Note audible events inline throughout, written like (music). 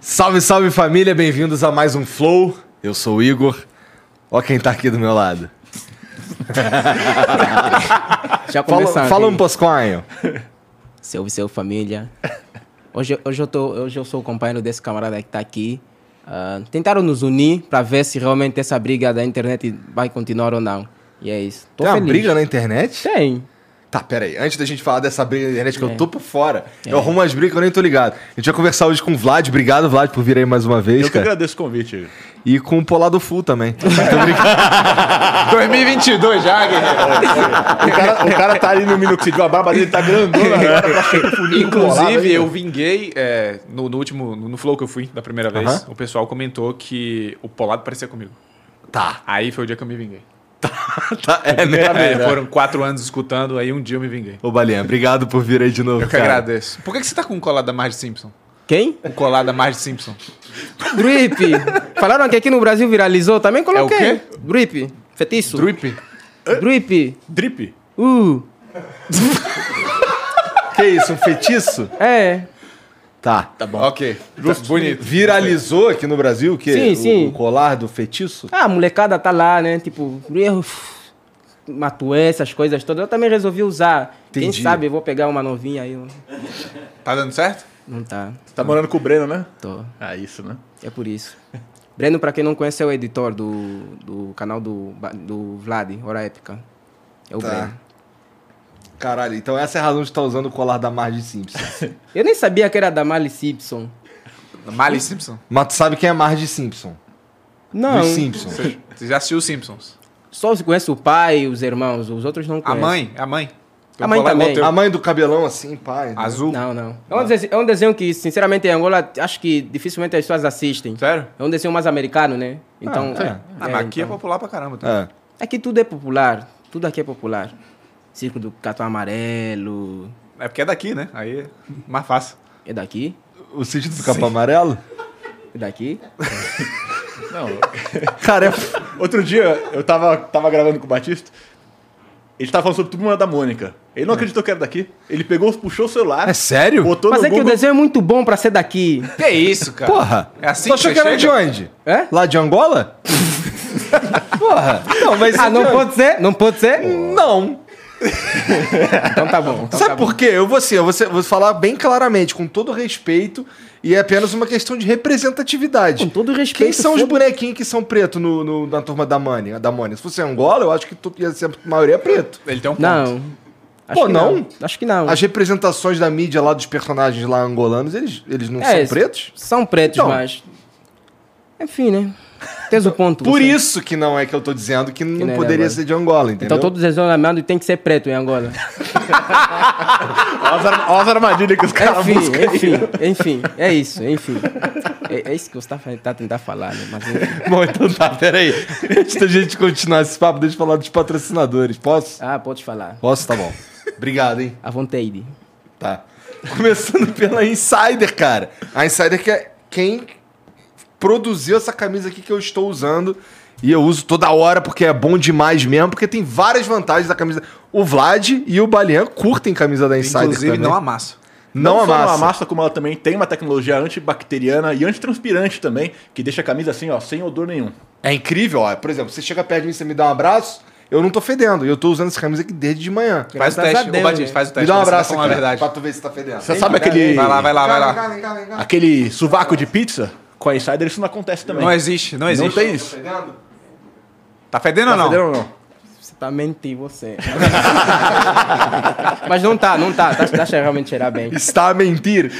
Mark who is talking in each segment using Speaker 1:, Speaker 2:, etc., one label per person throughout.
Speaker 1: Salve, salve família, bem-vindos a mais um Flow. Eu sou o Igor. Ó quem tá aqui do meu lado.
Speaker 2: Já
Speaker 1: Fala,
Speaker 2: começando.
Speaker 1: fala um
Speaker 2: aqui.
Speaker 1: posconho.
Speaker 2: Salve, seu família. Hoje, eu- hoje, eu tô, hoje eu sou o companheiro desse camarada que tá aqui. Ah, tentaram nos unir para ver se realmente essa briga da internet vai continuar ou não. E é isso. Tô
Speaker 1: Tem uma
Speaker 2: feliz.
Speaker 1: briga né? na internet?
Speaker 2: Tem.
Speaker 1: Tá, peraí. Antes da gente falar dessa briga na internet, que eu
Speaker 2: É.
Speaker 1: tô por fora. Eu arrumo umas brigas que eu nem tô ligado. A gente vai conversar hoje com o Vlad. Obrigado, Vlad, por vir aí mais uma vez,
Speaker 3: Eu que
Speaker 1: cara.
Speaker 3: agradeço o convite.
Speaker 1: E com o Polado Full
Speaker 4: (laughs)
Speaker 1: também.
Speaker 4: 2022 já, guerreiro.
Speaker 3: O cara, o cara tá ali no minoxidil, a barba dele tá grandona agora, tá cheio de furinho colado
Speaker 4: Inclusive,
Speaker 3: ainda.
Speaker 4: eu vinguei é, no, no último, no no flow que eu fui da primeira vez,
Speaker 1: Aham.
Speaker 4: o pessoal comentou que o Polado parecia comigo.
Speaker 1: tá,
Speaker 4: Aí foi o dia que eu me vinguei.
Speaker 1: (laughs) tá. É,
Speaker 4: Primeira
Speaker 1: né?
Speaker 4: vez, foram quatro anos escutando, aí um dia eu me vinguei.
Speaker 1: Ô, Balinha, obrigado por vir aí de novo,
Speaker 4: Eu que
Speaker 1: cara.
Speaker 4: agradeço. Por que, que você tá com um colado da Marge Simpson?
Speaker 2: Quem?
Speaker 4: Um colado da Marge Simpson.
Speaker 2: Drip.
Speaker 1: (laughs)
Speaker 2: Falaram que aqui no Brasil viralizou. Também coloquei.
Speaker 4: É o quê?
Speaker 2: Drip. Fetiço.
Speaker 4: Drip?
Speaker 2: Drip.
Speaker 3: Drip.
Speaker 2: Uh.
Speaker 1: Que isso, um feitiço?
Speaker 2: É.
Speaker 1: Tá.
Speaker 3: Tá bom.
Speaker 4: Ok. Tá bonito.
Speaker 1: Viralizou aqui no Brasil o quê?
Speaker 2: Sim,
Speaker 1: O-
Speaker 2: sim.
Speaker 1: O colar do feitiço?
Speaker 2: Ah, a molecada tá lá, né? Tipo, erro, matuê, essas coisas todas. Eu também resolvi usar.
Speaker 1: Entendi.
Speaker 2: Quem sabe eu vou pegar uma novinha aí. um eu-
Speaker 4: Tá dando certo?
Speaker 2: Não tá.
Speaker 3: Você tá morando com o Breno, né?
Speaker 2: Tô.
Speaker 3: Ah, isso, né?
Speaker 2: É por isso. Breno, pra quem não conhece, é o editor do, do canal do, Ba- do Vlad, Hora Épica. É o
Speaker 1: Tá.
Speaker 2: Breno.
Speaker 1: Caralho, então essa é a razão de estar usando o colar da Marge Simpson.
Speaker 2: Eu nem sabia que era da Mali Simpson.
Speaker 4: Marge Simpson?
Speaker 1: Mas tu sabe quem é Marge Simpson?
Speaker 2: Não.
Speaker 1: Dos Simpsons.
Speaker 4: Você você já assistiu os Simpsons?
Speaker 2: Só se conhece o pai, os irmãos, os outros não
Speaker 4: A
Speaker 2: conhecem.
Speaker 4: mãe? A mãe. Tem
Speaker 2: A
Speaker 4: um
Speaker 2: mãe
Speaker 4: colar igual
Speaker 2: também.
Speaker 4: teu.
Speaker 1: A mãe do cabelão assim, pai. né?
Speaker 4: Azul.
Speaker 2: Não, não. É um, desenho, é um desenho que, sinceramente, em Angola, acho que dificilmente as pessoas assistem.
Speaker 4: Sério?
Speaker 2: É um desenho mais americano, né? Então.
Speaker 1: Ah, é.
Speaker 4: Ah, mas aqui é popular pra caramba. Tá?
Speaker 1: É.
Speaker 2: Aqui tudo é popular. Tudo aqui é popular. Circo do Catão Amarelo.
Speaker 4: É porque é daqui, né? Aí é mais fácil.
Speaker 2: É daqui?
Speaker 1: O sentido do capão amarelo?
Speaker 2: É daqui?
Speaker 1: Cara, é...
Speaker 3: Outro dia, eu tava, tava gravando com o Batista. Ele tava falando sobre Turma da Mônica. Ele não acreditou que era daqui. Ele pegou, puxou o celular.
Speaker 1: é sério?
Speaker 3: Botou
Speaker 2: Mas
Speaker 3: no
Speaker 2: é que o
Speaker 3: Google.
Speaker 2: desenho é muito bom pra ser daqui.
Speaker 4: Que isso, cara?
Speaker 1: Porra!
Speaker 4: É assim
Speaker 1: tu
Speaker 4: que
Speaker 1: achou
Speaker 4: você
Speaker 1: que era de
Speaker 4: chega?
Speaker 1: onde?
Speaker 2: É?
Speaker 1: Lá de (laughs) Angola? Porra! Não, mas. é
Speaker 2: Ah, não pode ser? Não pode ser?
Speaker 1: Não.
Speaker 2: Então tá bom. Então
Speaker 1: Sabe
Speaker 2: tá bom.
Speaker 1: por quê? Eu vou, assim, eu vou, ser- vou falar bem claramente, com todo respeito, e é apenas uma questão de representatividade.
Speaker 2: Com todo respeito,
Speaker 1: Quem são os
Speaker 2: foda-
Speaker 1: bonequinhos que são preto no, no- na turma da Mani? Da Mani? Se fosse Angola, eu acho que tu, ia ser, a maioria é preto.
Speaker 4: Ele tem um ponto.
Speaker 2: Não. Acho
Speaker 1: Pô,
Speaker 2: que
Speaker 1: não?
Speaker 2: Acho que não.
Speaker 1: As representações da mídia lá dos personagens lá angolanos, eles, eles não
Speaker 2: É,
Speaker 1: são pretos?
Speaker 2: São pretos,
Speaker 1: Então.
Speaker 2: mas. Enfim, né? Tens o ponto.
Speaker 1: Por
Speaker 2: você.
Speaker 1: isso que não é que eu tô dizendo que não
Speaker 2: não é
Speaker 1: poderia
Speaker 2: Angola.
Speaker 1: ser de Angola, entendeu?
Speaker 2: Então todo desenho tem que ser preto em Angola.
Speaker 3: Olha as ar- olha as armadilhas que os caras
Speaker 2: Enfim,
Speaker 3: buscam.
Speaker 2: enfim, enfim, é isso, enfim. É, é isso que você está tá tentando falar, né? Mas
Speaker 1: (laughs)
Speaker 2: enfim.
Speaker 1: Bom, então tá, peraí. Antes da gente continuar esse papo, deixa eu falar dos patrocinadores. Posso?
Speaker 2: Ah, pode falar.
Speaker 1: Posso? Tá bom. Obrigado, hein?
Speaker 2: À vontade.
Speaker 1: Tá. Começando pela Insider, cara. A Insider que é quem produziu essa camisa aqui que eu estou usando. E eu uso toda hora porque é bom demais mesmo, porque tem várias vantagens da camisa. O Vlad e o Balian curtem camisa da Insider
Speaker 5: Inclusive,
Speaker 1: também.
Speaker 5: não amassa.
Speaker 1: Não,
Speaker 3: só
Speaker 1: amassa.
Speaker 3: não amassa, como ela também tem uma tecnologia antibacteriana e antitranspirante também, que deixa a camisa assim, ó, sem odor nenhum.
Speaker 1: É incrível, ó. Por exemplo, você chega perto de mim, você me dá um abraço, eu não tô fedendo. E eu tô usando essa camisa aqui desde de manhã.
Speaker 4: Faz
Speaker 5: Graças
Speaker 4: o teste.
Speaker 5: a Deus,
Speaker 4: Ô, Batista,
Speaker 5: né?
Speaker 4: faz o teste.
Speaker 1: Me dá um
Speaker 4: pra Tá, você
Speaker 1: abraço
Speaker 4: falar
Speaker 1: aqui,
Speaker 4: a verdade.
Speaker 1: pra tu ver se tá fedendo.
Speaker 3: Você sabe aquele,
Speaker 4: Vai lá, vai lá, vai lá.
Speaker 1: vem cá, vem cá.
Speaker 3: aquele sovaco de pizza? Com a Insider isso não acontece também.
Speaker 4: Não existe, não
Speaker 3: Não
Speaker 4: existe.
Speaker 3: tem isso.
Speaker 1: Fedendo?
Speaker 4: Tá fedendo ou
Speaker 3: Tá
Speaker 4: não?
Speaker 3: fedendo ou não?
Speaker 2: Você tá mentindo, você. (laughs) Mas não tá, não tá. Tá, tá cheirando- realmente cheirar bem.
Speaker 1: Está a mentir.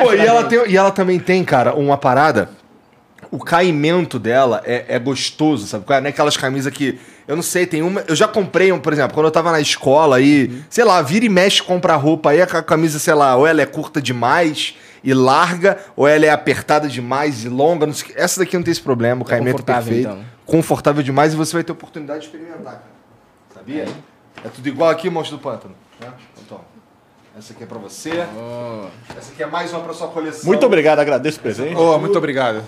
Speaker 1: Pô, e ela, tem- e ela também tem, cara, uma parada. O caimento dela é, é gostoso, sabe? qual é? Não é aquelas camisas que. Eu não sei, tem uma. Eu já comprei, um, por exemplo, quando eu tava na escola aí, sei lá, vira e mexe, compra roupa aí, a ca- camisa, sei lá, ou ela é curta demais e larga, ou ela é apertada demais e longa. não sei o que. Essa daqui não tem esse problema, o caimento é
Speaker 2: confortável,
Speaker 1: perfeito.
Speaker 2: então.
Speaker 1: Confortável demais e você vai ter oportunidade de experimentar, cara. Sabia? É, tudo igual aqui, monstro do pântano. Né? Então, toma. essa aqui é pra você. Essa aqui é mais uma pra sua coleção.
Speaker 3: Muito obrigado, agradeço o presente.
Speaker 4: Ô, muito obrigado.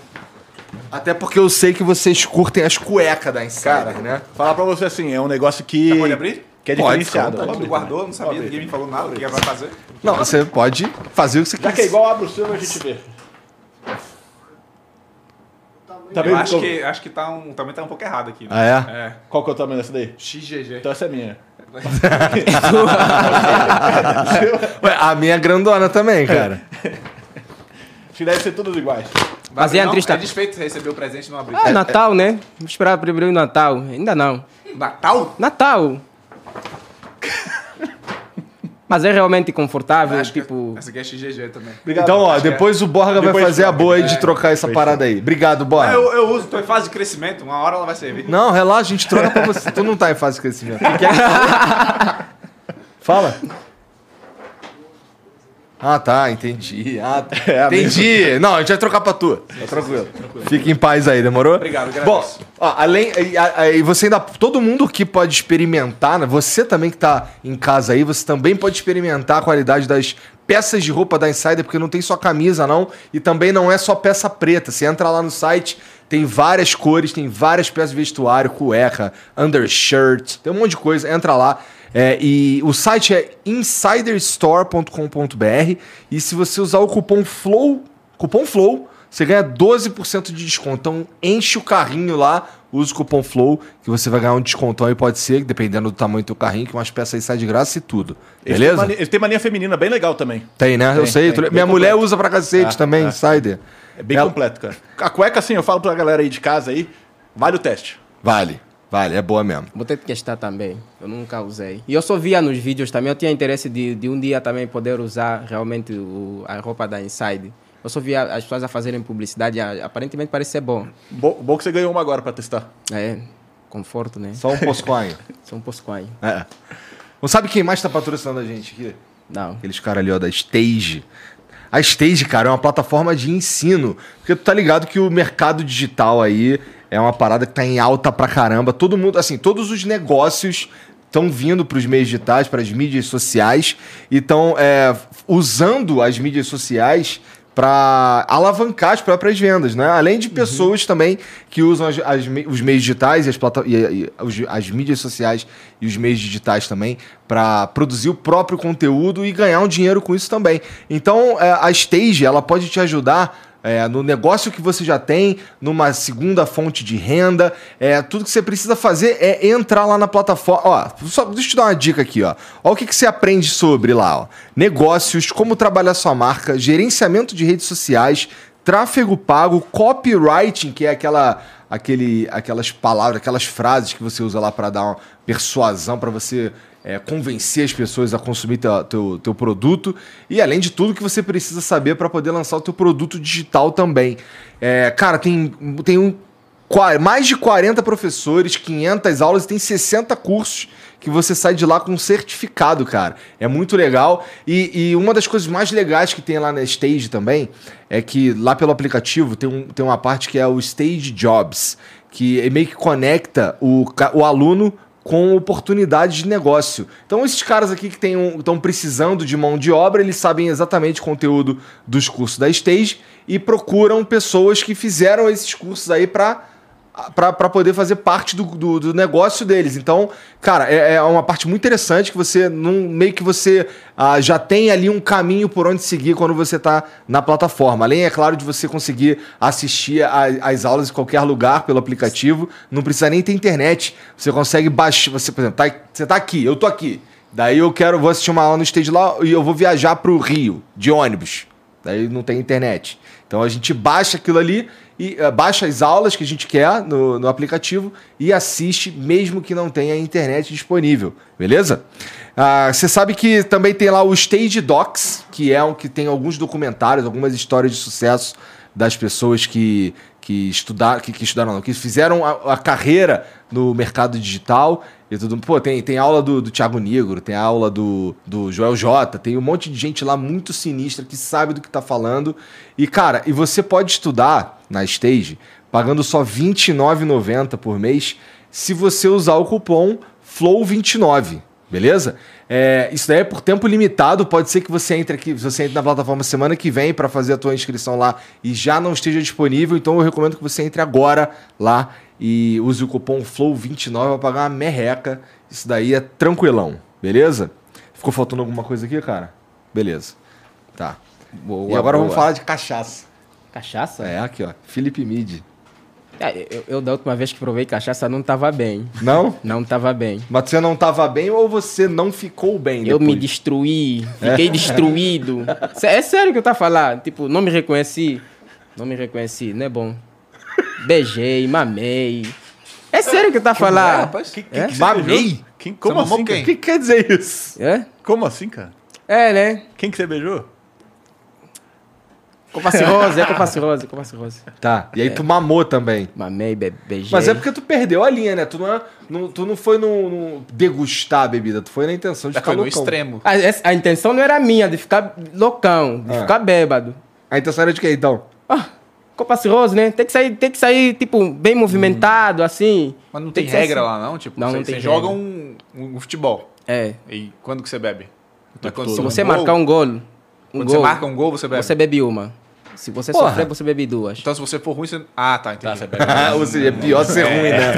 Speaker 1: Até porque eu sei que vocês curtem as cuecas da Insider, né?
Speaker 3: Falar pra você assim, é um negócio que.
Speaker 4: Já pode abrir?
Speaker 3: Que é
Speaker 1: Pode,
Speaker 3: diferenciado.
Speaker 1: fica à
Speaker 3: Pode
Speaker 4: Tu
Speaker 3: abrir
Speaker 4: guardou, não sabia,
Speaker 3: Abre.
Speaker 4: ninguém me falou nada. O que vai fazer?
Speaker 1: Não, você pode fazer o que você
Speaker 3: Já
Speaker 1: quiser.
Speaker 3: que é igual, abre o seu e a gente vê. Tá
Speaker 4: Eu
Speaker 3: vendo
Speaker 4: acho
Speaker 3: qual,
Speaker 4: que, acho que tá um, também tá um pouco errado aqui.
Speaker 1: Ah, é?
Speaker 4: É.
Speaker 3: qual que é o tamanho dessa daí?
Speaker 4: XGG.
Speaker 3: Então essa é minha.
Speaker 1: Ué, a minha é grandona também, cara.
Speaker 3: Acho que deve ser todas iguais.
Speaker 4: Vai
Speaker 2: Mas é
Speaker 4: abrir, não?
Speaker 2: Andrista-
Speaker 4: É desfeito receber o presente e não abrir.
Speaker 2: Ah, Natal, né? Vou esperar primeiro o Natal. Ainda não.
Speaker 4: Natal?
Speaker 2: Natal! Mas é realmente confortável,
Speaker 4: Acho que
Speaker 2: tipo...
Speaker 4: Essa aqui é XGG também.
Speaker 3: Obrigado. é.
Speaker 1: então, ó,
Speaker 4: acho que
Speaker 1: depois o Borga vai
Speaker 3: Depois
Speaker 1: fazer a
Speaker 3: troca,
Speaker 1: boa aí de trocar essa parada aí. Obrigado, Borga.
Speaker 4: Eu, eu uso, tô em fase de crescimento, uma hora ela vai servir.
Speaker 1: Não, relaxa, a gente troca pra você. tu não tá em fase de crescimento. O que é que Fala. Ah, tá, entendi. Ah, tá.
Speaker 3: É, a
Speaker 1: entendi. Não, a gente vai trocar pra tu. Tá tranquilo. Fica em paz aí, demorou?
Speaker 4: Obrigado,
Speaker 1: Bom,
Speaker 4: agradeço.
Speaker 1: ó, além. E, a- a- e você ainda. Todo mundo que pode experimentar, né? Você também que tá em casa aí, você também pode experimentar a qualidade das peças de roupa da Insider, porque não tem só camisa, não. E também não é só peça preta. Você entra lá no site, tem várias cores, tem várias peças de vestuário, cueca, undershirt, tem um monte de coisa. Entra lá. É, e o site é insiderstore.com.br. E se você usar o cupom FLOW, cupom FLOW, você ganha 12% de desconto. Então enche o carrinho lá, usa o cupom FLOW, que você vai ganhar um descontão aí, pode ser, dependendo do tamanho do teu carrinho, que umas peças aí saem de graça e tudo.
Speaker 3: Eles
Speaker 1: Beleza?
Speaker 3: têm mania- Eles têm mania feminina bem legal também.
Speaker 1: Tem, né? eu sei.
Speaker 3: tem,
Speaker 1: tu-
Speaker 3: bem
Speaker 1: Minha mulher
Speaker 3: completo.
Speaker 1: usa pra cacete
Speaker 3: Ah,
Speaker 1: também,
Speaker 3: ah.
Speaker 1: Insider.
Speaker 3: É bem
Speaker 1: Ela-
Speaker 3: completo, cara. A cueca, assim, eu falo pra galera aí de casa aí, vale o teste.
Speaker 1: Vale, vale, é boa mesmo.
Speaker 2: Vou ter que testar também. Eu nunca usei. E eu só via nos vídeos também. Eu tinha interesse de, de um dia também poder usar realmente o- a roupa da Inside. Eu só via as pessoas a fazerem publicidade. a- Aparentemente parece ser bom.
Speaker 3: Bo- Bom que você ganhou uma agora pra testar.
Speaker 2: É, conforto, né?
Speaker 3: (laughs)
Speaker 1: Só um posconho.
Speaker 2: São um poscoinho.
Speaker 1: é. Não sabe quem mais tá patrocinando a gente aqui?
Speaker 2: Não.
Speaker 1: Aqueles caras ali, ó, da Stage. A Stage, cara, é uma plataforma de ensino. Porque tu tá ligado que o mercado digital aí é uma parada que tá em alta pra caramba. Todo mundo, assim, todos os negócios estão vindo pros meios digitais, para as mídias sociais. E estão usando as mídias sociais para alavancar as próprias vendas, né? Além de pessoas também que usam as- as me- os meios digitais e, as, plata- e- e os- as mídias sociais e os meios digitais também para produzir o próprio conteúdo e ganhar um dinheiro com isso também. Então, é, a Stage ela pode te ajudar é, no negócio que você já tem, numa segunda fonte de renda. É, tudo que você precisa fazer é entrar lá na plataforma. Ó, só, deixa eu te dar uma dica aqui, ó. Ó o que, que você aprende sobre lá, ó. Negócios, como trabalhar sua marca, gerenciamento de redes sociais, tráfego pago, copywriting, que é aquela aquele, aquelas palavras, aquelas frases que você usa lá para dar uma persuasão, para você é, convencer as pessoas a consumir teu, teu, teu produto. E além de tudo que você precisa saber para poder lançar o teu produto digital também. É, cara, tem, tem um qua- mais de 40 professores, 500 aulas e tem 60 cursos que você sai de lá com um certificado, cara. É muito legal. E, e uma das coisas mais legais que tem lá na Stage também é que lá pelo aplicativo tem, um, tem uma parte que é o Stage Jobs, que é meio que conecta o, ca- o aluno com oportunidades de negócio. Então, esses caras aqui que estão precisando de mão de obra, eles sabem exatamente o conteúdo dos cursos da Stage e procuram pessoas que fizeram esses cursos aí para para poder fazer parte do, do- do negócio deles. Então, cara, é, é uma parte muito interessante que você não meio que você ah, já tem ali um caminho por onde seguir quando você está na plataforma. Além, é claro, de você conseguir assistir a- as aulas em qualquer lugar pelo aplicativo, não precisa nem ter internet. Você consegue baixar, você, por exemplo, tá- você tá aqui, eu tô aqui. Daí eu quero vou assistir uma aula no stage lá e eu vou viajar para o Rio de ônibus. Daí não tem internet. Então a gente baixa aquilo ali e eh, baixa as aulas que a gente quer no, no aplicativo e assiste, mesmo que não tenha internet disponível, beleza? Ah, Você sabe que também tem lá o Stage Docs, que é um que tem alguns documentários, algumas histórias de sucesso das pessoas que, que estudaram, que, que estudaram, não, que fizeram a, a carreira no mercado digital e tudo. Pô, tem, tem aula do, do Thiago Nigro, tem aula do, do Joel Jota, tem um monte de gente lá muito sinistra que sabe do que tá falando. E, cara, e você pode estudar na Stage pagando só R$29,90 por mês se você usar o cupom FLOW29. Beleza? É, isso daí é por tempo limitado. Pode ser que você entre aqui, você entre na plataforma semana que vem para fazer a tua inscrição lá e já não esteja disponível. Então eu recomendo que você entre agora lá e use o cupom FLOW29 para pagar uma merreca. Isso daí é tranquilão, beleza? Ficou faltando alguma coisa aqui, cara? Beleza. Tá.
Speaker 2: Boa,
Speaker 1: e agora
Speaker 2: boa.
Speaker 1: vamos falar de cachaça.
Speaker 2: Cachaça?
Speaker 1: É, aqui, ó. Felipe Mid.
Speaker 2: Ah, eu, eu da última vez que provei cachaça não estava bem.
Speaker 1: Não? (laughs)
Speaker 2: Não estava bem.
Speaker 1: Mas você não tava bem ou você não ficou bem?
Speaker 2: Eu me
Speaker 1: depois?
Speaker 2: destruí, fiquei (laughs) destruído. Sé- É sério que eu tá falando? Tipo, não me reconheci. Não me reconheci, não é bom. Beijei, mamei. É sério que eu tá falando?
Speaker 3: Que, que,
Speaker 2: É?
Speaker 3: que você
Speaker 1: Mamei?
Speaker 3: beijou? Quem, como
Speaker 4: Você mamou
Speaker 3: assim,
Speaker 1: O
Speaker 4: quem?
Speaker 3: cara?
Speaker 1: que quer dizer isso?
Speaker 2: É?
Speaker 3: Como assim, cara?
Speaker 2: É, né?
Speaker 3: Quem que você beijou?
Speaker 2: Copa cirrose, é copa cirrose, copa cirrose.
Speaker 1: Tá. E aí tu mamou também.
Speaker 2: Mamei, be beijei.
Speaker 1: Mas é porque tu perdeu a linha, né? Tu não, é- não- tu não foi no, no degustar a bebida, tu foi na intenção de
Speaker 4: Já Tá, foi no
Speaker 1: loucão.
Speaker 4: extremo.
Speaker 2: A, essa- a intenção não era minha, de ficar loucão, de
Speaker 1: Ah.
Speaker 2: ficar bêbado.
Speaker 1: A intenção era de quê, então?
Speaker 2: Ah, copa cirrose, né? Tem que sair, tem que sair tipo, bem movimentado, assim.
Speaker 4: Mas não
Speaker 2: Tem
Speaker 4: tem,
Speaker 2: que ser
Speaker 4: regra
Speaker 2: assim.
Speaker 4: lá, não? Tipo,
Speaker 2: Não,
Speaker 4: você,
Speaker 2: não tem
Speaker 4: você
Speaker 2: regra.
Speaker 4: joga um, um, um futebol.
Speaker 2: É.
Speaker 4: E quando que você bebe? Mas quando
Speaker 2: Se
Speaker 4: um
Speaker 2: você
Speaker 4: gol-
Speaker 2: marcar um gol, um
Speaker 4: Quando
Speaker 2: gol,
Speaker 4: você marca um gol, você bebe.
Speaker 2: você bebe uma. Se você
Speaker 1: Porra.
Speaker 2: sofrer, você bebe duas.
Speaker 4: Então se você for ruim, você. Ah, tá, entendi.
Speaker 1: Ah, (laughs) ou seja, é pior ser ruim, (laughs) né?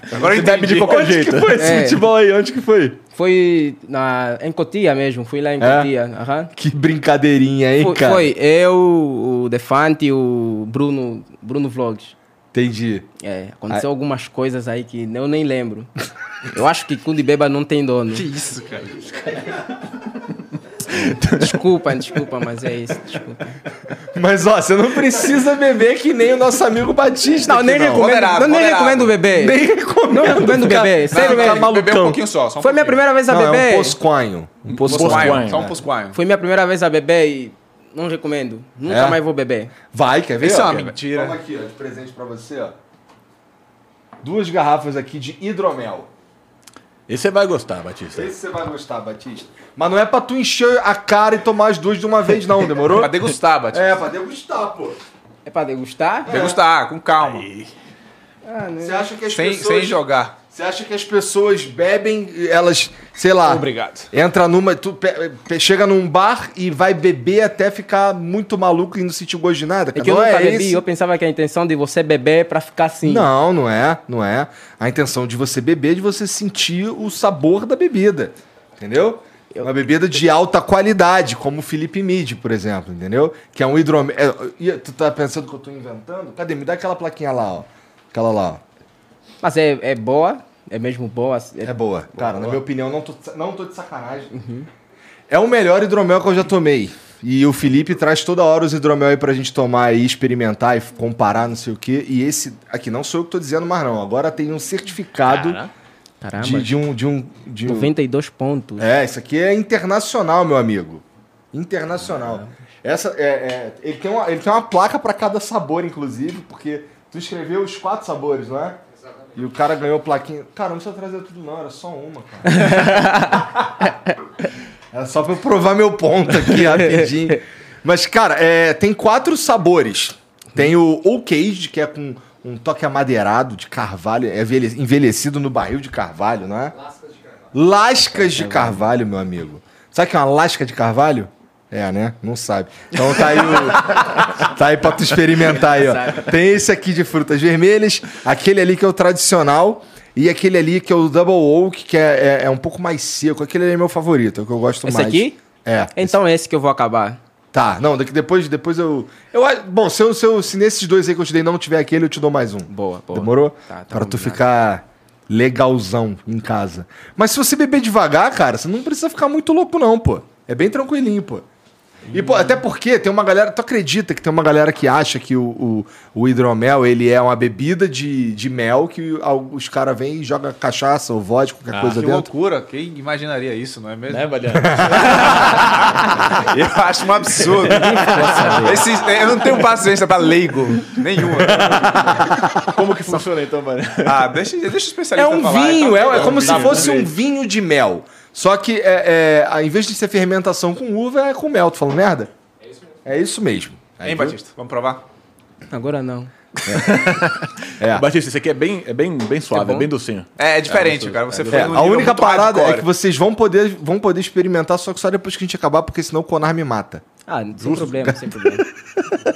Speaker 4: (laughs) Agora eu
Speaker 3: Bebe de
Speaker 4: entendi.
Speaker 3: qualquer jeito.
Speaker 1: que foi esse
Speaker 2: É.
Speaker 1: futebol aí? Onde que foi?
Speaker 2: Foi na, em Cotia mesmo, fui lá
Speaker 1: É?
Speaker 2: em Cotia. aham.
Speaker 1: Que brincadeirinha, hein,
Speaker 2: Foi,
Speaker 1: cara?
Speaker 2: foi eu, o Defante e o Bruno, Bruno Vlogs.
Speaker 1: Entendi.
Speaker 2: É, aconteceu
Speaker 4: Ah.
Speaker 2: algumas coisas aí que eu nem lembro. Eu acho que cu de beba não tem
Speaker 4: (laughs)
Speaker 2: dono.
Speaker 4: Que isso, cara.
Speaker 2: Desculpa, desculpa, mas é isso, desculpa.
Speaker 1: Mas ó, você não precisa beber que nem o nosso amigo Batista.
Speaker 2: Não,
Speaker 1: aqui,
Speaker 2: nem recomendo, não,
Speaker 4: Moderado,
Speaker 2: nem
Speaker 4: moderado.
Speaker 2: recomendo beber.
Speaker 1: Nem recomendo.
Speaker 2: Não recomendo
Speaker 1: cara.
Speaker 2: beber,
Speaker 1: Tá-
Speaker 2: sério
Speaker 1: tá
Speaker 2: mesmo.
Speaker 1: malucão.
Speaker 4: Bebeu um pouquinho só. só um
Speaker 2: Foi minha
Speaker 4: pouquinho.
Speaker 2: primeira vez a
Speaker 1: Não, é
Speaker 2: beber.
Speaker 1: um posquanho. Um posquanho.
Speaker 4: Posquinho,
Speaker 3: Posquinho,
Speaker 4: Só um
Speaker 3: né?
Speaker 4: posquinho.
Speaker 2: Foi minha primeira vez a beber e não recomendo. Nunca
Speaker 1: É?
Speaker 2: mais vou beber.
Speaker 1: Vai, quer ver?
Speaker 4: Isso é uma
Speaker 1: Quer ver?
Speaker 4: mentira.
Speaker 1: Toma aqui, ó, de presente pra você, ó. Duas garrafas aqui de hidromel.
Speaker 3: Esse você vai gostar, Batista.
Speaker 1: Esse você vai gostar, Batista. Mas não é pra tu encher a cara e tomar as duas de uma vez, não, demorou?
Speaker 4: (laughs) Pra degustar, Batista.
Speaker 1: É, pra degustar, pô.
Speaker 2: É pra degustar?
Speaker 4: Degustar, com calma.
Speaker 1: Você acha que as
Speaker 4: Sem,
Speaker 1: pessoas.
Speaker 4: sem jogar.
Speaker 1: Você acha que as pessoas bebem, elas, sei lá.
Speaker 4: Obrigado.
Speaker 1: Entra numa. Tu pe- pe- chega num bar e vai beber até ficar muito maluco e não sentir gosto de nada.
Speaker 2: É
Speaker 1: Cara.
Speaker 2: que eu
Speaker 1: não
Speaker 2: nunca
Speaker 1: é
Speaker 2: bebi,
Speaker 1: isso.
Speaker 2: eu pensava que a intenção de você beber é pra ficar assim.
Speaker 1: Não, não é, não é. A intenção de você beber é de você sentir o sabor da bebida. Entendeu? Uma bebida de alta qualidade, como o Felipe Mid, por exemplo, entendeu? Que é um hidromel. é, ih, tu tá pensando que eu tô inventando? Cadê? Me dá aquela plaquinha lá, ó. Aquela lá, ó.
Speaker 2: Mas é, é boa, é mesmo boa. É,
Speaker 1: É boa. Cara, na minha opinião, não tô, de sa- não tô de sacanagem. É o melhor hidromel que eu já tomei. E o Felipe traz toda hora os hidromel aí pra gente tomar e experimentar e f- comparar, não sei o quê. E esse aqui não sou eu que tô dizendo mais, não. Agora tem um certificado
Speaker 2: Caramba,
Speaker 1: de, de um. De um de um-
Speaker 2: 92 pontos.
Speaker 1: É, isso aqui é internacional, meu amigo. Internacional. Essa é, é- ele, tem uma, ele tem uma placa pra cada sabor, inclusive, porque tu escreveu os quatro sabores, não é? E o cara ganhou plaquinha. Cara, não precisa trazer tudo, não, era só uma, cara. era só pra eu provar meu ponto aqui rapidinho. Mas, cara, é, tem quatro sabores. Tem o Old Cage, que é com um toque amadeirado de carvalho, é envelhe- envelhecido no barril de carvalho, não é? Lascas de carvalho, meu amigo. Sabe o que é uma lasca de carvalho? É, né? Não sabe. Então tá aí
Speaker 2: (laughs)
Speaker 1: o. tá aí pra tu experimentar aí, ó. Tem esse aqui de frutas vermelhas, aquele ali que é o tradicional e aquele ali que é o Double Oak, que é, é- é um pouco mais seco. Aquele ali é meu favorito, é o que eu gosto
Speaker 2: Esse
Speaker 1: mais.
Speaker 2: aqui?
Speaker 1: É.
Speaker 2: Então é esse que eu vou acabar.
Speaker 1: Tá, não, daqui depois, depois eu. eu acho- bom, se, eu, se, eu- se nesses dois aí que eu te dei não tiver aquele, eu te dou mais um.
Speaker 2: Boa, boa.
Speaker 1: Demorou?
Speaker 2: Tá, tá
Speaker 1: pra tu
Speaker 2: combinado.
Speaker 1: ficar legalzão em casa. Mas se você beber devagar, cara, você não precisa ficar muito louco, não, pô. É bem tranquilinho, pô. E, pô, até porque tem uma galera. Tu acredita que tem uma galera que acha que o, o, o hidromel ele é uma bebida de, de mel que al- os caras vêm e jogam cachaça ou vodka, qualquer
Speaker 2: Ah,
Speaker 1: coisa
Speaker 4: que
Speaker 1: dentro?
Speaker 4: loucura, quem imaginaria isso, não é mesmo?
Speaker 3: Né, Baleano?
Speaker 4: (laughs) Eu acho um absurdo. Esse- eu não tenho paciência pra leigo nenhuma.
Speaker 3: Como que funciona então, Baleano?
Speaker 4: Ah, deixa, deixa o especialista
Speaker 1: É um
Speaker 4: falar,
Speaker 1: vinho,
Speaker 4: então.
Speaker 1: é, é como se
Speaker 4: Tá bom.
Speaker 1: fosse um vinho de mel. Só que, é, é, ao invés de ser fermentação com uva, é com mel. Tu falando merda? É isso mesmo. É
Speaker 4: Hein,
Speaker 1: viu?
Speaker 4: Batista? Vamos provar?
Speaker 2: Agora não.
Speaker 1: É.
Speaker 3: Batista, esse aqui é bem, é bem, bem suave,
Speaker 2: bom?
Speaker 3: é bem docinho.
Speaker 4: É, é diferente, cara. Você foi
Speaker 1: É,
Speaker 4: num
Speaker 1: a
Speaker 4: nível
Speaker 1: única
Speaker 4: muito
Speaker 1: parada é
Speaker 4: hardcore.
Speaker 1: que vocês vão poder, vão poder experimentar, só que só depois que a gente acabar, porque senão o Conar me mata.
Speaker 2: Ah, sem problema, sem problema.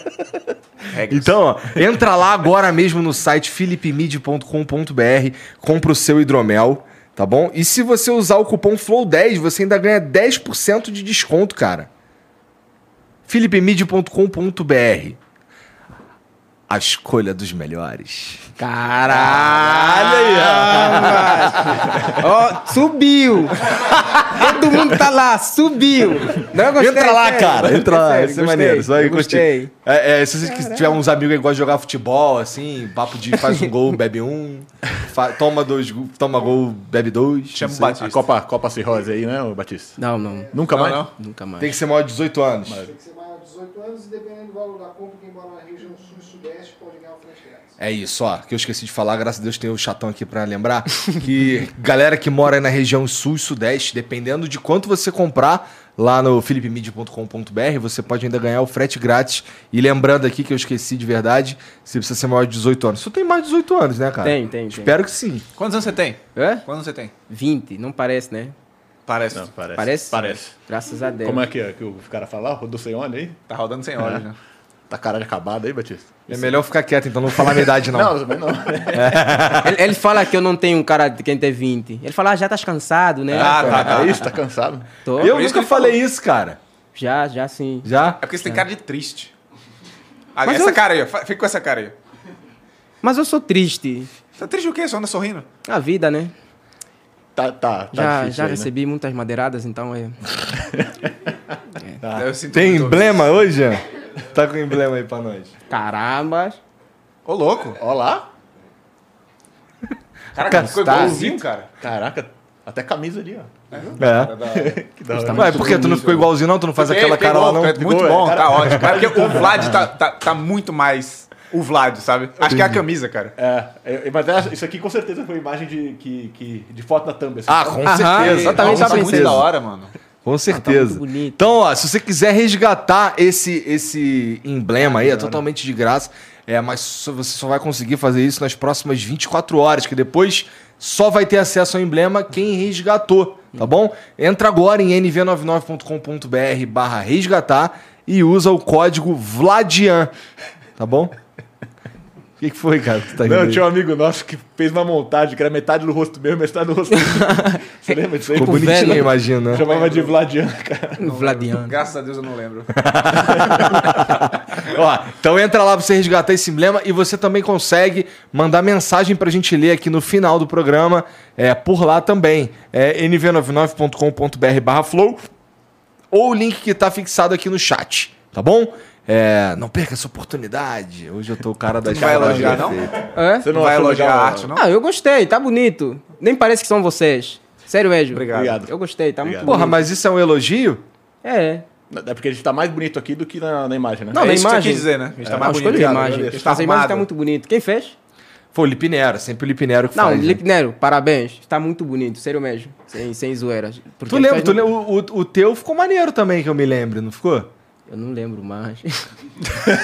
Speaker 1: (laughs)
Speaker 4: Regras.
Speaker 1: Então, ó, entra lá agora mesmo no site philipmid.com.br, compra o seu hidromel, tá bom? E se você usar o cupom FLOW10, você ainda ganha 10% de desconto, cara. philipmid.com.br A escolha dos melhores.
Speaker 2: Caralho! Ó,
Speaker 1: (laughs)
Speaker 2: subiu! Todo mundo tá lá, subiu! Não, eu gostei,
Speaker 1: entra lá,
Speaker 2: sério.
Speaker 1: cara. Entra lá.
Speaker 2: Sério,
Speaker 1: Vai ser
Speaker 2: gostei,
Speaker 1: maneiro. Você vai
Speaker 2: eu
Speaker 1: curtir.
Speaker 2: gostei.
Speaker 1: É, é, se você quiser- tiver uns amigos que gostam de jogar futebol, assim, papo de faz um gol, bebe um, fa- toma dois, go- toma gol, bebe dois.
Speaker 4: Chama
Speaker 1: não
Speaker 4: o
Speaker 1: sei.
Speaker 4: Batista.
Speaker 3: A Copa, Copa Cirrose aí, né, ô Batista?
Speaker 2: Não, não,
Speaker 3: Nunca
Speaker 4: Não,
Speaker 3: mais?
Speaker 4: não.
Speaker 2: nunca
Speaker 1: Tem
Speaker 2: mais.
Speaker 1: que ser maior de 18 anos.
Speaker 5: Tem que ser maior de 18 anos e dependendo do valor da compra, quem mora na região sul e sudeste pode ganhar o frete grátis.
Speaker 1: É isso, ó. Que eu esqueci de falar, graças a Deus tem o chatão aqui pra lembrar. Que (laughs) galera que mora aí na região sul e sudeste, dependendo de quanto você comprar lá no philipemid.com.br, você pode ainda ganhar o frete grátis. E lembrando aqui que eu esqueci de verdade, você precisa ser maior de 18 anos. Você tem mais de 18 anos, né, cara?
Speaker 2: Tem, tem, tem.
Speaker 1: Espero que sim.
Speaker 4: Quantos anos você tem?
Speaker 2: Hã?
Speaker 4: Quantos anos você tem?
Speaker 2: 20, não parece, né?
Speaker 4: Parece.
Speaker 3: Não, parece.
Speaker 2: Parece?
Speaker 3: Parece.
Speaker 2: Graças a Deus.
Speaker 3: Como é que, é que o cara fala? Rodou sem óleo aí?
Speaker 4: Tá rodando sem olhos, né?
Speaker 3: Tá cara de acabada aí, Batista?
Speaker 1: É melhor ficar quieto, então não falar a minha idade, não.
Speaker 3: Não, também não.
Speaker 2: ele, ele fala que eu não tenho um cara de quem tem 20. Ele fala, ah, já tá cansado, né?
Speaker 4: Ah, tá.
Speaker 3: Tá isso, tá cansado.
Speaker 2: Tô.
Speaker 1: eu
Speaker 4: Por isso
Speaker 1: nunca
Speaker 4: que ele
Speaker 1: falei isso, cara.
Speaker 2: Já, já sim.
Speaker 1: Já?
Speaker 4: É porque você tem cara de triste. Ah, essa cara aí, ó. Fa- Fica com essa cara aí.
Speaker 2: Mas eu sou triste.
Speaker 4: Tá triste o quê? Só anda sorrindo?
Speaker 2: A vida, né?
Speaker 3: Tá, tá, tá
Speaker 2: já
Speaker 3: difícil
Speaker 2: já
Speaker 3: aí, né?
Speaker 2: recebi muitas madeiradas, então é.
Speaker 4: Eu sinto
Speaker 1: Tem
Speaker 4: muito.
Speaker 1: emblema hoje? Jean? Assim, Tá com emblema aí pra nós.
Speaker 2: Caramba!
Speaker 4: Ô, louco.
Speaker 3: Olá.
Speaker 4: Caraca, ficou
Speaker 1: Tá.
Speaker 4: igualzinho, cara.
Speaker 3: Caraca, até camisa ali, ó.
Speaker 1: É.
Speaker 3: Que da hora.
Speaker 1: Ué, por que tu não ficou igualzinho, não? Tu não faz
Speaker 4: Fiquei-
Speaker 1: aquela
Speaker 4: fiquei
Speaker 1: cara lá,
Speaker 4: louco,
Speaker 1: não?
Speaker 4: é Muito
Speaker 3: Ficou, é.
Speaker 4: bom, tá ótimo. É porque o Vlad tá, tá, tá muito mais o Vlad, sabe? Acho que é a camisa, cara.
Speaker 3: É, é, mas essa- isso aqui com certeza foi imagem de, que, que- de foto na thumb. assim.
Speaker 1: Ah, com
Speaker 2: Aham,
Speaker 1: certeza.
Speaker 2: eu também
Speaker 1: com
Speaker 2: tava
Speaker 4: tá muito
Speaker 1: certeza.
Speaker 4: da hora, mano.
Speaker 1: Com certeza.
Speaker 2: Ah, tá muito bonito.
Speaker 1: então, ó, se você quiser resgatar esse, esse emblema aí, é totalmente de graça. É, mas só- você só vai conseguir fazer isso nas próximas 24 horas, que depois só vai ter acesso ao emblema quem resgatou, tá bom? Entra agora em nv99.com.br barra resgatar e usa o código VLADIAN, tá bom? (laughs) O que, que foi, cara? que tu tá rindo
Speaker 3: Não,
Speaker 1: aí?
Speaker 3: tinha um amigo nosso que fez uma montagem que era metade do rosto meu, metade do rosto.
Speaker 1: (laughs)
Speaker 3: Você lembra disso aí?
Speaker 1: Ficou bonitinho,
Speaker 2: velho.
Speaker 1: eu imagino, né?
Speaker 3: Chamava de Vladian, cara.
Speaker 2: Vladiano.
Speaker 4: Graças a Deus eu não lembro.
Speaker 1: Ó, então entra lá pra você resgatar esse emblema e você também consegue mandar mensagem pra gente ler aqui no final do programa, é, por lá também, é nv99.com.br barra flow ou o link que tá fixado aqui no chat, tá bom? É, não perca essa oportunidade. Hoje eu tô o cara da
Speaker 4: Tu vai elogiar, não?
Speaker 2: Hã?
Speaker 3: Você
Speaker 4: Não vai
Speaker 3: achou
Speaker 4: elogiar
Speaker 3: legal,
Speaker 4: a
Speaker 3: ó?
Speaker 4: arte, não?
Speaker 2: Ah, eu gostei, tá bonito. Nem parece que são vocês. Sério mesmo.
Speaker 4: Obrigado.
Speaker 3: Obrigado.
Speaker 2: Eu gostei, tá
Speaker 3: Obrigado.
Speaker 2: muito
Speaker 1: Porra,
Speaker 2: bonito.
Speaker 1: mas isso é um elogio?
Speaker 2: É.
Speaker 3: É porque a gente tá mais bonito aqui do que na, na imagem, né?
Speaker 2: Não,
Speaker 4: é
Speaker 2: na
Speaker 4: isso que você
Speaker 2: imagem.
Speaker 4: quis dizer, né? A gente tá
Speaker 2: Não,
Speaker 4: mais
Speaker 2: escolhi
Speaker 4: bonito.
Speaker 2: a
Speaker 4: cara,
Speaker 2: imagem.
Speaker 4: a gente tá
Speaker 2: Essa imagem tá
Speaker 4: armado.
Speaker 2: muito bonita. Quem fez?
Speaker 1: Foi o Lipinero, é sempre o Lipinero que
Speaker 2: Não,
Speaker 1: faz. né?
Speaker 2: Felipe Nero, parabéns. Está muito bonito, sério mesmo. Sem, sem zoeiras. Porque
Speaker 1: Tu lembra,
Speaker 2: faz
Speaker 1: tu
Speaker 2: muito-
Speaker 1: lembra o, o- o teu ficou maneiro também, que eu me lembro, não ficou?
Speaker 2: Eu não lembro mais. (laughs)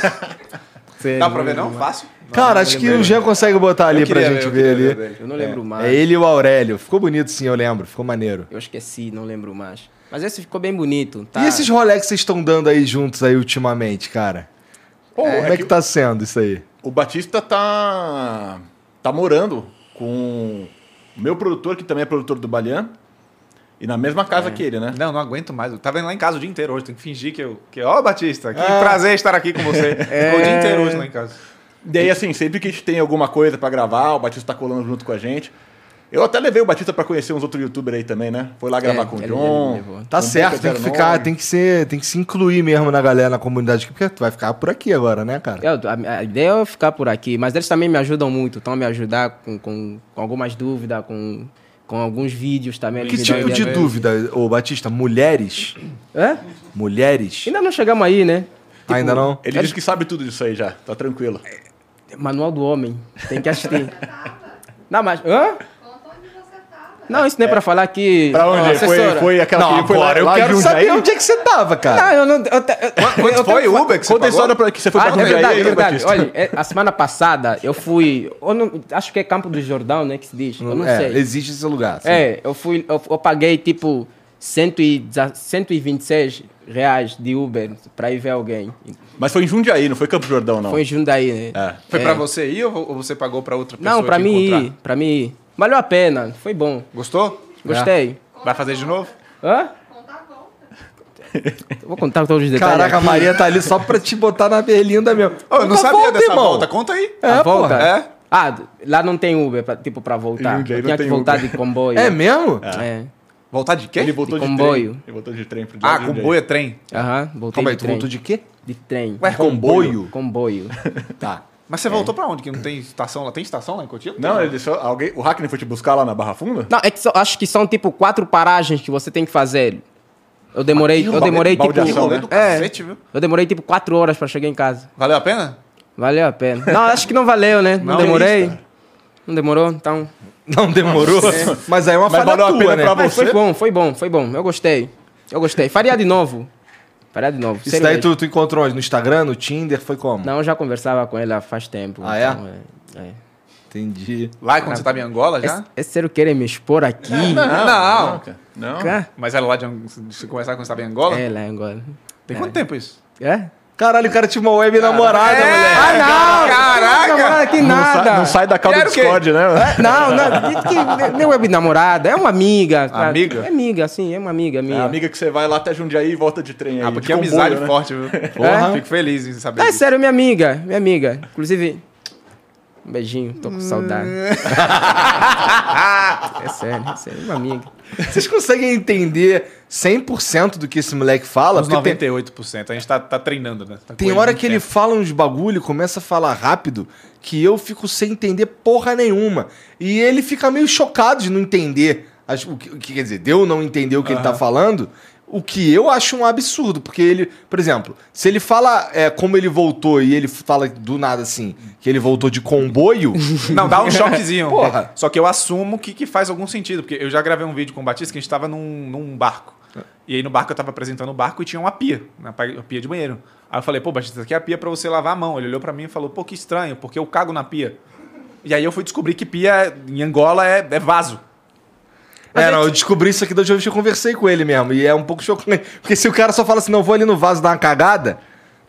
Speaker 4: Dá pra ver, não? Fácil?
Speaker 1: Cara, acho que o Jean consegue botar ali pra
Speaker 4: queria ver,
Speaker 1: gente
Speaker 4: eu
Speaker 1: ver
Speaker 4: queria
Speaker 1: ali.
Speaker 4: ver dele.
Speaker 2: Eu não lembro mais.
Speaker 1: É ele e o Aurélio. Ficou bonito sim, eu lembro. Ficou maneiro.
Speaker 2: Eu esqueci, não lembro mais. Mas esse ficou bem bonito. Tá?
Speaker 1: E esses Rolex que vocês estão dando aí juntos aí ultimamente, cara?
Speaker 3: Pô, é
Speaker 1: Como é que
Speaker 3: que
Speaker 1: tá sendo isso aí?
Speaker 3: O Batista tá tá morando com o meu produtor, que também é produtor do Balian, e na mesma casa
Speaker 1: É.
Speaker 3: que ele, né?
Speaker 4: Não, não aguento mais. Eu tava indo lá em casa o dia inteiro hoje. Tenho que fingir que eu. Que, ó, Batista, que prazer estar aqui com você. Ficou o dia inteiro hoje lá em casa.
Speaker 3: E aí, assim, sempre que a gente tem alguma coisa pra gravar, o Batista tá colando junto com a gente. Eu até levei o Batista pra conhecer uns outros youtubers aí também, né? Foi lá
Speaker 1: É,
Speaker 3: gravar com o
Speaker 2: ele- ele me
Speaker 3: John.
Speaker 2: levou.
Speaker 1: Tá
Speaker 3: com o
Speaker 1: certo,
Speaker 3: Boca
Speaker 1: tem que ficar,
Speaker 3: 09.
Speaker 1: tem que ser, tem que se incluir mesmo na galera, na comunidade, porque tu vai ficar por aqui agora, né, cara?
Speaker 2: Eu- a, a ideia é eu ficar por aqui, mas eles também me ajudam muito, estão a me ajudar com, com, com algumas dúvidas, com, com alguns vídeos também.
Speaker 1: Que
Speaker 2: eles me dão
Speaker 1: tipo de
Speaker 2: ideia.
Speaker 1: dúvida, ô Batista? Mulheres?
Speaker 2: Hã?
Speaker 1: Mulheres?
Speaker 2: Ainda não chegamos aí, né?
Speaker 1: Ainda não?
Speaker 3: Ele disse que sabe tudo disso aí já, tá tranquilo.
Speaker 2: Manual do Homem, tem que assistir.
Speaker 6: (laughs)
Speaker 2: não, mas. Hã?
Speaker 6: Conta onde você tava.
Speaker 2: Não, isso não é, pra falar que.
Speaker 3: Pra
Speaker 2: Ó,
Speaker 3: onde? Foi,
Speaker 2: assessora.
Speaker 3: foi aquela que foi lá,
Speaker 1: eu
Speaker 3: lá de
Speaker 1: quero
Speaker 3: um
Speaker 1: saber
Speaker 3: daí?
Speaker 1: onde é que você tava, cara.
Speaker 2: Ah, eu não. Eu, te- eu,
Speaker 4: Quanto
Speaker 2: eu
Speaker 4: foi
Speaker 2: tenho-
Speaker 4: o Uber que você
Speaker 3: Conta a
Speaker 4: pagou?
Speaker 3: história pra que você foi
Speaker 2: Ah,
Speaker 3: pra
Speaker 2: é
Speaker 3: Jundiaí,
Speaker 2: verdade, é
Speaker 3: né,
Speaker 2: verdade.
Speaker 3: Batista?
Speaker 2: Olha, é, a semana passada eu fui. eu não- acho que é Campo do Jordão, né? Que se diz. Eu não
Speaker 1: é,
Speaker 2: sei.
Speaker 1: Existe esse lugar. assim.
Speaker 2: É, eu fui. Eu, eu paguei tipo 110 126 reais de Uber pra ir ver alguém.
Speaker 3: Mas foi em Jundiaí, não foi Campo Jordão, não.
Speaker 2: Foi em Jundiaí, né?
Speaker 3: É.
Speaker 4: Foi pra você ir ou ou você pagou pra outra pessoa?
Speaker 2: não, pra
Speaker 4: te
Speaker 2: mim
Speaker 4: encontrar?
Speaker 2: ir. Pra mim ir. Valeu a pena, foi bom.
Speaker 4: Gostou?
Speaker 2: Gostei.
Speaker 4: Vai fazer de novo?
Speaker 2: Hã?
Speaker 6: Conta a volta.
Speaker 2: Eu Vou contar todos os detalhes.
Speaker 1: Caraca, a
Speaker 2: aqui.
Speaker 1: Maria tá ali só pra te botar na berlinda mesmo.
Speaker 4: Ô, eu não
Speaker 1: Conta a
Speaker 4: sabia
Speaker 1: volta,
Speaker 4: dessa
Speaker 1: irmão.
Speaker 4: volta. Conta aí.
Speaker 2: A
Speaker 1: É,
Speaker 2: volta?
Speaker 1: porra.
Speaker 4: É?
Speaker 2: Ah, d- lá não tem Uber, pra, tipo, pra voltar.
Speaker 3: Jundiaí
Speaker 2: Eu
Speaker 3: não
Speaker 2: tinha que
Speaker 3: tem
Speaker 2: voltar
Speaker 3: Uber.
Speaker 2: de comboio.
Speaker 1: É mesmo?
Speaker 2: É.
Speaker 4: Voltar de quê?
Speaker 3: Ele voltou de,
Speaker 2: De comboio.
Speaker 3: trem. Ele voltou de trem pro
Speaker 4: Ah,
Speaker 3: Jundiaí.
Speaker 4: comboio é trem.
Speaker 2: Aham, voltei
Speaker 1: Calma aí,
Speaker 2: de
Speaker 1: tu
Speaker 2: trem.
Speaker 1: voltou de quê?
Speaker 2: De trem.
Speaker 1: É
Speaker 4: Ué,
Speaker 1: Comboio?
Speaker 2: Comboio.
Speaker 1: Tá.
Speaker 4: Mas você voltou pra onde? Que não tem estação lá? Tem estação lá em Cotia?
Speaker 3: Não, ele deixou. Alguém, o Hackney foi te buscar lá na Barra Funda?
Speaker 2: Não, é que só- acho que são tipo quatro paragens que você tem que fazer. Eu demorei, eu demorei tipo.
Speaker 4: Que
Speaker 3: baldeação,
Speaker 4: rolê
Speaker 3: né?
Speaker 4: do
Speaker 2: É.
Speaker 4: cacete, viu?
Speaker 2: Eu demorei tipo quatro horas pra chegar em casa.
Speaker 4: Valeu a pena?
Speaker 2: Valeu a pena. Não, acho que não valeu, né? Não,
Speaker 4: Não,
Speaker 2: demorei.
Speaker 4: isso,
Speaker 2: Não demorou, então.
Speaker 1: Não demorou? Mas aí é uma
Speaker 3: Mas
Speaker 1: falha
Speaker 3: valeu a
Speaker 1: tua,
Speaker 3: pena
Speaker 1: né?
Speaker 3: pra
Speaker 2: Mas
Speaker 3: você?
Speaker 2: foi bom, foi bom, foi bom. Eu gostei. Eu gostei. Faria de novo. Faria de novo.
Speaker 1: Isso
Speaker 2: sério
Speaker 1: daí
Speaker 2: mesmo.
Speaker 1: tu, tu encontrou onde? No Instagram, no Tinder? Foi como?
Speaker 2: Não, eu já conversava com ela faz tempo.
Speaker 1: Ah, é?
Speaker 2: então, é? é.
Speaker 1: Entendi.
Speaker 4: Lá quando você tava em Angola já?
Speaker 2: Esse, esse sério querem me expor aqui.
Speaker 4: Não.
Speaker 3: cara. Ah, Não.
Speaker 2: Cá.
Speaker 4: Mas era lá de Ang- se começar quando você tava em Angola?
Speaker 2: É, lá agora.
Speaker 4: Tem quanto tempo isso? É,
Speaker 2: É?
Speaker 1: Caralho, o cara tinha uma web namorada, mulher.
Speaker 2: Ah, não!
Speaker 4: Caraca!
Speaker 2: Namorada que
Speaker 3: Não,
Speaker 2: nada!
Speaker 3: sai, não sai da calda do
Speaker 4: Quero o quê?
Speaker 3: Discord, né?
Speaker 2: É, Não, não, diz que nem web namorada, é uma amiga. cara.
Speaker 4: Amiga?
Speaker 2: É amiga, sim, é uma amiga
Speaker 3: É
Speaker 2: minha.
Speaker 3: a amiga que você vai lá até Jundiaí e volta de trem aí.
Speaker 4: Ah,
Speaker 3: de
Speaker 4: porque
Speaker 3: comboio,
Speaker 4: amizade
Speaker 3: né?
Speaker 4: forte, viu?
Speaker 1: Porra.
Speaker 4: Fico feliz em saber
Speaker 2: Não, é
Speaker 4: disso.
Speaker 2: sério, minha amiga, minha amiga. Inclusive, um beijinho, tô com saudade. é sério, é sério, uma amiga.
Speaker 1: Vocês conseguem entender 100% do que esse moleque fala?
Speaker 4: Uns
Speaker 1: Porque tem-
Speaker 4: 98%. A gente tá, tá treinando, né? Tá com
Speaker 1: Tem
Speaker 4: ele
Speaker 1: hora
Speaker 4: muito
Speaker 1: que ele
Speaker 4: tempo.
Speaker 1: fala uns bagulho, começa a falar rápido, que eu fico sem entender porra nenhuma. E ele fica meio chocado de não entender. as- o, que, o que quer dizer, de eu não entender o que ele tá falando, o que eu acho um absurdo. Porque ele, por exemplo, se ele fala é, como ele voltou e ele fala do nada assim, que ele voltou de
Speaker 4: (laughs)
Speaker 1: comboio.
Speaker 4: Não, dá um choquezinho.
Speaker 1: Porra.
Speaker 4: Só que eu assumo que, que faz algum sentido, porque eu já gravei um vídeo com o Batista que a gente tava num, num barco. E aí no barco eu tava apresentando o barco e tinha uma pia, uma pa- uma pia de banheiro. Aí eu falei, pô, Batista, aqui é a pia pra você lavar a mão. Ele olhou pra mim e falou, pô, que estranho, porque eu cago na pia. E aí eu fui descobrir que pia em Angola é, é vaso.
Speaker 1: é, não, eu descobri isso aqui da última vez que eu conversei com ele mesmo. E é um pouco chocante. Porque se o cara só fala assim, não, vou ali no vaso dar uma cagada,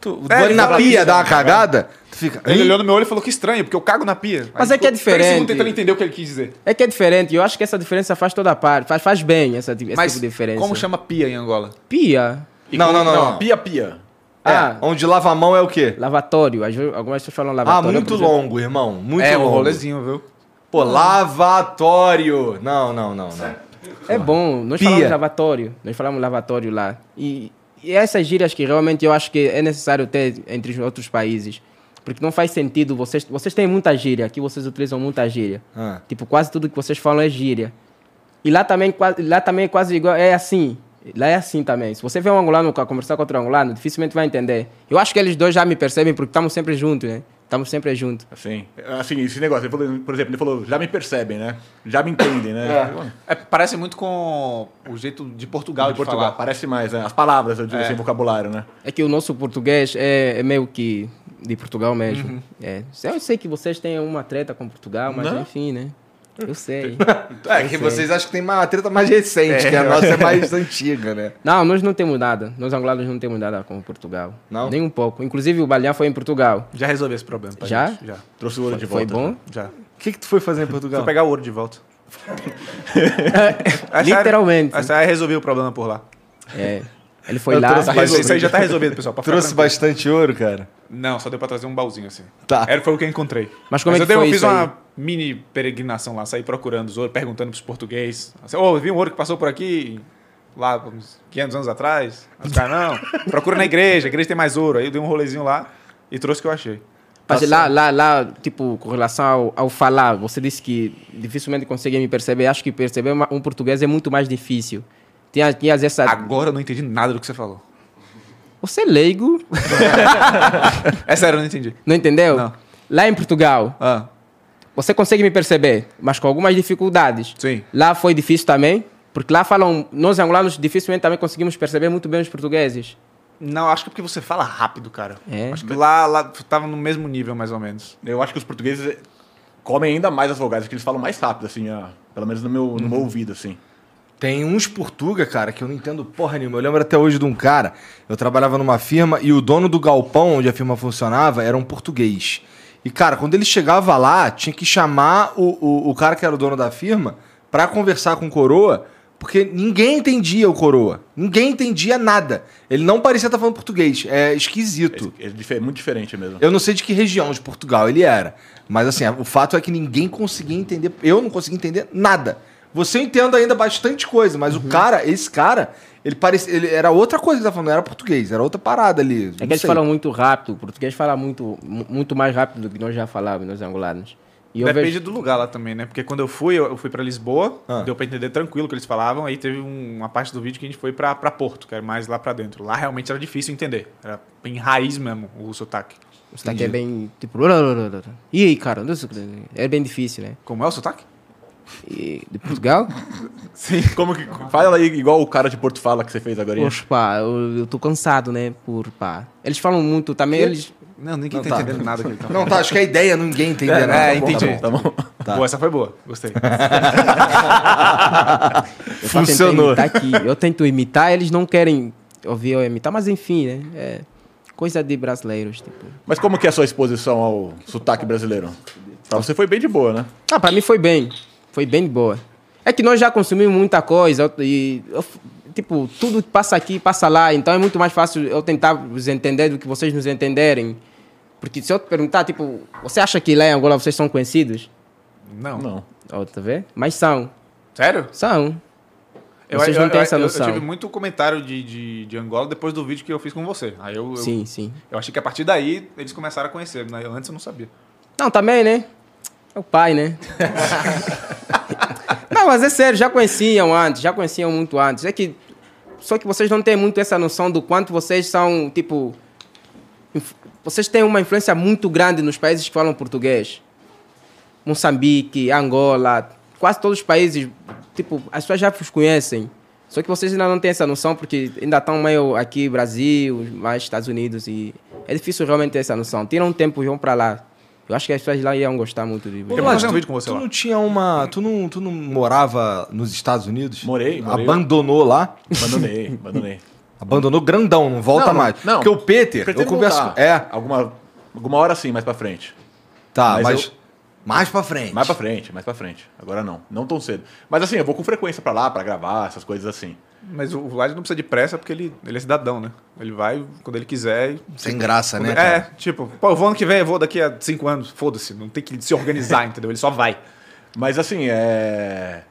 Speaker 1: tu, vou ali
Speaker 4: ele
Speaker 1: na
Speaker 4: fala
Speaker 1: pia
Speaker 4: isso,
Speaker 1: dar uma
Speaker 4: né,
Speaker 1: cagada, tu fica.
Speaker 4: Ele
Speaker 1: "Hein?"
Speaker 4: olhou no meu olho e falou que estranho, porque eu cago na pia.
Speaker 2: Mas
Speaker 4: Aí
Speaker 2: é que é
Speaker 4: ficou três
Speaker 2: diferente.
Speaker 4: segundos tentando entender o que ele quis dizer.
Speaker 2: É que é diferente, eu acho que essa diferença faz toda a parte, faz, faz bem essa, esse
Speaker 4: Mas
Speaker 2: tipo de diferença.
Speaker 4: como chama pia em Angola?
Speaker 2: Pia,
Speaker 3: E
Speaker 1: Não,
Speaker 3: com-
Speaker 1: não, não, não.
Speaker 3: Pia, pia.
Speaker 1: É,
Speaker 2: Ah.
Speaker 1: onde lava a mão é o quê?
Speaker 2: lavatório, às vezes algumas pessoas falam
Speaker 1: Ah,
Speaker 2: lavatório. eu, por
Speaker 1: muito
Speaker 2: exemplo,
Speaker 1: longo, irmão. Muito
Speaker 4: é, um
Speaker 1: longo.
Speaker 4: rolezinho, viu?
Speaker 1: Pô, lavatório. Não, não, não, não.
Speaker 2: É bom, nós
Speaker 1: Pia.
Speaker 2: falamos lavatório, nós falamos lavatório lá. E, e essas gírias que realmente eu acho que é necessário ter entre os outros países. Porque não faz sentido, vocês, vocês têm muita gíria, aqui vocês utilizam muita gíria.
Speaker 1: Ah.
Speaker 2: Tipo, quase tudo que vocês falam é gíria. E lá também, quase- lá também é quase igual, é assim, Lá é assim também. Se você vê um angolano co- conversar com outro angolano, dificilmente vai entender. Eu acho que eles dois já me percebem porque estamos sempre juntos, né? Estamos sempre juntos.
Speaker 3: Assim, assim, esse negócio, ele falou, por exemplo, ele falou, já me percebem, né? Já me entendem, né?
Speaker 4: É, parece muito com o jeito de Portugal
Speaker 3: De
Speaker 4: de,
Speaker 3: Portugal,
Speaker 4: falar.
Speaker 3: parece mais, né? As palavras, eu digo assim, vocabulário, né?
Speaker 2: É que o nosso português é, é meio que de Portugal mesmo. É. Eu sei que vocês têm uma treta com Portugal, mas
Speaker 3: Não.
Speaker 2: enfim, né? Eu sei.
Speaker 1: É, que vocês acham que tem uma treta mais recente, que a nossa é mais (laughs) antiga, né?
Speaker 2: Não, nós não temos nada. Nós angolanos não temos nada com Portugal.
Speaker 1: Não?
Speaker 2: Nem um pouco. Inclusive o Balear foi em Portugal.
Speaker 4: Já resolveu esse problema. pra
Speaker 2: Já?
Speaker 4: gente, Já.
Speaker 3: Trouxe o ouro de
Speaker 2: Foi
Speaker 3: volta.
Speaker 2: bom?
Speaker 4: Já.
Speaker 1: O que, que tu foi fazer em
Speaker 4: Vou
Speaker 1: Portugal?
Speaker 4: pegar o ouro
Speaker 2: (laughs)
Speaker 4: de volta.
Speaker 2: É,
Speaker 4: Ah,
Speaker 2: Literalmente.
Speaker 4: Essa aí resolveu o problema por lá.
Speaker 2: É. Ele foi
Speaker 1: Eu
Speaker 2: lá.
Speaker 1: trouxe
Speaker 4: Tá
Speaker 1: Mas-
Speaker 4: resolvido, isso aí já tá resolvido, pessoal. pode ficar
Speaker 1: Trouxe
Speaker 4: tranquilo.
Speaker 1: bastante ouro, cara.
Speaker 4: Não, só deu pra trazer um baúzinho assim.
Speaker 1: Tá.
Speaker 4: Era foi o que eu encontrei.
Speaker 2: Mas como é
Speaker 4: eu
Speaker 2: que
Speaker 4: dei- eu
Speaker 2: foi
Speaker 4: fiz
Speaker 2: isso
Speaker 4: uma
Speaker 2: aí?
Speaker 4: mini peregrinação lá, saí procurando os ouros, perguntando pros portugueses. Assim, Ô, eu vi um ouro que passou por aqui, lá uns 500 anos atrás. Os caras, não, procura na igreja, a igreja tem mais ouro. Aí eu dei um rolezinho lá e trouxe o que eu achei.
Speaker 2: Mas lá, lá, lá, tipo, com relação ao, ao falar, você disse que dificilmente consegue me perceber. Acho que perceber uma- um português é muito mais difícil. Tinha, tinha essa...
Speaker 4: Agora eu não entendi nada do que você falou. (laughs)
Speaker 2: Você é leigo,
Speaker 4: É sério, eu não entendi.
Speaker 2: não entendeu?
Speaker 4: Não.
Speaker 2: Lá em Portugal,
Speaker 4: Ah,
Speaker 2: você consegue me perceber, mas com algumas dificuldades.
Speaker 4: sim.
Speaker 2: Lá foi difícil também, porque lá falam... Nós angolanos dificilmente também conseguimos perceber muito bem os portugueses.
Speaker 4: Não, acho que é porque você fala rápido, cara.
Speaker 2: É.
Speaker 4: Acho que lá, lá tava no mesmo nível, mais ou menos.
Speaker 3: Eu acho que os portugueses comem ainda mais as vogais, que eles falam mais rápido, assim, ó, pelo menos no meu, no meu ouvido, assim.
Speaker 1: Tem uns portuga, cara, que eu não entendo porra nenhuma. Eu lembro até hoje de um cara, eu trabalhava numa firma e o dono do galpão onde a firma funcionava era um português. E, cara, quando ele chegava lá, tinha que chamar o, o, o cara que era o dono da firma pra conversar com o coroa, porque ninguém entendia o coroa. Ninguém entendia nada. Ele não parecia estar falando português. É esquisito.
Speaker 3: É, é dife- muito diferente mesmo.
Speaker 1: Eu não sei de que região de Portugal ele era. Mas assim, o fato é que ninguém conseguia entender. Eu não conseguia entender nada. Você entende ainda bastante coisa, mas o cara, esse cara, ele parecia. Ele era outra coisa que ele tava falando, não era português, era outra parada ali.
Speaker 2: É que eles falam muito rápido, o português fala muito, mu- muito mais rápido do que nós já falávamos, nós angolanos. E eu
Speaker 4: Depende
Speaker 2: vejo-
Speaker 4: do lugar lá também, né? Porque quando eu fui, eu eu fui pra Lisboa,
Speaker 1: Ah.
Speaker 4: deu pra entender tranquilo o que eles falavam. Aí teve um- uma parte do vídeo que a gente foi pra, pra Porto, que era mais lá pra dentro. Lá realmente era difícil entender. Era bem raiz mesmo o sotaque.
Speaker 2: O sotaque é bem tipo. "Lorororororo". E aí, cara, não sei o que- é bem difícil, né?
Speaker 4: Como é o sotaque?
Speaker 2: E de Portugal?
Speaker 3: Como que. Fala aí igual o cara de Porto Fala que você fez agora.
Speaker 2: Poxa, pá, eu, eu tô cansado, né? Por pá. Eles falam muito também, eles.
Speaker 4: Não, ninguém
Speaker 1: Não,
Speaker 4: tá,
Speaker 1: tá.
Speaker 4: entendendo nada que ele tá
Speaker 1: Não,
Speaker 4: falando.
Speaker 1: tá, acho que a ideia ninguém entendeu né?
Speaker 4: É,
Speaker 1: nada.
Speaker 4: é, entendi.
Speaker 3: Tá bom.
Speaker 1: tá.
Speaker 4: Boa, essa foi boa. Gostei. (laughs)
Speaker 2: Eu só tentei
Speaker 1: Funcionou.
Speaker 2: imitar aqui. Eu tento imitar, eles não querem ouvir eu imitar, mas enfim, né? É coisa de brasileiros, tipo.
Speaker 3: Mas como que é a sua exposição ao sotaque brasileiro? Pra você foi bem de boa, né?
Speaker 2: Ah, pra mim foi bem. Foi bem de boa. É que nós já consumimos muita coisa e, eu f- tipo, tudo que passa aqui, passa lá. Então é muito mais fácil eu tentar vos entender do que vocês nos entenderem. Porque se eu te perguntar, tipo, você acha que lá em Angola vocês são conhecidos?
Speaker 4: Não.
Speaker 3: Não.
Speaker 2: Ó, tá vendo? Mas são.
Speaker 4: Sério?
Speaker 2: São. Vocês não têm essa noção.
Speaker 4: Eu, tive muito comentário de, de, de Angola depois do vídeo que eu fiz com você. Aí eu, eu-
Speaker 2: Sim, sim.
Speaker 4: eu achei que a partir daí eles começaram a conhecer. né? Antes eu não sabia.
Speaker 2: Não, também, né? É o pai, né? não, mas é sério, já conheciam antes, já conheciam muito antes. É que. Só que vocês não têm muito essa noção do quanto vocês são, tipo. inf- Vocês têm uma influência muito grande nos países que falam português. Moçambique, Angola, quase todos os países, tipo, as pessoas já os conhecem. Só que vocês ainda não têm essa noção porque ainda estão meio aqui, Brasil, mais Estados Unidos e é difícil realmente ter essa noção. Tiram um tempo e vão para lá. Eu acho que as pessoas lá iam gostar muito de
Speaker 4: Eu
Speaker 1: Pô,
Speaker 4: vou
Speaker 1: Lázaro,
Speaker 4: fazer um
Speaker 1: tu-
Speaker 4: vídeo com você
Speaker 1: tu
Speaker 4: lá.
Speaker 1: não tinha uma. Tu não, tu não morava nos Estados Unidos?
Speaker 3: Morei, morei.
Speaker 1: Abandonou lá?
Speaker 3: Abandonei, abandonei.
Speaker 1: Abandonou grandão, não volta
Speaker 3: Não, não,
Speaker 1: mais.
Speaker 3: não.
Speaker 1: Porque o Peter, eu
Speaker 3: Pretendo
Speaker 1: converso.
Speaker 3: voltar.
Speaker 1: com- É,
Speaker 3: Alguma, alguma hora sim, mais pra frente.
Speaker 1: tá, mas.
Speaker 3: Mas eu-
Speaker 1: Mais pra frente.
Speaker 3: Mais pra frente, mais pra frente. Agora não. Não tão cedo. Mas assim, eu vou com frequência pra lá, pra gravar, essas coisas assim.
Speaker 4: Mas o Vlad não precisa de pressa porque ele, ele é cidadão, né? Ele vai quando ele quiser. e-
Speaker 1: Sem graça, né?
Speaker 4: Quando-
Speaker 1: cara?
Speaker 4: é, tipo, pô, eu vou ano que vem, eu vou daqui a cinco anos. Foda-se, não tem que se
Speaker 1: (laughs)
Speaker 4: organizar, entendeu? Ele só vai.
Speaker 1: Tá
Speaker 3: Mas assim, é.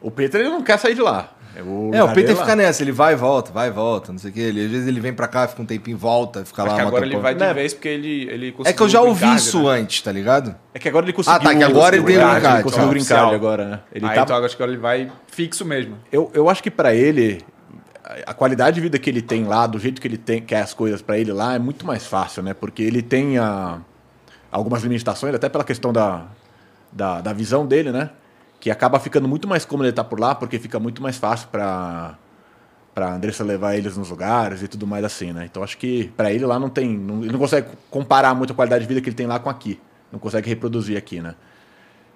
Speaker 3: O Peter ele não quer sair de lá. Eu
Speaker 1: É, o
Speaker 3: larguei
Speaker 1: Peter
Speaker 3: lá.
Speaker 1: fica nessa, ele vai e volta, vai e volta, não sei o que. Ele, às vezes ele vem pra cá, fica um tempinho, volta, fica lá.
Speaker 4: Acho que
Speaker 1: mata
Speaker 4: agora
Speaker 1: o
Speaker 4: ele
Speaker 1: pau.
Speaker 4: vai de
Speaker 1: Não,
Speaker 4: vez porque ele, ele
Speaker 1: É que eu
Speaker 4: conseguiu
Speaker 1: já
Speaker 4: o
Speaker 1: ouvi
Speaker 4: green card,
Speaker 1: isso
Speaker 4: né?
Speaker 1: antes, tá ligado?
Speaker 3: É que agora ele conseguiu.
Speaker 1: Ah, tá, que agora ele
Speaker 3: conseguiu
Speaker 1: tem tá.
Speaker 3: o
Speaker 1: green card,
Speaker 3: Ele conseguiu
Speaker 1: ó,
Speaker 3: o green card
Speaker 4: oficial.
Speaker 3: agora, né? Ele
Speaker 4: Aí,
Speaker 3: tá...
Speaker 4: Então acho que agora ele vai fixo mesmo.
Speaker 3: eu, eu acho que pra ele, a qualidade de vida que ele tem lá, do jeito que ele tem, quer as coisas para ele lá, é muito mais fácil, né? Porque ele tem a- algumas limitações, até pela questão da, da, da visão dele, né? Que acaba ficando muito mais cômodo ele estar por lá, porque fica muito mais fácil para para Andressa levar eles nos lugares e tudo mais assim, né? Então acho que para ele lá não tem, não- ele não consegue comparar muito a qualidade de vida que ele tem lá com aqui, não consegue reproduzir aqui, né?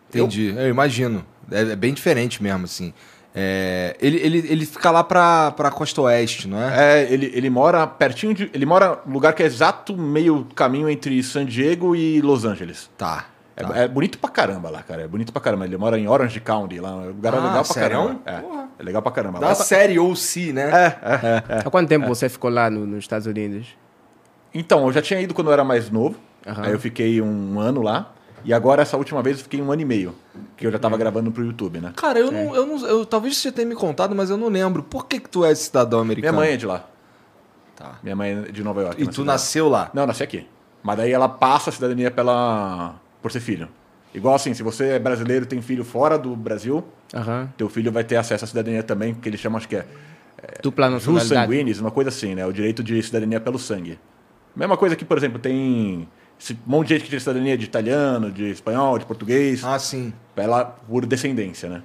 Speaker 1: Entendi, eu imagino. É, é bem diferente mesmo, assim. É, ele, ele, ele fica lá pra, pra costa oeste, não é?
Speaker 3: É, ele, ele mora pertinho de. Ele mora num lugar que é exato meio caminho entre San Diego e Los Angeles.
Speaker 1: Tá.
Speaker 3: É,
Speaker 1: tá.
Speaker 3: é bonito pra caramba lá, cara. É bonito pra caramba. Ele mora em Orange County lá. O lugar é
Speaker 1: Ah,
Speaker 3: legal pra
Speaker 1: sério?
Speaker 3: caramba. É, é legal pra caramba.
Speaker 1: Da
Speaker 3: Lá pra-
Speaker 1: série OC, né? É.
Speaker 2: Há quanto tempo você ficou lá no- nos Estados Unidos?
Speaker 3: Então, eu já tinha ido quando eu era mais novo.
Speaker 2: Aham.
Speaker 3: Aí eu fiquei um ano lá. E agora, essa última vez, eu fiquei um ano e meio. Que eu já
Speaker 1: Uhum.
Speaker 3: tava gravando pro YouTube, né?
Speaker 1: Cara, eu não, eu não. Eu talvez você tenha me contado, mas eu não lembro. Por que, que tu é cidadão
Speaker 3: Minha
Speaker 1: americano?
Speaker 3: mãe é de lá.
Speaker 1: Tá.
Speaker 3: Minha mãe é de Nova York.
Speaker 1: E
Speaker 3: uma
Speaker 1: tu
Speaker 3: cidade.
Speaker 1: nasceu lá.
Speaker 3: Não, eu nasci aqui. Mas daí ela passa a cidadania pela por ser filho. Igual assim, se você é brasileiro e tem filho fora do Brasil,
Speaker 2: Aham.
Speaker 3: teu filho vai ter acesso à cidadania também, que eles chamam, acho que é
Speaker 2: Dupla
Speaker 3: jus
Speaker 2: nacionalidade.
Speaker 3: sanguinis, uma coisa assim, né? O direito de cidadania pelo sangue. Mesma coisa que, por exemplo, tem esse monte de gente que tem cidadania de italiano, de espanhol, de português,
Speaker 1: Ah, sim.
Speaker 3: ela por descendência, né?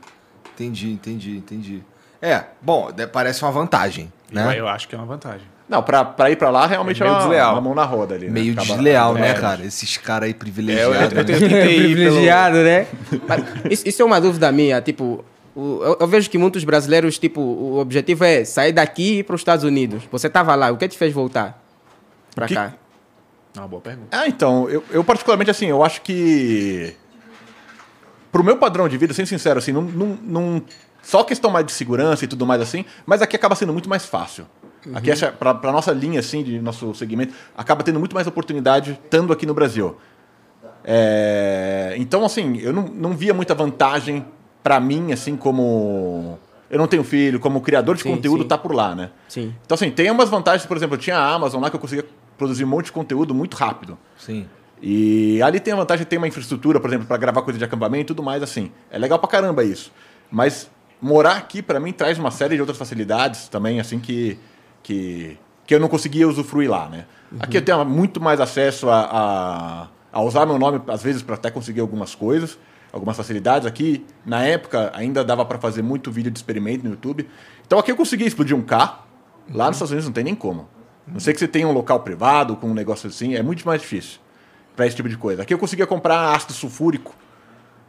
Speaker 1: Entendi, entendi, entendi. É, bom, de- parece uma vantagem,
Speaker 4: Eu,
Speaker 1: né?
Speaker 4: eu acho que é uma vantagem.
Speaker 3: Não, pra, pra ir pra lá realmente
Speaker 4: É
Speaker 3: é,
Speaker 4: meio
Speaker 3: uma,
Speaker 4: desleal.
Speaker 3: uma mão na roda ali. né?
Speaker 1: Meio
Speaker 3: Acaba-
Speaker 1: desleal, né,
Speaker 3: É,
Speaker 1: cara? Esses caras aí
Speaker 4: É, eu, eu,
Speaker 1: privilegiados.
Speaker 4: eu tenho
Speaker 1: né?
Speaker 4: 30 aí
Speaker 2: (laughs) privilegiado, né? Mas isso, isso é uma dúvida minha, tipo, o- eu, eu vejo que muitos brasileiros, tipo, o objetivo é sair daqui e ir para os Estados Unidos. Você tava lá, o que te fez voltar para
Speaker 3: Que-
Speaker 2: cá?
Speaker 4: Pelo... Uma boa pergunta.
Speaker 3: Ah, então, eu, eu particularmente, assim, eu acho que. Pro meu padrão de vida, sendo sincero, assim, não, não, não- Só questão mais de segurança e tudo mais assim, mas aqui acaba sendo muito mais fácil.
Speaker 2: Uhum.
Speaker 3: Aqui, essa, pra, pra nossa linha, assim, de nosso segmento, acaba tendo muito mais oportunidade estando aqui no Brasil. É, então, assim, eu não, não via muita vantagem pra mim, assim, como. Eu não tenho filho, como criador de
Speaker 2: Sim,
Speaker 3: conteúdo,
Speaker 2: sim.
Speaker 3: tá por lá, né?
Speaker 2: Sim.
Speaker 3: Então, assim, tem umas vantagens, por exemplo, eu tinha a Amazon lá que eu conseguia produzir um monte de conteúdo muito rápido.
Speaker 1: Sim.
Speaker 3: E ali tem a vantagem de ter uma infraestrutura, por exemplo, para gravar coisa de acampamento e tudo mais assim. É legal pra caramba isso. Mas morar aqui, pra mim, traz uma série de outras facilidades também, assim, que, que, que eu não conseguia usufruir lá, né? Aqui eu tenho muito mais acesso a, a, a usar meu nome, às vezes, pra até conseguir algumas coisas, algumas facilidades. Aqui, na época, ainda dava pra fazer muito vídeo de experimento no YouTube. Então aqui eu conseguia explodir um carro. Lá nos Estados Unidos não tem nem como. A Não sei que você tenha um local privado com um negócio assim, é muito mais difícil pra esse tipo de coisa. Aqui eu conseguia comprar ácido sulfúrico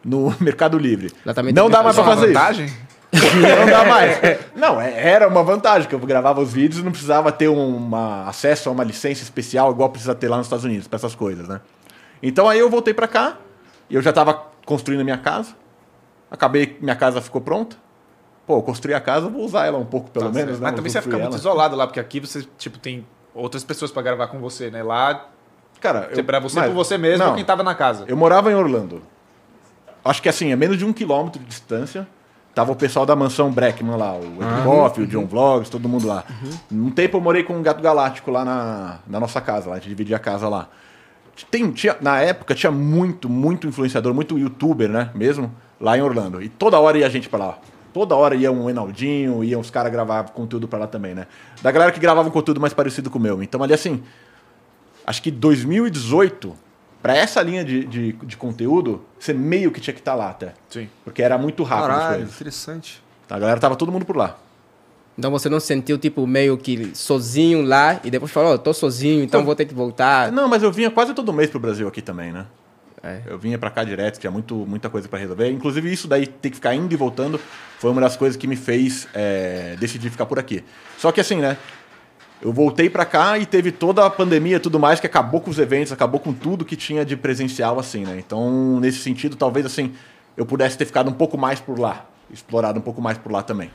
Speaker 3: no (laughs) Mercado Livre.
Speaker 2: Lá também
Speaker 3: Não
Speaker 2: tem
Speaker 3: dá
Speaker 2: mercado
Speaker 3: mais pra
Speaker 4: Uma
Speaker 3: fazer
Speaker 4: vantagem?
Speaker 3: isso. (laughs) Não dá mais. Não, é- era uma vantagem, que eu gravava os vídeos e não precisava ter um, uma, acesso a uma licença especial igual precisa ter lá nos Estados Unidos pra essas coisas, né? Então aí eu voltei pra cá, e eu já tava construindo a minha casa. Acabei, minha casa ficou pronta. Pô, eu construí a casa, eu vou usar ela um pouco pelo
Speaker 4: Tá certo.
Speaker 3: menos, né?
Speaker 4: Mas também você fica
Speaker 3: Usufruir
Speaker 4: muito
Speaker 3: ela.
Speaker 4: isolado lá, porque aqui você, tipo, tem outras pessoas pra gravar com você, né? Lá,
Speaker 3: Cara,
Speaker 4: você- pra você
Speaker 3: mas-
Speaker 4: por você mesmo,
Speaker 3: não.
Speaker 4: quem tava na casa.
Speaker 3: Eu morava em Orlando. Acho que assim, a menos de um quilômetro de distância, tava o pessoal da mansão Breckman lá, o Ed Boff, o John Vlogs, todo mundo lá. Um tempo eu morei com um gato galáctico lá na, na nossa casa, lá, a gente dividia a casa lá. Tem- tinha- na época tinha muito, muito influenciador, muito youtuber, né? Mesmo, lá em Orlando. E toda hora ia gente pra lá. Toda hora ia um Enaldinho, iam os caras gravar conteúdo pra lá também, né? Da galera que gravava um conteúdo mais parecido com o meu. Então ali assim, acho que 2018, pra essa linha de, de, de conteúdo, você meio que tinha que estar lá até.
Speaker 4: Sim.
Speaker 3: Porque era muito rápido as
Speaker 1: Caralho,
Speaker 3: coisas.
Speaker 1: interessante.
Speaker 3: A galera tava todo mundo por lá.
Speaker 2: Então você não se sentiu, tipo, meio que sozinho lá e depois falou, oh, tô sozinho, então vou ter que voltar.
Speaker 3: Ah, Não, mas eu vinha quase todo mês pro Brasil aqui também, né?
Speaker 2: É.
Speaker 3: Eu vinha pra cá direto, tinha muito, muita coisa pra resolver. Inclusive, isso daí, ter que ficar indo e voltando, foi uma das coisas que me fez é, decidir ficar por aqui. Só que assim, né? Eu voltei pra cá e teve toda a pandemia e tudo mais, que acabou com os eventos, acabou com tudo que tinha de presencial, assim, né? Então, nesse sentido, talvez, assim, eu pudesse ter ficado um pouco mais por lá, explorado um pouco mais por lá também.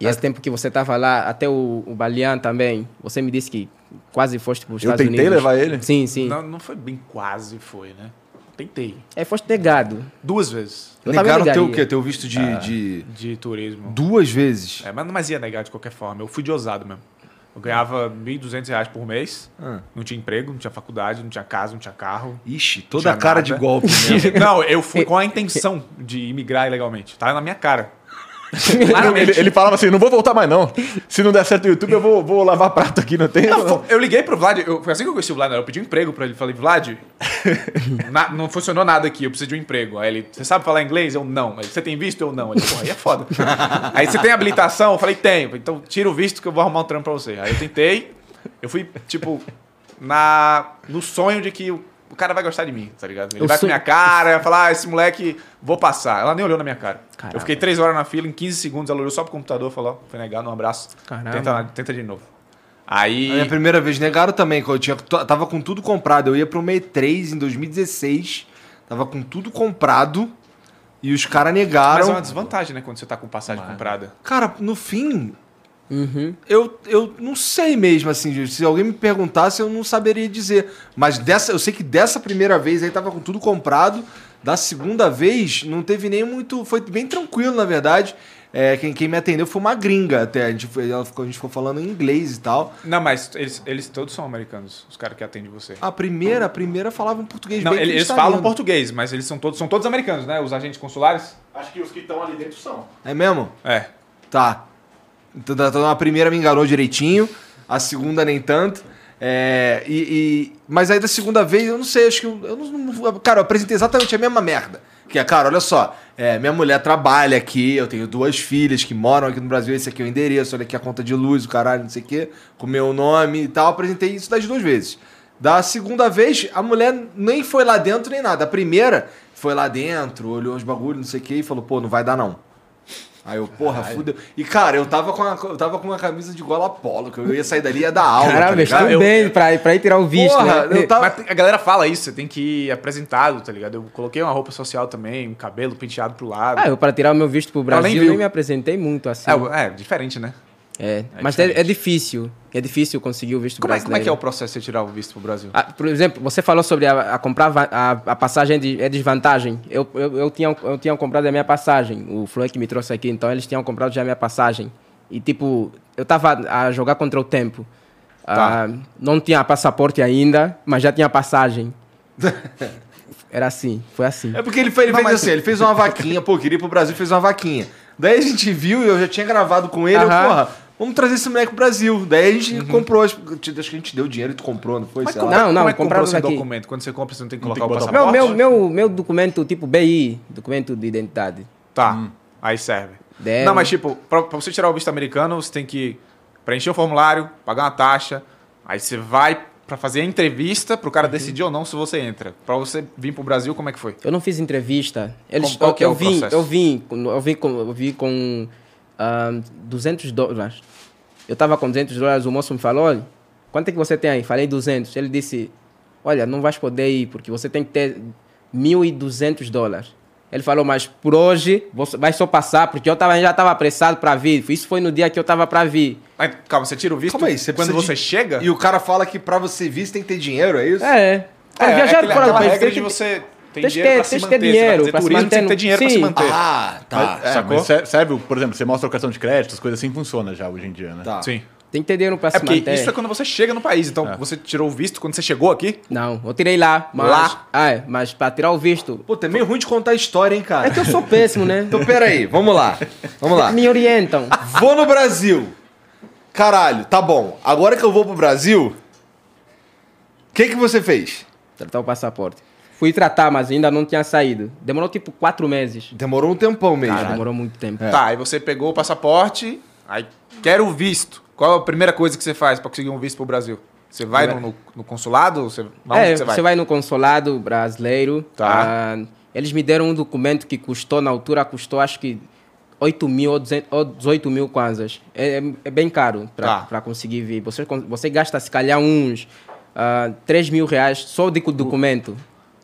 Speaker 2: E esse tempo que você tava lá, até o, o Balian também, você me disse que quase foste para os
Speaker 3: Eu
Speaker 2: Estados
Speaker 3: tentei
Speaker 2: Unidos.
Speaker 3: levar ele?
Speaker 2: Sim, sim.
Speaker 4: Não, não foi bem quase, foi, né? Tentei.
Speaker 2: É, foste negado.
Speaker 4: Duas vezes
Speaker 2: Eu
Speaker 1: Negaram
Speaker 2: também
Speaker 1: teu
Speaker 2: negaria. Ah.
Speaker 1: o quê? Teu visto de, de
Speaker 4: de turismo.
Speaker 1: duas vezes.
Speaker 4: É, mas, mas ia negar de qualquer forma. Eu fui de ousado mesmo. Eu ganhava 1.200 reais por mês.
Speaker 1: Ah.
Speaker 4: Não tinha emprego, não tinha faculdade, não tinha casa, não
Speaker 3: (laughs)
Speaker 4: tinha carro.
Speaker 1: Ixi,
Speaker 4: Não
Speaker 1: toda
Speaker 4: tinha
Speaker 1: cara
Speaker 4: nada. (laughs)
Speaker 1: de golpe, né?
Speaker 3: (laughs)
Speaker 4: Não, eu fui com a intenção de imigrar ilegalmente. Tava na minha cara. Claramente.
Speaker 3: Ele, ele falava assim, não vou voltar mais não. Se não der certo o YouTube, eu vou, vou lavar prato aqui, não tem...
Speaker 4: Não, fo- eu liguei pro Vlad, eu, foi assim que eu conheci o Vlad, né? eu pedi um emprego pra ele. Falei, Vlad,
Speaker 2: (laughs)
Speaker 4: na- não funcionou nada aqui, eu preciso de um emprego. Aí ele, você sabe falar inglês? Eu não. Ele, você tem visto? Eu não. Ele, porra, aí
Speaker 2: (laughs)
Speaker 4: é foda. aí você tem habilitação? Eu falei, tenho. Então tira o visto que eu vou arrumar um trampo pra você. Aí eu tentei, eu fui, tipo, na, no sonho de que o, o cara vai gostar de mim, tá ligado? Ele
Speaker 2: Eu
Speaker 4: vai
Speaker 2: sou-
Speaker 4: com minha cara, vai falar, ah, esse moleque, vou passar. Ela nem olhou na minha cara.
Speaker 2: Caramba.
Speaker 4: Eu fiquei três horas na fila, em 15 segundos, ela olhou só pro computador, falou, ó, foi negado, um abraço.
Speaker 2: Caramba. é
Speaker 4: Tenta, tenta de novo.
Speaker 1: A minha
Speaker 4: Aí.
Speaker 1: primeira vez negaram também, que eu tinha, t- tava com tudo comprado. Eu ia pra uma E3 em 2016, tava com tudo comprado e os caras
Speaker 4: Mas é
Speaker 1: negaram.
Speaker 4: uma desvantagem, né? Quando você tá com passagem comprada.
Speaker 1: Cara, no fim,
Speaker 2: Uhum.
Speaker 1: eu, eu não sei mesmo, assim, gente. se alguém me perguntasse, eu não saberia dizer. Mas dessa, eu sei que dessa primeira vez aí tava com tudo comprado. Da segunda vez, não teve nem muito. Foi bem tranquilo, na verdade. É, quem, quem me atendeu foi uma gringa até. A gente, foi- ela ficou, a gente ficou falando em inglês e tal.
Speaker 4: Não, mas eles, eles todos são americanos, os caras que atendem você.
Speaker 1: A primeira, a primeira falava um português
Speaker 4: Não,
Speaker 1: Ah, bem
Speaker 4: ele- eles
Speaker 1: cristalino.
Speaker 4: falam português, mas eles são todos, são todos americanos, né? Os agentes consulares?
Speaker 3: Acho que os que estão ali dentro são.
Speaker 1: É mesmo?
Speaker 4: É.
Speaker 1: Tá. Então, tá- então a primeira me enganou direitinho, a segunda nem tanto. É, e, e- mas aí da segunda vez, eu não sei, acho que. Eu, eu não, não- cara, eu apresentei exatamente a mesma merda. Que é, cara, olha só, é, minha mulher trabalha aqui, eu tenho duas filhas que moram aqui no Brasil, esse aqui é o endereço, olha aqui a conta de luz, o caralho, não sei o quê, com meu nome e tal. Apresentei isso das duas vezes. Da segunda vez, a mulher nem foi lá dentro nem nada. A primeira foi lá dentro, olhou os bagulhos, não sei o quê, e falou, pô, não vai dar não. Aí eu, porra, fudeu. E, cara, eu tava com uma, eu tava com uma camisa de gola polo, que eu ia sair dali e ia dar aula.
Speaker 2: Caramba,
Speaker 1: tá ligado?
Speaker 2: estou bem pra, pra ir tirar o visto,
Speaker 1: Porra,
Speaker 2: né?
Speaker 1: eu tava-
Speaker 4: Mas a galera fala isso, você tem que ir apresentado, tá ligado? Eu coloquei uma roupa social também, um cabelo penteado pro lado.
Speaker 2: Ah, eu para tirar o meu visto pro Brasil,
Speaker 4: nem
Speaker 2: nem,
Speaker 4: viu.
Speaker 2: me apresentei muito assim.
Speaker 4: É, eu- é, diferente, né?
Speaker 2: É, mas é, é difícil. É difícil conseguir o visto
Speaker 4: Como é, como é que é o
Speaker 2: brasileiro.
Speaker 4: processo de você tirar o visto pro Brasil?
Speaker 2: Ah, por exemplo, você falou sobre a, a comprar va- a, a passagem de, é desvantagem. Eu, eu, eu, tinha, eu tinha comprado a minha passagem. O Flo é que me trouxe aqui, então eles tinham comprado já a minha passagem. E tipo, eu tava a jogar contra o tempo.
Speaker 4: Tá.
Speaker 2: Ah, não tinha passaporte ainda, mas já tinha
Speaker 4: (laughs)
Speaker 2: passagem. Era assim, foi assim.
Speaker 1: É porque ele, fe- ele
Speaker 4: Não,
Speaker 1: fez
Speaker 4: mas-
Speaker 1: assim, ele fez uma vaquinha, pô, queria ir pro Brasil, fez uma vaquinha. Daí a gente viu e eu já tinha gravado com ele, eu,
Speaker 2: Aham.
Speaker 1: porra, vamos trazer esse moleque pro Brasil. Daí a gente comprou, acho acho que a gente deu dinheiro e tu comprou, não foi?
Speaker 4: Uhum. Mas
Speaker 1: Sei
Speaker 4: como,
Speaker 1: lá.
Speaker 4: é-
Speaker 2: Não,
Speaker 4: como
Speaker 2: não,
Speaker 4: é que comprou
Speaker 2: compraram
Speaker 4: esse
Speaker 2: daqui.
Speaker 4: documento? Quando você compra, você não tem que
Speaker 3: Não tem
Speaker 4: colocar
Speaker 3: que
Speaker 4: o
Speaker 3: botar
Speaker 4: passaporte?
Speaker 2: Meu, meu, meu, meu documento tipo BI, documento de identidade.
Speaker 4: Tá,
Speaker 2: Hum.
Speaker 4: aí serve.
Speaker 2: Deve.
Speaker 4: Não, mas tipo, pra, pra você tirar o visto americano, você tem que preencher o formulário, pagar uma taxa, aí você vai pra fazer a entrevista pro
Speaker 2: Uhum.
Speaker 4: cara decidir ou não se você entra. Pra você vir pro Brasil, como é que foi?
Speaker 2: Eu não fiz entrevista. Eles,
Speaker 4: Como- qual
Speaker 2: eu,
Speaker 4: que é
Speaker 2: eu
Speaker 4: o
Speaker 2: vim,
Speaker 4: processo?
Speaker 2: eu vim, com- eu vim com, eu vim com ah, 200 dólares. Eu estava com 200 dólares, o moço me falou, olha, quanto é que você tem aí? Falei 200. Ele disse, olha, não vais poder ir, porque você tem que ter 1.200 dólares. Ele falou, mas por hoje você vai só passar, porque eu tava, já estava apressado para vir. Isso foi no dia que eu estava para vir.
Speaker 4: Aí, calma, você tira o visto
Speaker 1: Calma aí, você
Speaker 4: é quando
Speaker 1: precisa
Speaker 4: você
Speaker 1: de-
Speaker 4: chega?
Speaker 1: E o cara fala que pra você vir, você tem que ter dinheiro, é isso?
Speaker 2: É,
Speaker 4: É,
Speaker 2: eu
Speaker 4: é
Speaker 2: viajava
Speaker 4: aquele-
Speaker 2: fora do
Speaker 4: aquela
Speaker 2: país,
Speaker 4: regra
Speaker 2: tem
Speaker 4: de
Speaker 2: que-
Speaker 4: você tem
Speaker 2: tem que
Speaker 4: dinheiro
Speaker 2: ter- tem que
Speaker 4: pra se manter.
Speaker 2: ter dinheiro
Speaker 4: você vai
Speaker 2: pra se
Speaker 4: fazer turismo, tem que ter
Speaker 2: manter
Speaker 4: dinheiro
Speaker 2: no-
Speaker 4: pra se
Speaker 2: Sim.
Speaker 4: manter.
Speaker 1: Ah, tá.
Speaker 3: É,
Speaker 4: Sacou?
Speaker 3: mas ser- serve, por exemplo, você mostra o cartão de crédito, as coisas assim funciona já hoje em dia, né?
Speaker 1: tá.
Speaker 4: Sim.
Speaker 2: Tem que ter dinheiro para
Speaker 4: É
Speaker 2: se
Speaker 4: porque
Speaker 2: manter. É.
Speaker 4: isso é quando você chega no país. Então, você tirou o visto quando você chegou aqui?
Speaker 2: Não, eu tirei lá, mas...
Speaker 4: Lá?
Speaker 2: Ah, é, mas para tirar o visto...
Speaker 1: Pô, também é ruim de contar a história, hein, cara.
Speaker 2: É que eu sou péssimo, né?
Speaker 1: Então, tá. peraí, vamos lá. Vamos
Speaker 4: (laughs)
Speaker 1: lá.
Speaker 2: Me orientam.
Speaker 1: Vou no Brasil. Caralho, tá bom. Agora que eu vou pro Brasil, o que que você fez?
Speaker 2: Tratar o passaporte. Fui tratar, mas ainda não tinha saído. Demorou tipo quatro meses.
Speaker 1: Demorou um tempão mesmo.
Speaker 2: Cara, demorou muito tempo.
Speaker 1: É.
Speaker 2: É,
Speaker 4: Tá, aí você pegou o passaporte, aí quer o visto. Qual é a primeira coisa que você faz pra conseguir um visto pro Brasil? Você vai no, no- no consulado? Você, aonde
Speaker 2: É,
Speaker 4: que
Speaker 2: você, vai? no consulado brasileiro.
Speaker 4: Tá.
Speaker 2: Ah, eles me deram um documento que custou, na altura, custou acho que 8 mil ou 200 ou 18 mil kwanzas. É, é- é bem caro
Speaker 4: Tá.
Speaker 2: para conseguir vir. Você, con- você gasta, se calhar, uns ah, 3 mil reais só de co- documento.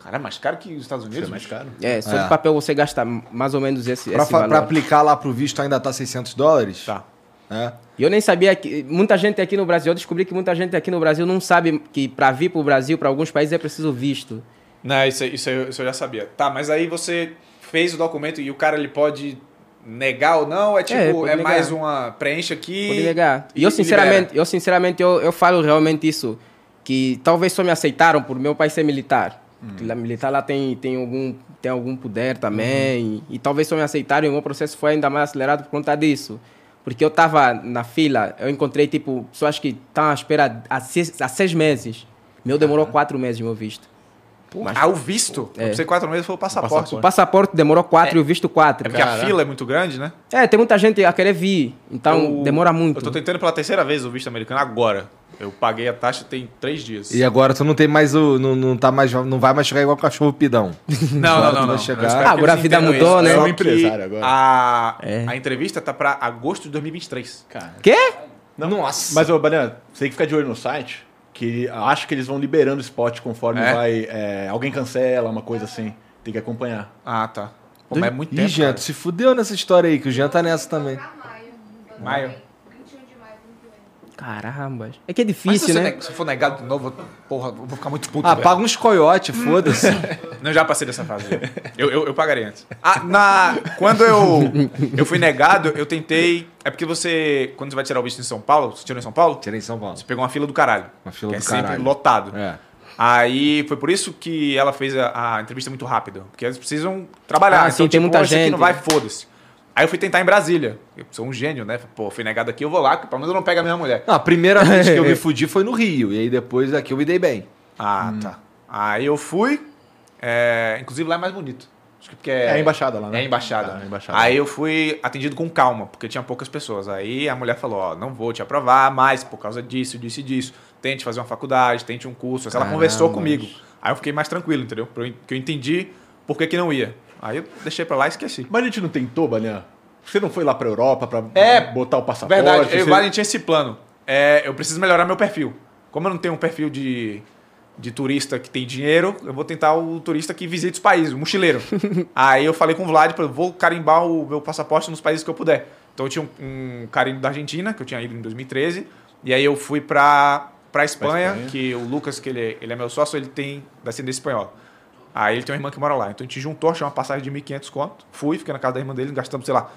Speaker 4: Cara, é mais caro que os Estados Unidos?
Speaker 3: É mais caro.
Speaker 2: É, só
Speaker 1: É.
Speaker 2: de papel você gasta mais ou menos esse,
Speaker 1: Pra,
Speaker 2: esse
Speaker 1: fa-
Speaker 2: valor.
Speaker 1: pra aplicar lá pro visto ainda tá 600 dólares?
Speaker 4: Tá.
Speaker 1: É.
Speaker 2: E eu nem sabia que muita gente aqui no Brasil, eu descobri que muita gente aqui no Brasil não sabe que para vir para o Brasil, para alguns países é preciso visto.
Speaker 4: Não, isso, isso eu isso eu já sabia. Tá, mas aí você fez o documento e o cara ele pode negar ou não? É tipo, é,
Speaker 2: pode negar.
Speaker 4: mais uma preenche aqui.
Speaker 2: Pode negar. E eu
Speaker 4: libera.
Speaker 2: sinceramente, eu sinceramente eu, eu falo realmente isso que talvez só me aceitaram por meu pai ser militar. Lá- Militar lá tem, tem, algum, tem algum poder também. E, e talvez só me aceitaram e o meu processo foi ainda mais acelerado por conta disso. Porque eu estava na fila, eu encontrei, tipo, pessoas que estão à espera há seis, há seis meses. Meu demorou quatro meses, meu visto. Mas-
Speaker 4: Ah, o visto?
Speaker 2: É.
Speaker 4: Não sei quatro meses foi o passaporte.
Speaker 2: O passaporte demorou quatro e o visto
Speaker 4: É
Speaker 2: quatro.
Speaker 4: porque a fila é muito grande, né?
Speaker 2: É, tem muita gente a querer vir, então
Speaker 4: Eu-
Speaker 2: demora muito.
Speaker 4: Eu tô tentando pela terceira vez o visto americano agora. Eu paguei a taxa tem três dias.
Speaker 1: E agora tu não tem mais o. Não, não, tá mais, não vai mais chegar igual cachorro pidão.
Speaker 4: Não,
Speaker 1: Agora
Speaker 4: não,
Speaker 1: tu
Speaker 4: não.
Speaker 1: vai
Speaker 4: não.
Speaker 1: chegar.
Speaker 4: Eu espero que
Speaker 2: Ah, agora
Speaker 4: eles
Speaker 2: a vida
Speaker 4: entendam
Speaker 2: mudou,
Speaker 4: isso.
Speaker 2: né?
Speaker 4: Só
Speaker 3: É um
Speaker 4: que
Speaker 3: empresário agora.
Speaker 4: A,
Speaker 2: É.
Speaker 4: a entrevista tá pra agosto de 2023.
Speaker 2: Quê?
Speaker 1: Nossa!
Speaker 3: Mas, ô, Baleana, você tem que ficar de olho no site, que acho que eles vão liberando spot conforme
Speaker 4: É?
Speaker 3: vai. é, alguém cancela, uma coisa assim. Tem que acompanhar.
Speaker 4: Ah, tá. Pô, mas é muito
Speaker 1: Ih,
Speaker 4: tempo.
Speaker 1: Jean, tu se fudeu nessa história aí, que o Jean tá nessa também.
Speaker 6: Pra maio. Então,
Speaker 4: Maio.
Speaker 6: 21 de maio, 21.
Speaker 2: Caramba. É que é
Speaker 4: Mas se,
Speaker 2: difícil,
Speaker 4: você
Speaker 2: né?
Speaker 4: ne- se for negado de novo, eu- porra, eu vou ficar muito puto.
Speaker 1: Ah,
Speaker 4: velho.
Speaker 1: paga uns coiote, foda-se.
Speaker 4: Hum. Não, já passei dessa fase. Eu, eu, eu pagarei antes. Ah, na, quando eu, eu fui negado, eu tentei. É porque você. Quando você vai tirar o visto em São Paulo, você tirou em São Paulo?
Speaker 1: Tirei em São Paulo.
Speaker 4: Você pegou uma fila do caralho.
Speaker 1: Uma fila
Speaker 4: que
Speaker 1: do
Speaker 4: é
Speaker 1: caralho.
Speaker 4: sempre lotado.
Speaker 1: É.
Speaker 4: Aí foi por isso que ela fez a, a entrevista muito rápido. Porque eles precisam trabalhar. Então, tipo,
Speaker 2: Ah, sim, tem muita
Speaker 4: "Ó, esse aqui
Speaker 2: gente."
Speaker 4: não vai, foda-se. Aí eu fui tentar em Brasília. Eu sou um gênio, né? Pô, fui negado aqui, eu vou lá, que pelo menos eu não pego a mesma mulher.
Speaker 1: Não, a primeira vez que eu
Speaker 4: (laughs)
Speaker 1: me fudi foi no Rio. E aí depois aqui eu me dei bem.
Speaker 4: Ah, tá. Aí eu fui. é, inclusive lá é mais bonito. Acho que porque
Speaker 3: É, a embaixada lá,
Speaker 4: É
Speaker 3: né?
Speaker 4: a embaixada.
Speaker 3: Ah, a embaixada.
Speaker 4: Aí eu fui atendido com calma, porque tinha poucas pessoas. Aí a mulher falou: Ó, não vou te aprovar mais por causa disso, disso e disso. Tente fazer uma faculdade, tente um curso. Ela
Speaker 2: Caramba.
Speaker 4: conversou comigo. Aí eu fiquei mais tranquilo, entendeu? Pra eu- Porque eu entendi por que, que não ia. Aí eu deixei pra lá e esqueci.
Speaker 3: Mas a gente não tentou, Baleana? Você não foi lá pra Europa pra
Speaker 4: É,
Speaker 3: botar o passaporte?
Speaker 4: Verdade, eu e
Speaker 3: você-
Speaker 4: o Valen tinha esse plano. É, eu preciso melhorar meu perfil. Como eu não tenho um perfil de, de turista que tem dinheiro, eu vou tentar o turista que visita os países,
Speaker 3: (laughs)
Speaker 4: o mochileiro. Aí eu falei com o Vlad, eu vou carimbar o meu passaporte nos países que eu puder. Então eu tinha um, um carimbo da Argentina, que eu tinha ido em 2013, e aí eu fui pra, pra, Espanha,
Speaker 3: Espanha.
Speaker 4: que o Lucas, que ele, ele é meu sócio, ele tem descendência espanhola. Aí ele tem uma irmã que mora lá. Então a gente juntou, achei uma passagem de 1.500 conto, fui, fiquei na casa da irmã dele, gastamos, sei lá,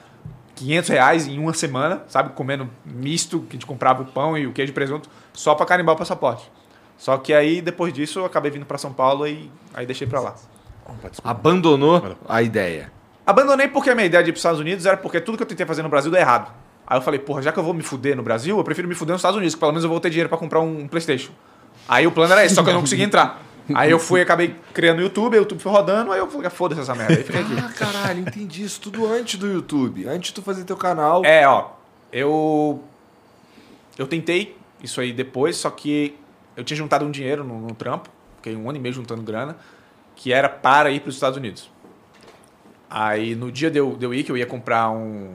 Speaker 4: 500 reais em uma semana, sabe? Comendo misto, que a gente comprava o pão e o queijo e presunto, só pra carimbar o passaporte. Só que aí, depois disso, eu acabei vindo pra São Paulo e aí deixei pra lá.
Speaker 1: Abandonou a ideia.
Speaker 4: Abandonei porque a minha ideia de ir pros Estados Unidos era porque tudo que eu tentei fazer no Brasil deu errado. Aí eu falei, porra, já que eu vou me fuder no Brasil, eu prefiro me fuder nos Estados Unidos, que pelo menos eu vou ter dinheiro pra comprar um Playstation. Aí o plano era esse, só que eu não consegui entrar. Aí eu fui, acabei criando o YouTube, aí o YouTube foi rodando, aí eu falei, ah, foda-se essa merda. Aí
Speaker 1: (laughs)
Speaker 4: fiquei aqui.
Speaker 1: Ah, caralho, entendi isso tudo antes do YouTube. Antes de tu fazer teu canal.
Speaker 4: É, ó. Eu. Eu tentei isso aí depois, só que eu tinha juntado um dinheiro no, no trampo, fiquei um ano e meio juntando grana, que era para ir para os Estados Unidos. Aí no dia de eu, de eu ir, que eu ia comprar um,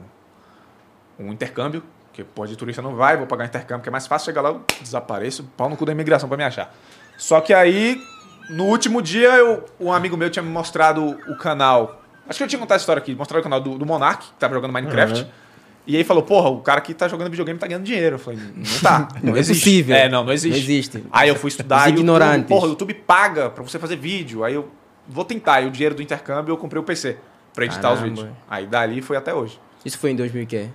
Speaker 4: um intercâmbio, que pode turista não vai, vou pagar intercâmbio, que é mais fácil chegar lá, eu desapareço, pau no cu da imigração pra me achar. Só que aí, no último dia, eu, um amigo meu tinha me mostrado o canal. Acho que eu tinha contado essa história aqui, mostraram o canal do, do Monark, que tava jogando Minecraft. E aí falou, porra, o cara que tá jogando videogame tá ganhando dinheiro. Eu falei, não tá. Não,
Speaker 2: (laughs) Não é
Speaker 4: existe.
Speaker 2: possível.
Speaker 4: É, não, não existe.
Speaker 2: Não existe.
Speaker 4: Aí eu fui estudar.
Speaker 2: Os
Speaker 4: e o YouTube-
Speaker 2: ignorantes.
Speaker 4: Porra, o YouTube paga pra você fazer vídeo. Aí eu vou tentar. E o dinheiro do intercâmbio eu comprei o PC pra editar os
Speaker 2: Caramba.
Speaker 4: vídeos. Aí dali foi até hoje.
Speaker 2: Isso foi em 2000 e quê?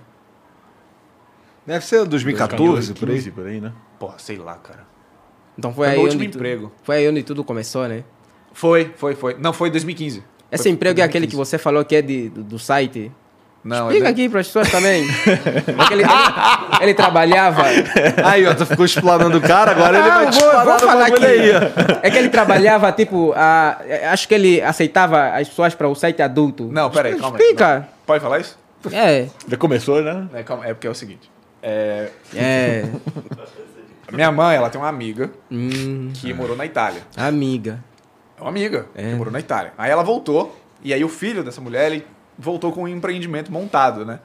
Speaker 1: Deve ser 2014, por aí.
Speaker 3: 15, por aí, né?
Speaker 4: Porra, sei lá, cara.
Speaker 2: Então foi
Speaker 4: Foi
Speaker 2: aí
Speaker 4: meu
Speaker 2: onde
Speaker 4: último
Speaker 2: tu-
Speaker 4: emprego.
Speaker 2: Foi aí onde tudo começou, né?
Speaker 4: Foi, foi, foi. Não, foi em 2015.
Speaker 2: Esse
Speaker 4: Foi-
Speaker 2: emprego
Speaker 4: foi
Speaker 2: é
Speaker 4: em
Speaker 2: aquele que
Speaker 4: 2015.
Speaker 2: você falou que é de, do, do site.
Speaker 4: Não,
Speaker 2: Explica
Speaker 4: é
Speaker 2: aqui para as pessoas
Speaker 4: (laughs)
Speaker 2: também. Porque ele, ele- ele trabalhava.
Speaker 1: É. Aí, ó, tu ficou explanando o cara, agora ele
Speaker 2: Ah,
Speaker 1: vai
Speaker 2: eu
Speaker 1: te
Speaker 2: vou- eu vou
Speaker 1: explanar no
Speaker 2: falar
Speaker 1: bagulho
Speaker 2: aqui.
Speaker 1: aí, ó.
Speaker 2: É que ele trabalhava, tipo, a- é, acho que ele aceitava as pessoas para o site adulto.
Speaker 4: Não, peraí, calma aí.
Speaker 2: Explica.
Speaker 4: Não. Pode falar isso?
Speaker 2: É.
Speaker 3: Já começou,
Speaker 4: (laughs)
Speaker 3: né?
Speaker 4: É, calma, é porque é o seguinte. É,
Speaker 2: É.
Speaker 4: a minha mãe, ela tem uma amiga
Speaker 2: Hum,
Speaker 4: que morou na Itália.
Speaker 2: amiga.
Speaker 4: É uma amiga
Speaker 2: É.
Speaker 4: que morou na Itália. Aí ela voltou, e aí o filho dessa mulher, ele voltou com um empreendimento montado, né?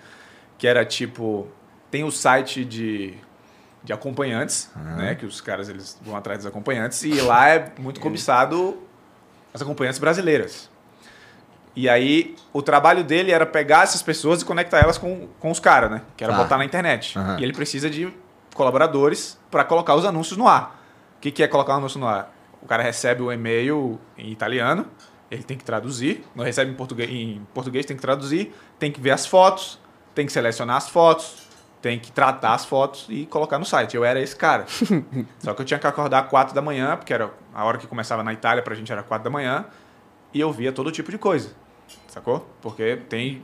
Speaker 4: Que era tipo, tem o site de, de acompanhantes, né? Que os caras eles vão atrás dos acompanhantes, e lá é muito cobiçado as acompanhantes brasileiras. E aí o trabalho dele era pegar essas pessoas e conectar elas com, com os caras, né? Que era
Speaker 1: Tá.
Speaker 4: botar na internet.
Speaker 1: Aham.
Speaker 4: E ele precisa de colaboradores para colocar os anúncios no ar. O que, que é colocar um anúncio no ar? O cara recebe o e-mail em italiano, ele tem que traduzir, não recebe em português, em português tem que traduzir, tem que ver as fotos, tem que selecionar as fotos, tem que tratar as fotos e colocar no site. Eu era esse cara. Só que eu tinha que acordar 4 da manhã, porque era a hora que começava na Itália, pra gente era 4 da manhã, e eu via todo tipo de coisa. Sacou? Porque tem.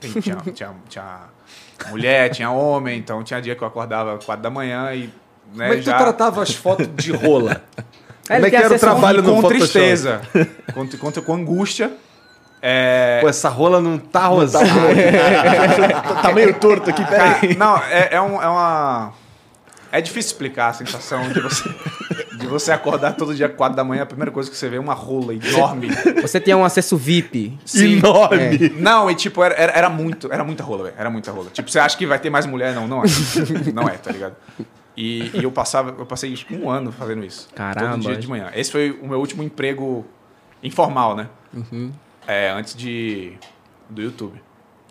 Speaker 4: tem- tinha, (laughs) tinha- tinha mulher, tinha homem, então tinha dia que eu acordava 4 da manhã e. Né,
Speaker 1: Como é que tu
Speaker 4: já-
Speaker 1: tratava as fotos de rola? Como é que
Speaker 2: tem
Speaker 1: era o
Speaker 2: acesso a um
Speaker 1: trabalho no
Speaker 4: com
Speaker 1: Photoshop?
Speaker 4: tristeza, (laughs) com, com, com angústia. É,
Speaker 1: Pô, essa rola não tá rosada.
Speaker 3: Tá meio torto aqui, peraí.
Speaker 4: Cara, não, é, é um- é uma. É difícil explicar a sensação de você, de você acordar todo dia 4 da manhã, a primeira coisa que você vê é uma rola enorme.
Speaker 2: Você tinha um acesso VIP.
Speaker 1: Enorme.
Speaker 4: (laughs) Não, e tipo, era, era, era muito, era muita rola, velho. Era muita rola. Tipo, você acha que vai ter mais mulher? Não, não é. (laughs) Não é, tá ligado? E, e eu passava, eu passei um ano fazendo isso.
Speaker 2: Caramba.
Speaker 4: Todo dia de manhã. Esse foi o meu último emprego informal, né? É, antes de. do YouTube.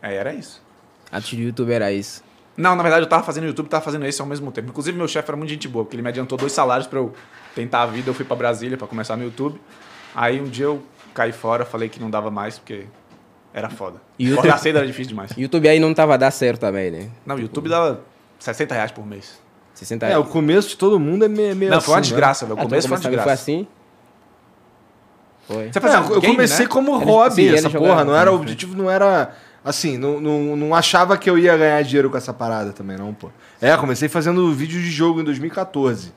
Speaker 4: Aí era isso.
Speaker 2: É. Antes do YouTube era isso.
Speaker 4: Não, na verdade eu tava fazendo YouTube e tava fazendo esse ao mesmo tempo. Inclusive, meu chefe era muito gente boa, porque ele me adiantou dois salários pra eu tentar a vida. Eu fui pra Brasília pra começar no YouTube. Aí um dia eu caí fora, falei que não dava mais, porque era foda.
Speaker 2: E o
Speaker 4: Acordar
Speaker 2: teu-
Speaker 4: cedo era difícil demais.
Speaker 2: YouTube aí não tava a dar certo também, né?
Speaker 4: Não, o YouTube dava 60 reais por mês.
Speaker 2: 60
Speaker 1: É, o começo de todo mundo é meio, meio
Speaker 4: Não, foi uma
Speaker 1: assim, né?
Speaker 4: desgraça, velho.
Speaker 2: Ah,
Speaker 4: O começo
Speaker 2: tu
Speaker 4: foi uma
Speaker 2: começava e
Speaker 4: desgraça.
Speaker 2: Foi assim? Foi.
Speaker 4: Você fazia
Speaker 1: Não, eu
Speaker 4: game,
Speaker 1: comecei
Speaker 4: né?
Speaker 1: como
Speaker 2: Eles-
Speaker 1: hobby,
Speaker 2: sim, eles
Speaker 1: essa
Speaker 2: jogaram,
Speaker 1: porra. Não
Speaker 2: sim,
Speaker 1: era, o
Speaker 2: sim.
Speaker 1: objetivo não era. Assim, não, não, não achava que eu ia ganhar dinheiro com essa parada também, não, pô. É, comecei fazendo vídeo de jogo em 2014.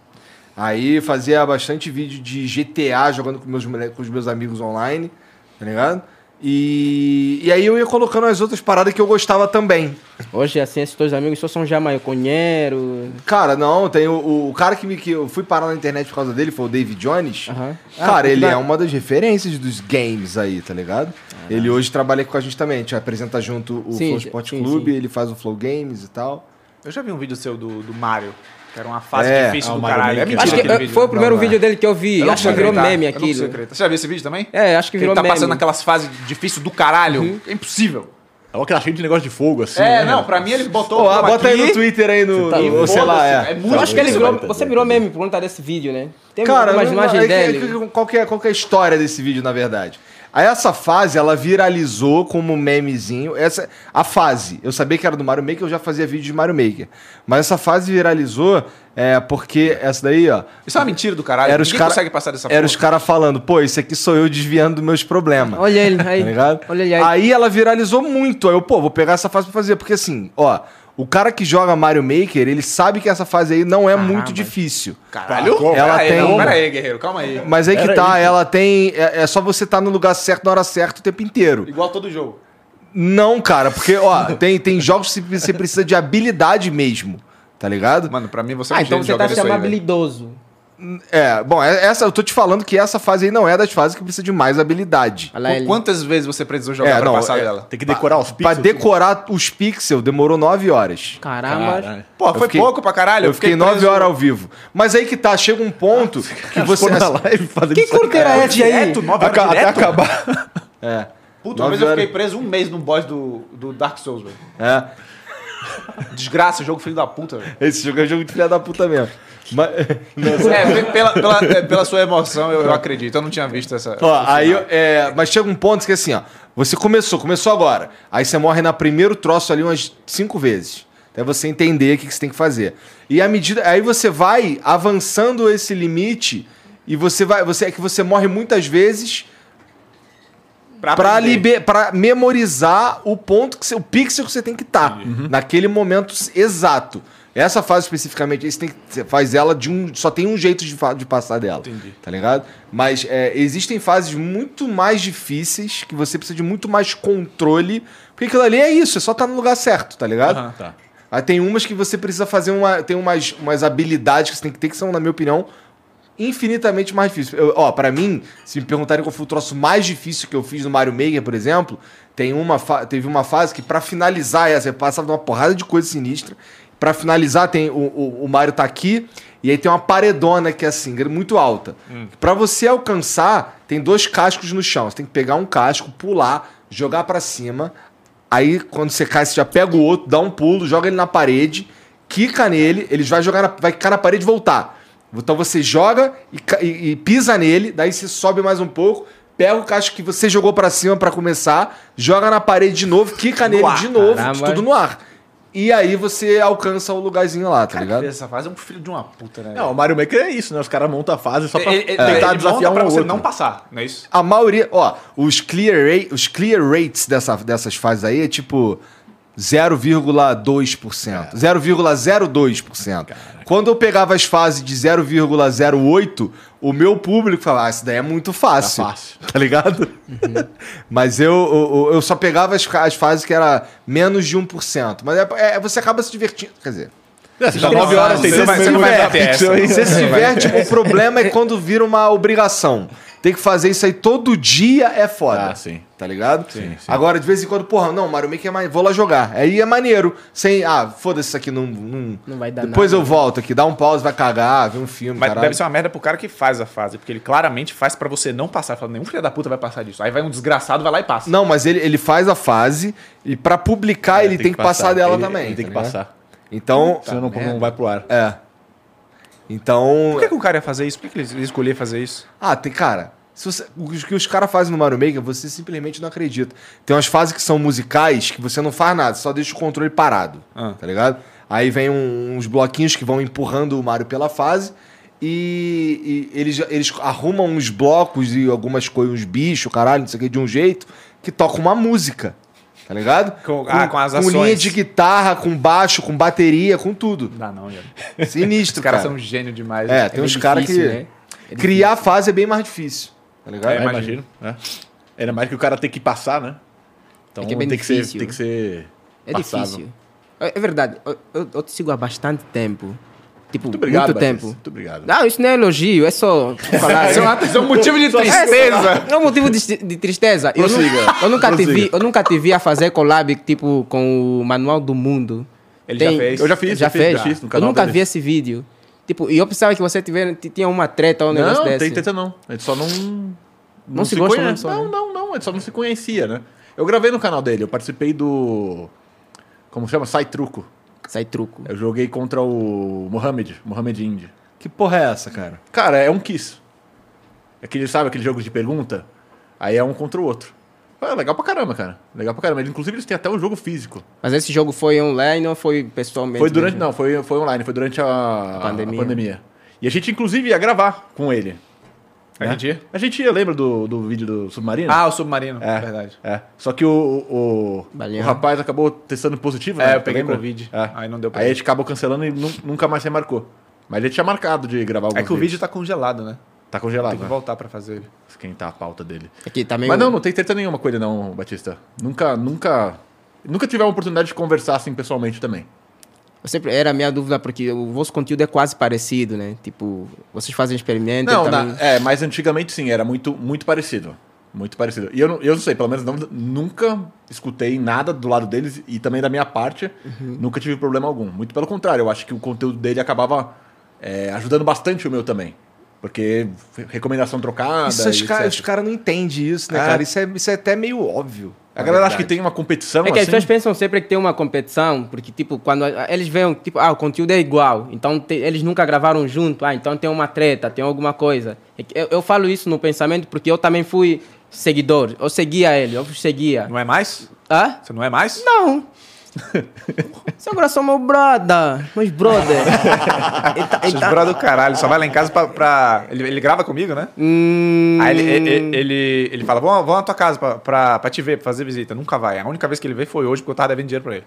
Speaker 1: Aí fazia bastante vídeo de GTA jogando com meus, mole- com os meus amigos online, tá ligado? E, e aí eu ia colocando as outras paradas que eu gostava também.
Speaker 2: Hoje, assim, esses dois amigos só são jamaiconheiro.
Speaker 1: Cara, não, tem o, o cara que, me, que eu fui parar na internet por causa dele, foi o David Jones.
Speaker 2: Aham.
Speaker 1: Cara,
Speaker 2: Ah,
Speaker 1: ele
Speaker 2: da-
Speaker 1: é uma das referências dos games aí, tá ligado? Ele hoje trabalha com a gente também, a gente apresenta junto o
Speaker 2: Sim,
Speaker 1: Flow Sport
Speaker 2: sim,
Speaker 1: Clube,
Speaker 2: sim.
Speaker 1: ele faz o Flow Games e tal.
Speaker 2: assim.
Speaker 4: Eu já vi um vídeo seu do, do Mario, que era uma fase
Speaker 1: É,
Speaker 4: difícil
Speaker 3: ah, o
Speaker 4: do
Speaker 3: Mario
Speaker 4: caralho. É
Speaker 3: Maker.
Speaker 4: mentira
Speaker 2: Acho que
Speaker 4: aquele
Speaker 2: eh,
Speaker 4: vídeo.
Speaker 2: foi o primeiro
Speaker 1: Não, não é.
Speaker 2: vídeo dele que eu vi.
Speaker 4: Eu não
Speaker 2: acho que
Speaker 4: consigo
Speaker 2: virou
Speaker 4: acreditar,
Speaker 2: meme
Speaker 4: eu não consigo
Speaker 2: aquilo.
Speaker 4: acreditar. Você já viu esse vídeo também?
Speaker 2: É, acho que
Speaker 4: Ele
Speaker 2: virou
Speaker 4: tá
Speaker 2: meme. Uhum.
Speaker 4: passando naquelas fases difíceis do caralho. É impossível.
Speaker 3: É aquela cheia de negócio de fogo, assim.
Speaker 4: É,
Speaker 3: né?
Speaker 4: não, pra mim ele botou.
Speaker 1: Pô, ah,
Speaker 4: aqui
Speaker 1: bota aí no Twitter aí no,
Speaker 3: tá
Speaker 1: no-
Speaker 3: louco.
Speaker 1: ou sei lá,
Speaker 4: Foda-se,
Speaker 1: é.
Speaker 4: é
Speaker 2: Eu
Speaker 4: muito
Speaker 2: acho que ele
Speaker 3: Tá,
Speaker 2: virou,
Speaker 3: tá, tá,
Speaker 2: você
Speaker 3: tá.
Speaker 2: virou meme por conta desse vídeo, né? Tem
Speaker 1: Cara,
Speaker 2: uma
Speaker 1: não-
Speaker 2: imagem
Speaker 1: é que- é
Speaker 2: dele.
Speaker 1: que- qual, que é, qual que é a história desse vídeo, na verdade? Aí essa fase, ela viralizou como um memezinho. Essa, a fase, eu sabia que era do Mario Maker, eu já fazia vídeo de Mario Maker. Mas essa fase viralizou é, porque essa daí, ó,
Speaker 4: Isso é uma mentira do caralho.
Speaker 1: era os
Speaker 4: Ninguém
Speaker 1: cara,
Speaker 4: consegue passar dessa
Speaker 1: Era
Speaker 4: porra.
Speaker 1: os caras falando, pô, isso aqui sou eu desviando dos meus problemas.
Speaker 2: Olha ele aí.
Speaker 1: Tá ligado?
Speaker 2: Olha ele aí.
Speaker 1: Aí ela viralizou muito. Aí eu, pô, vou pegar essa fase pra fazer. Porque assim, ó, o cara que joga Mario Maker, ele sabe que essa fase aí não é muito difícil.
Speaker 4: Caralho?
Speaker 3: Ela
Speaker 4: Pera aí,
Speaker 1: tem- um-
Speaker 4: não, Pera aí, guerreiro, calma aí.
Speaker 1: Mas aí que
Speaker 3: Era
Speaker 1: tá, ela tem. É, é só você estar tá no lugar certo, na hora certa, o tempo inteiro.
Speaker 4: Igual todo jogo.
Speaker 1: Não, cara, porque, ó,
Speaker 2: (laughs)
Speaker 1: tem, tem jogos que você precisa de habilidade mesmo. Tá ligado?
Speaker 4: Mano, pra mim você
Speaker 2: Ah,
Speaker 4: é um
Speaker 2: então
Speaker 4: gênio
Speaker 2: você tá
Speaker 4: jogando
Speaker 2: se
Speaker 4: isso aí,
Speaker 2: chamando
Speaker 4: velho.
Speaker 2: habilidoso.
Speaker 1: É, bom, é- essa, eu tô te falando que essa fase aí não é das fases que precisa de mais habilidade.
Speaker 2: Olha lá ele.
Speaker 4: Quantas vezes você precisou jogar
Speaker 1: É,
Speaker 4: pra
Speaker 1: não,
Speaker 4: passar
Speaker 1: é-
Speaker 4: dela?
Speaker 3: Tem que decorar os
Speaker 1: Pra
Speaker 3: pixels.
Speaker 1: decorar os pixels demorou 9 horas.
Speaker 2: Caramba.
Speaker 4: Pô,
Speaker 1: Eu
Speaker 4: foi
Speaker 1: fiquei-
Speaker 4: pouco pra caralho.
Speaker 1: eu fiquei 9
Speaker 4: preso-
Speaker 1: horas ao vivo. Mas aí que tá, chega um ponto que você.
Speaker 3: na live fazendo
Speaker 2: Que
Speaker 3: isso aí.
Speaker 2: curteira é essa aí?
Speaker 4: Direto, 9 horas
Speaker 3: Aca- Até
Speaker 4: direto.
Speaker 3: acabar.
Speaker 1: É.
Speaker 4: Puta, uma vez
Speaker 1: Nove
Speaker 4: eu fiquei
Speaker 1: horas.
Speaker 4: preso um mês no boss do, do Dark Souls, velho.
Speaker 1: é.
Speaker 4: Desgraça, jogo filho da puta, velho.
Speaker 1: Esse jogo é jogo de filha da puta mesmo. Mas- (laughs)
Speaker 4: É, pe- pela, pela, é, pela sua emoção, eu, eu acredito. Eu não tinha visto essa.
Speaker 1: Ó, aí, eu- é, mas chega um ponto que assim, ó. Você começou, começou agora. Aí você morre na primeiro troço ali umas cinco vezes. Até você entender o que, que você tem que fazer. E à medida. Aí você vai avançando esse limite e você vai. Você, é que você morre muitas vezes pra,
Speaker 4: aprender.
Speaker 1: liber, pra memorizar o ponto que você, o pixel que você tem que estar naquele momento s- exato. Essa fase especificamente, você, tem que- você faz ela de um, só tem um jeito de, fa- de passar dela. Entendi. Tá ligado? Mas é, existem fases muito mais difíceis que você precisa de muito mais controle, porque aquilo ali é isso, é só estar no lugar certo, tá ligado?
Speaker 4: Aham.
Speaker 3: Tá.
Speaker 1: Aí tem umas que você precisa fazer uma. Tem umas, umas habilidades que você tem que ter, que são, na minha opinião, infinitamente mais difíceis. Eu- ó, pra mim, se me perguntarem qual foi o troço mais difícil que eu fiz no Mario Maker, por exemplo, tem uma fa- teve uma fase que pra finalizar essa, eu passava uma porrada de coisa sinistra. Pra finalizar, tem o, o, o Mario tá aqui, e aí tem uma paredona que é assim, muito alta. Pra você alcançar, tem dois cascos no chão. Você tem que pegar um casco, pular, jogar pra cima, Aí, quando você cai, você já pega o outro, dá um pulo, joga ele na parede, quica nele, ele vai jogar, na- vai quicar na parede e voltar. Então você joga e, ca- e- e pisa nele, daí você sobe mais um pouco, pega o cacho que você jogou pra cima pra começar, joga na parede de novo, quica nele
Speaker 4: ar,
Speaker 1: de novo,
Speaker 2: caramba.
Speaker 1: tudo no ar. E aí você alcança o lugarzinho lá, tá ligado?
Speaker 4: Essa fase é um filho de uma puta, né?
Speaker 3: Não, o Mario Maker é isso, né? Os caras montam a fase só pra
Speaker 4: ele, ele,
Speaker 3: tentar
Speaker 4: ele monta
Speaker 3: desafiar um
Speaker 4: pra
Speaker 3: ao
Speaker 4: você
Speaker 3: outro.
Speaker 4: não passar, não é isso?
Speaker 1: A maioria, ó, os clear, rate, os clear rates dessa, dessas fases aí é tipo 0,2%, 0,02%. Quando eu pegava as fases de 0,08, o meu público falava, ah, isso daí é muito fácil.
Speaker 3: Tá fácil. Uhum.
Speaker 1: Tá ligado? (laughs) Mas eu, eu, eu só pegava as, ca- as fases que era menos de 1%. Mas é- é- você acaba se divertindo, quer dizer...
Speaker 3: Você tá
Speaker 2: Estressado.
Speaker 3: nove horas
Speaker 4: Você
Speaker 3: tentando
Speaker 4: vai- você
Speaker 3: mesmo
Speaker 4: vai
Speaker 3: jogar
Speaker 4: bater
Speaker 3: pixel,
Speaker 4: essa.
Speaker 3: hein?
Speaker 1: Você se
Speaker 2: É.
Speaker 1: diverte,
Speaker 2: (laughs)
Speaker 1: o problema é quando vira uma obrigação. Tem que fazer isso aí todo dia é foda.
Speaker 3: Ah, sim.
Speaker 1: Tá ligado?
Speaker 3: Sim, sim.
Speaker 1: Agora, de vez em quando, porra, não, Mario Maker é mais. Vou lá jogar. Aí é maneiro. Sem. Ah, foda-se isso aqui, não. Não,
Speaker 2: Não vai dar
Speaker 1: Depois
Speaker 2: nada.
Speaker 1: eu volto aqui, dá um pause, vai cagar, vê um filme.
Speaker 4: Mas
Speaker 1: caralho.
Speaker 4: deve ser uma merda pro cara que faz a fase, porque ele claramente faz pra você não passar. Fala, nenhum filho da puta vai passar disso. Aí vai um desgraçado, vai lá e passa.
Speaker 1: Não, mas ele, ele faz a fase e pra
Speaker 3: É,
Speaker 1: publicar ele tem, que passar, dela
Speaker 3: Ele-
Speaker 1: também.
Speaker 3: Ele tem
Speaker 1: tá
Speaker 3: que
Speaker 1: ligado?
Speaker 3: passar.
Speaker 1: Então.
Speaker 3: Senão não, não vai pro ar.
Speaker 1: É. Então.
Speaker 4: Por que, que o cara ia fazer isso? Por que, que ele escolher fazer isso?
Speaker 1: Ah, tem, cara. Se você, o que os caras fazem no Mario Maker, você simplesmente não acredita. Tem umas fases que são musicais que você não faz nada, só deixa o controle parado.
Speaker 4: Ah.
Speaker 1: Tá ligado? Aí vem um- uns bloquinhos que vão empurrando o Mario pela fase. E, e eles, eles arrumam uns blocos e algumas coisas, uns bichos, caralho, não sei o que, de um jeito que toca uma música. Tá ligado?
Speaker 4: Com- ah, com as ações.
Speaker 1: linha de guitarra, com baixo, com bateria, com tudo.
Speaker 4: Não dá não, Ian.
Speaker 1: Sinistro,
Speaker 4: (laughs) Os caras
Speaker 1: cara.
Speaker 4: são gênio demais.
Speaker 1: É,
Speaker 4: né?
Speaker 1: tem
Speaker 2: bem
Speaker 1: uns caras que.
Speaker 2: difícil, né? É
Speaker 1: Criar a fase é bem mais difícil. Tá ligado?
Speaker 4: É,
Speaker 3: É,
Speaker 4: imagino.
Speaker 3: imagino. né? Ainda mais que o cara tem que passar, né? Então
Speaker 2: É que é
Speaker 3: tem,
Speaker 2: bem
Speaker 3: que ser,
Speaker 2: difícil.
Speaker 3: tem que ser.
Speaker 2: É
Speaker 3: passável.
Speaker 2: difícil. É é verdade. Eu, eu- eu te sigo há bastante tempo. Tipo,
Speaker 3: Muito obrigado.
Speaker 2: muito
Speaker 3: Batista.
Speaker 2: tempo.
Speaker 3: Muito obrigado.
Speaker 2: Não, isso não é elogio, é só falar.
Speaker 4: Isso (laughs) é uma- isso é um motivo (laughs) de tristeza.
Speaker 2: É um motivo de, de tristeza. Eu, nu-
Speaker 3: Prossiga.
Speaker 2: eu nunca te vi,
Speaker 3: Prossiga.
Speaker 2: eu nunca te vi a fazer collab tipo com o Manual do Mundo.
Speaker 4: Ele já fez.
Speaker 3: Eu já fiz,
Speaker 2: já
Speaker 3: eu fiz,
Speaker 2: fez.
Speaker 3: já fiz no
Speaker 2: eu
Speaker 3: canal
Speaker 2: nunca
Speaker 3: dele.
Speaker 2: vi esse vídeo. Tipo, e eu pensava que você tiver, t- tinha uma treta ou um negócio
Speaker 3: não,
Speaker 2: desse.
Speaker 3: tem tenta não. A gente só não. Não,
Speaker 2: se gosta muito só,
Speaker 3: Não,
Speaker 2: né?
Speaker 3: não, não. A gente só não se conhecia, né? Eu gravei no canal dele, eu participei do. Como chama? Sai Truco.
Speaker 2: Sai truco.
Speaker 3: Eu joguei contra o Mohamed, Mohamed Indy.
Speaker 1: Que porra é essa, cara?
Speaker 3: Cara, é um Kiss. É Aquele, sabe aquele jogo de pergunta? Aí é um contra o outro. É legal pra caramba, cara. Legal pra caramba. Ele, inclusive, eles têm até um jogo físico.
Speaker 2: Mas esse jogo foi online ou foi pessoalmente?
Speaker 3: Foi durante.
Speaker 2: mesmo?
Speaker 3: Não, foi, foi online, foi durante a, a
Speaker 2: pandemia.
Speaker 3: pandemia. E a gente, inclusive, ia gravar com ele.
Speaker 4: A gente ia?
Speaker 3: A gente ia, lembra do, do vídeo do Submarino?
Speaker 4: Ah, o submarino.
Speaker 3: É,
Speaker 4: Verdade.
Speaker 3: É. Só que o, o, o
Speaker 2: Baleano.
Speaker 3: rapaz acabou testando positivo,
Speaker 4: É,
Speaker 3: né?
Speaker 4: eu peguei
Speaker 3: Lembra?
Speaker 4: Covid.
Speaker 3: É.
Speaker 4: Aí não deu pra
Speaker 3: Aí a
Speaker 4: ir.
Speaker 3: gente acabou cancelando e nu- nunca mais remarcou. Mas ele tinha marcado de gravar alguns
Speaker 4: É que o
Speaker 3: vídeos.
Speaker 4: vídeo tá congelado, né?
Speaker 3: Tá congelado,
Speaker 4: Tem que
Speaker 3: né?
Speaker 4: voltar pra fazer ele.
Speaker 3: Esquentar a pauta dele.
Speaker 2: Aqui É também.
Speaker 3: Mas
Speaker 2: o-
Speaker 3: não, não tem treta nenhuma com ele não, Batista. Nunca, nunca... Nunca tivemos a oportunidade de conversar assim pessoalmente também.
Speaker 2: Eu sempre, era a minha dúvida, porque o vosso conteúdo é quase parecido, né? Tipo, vocês fazem experimento
Speaker 3: Não,
Speaker 2: e também...
Speaker 3: na- é, mas antigamente sim, era muito, muito parecido. Muito parecido. E eu, não- eu não sei, pelo menos não- nunca escutei nada do lado deles e também da minha parte,
Speaker 4: Uhum.
Speaker 3: nunca tive problema algum. Muito pelo contrário, eu acho que o conteúdo dele acabava é, ajudando bastante o meu também. Porque f- recomendação trocada.
Speaker 1: Isso os
Speaker 3: e
Speaker 1: caras
Speaker 3: etc.
Speaker 1: não entendem isso, né,
Speaker 3: É.
Speaker 1: cara? Isso é, isso é até meio óbvio.
Speaker 3: A galera
Speaker 1: na
Speaker 3: acha que tem uma competição.
Speaker 2: É que as
Speaker 3: assim.
Speaker 2: pessoas pensam sempre que tem uma competição, porque, tipo, quando a- eles veem, tipo, ah, o conteúdo é igual, então te- eles nunca gravaram junto, ah, então tem uma treta, tem alguma coisa. É que Eu, eu falo isso no pensamento porque eu também fui seguidor, eu seguia ele, eu seguia.
Speaker 4: Não é mais?
Speaker 2: Hã?
Speaker 4: Você não é
Speaker 3: (laughs)
Speaker 4: mais?
Speaker 2: Não. Seu coração é meu brother, meus brother.
Speaker 3: (laughs)
Speaker 2: Então, Eita,
Speaker 4: Esses
Speaker 2: eita.
Speaker 4: brother do caralho, só vai lá em casa pra. pra- Ele, ele grava comigo, né?
Speaker 2: Hum,
Speaker 4: Aí ele, ele, ele, ele fala: vamos, vamos na tua casa pra, pra, pra te ver, pra fazer visita. Nunca vai. A única vez que ele veio foi hoje, porque eu tava devendo dinheiro pra ele.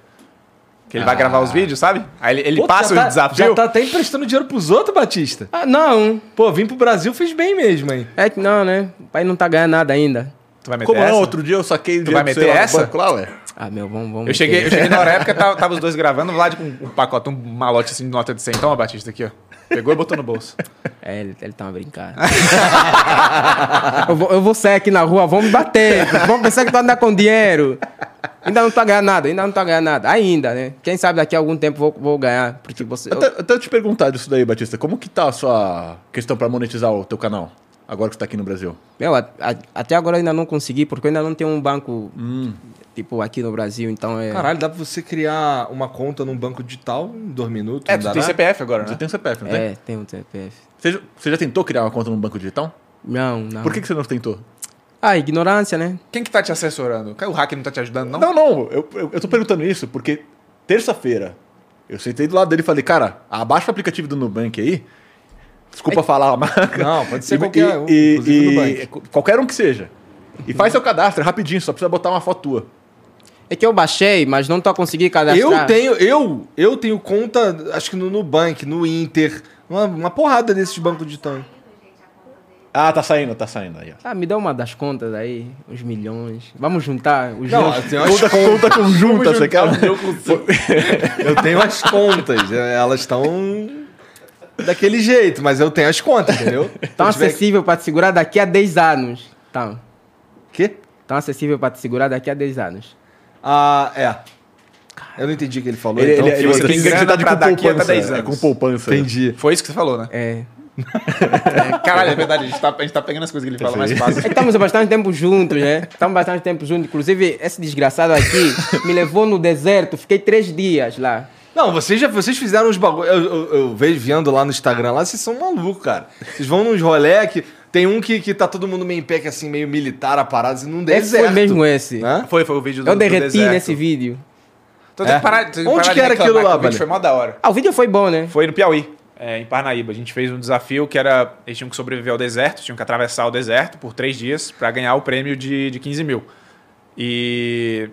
Speaker 4: Que ele vai gravar os vídeos, sabe? Aí ele, ele
Speaker 1: Ah. Pô,
Speaker 4: passa
Speaker 1: já
Speaker 4: o
Speaker 1: tá-
Speaker 4: desafio.
Speaker 1: Já tá até emprestando dinheiro pros outros, Batista.
Speaker 2: ah, não,
Speaker 1: Pô, vim pro Brasil, fez bem mesmo, hein?
Speaker 2: é que não, né? O pai não tá ganhando nada ainda.
Speaker 4: Tu vai meter
Speaker 3: Como
Speaker 4: essa?
Speaker 3: não? Outro dia eu saquei
Speaker 4: vai
Speaker 3: dinheiro pra
Speaker 4: meter
Speaker 3: você lá no
Speaker 4: essa?
Speaker 3: banco lá, ué.
Speaker 2: Ah, meu, vamos, vamos.
Speaker 4: Eu cheguei, eu cheguei na hora época, tava, tava os dois gravando, o Vlad com um pacote, um malote assim de nota de 100. Toma, Batista, aqui, ó. Pegou e botou
Speaker 3: (laughs)
Speaker 4: no bolso.
Speaker 2: É, ele, ele tava brincando. (laughs) eu, vou, eu vou sair aqui na rua, vão me bater. Vão pensar que tu anda com dinheiro. Ainda não tá ganhando nada, ainda não tá ganhando nada. Ainda, né? Quem sabe daqui a algum tempo vou, vou ganhar. Porque você. eu-
Speaker 3: Até, até te perguntar disso daí, Batista, como que tá a sua questão pra monetizar o teu canal? Agora que você tá aqui no Brasil.
Speaker 2: meu, a- a- até agora eu ainda não consegui, porque eu ainda não tenho um banco, tipo, aqui no Brasil, então é.
Speaker 1: Hum. Caralho, dá pra você criar uma conta num banco digital em dois minutos?
Speaker 4: É,
Speaker 1: não
Speaker 4: tu
Speaker 1: dá
Speaker 4: tem
Speaker 1: nada?
Speaker 4: CPF agora,
Speaker 3: Você
Speaker 4: né?
Speaker 3: tem um CPF, não tem?
Speaker 2: É, tem um CPF.
Speaker 3: Você, já- você já tentou criar uma conta num banco digital?
Speaker 2: Não, não.
Speaker 3: Por que, que você não tentou?
Speaker 2: Ah, ignorância, né?
Speaker 4: Quem que tá te assessorando? O hack não tá te ajudando, não?
Speaker 3: Não, não, eu, eu, eu tô perguntando isso porque Terça-feira, eu sentei do lado dele e falei, cara, abaixa o aplicativo do Nubank aí. Desculpa falar (laughs) a marca.
Speaker 1: Não, pode ser
Speaker 3: E-
Speaker 1: qualquer
Speaker 3: e-
Speaker 1: um,
Speaker 3: e-
Speaker 1: inclusive
Speaker 3: e-
Speaker 1: Nubank.
Speaker 3: qu- Qualquer um que seja. E faz seu cadastro é rapidinho, só precisa botar uma foto tua.
Speaker 2: É que eu baixei, mas não tô conseguindo cadastrar.
Speaker 1: Eu tenho, eu, eu tenho conta, acho que no Nubank, no Inter, uma, uma porrada desses bancos de tanto.
Speaker 3: Ah, tá saindo, tá saindo aí. ó.
Speaker 2: Ah, me dá uma das contas aí, uns milhões. Vamos juntar os
Speaker 1: Não,
Speaker 2: meus-
Speaker 1: eu tenho as
Speaker 3: Conta, conta conjunta, você quer?
Speaker 1: Eu tenho as contas, é, elas estão daquele jeito, mas eu tenho as contas, entendeu?
Speaker 2: Tão
Speaker 1: Se eu tiver-
Speaker 2: acessível para te segurar daqui a 10 anos. Tão.
Speaker 1: Quê?
Speaker 2: Tão acessível para te segurar daqui a 10 anos.
Speaker 1: Ah, é. Eu não entendi o que ele falou,
Speaker 3: Ele,
Speaker 1: então.
Speaker 3: ele, ele,
Speaker 4: você
Speaker 3: você
Speaker 4: tem
Speaker 3: você
Speaker 4: grana
Speaker 3: tá de
Speaker 4: pra
Speaker 3: com
Speaker 4: daqui até
Speaker 3: poupança.
Speaker 4: 10
Speaker 3: é,
Speaker 4: anos.
Speaker 3: com poupança.
Speaker 1: Entendi.
Speaker 4: Foi isso que você falou, né?
Speaker 2: É.
Speaker 4: Caralho, é verdade. A gente, tá, a gente tá pegando as coisas que ele fala mais
Speaker 2: É que
Speaker 4: fácil.
Speaker 2: estamos há bastante tempo juntos, né? Estamos há bastante tempo juntos. Inclusive, esse desgraçado aqui me levou no deserto. Fiquei três dias lá.
Speaker 1: Não, vocês já vocês fizeram uns bagulho. Eu, eu, eu vejo vendo lá no Instagram lá, vocês são malucos, cara. Vocês vão nos rolê que tem um que, que tá todo mundo meio em pé, que assim, meio militar, a parada, e num deserto.
Speaker 2: Esse É foi mesmo esse.
Speaker 1: Né?
Speaker 4: Foi, foi o vídeo do
Speaker 2: Eu
Speaker 4: do
Speaker 2: derreti
Speaker 4: deserto.
Speaker 2: nesse vídeo.
Speaker 4: Então tem
Speaker 1: É.
Speaker 4: que parar, tem
Speaker 1: Onde
Speaker 4: parar
Speaker 1: que
Speaker 4: de
Speaker 1: era
Speaker 4: reclamar,
Speaker 1: aquilo lá,
Speaker 4: que o
Speaker 1: velho?
Speaker 4: vídeo foi mó da hora.
Speaker 2: Ah, o vídeo foi bom, né?
Speaker 4: Foi no Piauí, é, em Parnaíba. A gente fez um desafio que era. Eles tinham que sobreviver ao deserto, tinham que atravessar o deserto por três dias pra ganhar o prêmio de, de 15 mil. E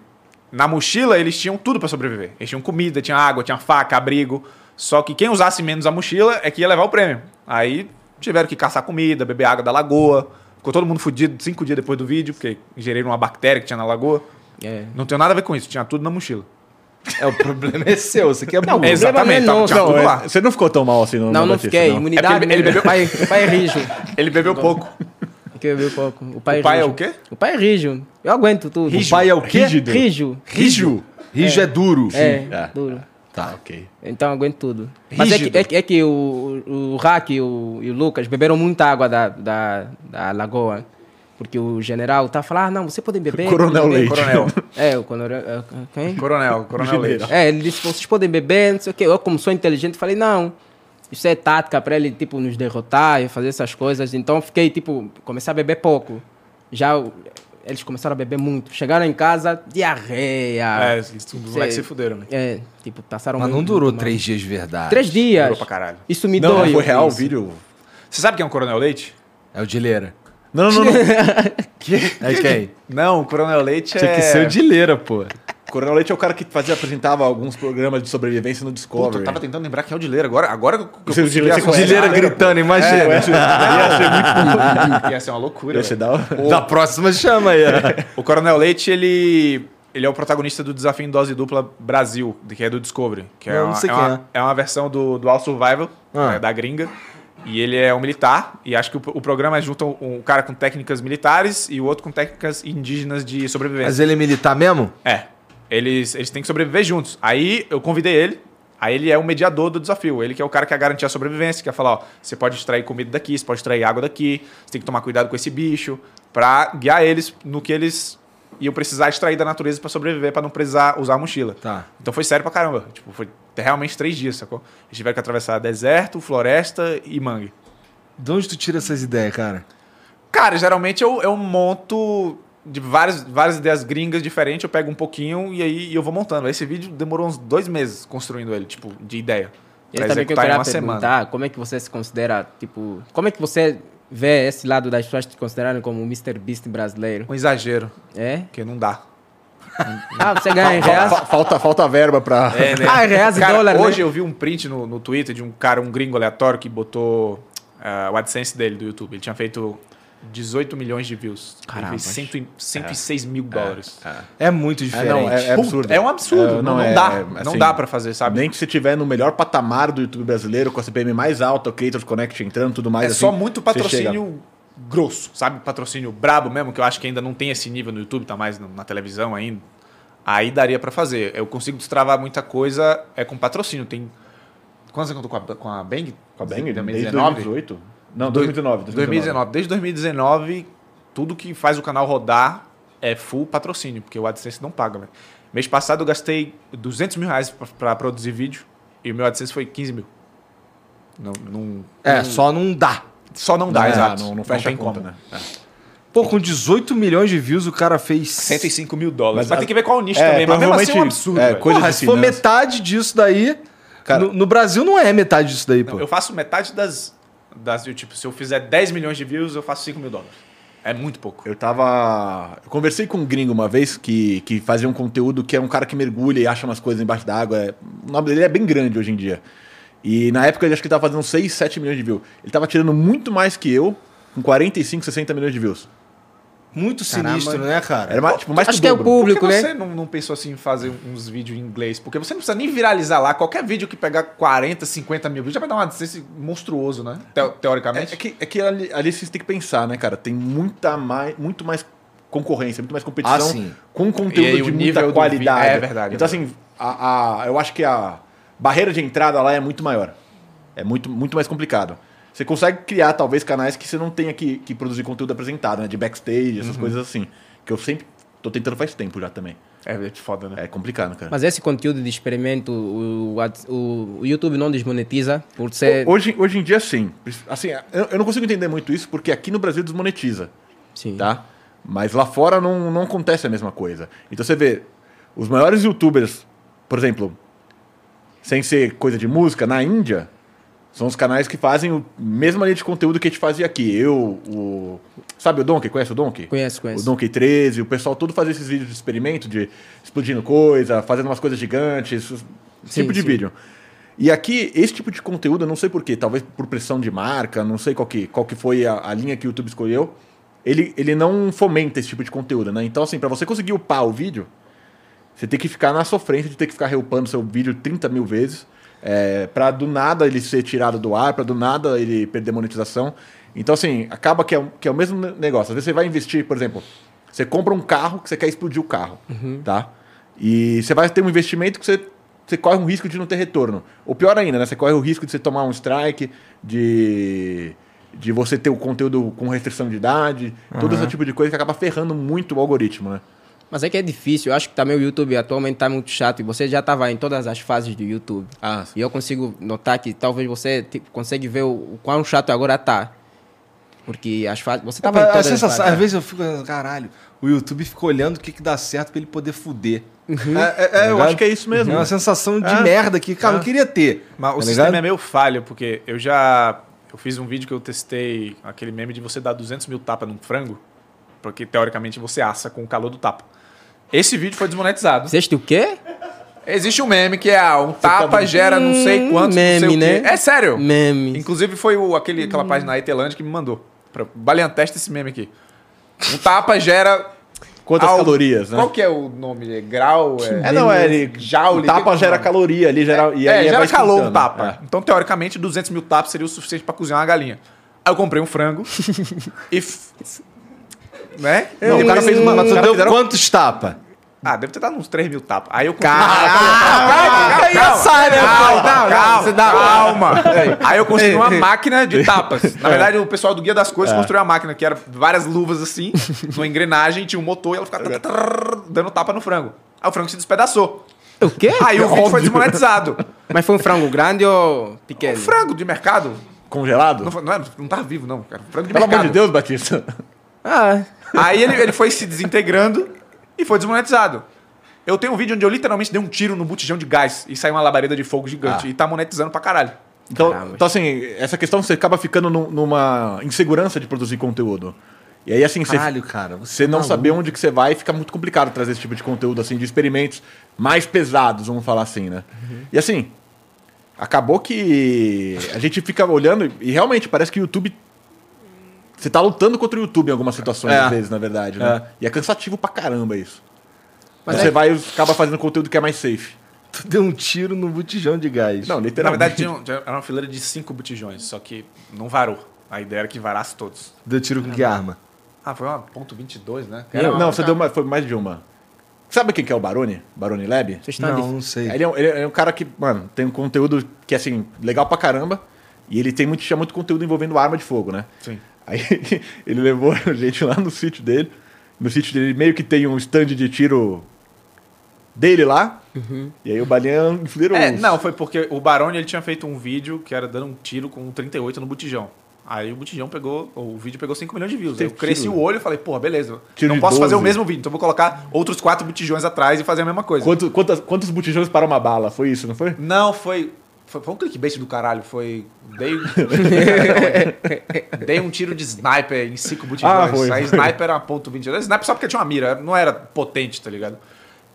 Speaker 4: na mochila eles tinham tudo pra sobreviver. Eles tinham comida, tinha água, tinha faca, abrigo. Só que quem usasse menos a mochila é que ia levar o prêmio. Aí tiveram que caçar comida, beber água da lagoa. Ficou todo mundo fudido cinco dias depois do vídeo, porque ingeriram uma bactéria que tinha na lagoa.
Speaker 2: É.
Speaker 4: Não tem nada a ver com isso, tinha tudo na mochila.
Speaker 1: É, o problema é seu, você que é burro.
Speaker 2: Não,
Speaker 1: Não,
Speaker 4: Exatamente,
Speaker 2: não é
Speaker 4: tava- tinha
Speaker 2: nosso,
Speaker 4: tudo
Speaker 3: Não,
Speaker 4: lá.
Speaker 3: é, você não ficou tão mal assim no
Speaker 2: Não, não
Speaker 3: Notícia,
Speaker 2: fiquei. Imunidade.
Speaker 4: É porque
Speaker 2: né?
Speaker 4: ele- ele bebeu-
Speaker 2: Pai, pai é rijo.
Speaker 4: Ele bebeu pouco.
Speaker 2: Que eu bebi pouco. O pai,
Speaker 4: O pai é
Speaker 2: rijo.
Speaker 4: o quê?
Speaker 2: O pai é rijo. Eu aguento tudo.
Speaker 1: O pai é o quê?
Speaker 3: Rígido.
Speaker 2: Rijo.
Speaker 1: (laughs) Rijo. Rijo é, duro.
Speaker 2: É,
Speaker 3: Ah,
Speaker 2: duro.
Speaker 3: Tá, ok.
Speaker 2: Então eu aguento tudo. Mas é
Speaker 4: Rígido.
Speaker 2: que, é que, é que o, o Hack e o, e o Lucas beberam muita água da, da, da lagoa. Porque o general tá falando, ah, não, você pode beber.
Speaker 3: Coronel
Speaker 2: pode beber."
Speaker 3: Leite.
Speaker 4: Coronel.
Speaker 2: É, o coronel. é, Quem?
Speaker 4: Coronel, Coronel Leite.
Speaker 2: É, ele disse, vocês podem beber, não sei o quê. Eu, como sou inteligente, falei, não, isso é tática pra ele, tipo, nos derrotar e fazer essas coisas. Então, fiquei, tipo, comecei a beber pouco. Já o- eles começaram a beber muito. Chegaram em casa,
Speaker 4: É,
Speaker 2: diarreia.
Speaker 4: os moleques se fuderam, né?
Speaker 2: É, tipo, passaram
Speaker 1: Mas não
Speaker 2: muito-
Speaker 1: durou
Speaker 2: muito
Speaker 1: três dias de verdade.
Speaker 2: mal. Três dias.
Speaker 4: Durou pra caralho.
Speaker 2: Isso me
Speaker 3: Não,
Speaker 2: dói.
Speaker 3: foi real o
Speaker 2: isso.
Speaker 3: vídeo.
Speaker 4: Você sabe quem é um Coronel Leite?
Speaker 1: É o Dileira.
Speaker 3: Não, (laughs) não, não. não.
Speaker 1: É quem?
Speaker 4: Não, o Coronel Leite
Speaker 1: Tinha
Speaker 4: é...
Speaker 1: que ser o Dileira, pô.
Speaker 3: Coronel Leite é o cara que fazia, apresentava alguns programas de sobrevivência no
Speaker 4: Puta,
Speaker 3: Discovery.
Speaker 4: eu tava tentando lembrar quem é o Dileira. Agora, agora que eu
Speaker 3: Você- É, o Dileira-
Speaker 4: consegui né?
Speaker 3: você-
Speaker 1: Dileira
Speaker 3: Dileira,
Speaker 1: gritando, imagina.
Speaker 3: Ia ser muito
Speaker 4: associar- Ia ser uma loucura.
Speaker 3: Ia ser da
Speaker 4: velho.
Speaker 3: hora.
Speaker 1: Da próxima chama aí.
Speaker 4: (laughs) O Coronel Leite, ele... Ele é o protagonista do Desafio em Dose Dupla Brasil, que é do Discovery. Que é
Speaker 1: Não, não
Speaker 4: uma,
Speaker 1: sei
Speaker 4: é
Speaker 1: quem
Speaker 4: uma, é uma versão do, do All Survival,
Speaker 1: Ah.
Speaker 4: né, da gringa. E ele é um militar. E acho que o, o programa junta um, um cara com técnicas militares e o outro com técnicas indígenas de sobrevivência.
Speaker 1: Mas ele é militar mesmo?
Speaker 4: É. Eles, eles têm que sobreviver juntos. Aí eu convidei ele. Aí ele é o mediador do desafio. Ele que é o cara que é garantir a sobrevivência, que é falar, ó, você pode extrair comida daqui, você pode extrair água daqui, você tem que tomar cuidado com esse bicho, pra guiar eles no que eles iam precisar extrair da natureza pra sobreviver, pra não precisar usar a mochila.
Speaker 1: Tá.
Speaker 4: Então foi sério pra caramba. Tipo, foi realmente três dias, sacou? Eles tiveram que atravessar deserto, floresta e mangue.
Speaker 1: De onde tu tira essas ideias, cara?
Speaker 4: Cara, geralmente eu, eu monto de várias, várias ideias gringas diferentes, eu pego um pouquinho e aí eu vou montando. Esse vídeo demorou uns dois meses construindo ele, tipo, de ideia.
Speaker 2: Eu também
Speaker 3: tá
Speaker 2: que eu queria perguntar, como é que você se considera, tipo... Como é que você vê esse lado das pessoas te considerarem como o Mr. Beast brasileiro?
Speaker 4: Um exagero,
Speaker 2: É?
Speaker 4: porque não dá.
Speaker 2: Ah, você
Speaker 3: (laughs)
Speaker 2: ganha em
Speaker 3: Fa-
Speaker 2: reais?
Speaker 3: fa- Falta, falta verba pra.
Speaker 4: É,
Speaker 2: Ah, em reais e
Speaker 4: Cara,
Speaker 2: dólar, né?
Speaker 4: hoje eu vi um print no, no Twitter de um cara, um gringo aleatório, que botou ah, o AdSense dele do YouTube. Ele tinha feito 18 milhões de views.
Speaker 2: Caramba.
Speaker 4: Ele fez 100 e- 106 mil dólares.
Speaker 1: É muito
Speaker 3: É,
Speaker 1: diferente.
Speaker 3: não, é, é
Speaker 4: Puta,
Speaker 3: absurdo.
Speaker 4: é um absurdo.
Speaker 3: É,
Speaker 4: não, não
Speaker 3: é-
Speaker 4: dá.
Speaker 3: é,
Speaker 4: não
Speaker 3: assim,
Speaker 4: dá pra fazer, sabe?
Speaker 3: Nem que você estiver no melhor patamar do YouTube brasileiro, com a CPM mais alta, o Creators Connect entrando tudo mais.
Speaker 4: É
Speaker 3: assim,
Speaker 4: só muito
Speaker 3: você chega-
Speaker 4: patrocínio grosso, sabe? Patrocínio brabo mesmo, que eu acho que ainda não tem esse nível no YouTube, tá mais na televisão ainda. Aí daria pra fazer. Eu consigo destravar muita coisa é com patrocínio. Tem. Quantos anos que eu tô com a, com a Bang?
Speaker 3: Com a Bang? Tá Desde
Speaker 4: 2019?
Speaker 3: 2018? Não, 2019.
Speaker 4: 2019. Desde 2019, tudo que faz o canal rodar é full patrocínio, porque o AdSense não paga, velho. Mês passado eu gastei 200 mil reais pra, pra produzir vídeo e o meu AdSense foi 15 mil. Não, não,
Speaker 1: É, só não dá.
Speaker 4: só não dá,
Speaker 3: Não,
Speaker 4: exato.
Speaker 3: Não, não fecha
Speaker 4: tem
Speaker 3: a conta,
Speaker 4: como.
Speaker 3: né? É.
Speaker 1: Pô, com 18 milhões de views, o cara fez.
Speaker 4: 105 mil dólares. Mas,
Speaker 3: Mas a-
Speaker 4: tem que ver qual é o nicho
Speaker 3: É,
Speaker 4: também. Mas mesmo assim né? é um
Speaker 3: provavelmente-
Speaker 4: absurdo.
Speaker 3: é,
Speaker 4: velho.
Speaker 3: coisa
Speaker 1: Porra,
Speaker 3: de
Speaker 1: se for
Speaker 3: finanças.
Speaker 1: metade disso daí.
Speaker 3: Cara-
Speaker 1: no, no Brasil não é metade disso daí,
Speaker 3: tipo-
Speaker 1: pô.
Speaker 4: Eu faço metade das, das. eu, Tipo, se eu fizer 10 milhões de views, eu faço 5 mil dólares. É muito pouco.
Speaker 3: Eu tava. Eu conversei com um gringo uma vez que, que fazia um conteúdo que é um cara que mergulha e acha umas coisas embaixo d'água. É- O nome dele é bem grande hoje em dia. E na época ele acho que ele tava fazendo 6, 7 milhões de views. Ele tava tirando muito mais que eu, com 45, 60 milhões de views.
Speaker 1: Muito sinistro,
Speaker 2: Caramba.
Speaker 1: né, cara?
Speaker 3: Era mais, tipo, mais
Speaker 2: Acho que é o
Speaker 3: dobro.
Speaker 4: Por que
Speaker 2: público, né?
Speaker 4: você não, não pensou assim em fazer uns vídeos em inglês? Porque você não precisa nem viralizar lá. Qualquer vídeo que pegar 40, 50 mil views já vai dar uma AdSense monstruoso, né? Teo-
Speaker 3: É, é
Speaker 4: teoricamente.
Speaker 3: que, é que ali, ali vocês têm que pensar, né, cara? Tem muita mais, muito mais concorrência, muito mais competição
Speaker 1: Ah,
Speaker 4: Então,
Speaker 1: sim.
Speaker 3: com
Speaker 4: E aí
Speaker 3: conteúdo
Speaker 4: o
Speaker 3: de
Speaker 4: nível
Speaker 3: muita
Speaker 4: do
Speaker 3: qualidade.
Speaker 4: vi- é verdade,
Speaker 3: Então,
Speaker 4: é verdade.
Speaker 3: assim, a, a- eu acho que a barreira de entrada lá é muito maior. É muito, muito mais complicado. Você consegue criar, talvez, canais que você não tenha que, que produzir conteúdo apresentado, né? De backstage, essas
Speaker 4: Uhum.
Speaker 3: coisas assim. Que eu sempre tô tentando faz tempo já também.
Speaker 4: É, é foda, né?
Speaker 3: É complicado, cara.
Speaker 2: Mas esse conteúdo de experimento, o, Ad- o- o YouTube não desmonetiza por ser.
Speaker 3: Hoje, hoje em dia, sim. Assim, eu, eu não consigo entender muito isso, porque aqui no Brasil desmonetiza.
Speaker 2: Sim.
Speaker 3: tá? Mas lá fora não, não acontece a mesma coisa. Então você vê, os maiores youtubers, por exemplo, sem ser coisa de música, na Índia, são os canais que fazem o mesma linha de conteúdo que a gente fazia aqui. Eu, o. Sabe o Donkey? Conhece o Donkey?
Speaker 2: Conheço, conheço.
Speaker 3: O Donkey 13, o pessoal todo fazia esses vídeos de experimento, de explodindo coisa, fazendo umas coisas gigantes, esse
Speaker 2: Sim,
Speaker 3: tipo de
Speaker 2: sim.
Speaker 3: vídeo. E aqui, esse tipo de conteúdo, eu não sei porquê, talvez por pressão de marca, não sei qual que, qual que foi a, a linha que o YouTube escolheu, ele, ele não fomenta esse tipo de conteúdo, né? Então, assim, pra você conseguir upar o vídeo, você tem que ficar na sofrência de ter que ficar reupando seu vídeo 30 mil vezes. É, para do nada ele ser tirado do ar, para do nada ele perder monetização. Então, assim, acaba que é, o- que é o mesmo ne- negócio. Às vezes você vai investir, por exemplo, você compra um carro que você quer explodir o carro, tá? E você vai ter um investimento que você, você corre um risco de não ter retorno. Ou pior ainda, né? Você corre o risco de você tomar um strike, de, de você ter o conteúdo com restrição de idade, todo esse tipo de coisa que acaba ferrando muito o algoritmo, né?
Speaker 2: Mas é que é difícil. Eu acho que também o YouTube atualmente está muito chato e você já estava em todas as fases do YouTube.
Speaker 3: Ah,
Speaker 2: E eu consigo notar que talvez você tipo, consegue ver o, o quão chato agora tá. Porque as fases. Você estava em
Speaker 1: a
Speaker 2: todas as
Speaker 1: sensação,
Speaker 2: fases.
Speaker 1: às vezes eu fico, caralho, o YouTube fica olhando o que, que dá certo pra ele poder fuder.
Speaker 3: É, é, eu acho que é isso mesmo.
Speaker 1: É uma sensação de
Speaker 3: É.
Speaker 1: merda que, cara, eu queria ter.
Speaker 4: Mas o
Speaker 1: tá
Speaker 4: sistema
Speaker 1: ligado?
Speaker 4: é meio falho, porque eu já. Eu fiz um vídeo que eu testei aquele meme de você dar 200 mil tapas num frango, porque teoricamente você assa com o calor do tapa. Esse vídeo foi desmonetizado.
Speaker 2: Fizeste o quê?
Speaker 4: Existe um meme que é ah, um tapa gera não
Speaker 3: Hum,
Speaker 4: sei quantos, não sei
Speaker 2: meme,
Speaker 4: o quê.
Speaker 2: né?
Speaker 4: É sério.
Speaker 2: Meme.
Speaker 4: Inclusive foi o, aquele,
Speaker 3: Hum.
Speaker 4: aquela página aí, Telândia, que me mandou. Pra, baleantesta esse meme aqui. Um tapa gera...
Speaker 3: Quantas
Speaker 4: al-
Speaker 3: calorias, né?
Speaker 4: Qual que é o nome? É grau? É,
Speaker 3: É, não, é. Ele,
Speaker 4: Joule,
Speaker 3: o tapa
Speaker 4: que-
Speaker 3: gera caloria ali, gera. e
Speaker 4: é,
Speaker 3: aí
Speaker 4: gera
Speaker 3: vai
Speaker 4: calor um
Speaker 3: esquentando. É.
Speaker 4: tapa. Então, teoricamente, 200 mil tapas seria o suficiente pra cozinhar uma galinha. Aí eu comprei
Speaker 3: (laughs)
Speaker 4: um frango e... f- né?
Speaker 3: Não,
Speaker 4: E
Speaker 3: o Hum, cara fez uma-
Speaker 1: Mas
Speaker 3: os
Speaker 1: tu
Speaker 3: caras
Speaker 1: deu
Speaker 3: fizeram-
Speaker 1: quantos tapas?
Speaker 4: Ah, deve ter dado uns 3 mil tapas. Aí eu consegui. Ah, Caraca!
Speaker 1: sai, né, pô?
Speaker 4: calma, calma, calma. Aí eu construí uma máquina de tapas.
Speaker 3: É.
Speaker 4: Na verdade, o pessoal do Guia das Coisas construiu uma máquina que era várias
Speaker 3: (laughs)
Speaker 4: luvas assim, numa engrenagem, tinha um motor e ela
Speaker 3: É
Speaker 4: ficava tatatrar, dando tapa no frango. Aí o frango se despedaçou.
Speaker 2: O quê?
Speaker 4: Aí o vídeo foi
Speaker 3: (laughs)
Speaker 4: desmonetizado.
Speaker 2: Mas foi um frango grande ou pequeno?
Speaker 4: Um frango de mercado?
Speaker 3: Congelado?
Speaker 4: Não, foi- não, era, não tava vivo, não, cara. Frango de
Speaker 3: Pelo amor
Speaker 4: mercado.
Speaker 3: de Deus, Batista.
Speaker 2: Ah,
Speaker 4: Aí ele, ele foi se desintegrando e foi desmonetizado. Eu tenho um vídeo onde eu literalmente dei um tiro no botijão de gás e saiu uma labareda de fogo
Speaker 3: Ah.
Speaker 4: gigante. E tá monetizando pra caralho.
Speaker 3: Então,
Speaker 2: Caramba.
Speaker 3: então, assim, essa questão você acaba ficando num- numa insegurança de produzir conteúdo. E aí, assim, você,
Speaker 1: Caralho, cara.
Speaker 3: você
Speaker 1: é
Speaker 3: não
Speaker 1: maluco.
Speaker 3: saber onde que você vai, fica muito complicado trazer esse tipo de conteúdo, assim, de experimentos mais pesados, vamos falar assim, né? E assim, acabou que a gente fica olhando e realmente parece que o YouTube. Você tá lutando contra o YouTube em algumas situações,
Speaker 1: É.
Speaker 3: às vezes, na verdade, né? E é cansativo pra caramba isso.
Speaker 2: Mas
Speaker 3: você
Speaker 2: é-
Speaker 3: vai e acaba fazendo conteúdo que é mais safe.
Speaker 1: Tu (laughs) deu um tiro no botijão de gás.
Speaker 3: Não,
Speaker 4: Na
Speaker 3: literalmente.
Speaker 4: verdade, tinha, um- tinha- era uma fileira de cinco botijões, só que não varou. A ideia era que varasse todos.
Speaker 1: Deu tiro com que arma?
Speaker 4: Ah, foi uma ponto 22, né?
Speaker 2: Era
Speaker 3: não, você deu uma, foi mais de uma. Sabe quem que é o Barone? Barone Lab?
Speaker 2: vocês estão
Speaker 1: Não,
Speaker 2: dif-
Speaker 1: não sei.
Speaker 3: Ele é, um, ele é um cara que, mano, tem um conteúdo que, assim, legal pra caramba. E ele tem muito, tinha muito conteúdo envolvendo arma de fogo, né?
Speaker 4: Sim.
Speaker 3: Aí (laughs) ele levou a gente lá no sítio dele. No sítio dele meio que tem um stand de tiro dele lá. E aí o Balian enfileirou
Speaker 4: Uhum. É,
Speaker 3: uns.
Speaker 4: não, foi porque o Barone ele tinha feito um vídeo que era dando um tiro com um 38 no botijão. Aí o Botijão pegou, o vídeo pegou 5 milhões de views.
Speaker 3: Tem
Speaker 4: eu cresci
Speaker 3: tiro.
Speaker 4: o olho e falei, porra, beleza.
Speaker 3: Tiro
Speaker 4: não
Speaker 3: de
Speaker 4: posso fazer o
Speaker 3: 12.
Speaker 4: mesmo vídeo, então vou colocar outros quatro botijões atrás e fazer a mesma coisa.
Speaker 3: Quanto, quantas, quantos botijões para uma bala? Foi isso, não foi?
Speaker 4: Não, foi, foi. Foi um clickbait do caralho. Foi.
Speaker 3: (laughs)
Speaker 4: Dei, um- dei um tiro de sniper em cinco botijões.
Speaker 3: Ah, foi,
Speaker 4: Aí
Speaker 3: foi.
Speaker 4: sniper era ponto .22. Sniper só porque tinha uma mira, não era potente, tá ligado?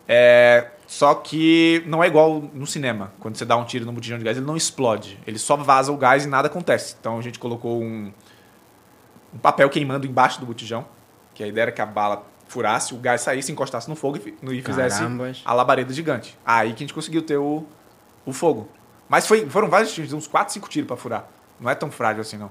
Speaker 4: É, só que não é igual no cinema. Quando você dá um tiro no botijão de gás, ele não explode. Ele só vaza o gás e nada acontece. Então a gente colocou um, um papel queimando embaixo do botijão. Que a ideia era que a bala furasse, o gás saísse, encostasse no fogo e, fi- e fizesse
Speaker 2: Carambas.
Speaker 4: a labareda gigante. Aí que a gente conseguiu ter o, o fogo. Mas foi, foram vários tiros, uns 4, 5 tiros pra furar. Não é tão frágil assim, não.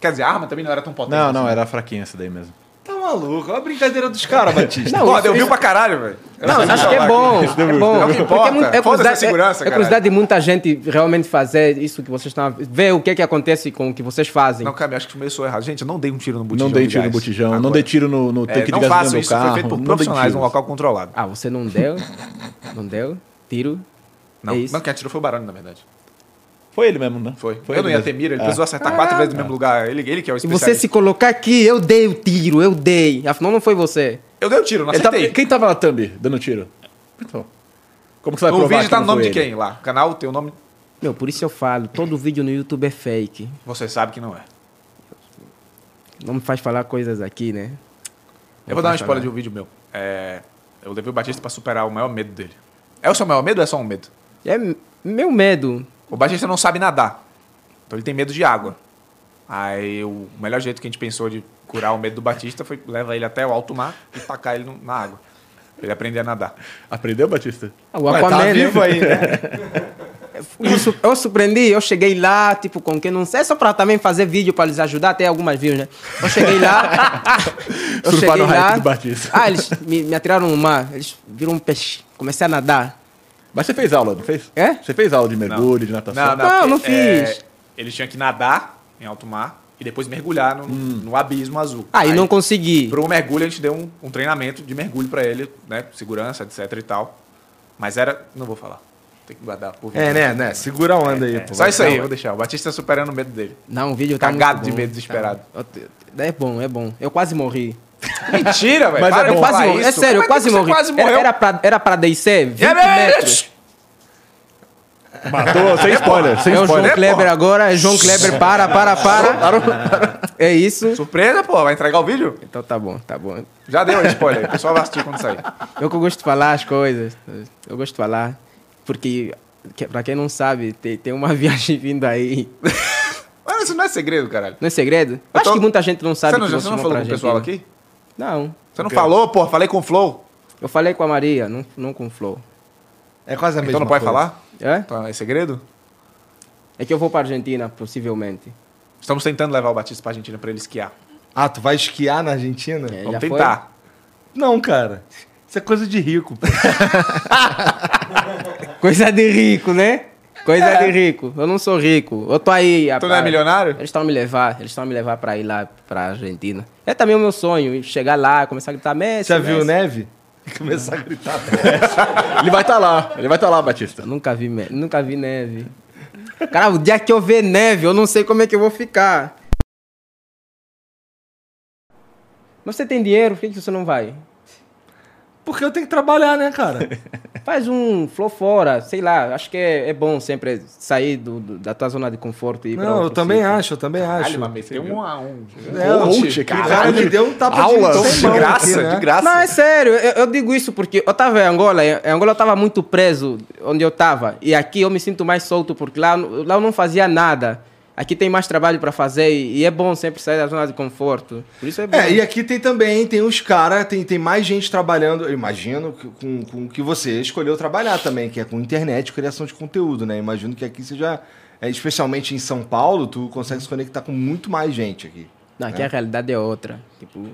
Speaker 4: Quer dizer, a arma também não era tão potente.
Speaker 3: Não, não, é.
Speaker 4: assim.
Speaker 3: era fraquinha essa daí mesmo.
Speaker 1: Tá maluco? Olha a brincadeira dos
Speaker 3: (laughs)
Speaker 1: caras, Batista.
Speaker 2: Não,
Speaker 4: Pô,
Speaker 2: isso-
Speaker 4: deu mil
Speaker 3: é
Speaker 2: isso-
Speaker 4: pra caralho, velho. Eu
Speaker 2: Não,
Speaker 4: sei
Speaker 2: acho que é
Speaker 4: falar
Speaker 2: bom.
Speaker 4: aqui.
Speaker 2: É bom.
Speaker 4: É o que
Speaker 2: Porque é
Speaker 4: importa.
Speaker 2: mu- é
Speaker 4: Foda-se a
Speaker 2: curiosidade- é-
Speaker 4: segurança,
Speaker 2: é curiosidade de muita gente realmente fazer isso que vocês estão. Ver o que, que acontece com o que vocês fazem.
Speaker 4: Não, cara, acho que começou errado. Gente, eu não dei um tiro no botijão.
Speaker 3: Não dei
Speaker 4: de
Speaker 3: tiro no
Speaker 4: gás.
Speaker 3: botijão, não
Speaker 4: Agora.
Speaker 3: dei tiro no, no
Speaker 4: É,
Speaker 3: tanque
Speaker 4: não
Speaker 3: de gasolina
Speaker 4: faço
Speaker 3: do
Speaker 4: isso,
Speaker 3: carro.
Speaker 4: foi feito por
Speaker 3: não dei
Speaker 4: profissionais num
Speaker 3: tiros.
Speaker 4: local controlado.
Speaker 2: Ah, você não deu? não deu? Tiro?
Speaker 4: Não,
Speaker 2: É isso.
Speaker 4: não quem atirou foi o Barone, na verdade.
Speaker 3: Foi ele mesmo, né?
Speaker 4: Foi.
Speaker 3: Foi
Speaker 4: eu não ia
Speaker 3: mesmo.
Speaker 4: ter mira, ele
Speaker 3: É.
Speaker 4: precisou acertar quatro vezes no mesmo lugar. Ele, ele que é o
Speaker 2: E você
Speaker 4: especialista.
Speaker 2: se colocar aqui, eu dei o tiro, eu dei. Afinal, não foi você.
Speaker 4: Eu dei o tiro, não
Speaker 3: Ele tá tava-
Speaker 4: acertei.
Speaker 3: quem tava na thumb dando tiro? Então. Como que você vai
Speaker 4: o
Speaker 3: provar
Speaker 4: vídeo
Speaker 3: que
Speaker 4: tá
Speaker 3: não
Speaker 4: no nome
Speaker 3: foi
Speaker 4: de
Speaker 3: ele?
Speaker 4: quem lá? O canal tem o nome...
Speaker 2: Meu, por isso eu falo, todo vídeo no YouTube é fake.
Speaker 4: Você sabe que não é.
Speaker 2: Não me faz falar coisas aqui, né?
Speaker 4: Eu vou dar uma
Speaker 2: faz falar.
Speaker 4: spoiler
Speaker 3: né?
Speaker 4: de um vídeo meu. É, eu levei o Batista pra superar o maior medo dele. É o seu maior medo ou é só um medo?
Speaker 2: É m- meu medo.
Speaker 4: O Batista não sabe nadar. Então ele tem medo de água. Aí o melhor jeito que a gente pensou de curar o medo do Batista foi levar ele até o alto mar e tacar ele no- na água. Pra ele aprender a nadar.
Speaker 3: Aprendeu, Batista?
Speaker 2: Ah,
Speaker 4: tá
Speaker 2: O
Speaker 3: Tá
Speaker 2: Aquaman, né?
Speaker 3: aí, né?
Speaker 2: Eu su- Eu surpreendi, eu cheguei lá, tipo, com quem não sei, só pra também fazer vídeo pra eles ajudar, até algumas views, né? Eu cheguei lá. eu cheguei
Speaker 3: Surfar no hype
Speaker 2: lá.
Speaker 3: do Batista.
Speaker 2: Ah, eles me, me atiraram no mar, eles viram um peixe, comecei a nadar.
Speaker 3: Mas você fez aula, não fez?
Speaker 2: É?
Speaker 3: Você fez aula de mergulho, de
Speaker 4: Tá
Speaker 3: natação?
Speaker 2: Não, não
Speaker 4: porque, é,
Speaker 2: fiz.
Speaker 4: ele tinha que nadar em alto mar e depois mergulhar no, no abismo azul.
Speaker 2: Ah, e não consegui.
Speaker 4: Pro mergulho, a gente deu um, um treinamento de mergulho pra ele, né? Segurança, etc e tal. Mas era. Não vou falar. Tem que guardar por vídeo.
Speaker 1: É, né, né? Segura a onda aí, pô.
Speaker 4: É, Só
Speaker 1: Vai
Speaker 4: isso aí,
Speaker 1: ficar-
Speaker 4: eu vou Tipo, deixar. O Batista tá superando o medo dele.
Speaker 2: Não, o vídeo tá
Speaker 4: Cagado
Speaker 2: muito
Speaker 4: de
Speaker 2: bom,
Speaker 4: medo, desesperado.
Speaker 2: tá- eu- É bom, é bom. Eu quase morri.
Speaker 4: (laughs) Mentira, velho.
Speaker 3: Mas
Speaker 4: Para
Speaker 3: é
Speaker 4: de
Speaker 3: bom.
Speaker 4: falar
Speaker 2: Quase morri. É
Speaker 4: isso.
Speaker 2: sério, eu
Speaker 4: Como que
Speaker 2: quase
Speaker 4: você
Speaker 2: morri.
Speaker 4: Quase
Speaker 2: era,
Speaker 4: morreu.
Speaker 2: era, pra, era pra descer 20
Speaker 4: É, é, é,
Speaker 2: metros.
Speaker 3: Matou, sem spoiler, sem
Speaker 2: É o João
Speaker 3: spoiler.
Speaker 4: né,
Speaker 2: Kleber
Speaker 4: porra?
Speaker 2: agora, é João Kleber, para, para, para. É isso.
Speaker 4: Surpresa, pô. Vai entregar o vídeo?
Speaker 2: Então tá bom, tá bom.
Speaker 4: Já deu a spoiler. O pessoal vai assistir quando sair.
Speaker 2: Eu que eu gosto de falar as coisas. Eu gosto de falar. Porque, que, pra quem não sabe, tem, tem uma (laughs) viagem vindo aí.
Speaker 4: Mas isso não é segredo, caralho.
Speaker 2: Não é segredo?
Speaker 4: Eu
Speaker 2: Acho
Speaker 4: tô-
Speaker 2: que muita gente não sabe.
Speaker 4: Então, Você não,
Speaker 2: que
Speaker 4: você
Speaker 2: vocês
Speaker 4: não
Speaker 2: vão
Speaker 4: falou
Speaker 2: pra
Speaker 4: com o pessoal
Speaker 2: Argentina.
Speaker 4: aqui?
Speaker 2: Não.
Speaker 4: Você não falou, pô. Falei com o Flow.
Speaker 2: Eu falei com a Maria, não, não com o Flow.
Speaker 1: É quase a mesma
Speaker 4: Então não pode
Speaker 1: coisa.
Speaker 4: falar?
Speaker 2: É?
Speaker 4: Então é segredo?
Speaker 2: É que eu vou pra Argentina, possivelmente.
Speaker 4: Estamos tentando levar o Batista pra Argentina pra ele esquiar.
Speaker 1: Ah, tu vai esquiar na Argentina?
Speaker 2: É,
Speaker 4: Vamos
Speaker 2: já foi?
Speaker 4: tentar.
Speaker 1: Não, cara. Isso é coisa de rico. pô.
Speaker 2: Coisa de rico, né? Coisa de rico. Eu não sou rico. Eu tô aí.
Speaker 4: É. Tu não é milionário?
Speaker 2: Eles estão me levar, eles estão me levar pra ir lá pra Argentina. É também o meu sonho, chegar lá, começar a gritar Messi.
Speaker 1: Já viu
Speaker 4: né?
Speaker 2: Messi."
Speaker 1: neve? Começar a gritar.
Speaker 3: Ele vai estar lá, ele vai estar lá, Batista.
Speaker 2: Eu Nunca vi, me- nunca vi neve. Cara, o dia que eu ver neve, eu não sei como é que eu vou ficar. Mas você tem dinheiro, por que que você não vai?
Speaker 1: Porque eu tenho que trabalhar, né, cara?
Speaker 2: (laughs) Faz um flow fora, sei lá. Acho que é, é bom sempre sair do- do- da tua zona de conforto e ir pra
Speaker 1: Não, eu
Speaker 2: outro
Speaker 1: também
Speaker 2: sítio.
Speaker 1: acho, eu também acho.
Speaker 4: meteu um a um.
Speaker 1: É, o
Speaker 3: Coach
Speaker 1: coach,
Speaker 3: aqui,
Speaker 1: cara,
Speaker 3: caralho.
Speaker 1: me deu um tapa de-
Speaker 3: Aula,
Speaker 1: sem
Speaker 4: Então, de
Speaker 1: mão aqui,
Speaker 4: graça,
Speaker 1: né?
Speaker 4: de graça.
Speaker 2: Não, é sério, eu, eu digo isso porque eu tava em Angola, em em Angola eu tava muito preso onde eu tava. E aqui eu me sinto mais solto porque lá, eu- lá eu não fazia nada. Aqui tem mais trabalho pra fazer e, e é bom sempre sair da zona de conforto. Por isso é bom.
Speaker 1: É, e aqui tem também, tem uns caras, tem, tem mais gente trabalhando, eu imagino, que- com, com o que você escolheu trabalhar também, que é com internet, criação de conteúdo, né? Imagino que aqui seja, é, especialmente em São Paulo, tu consegue se conectar com muito mais gente aqui.
Speaker 2: Não, aqui a realidade é outra. Tipo,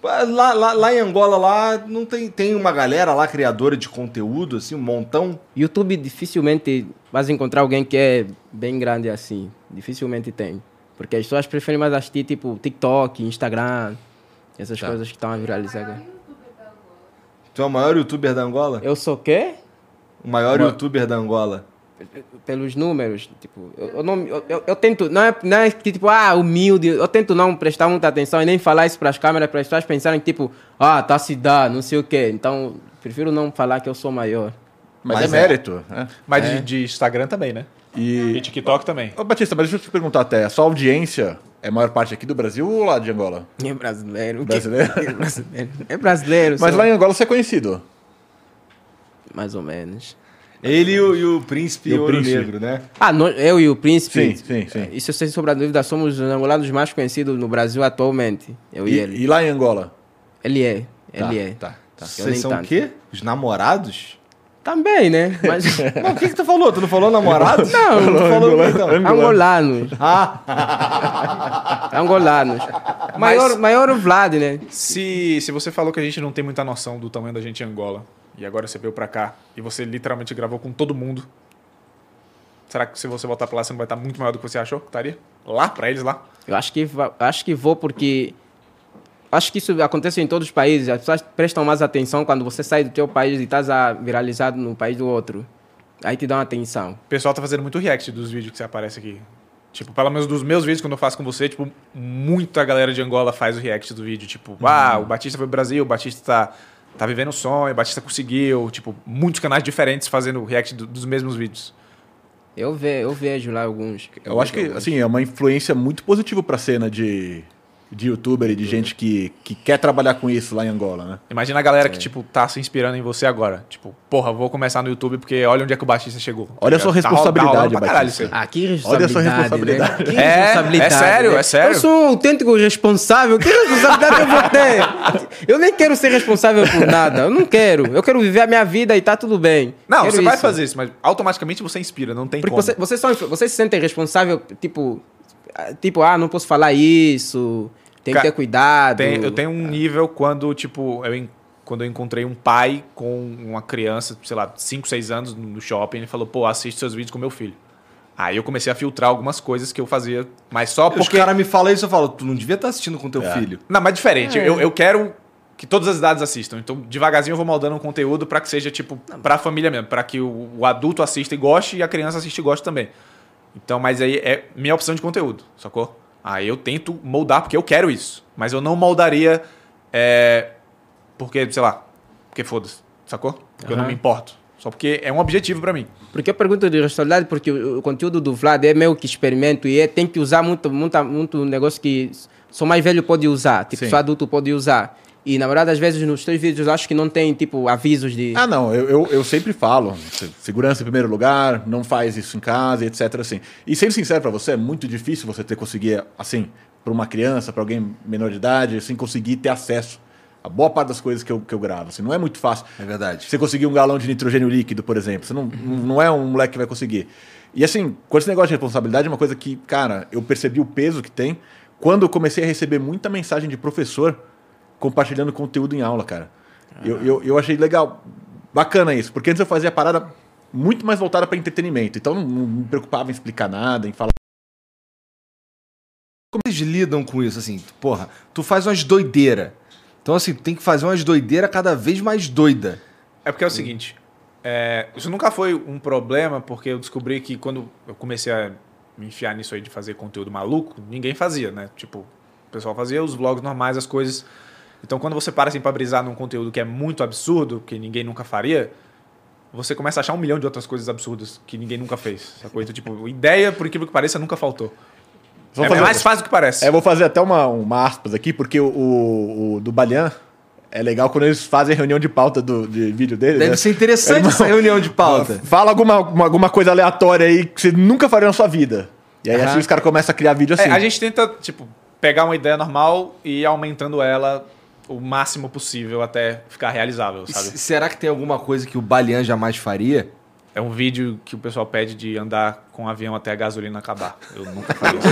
Speaker 1: Lá, lá, lá em Angola, lá, não tem, tem uma galera lá criadora de conteúdo, assim, um montão.
Speaker 2: YouTube dificilmente vas encontrar alguém que é bem grande assim. Dificilmente tem. Porque as pessoas preferem mais assistir, tipo, TikTok, Instagram, essas coisas que estão a viralizar agora.
Speaker 1: Tu é o maior youtuber da Angola?
Speaker 2: Eu sou o quê?
Speaker 1: O maior
Speaker 2: Ma-
Speaker 1: youtuber da Angola.
Speaker 2: pelos números, tipo, eu, eu não, eu, eu- eu tento, não é, não é que tipo, ah, humilde, eu tento não prestar muita atenção e nem falar isso para as câmeras, para as pessoas pensarem que tipo, ah, tá se dá, não sei o quê, então prefiro não falar que eu sou maior. (laughs)
Speaker 3: Mas,
Speaker 1: Mas
Speaker 3: é
Speaker 1: é.
Speaker 3: mérito. né?
Speaker 4: Mas de, de Instagram também, né? E, TikTok também.
Speaker 3: Ô, Batista, mas deixa eu te perguntar até, a sua audiência é a maior parte aqui do Brasil ou lá de Angola?
Speaker 2: É brasileiro. o quê?
Speaker 3: Brasileiro?
Speaker 2: (laughs) É brasileiro. É brasileiro.
Speaker 3: Mas
Speaker 2: sou-
Speaker 3: lá em Angola você é conhecido.
Speaker 2: Mais ou menos.
Speaker 1: Ele e o, e o príncipe
Speaker 3: E o
Speaker 1: ouro
Speaker 3: príncipe.
Speaker 1: negro, né?
Speaker 2: Ah, no- eu e o Príncipe. eh,
Speaker 3: Sim, sim, sim.
Speaker 2: Isso eu sei sobre a dúvida, somos os angolanos mais conhecidos no Brasil atualmente. Eu e,
Speaker 3: E,
Speaker 2: ele.
Speaker 3: e lá em Angola?
Speaker 2: Ele é. Ele
Speaker 3: Tá,
Speaker 2: é.
Speaker 3: Tá, tá.
Speaker 2: Eu
Speaker 1: Vocês
Speaker 2: nem
Speaker 1: são
Speaker 2: tanto.
Speaker 1: o quê? Os namorados?
Speaker 2: Também, né? Mas.
Speaker 3: (laughs)
Speaker 1: Não, o que, que tu falou? Tu não falou namorados?
Speaker 2: (laughs) Não,
Speaker 1: tu falou
Speaker 3: angolano.
Speaker 1: então.
Speaker 2: Angolanos.
Speaker 1: Ah,
Speaker 2: Angolanos. Maior, maior o Vlad, né?
Speaker 4: Se, se você falou que a gente não tem muita noção do tamanho da gente em Angola, e agora você veio pra cá, e você literalmente gravou com todo mundo, será que se você voltar pra lá, você não vai estar muito maior do que você achou? que Estaria? Lá, pra eles lá?
Speaker 2: Eu acho que, va- acho que vou porque. Acho que isso acontece em todos os países. As pessoas prestam mais atenção quando você sai do teu país e estás a- viralizado no país do outro. Aí te dão atenção.
Speaker 4: O pessoal tá fazendo muito react dos vídeos que você aparece aqui. Tipo, pelo menos dos meus vídeos, quando eu faço com você, tipo, muita galera de Angola faz o react do vídeo. Tipo,
Speaker 3: Uhum.
Speaker 4: ah, o Batista foi pro Brasil, o Batista tá, tá vivendo o sonho, o Batista conseguiu. Tipo, muitos canais diferentes fazendo react do- dos mesmos vídeos.
Speaker 2: Eu, ve, eu vejo lá alguns.
Speaker 3: Eu acho que,
Speaker 2: vejo alguns.
Speaker 3: assim, é uma influência muito positiva pra cena de, de youtuber e de gente que, que quer trabalhar com isso lá em Angola, né?
Speaker 4: Imagina a galera que, tipo, tá se inspirando em você agora. Tipo, porra, vou começar no YouTube porque olha onde é que o Batista chegou. tá
Speaker 3: Olha a
Speaker 4: ligado?
Speaker 3: sua
Speaker 4: Tá ro- tá rolando
Speaker 3: responsabilidade,
Speaker 4: pra caralho
Speaker 3: Batista.
Speaker 4: isso aí.
Speaker 2: Ah, que responsabilidade.
Speaker 3: Olha essa responsabilidade.
Speaker 2: Né? Que
Speaker 4: É,
Speaker 2: responsabilidade,
Speaker 4: é sério,
Speaker 2: né?
Speaker 4: é sério.
Speaker 2: Eu sou um autêntico responsável. Que responsabilidade eu vou ter? Eu nem quero ser responsável por nada. Eu não quero. Eu quero viver a minha vida e tá tudo bem.
Speaker 4: Não,
Speaker 2: Quero
Speaker 4: você vai
Speaker 2: isso.
Speaker 4: fazer isso, mas automaticamente você inspira, não tem
Speaker 2: Porque
Speaker 4: como.
Speaker 2: você, você, só, você se sente responsável, tipo, ah, tipo, ah, não posso falar isso. Tem que
Speaker 4: Ca-
Speaker 2: ter cuidado.
Speaker 4: Tem- eu tenho um nível quando, tipo, eu, en- quando eu encontrei um pai com uma criança, sei lá, 5, 6 anos no shopping, ele falou, pô, assiste seus vídeos com meu filho. Aí eu comecei a filtrar algumas coisas que eu fazia, mas só
Speaker 1: os
Speaker 4: porque.
Speaker 1: caras me falam isso, eu falo, tu não devia estar assistindo com teu
Speaker 3: É.
Speaker 1: filho.
Speaker 4: Não, mas diferente. Eu, eu quero que todas as idades assistam. Então, devagarzinho eu vou moldando um conteúdo pra que seja, tipo, pra família mesmo. pra que o, o adulto assista e goste e a criança assista e goste também. Então, mas aí é minha opção de conteúdo, sacou? Aí eu tento moldar porque eu quero isso. Mas eu não moldaria é, porque, sei lá, porque foda-se, sacou? Porque eu não
Speaker 2: Aham.
Speaker 4: me importo. Só porque é um objetivo pra mim.
Speaker 2: Porque eu pergunto de responsabilidade porque o, o conteúdo do Vlad é meio que experimento e é, tem que usar muito, muito, muito negócio que só mais velho pode usar, tipo,
Speaker 3: Sim.
Speaker 2: só adulto pode usar. E na maioria das vezes nos teus vídeos eu acho que não tem, tipo, avisos de...
Speaker 3: Ah, não, eu, eu, eu sempre falo. se- Segurança em primeiro lugar, não faz isso em casa, etc. Assim. E sendo sincero pra você, é muito difícil você ter conseguir, assim, pra uma criança, pra alguém menor de idade, assim, conseguir ter acesso a boa parte das coisas que eu, que eu gravo. Assim, não é muito fácil.
Speaker 1: É verdade.
Speaker 3: Você conseguir um galão de nitrogênio líquido, por exemplo. Você não, não é um moleque que vai conseguir. E assim, com esse negócio de responsabilidade, é uma coisa que, cara, eu percebi o peso que tem quando eu comecei a receber muita mensagem de professor compartilhando conteúdo em aula, cara. Eu, eu, eu achei legal, bacana isso, porque antes eu fazia parada muito mais voltada para entretenimento. Então não, não me preocupava em explicar nada, em falar.
Speaker 1: Como eles lidam com isso, assim? Porra, tu faz umas doideira. Então, assim, tu tem que fazer umas doideira cada vez mais doida.
Speaker 4: É porque é o seguinte, é, isso nunca foi um problema, porque eu descobri que quando eu comecei a me enfiar nisso aí de fazer conteúdo maluco, ninguém fazia, né? Tipo, o pessoal fazia os vlogs normais, as coisas. Então, quando você para assim pra brisar num conteúdo que é muito absurdo, que ninguém nunca faria, você começa a achar um milhão de outras coisas absurdas que ninguém nunca fez. Essa coisa, tipo, ideia, por incrível que pareça, nunca faltou.
Speaker 3: Vou
Speaker 4: é
Speaker 3: fazer-
Speaker 4: mais fácil do que parece.
Speaker 3: É, eu vou fazer até uma, uma aspas aqui, porque o, o, o do Balian é legal quando eles fazem a reunião de pauta do, de vídeo dele.
Speaker 1: Deve
Speaker 3: né?
Speaker 1: ser interessante essa reunião de pauta.
Speaker 3: Fala alguma, alguma, alguma coisa aleatória aí que você nunca faria na sua vida. E aí
Speaker 2: Aham.
Speaker 3: assim os caras começam a criar vídeo
Speaker 4: É,
Speaker 3: assim.
Speaker 4: a gente tenta, tipo, pegar uma ideia normal e ir aumentando ela o máximo possível até ficar realizável,
Speaker 1: E
Speaker 4: sabe?
Speaker 1: se- Será que tem alguma coisa que o Balian jamais faria?
Speaker 4: É um vídeo que o pessoal pede de andar com o avião até a gasolina acabar. Eu nunca faria isso.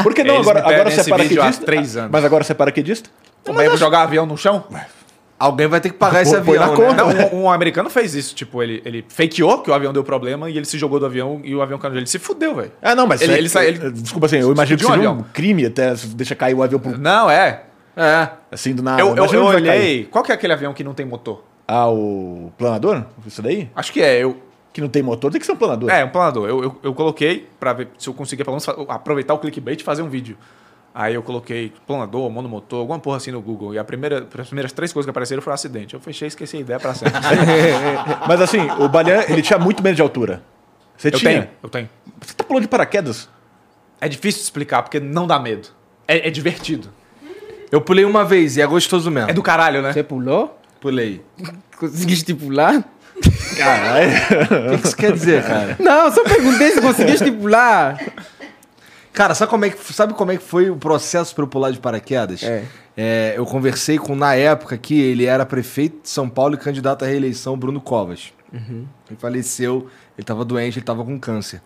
Speaker 3: (laughs) Por que não?
Speaker 4: Eles
Speaker 3: Agora,
Speaker 4: me pedem
Speaker 3: agora você é
Speaker 4: esse vídeo há
Speaker 3: paraquedista.
Speaker 4: três anos.
Speaker 3: Mas agora você é paraquedista?
Speaker 4: Como é que eu vou jogar avião no chão?
Speaker 3: É.
Speaker 1: Alguém vai ter que pagar esse
Speaker 3: Pô, põe
Speaker 1: avião,
Speaker 3: na
Speaker 1: né?
Speaker 3: conta.
Speaker 4: Não, um, um americano fez isso. Tipo, ele, ele fakeou que o avião deu problema e ele se jogou do avião e o avião caiu no chão. Ele se fudeu, velho.
Speaker 3: Ah, não, mas.
Speaker 4: Ele-
Speaker 3: é-
Speaker 4: ele sai- ele-
Speaker 3: Desculpa assim, eu imagino que
Speaker 4: explodiu um
Speaker 3: seria um
Speaker 4: avião.
Speaker 3: crime até se deixa cair o avião pro-
Speaker 4: Não, é. É.
Speaker 3: assim do nada.
Speaker 4: eu eu,
Speaker 3: Imagina
Speaker 4: eu
Speaker 3: onde vai cair.
Speaker 4: olhei. Qual que é aquele avião que não tem motor?
Speaker 3: Ah, o planador? Isso daí?
Speaker 4: Acho que é. Eu,
Speaker 3: que não tem motor, tem que ser um planador.
Speaker 4: É, um planador. Eu, eu, eu coloquei pra ver se eu conseguia pelo menos fa- aproveitar o clickbait e fazer um vídeo. Aí eu coloquei planador, monomotor, alguma porra assim no Google. E a primeira, as primeiras três coisas que apareceram foram acidente. Eu fechei e esqueci a ideia
Speaker 3: (laughs)
Speaker 4: pra sempre.
Speaker 3: Mas assim, o Balian, ele tinha muito medo de altura. Você
Speaker 4: eu
Speaker 3: tinha?
Speaker 4: tenho, eu tenho.
Speaker 3: Você tá pulando de paraquedas?
Speaker 4: É difícil explicar porque não dá medo. É, é divertido.
Speaker 1: Eu pulei uma vez e é gostoso mesmo.
Speaker 4: É do caralho, né?
Speaker 2: Você pulou?
Speaker 1: Pulei.
Speaker 2: Conseguiste pular?
Speaker 3: Caralho.
Speaker 1: O que, que isso quer
Speaker 3: (laughs)
Speaker 1: dizer, cara?
Speaker 2: Não, só perguntei se conseguiste pular.
Speaker 1: Cara, sabe como é que, sabe como é que foi o processo para eu pular de paraquedas?
Speaker 2: É.
Speaker 1: É, eu conversei com, na época que ele era prefeito de São Paulo e candidato à reeleição, Bruno Covas. Ele faleceu, ele tava doente, ele tava com câncer.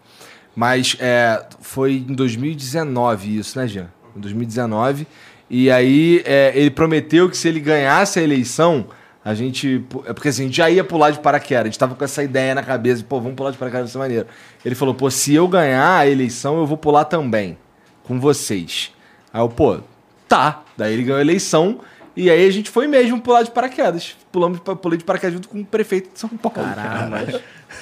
Speaker 1: Mas é, foi em 2019 isso, né, Jean? Em 2019. E aí é, ele prometeu que se ele ganhasse a eleição, a gente. pu- é Porque assim, a gente já ia pular de paraquedas. A gente tava com essa ideia na cabeça, pô, vamos pular de paraquedas dessa maneira. Ele falou, pô, se eu ganhar a eleição, eu vou pular também. Com vocês. Aí eu, pô, tá. Daí ele ganhou a eleição. E aí a gente foi mesmo pular de paraquedas. Pulamos, de pa- pulei de paraquedas junto com o prefeito de São Paulo.
Speaker 2: Caramba,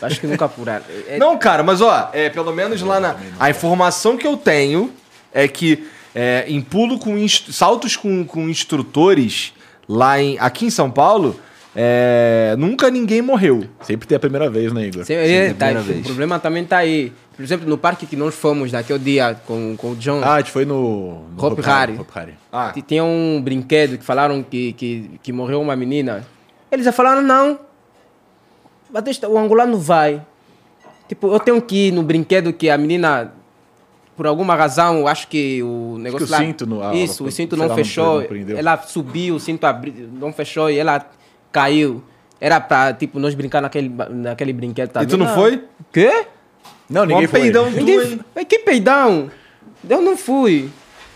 Speaker 2: Ah, acho que nunca apuraram. É-
Speaker 1: Não, cara, mas ó, é, pelo menos lá na. A informação que eu tenho é que é, em pulo com inst- saltos com, com instrutores lá em. aqui em São Paulo, é, nunca ninguém morreu.
Speaker 3: Sempre tem a primeira vez, né, Igor?
Speaker 2: Sim, é,
Speaker 1: da
Speaker 2: tá,
Speaker 1: primeira
Speaker 2: O
Speaker 1: vez.
Speaker 2: problema também tá aí. Por exemplo, no parque que nós fomos daquele dia com, com o John,
Speaker 3: Ah, a gente foi no... no
Speaker 2: Hopi Hari.
Speaker 3: Hopi Hari.
Speaker 1: Ah,
Speaker 2: t- tinha um brinquedo que falaram que, que, que morreu uma menina. Eles já falaram, não, Batista, o angolano vai. Tipo, eu tenho que ir no brinquedo que a menina, por alguma razão, acho que o negócio
Speaker 3: o
Speaker 2: lá...
Speaker 3: cinto não- ah,
Speaker 2: Isso,
Speaker 3: sei
Speaker 2: o cinto
Speaker 3: lá,
Speaker 2: não
Speaker 3: não
Speaker 2: fechou.
Speaker 3: prendeu.
Speaker 2: ela subiu, o cinto abri, não fechou e ela caiu. Era pra, tipo, nós brincar naquele, ba- naquele brinquedo também.
Speaker 1: e tu não foi?
Speaker 2: Quê?
Speaker 3: Não, ninguém
Speaker 1: Ó,
Speaker 3: foi.
Speaker 1: peidão.
Speaker 2: Ninguém...
Speaker 1: Tu, hein?
Speaker 2: Mas Que peidão! Eu não fui.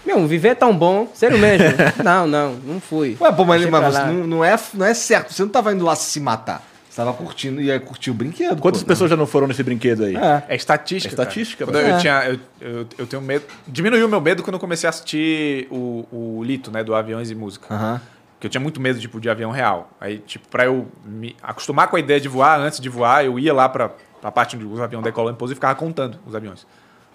Speaker 2: Meu, viver é tão bom. Sério mesmo? não, não, não fui.
Speaker 1: Ué, pô, mas,
Speaker 2: Deixei
Speaker 1: mas
Speaker 2: pra
Speaker 1: você
Speaker 2: lá.
Speaker 1: não, não é, não é certo. Você não tava indo lá se matar. Você tava curtindo e aí curtiu o brinquedo.
Speaker 3: Quantas
Speaker 1: pô.
Speaker 3: pessoas já não foram nesse brinquedo aí?
Speaker 4: É estatística.
Speaker 3: É estatística,
Speaker 4: cara. Quando
Speaker 3: mano.
Speaker 4: Eu, tinha, eu, eu, eu tenho medo. Diminuiu o meu medo quando eu comecei a assistir o, o Lito, né? Do Aviões e Música.
Speaker 1: Aham.
Speaker 4: Porque eu tinha muito medo, tipo, de avião real. Aí, tipo, pra eu me acostumar com a ideia de voar, antes de voar, eu ia lá pra, pra parte onde os aviões decolam e pousam e ficava contando os aviões.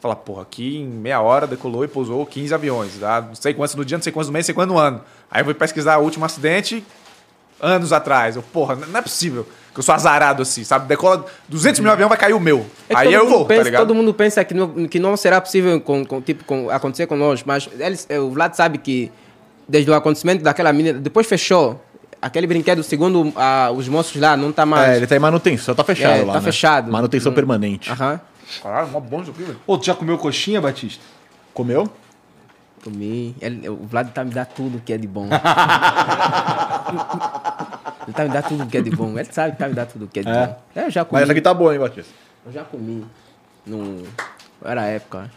Speaker 4: Falar, porra, aqui em meia hora decolou e pousou 15 aviões. Tá? Não sei quantos no dia, não sei quantos no mês, não sei quantos no ano. Aí eu fui pesquisar o último acidente anos atrás. Eu, porra, não é possível que eu sou azarado assim, sabe? Decola 200 mil aviões, vai cair o meu.
Speaker 2: É que
Speaker 4: Aí
Speaker 2: todo
Speaker 4: eu
Speaker 2: mundo
Speaker 4: vou,
Speaker 2: pensa-
Speaker 4: tá ligado?
Speaker 2: Todo mundo pensa que não, que não será possível com, com, tipo, com, acontecer com nós, mas eles, eh, o Vlad sabe que desde o acontecimento daquela menina, depois fechou. Aquele brinquedo, segundo ah, os moços lá, não tá mais.
Speaker 3: É, ele tá em manutenção, tá fechado
Speaker 2: É,
Speaker 3: lá,
Speaker 2: tá
Speaker 3: né?
Speaker 2: fechado.
Speaker 3: Manutenção
Speaker 2: Hum.
Speaker 4: Ah.
Speaker 3: permanente.
Speaker 2: Aham.
Speaker 4: Caralho, mó bom isso aqui, velho.
Speaker 1: Pô, tu já comeu coxinha, Batista?
Speaker 3: Comeu?
Speaker 2: Comi. Ele- o Vlad tá me dando tudo que é de bom. ele tá me dando tudo que é de bom. Ele sabe que tá me dando tudo que é de
Speaker 3: É?
Speaker 2: bom. Eu já
Speaker 3: Mas
Speaker 2: comi.
Speaker 3: essa aqui tá boa, hein, Batista?
Speaker 2: Eu já comi. No... Era a época.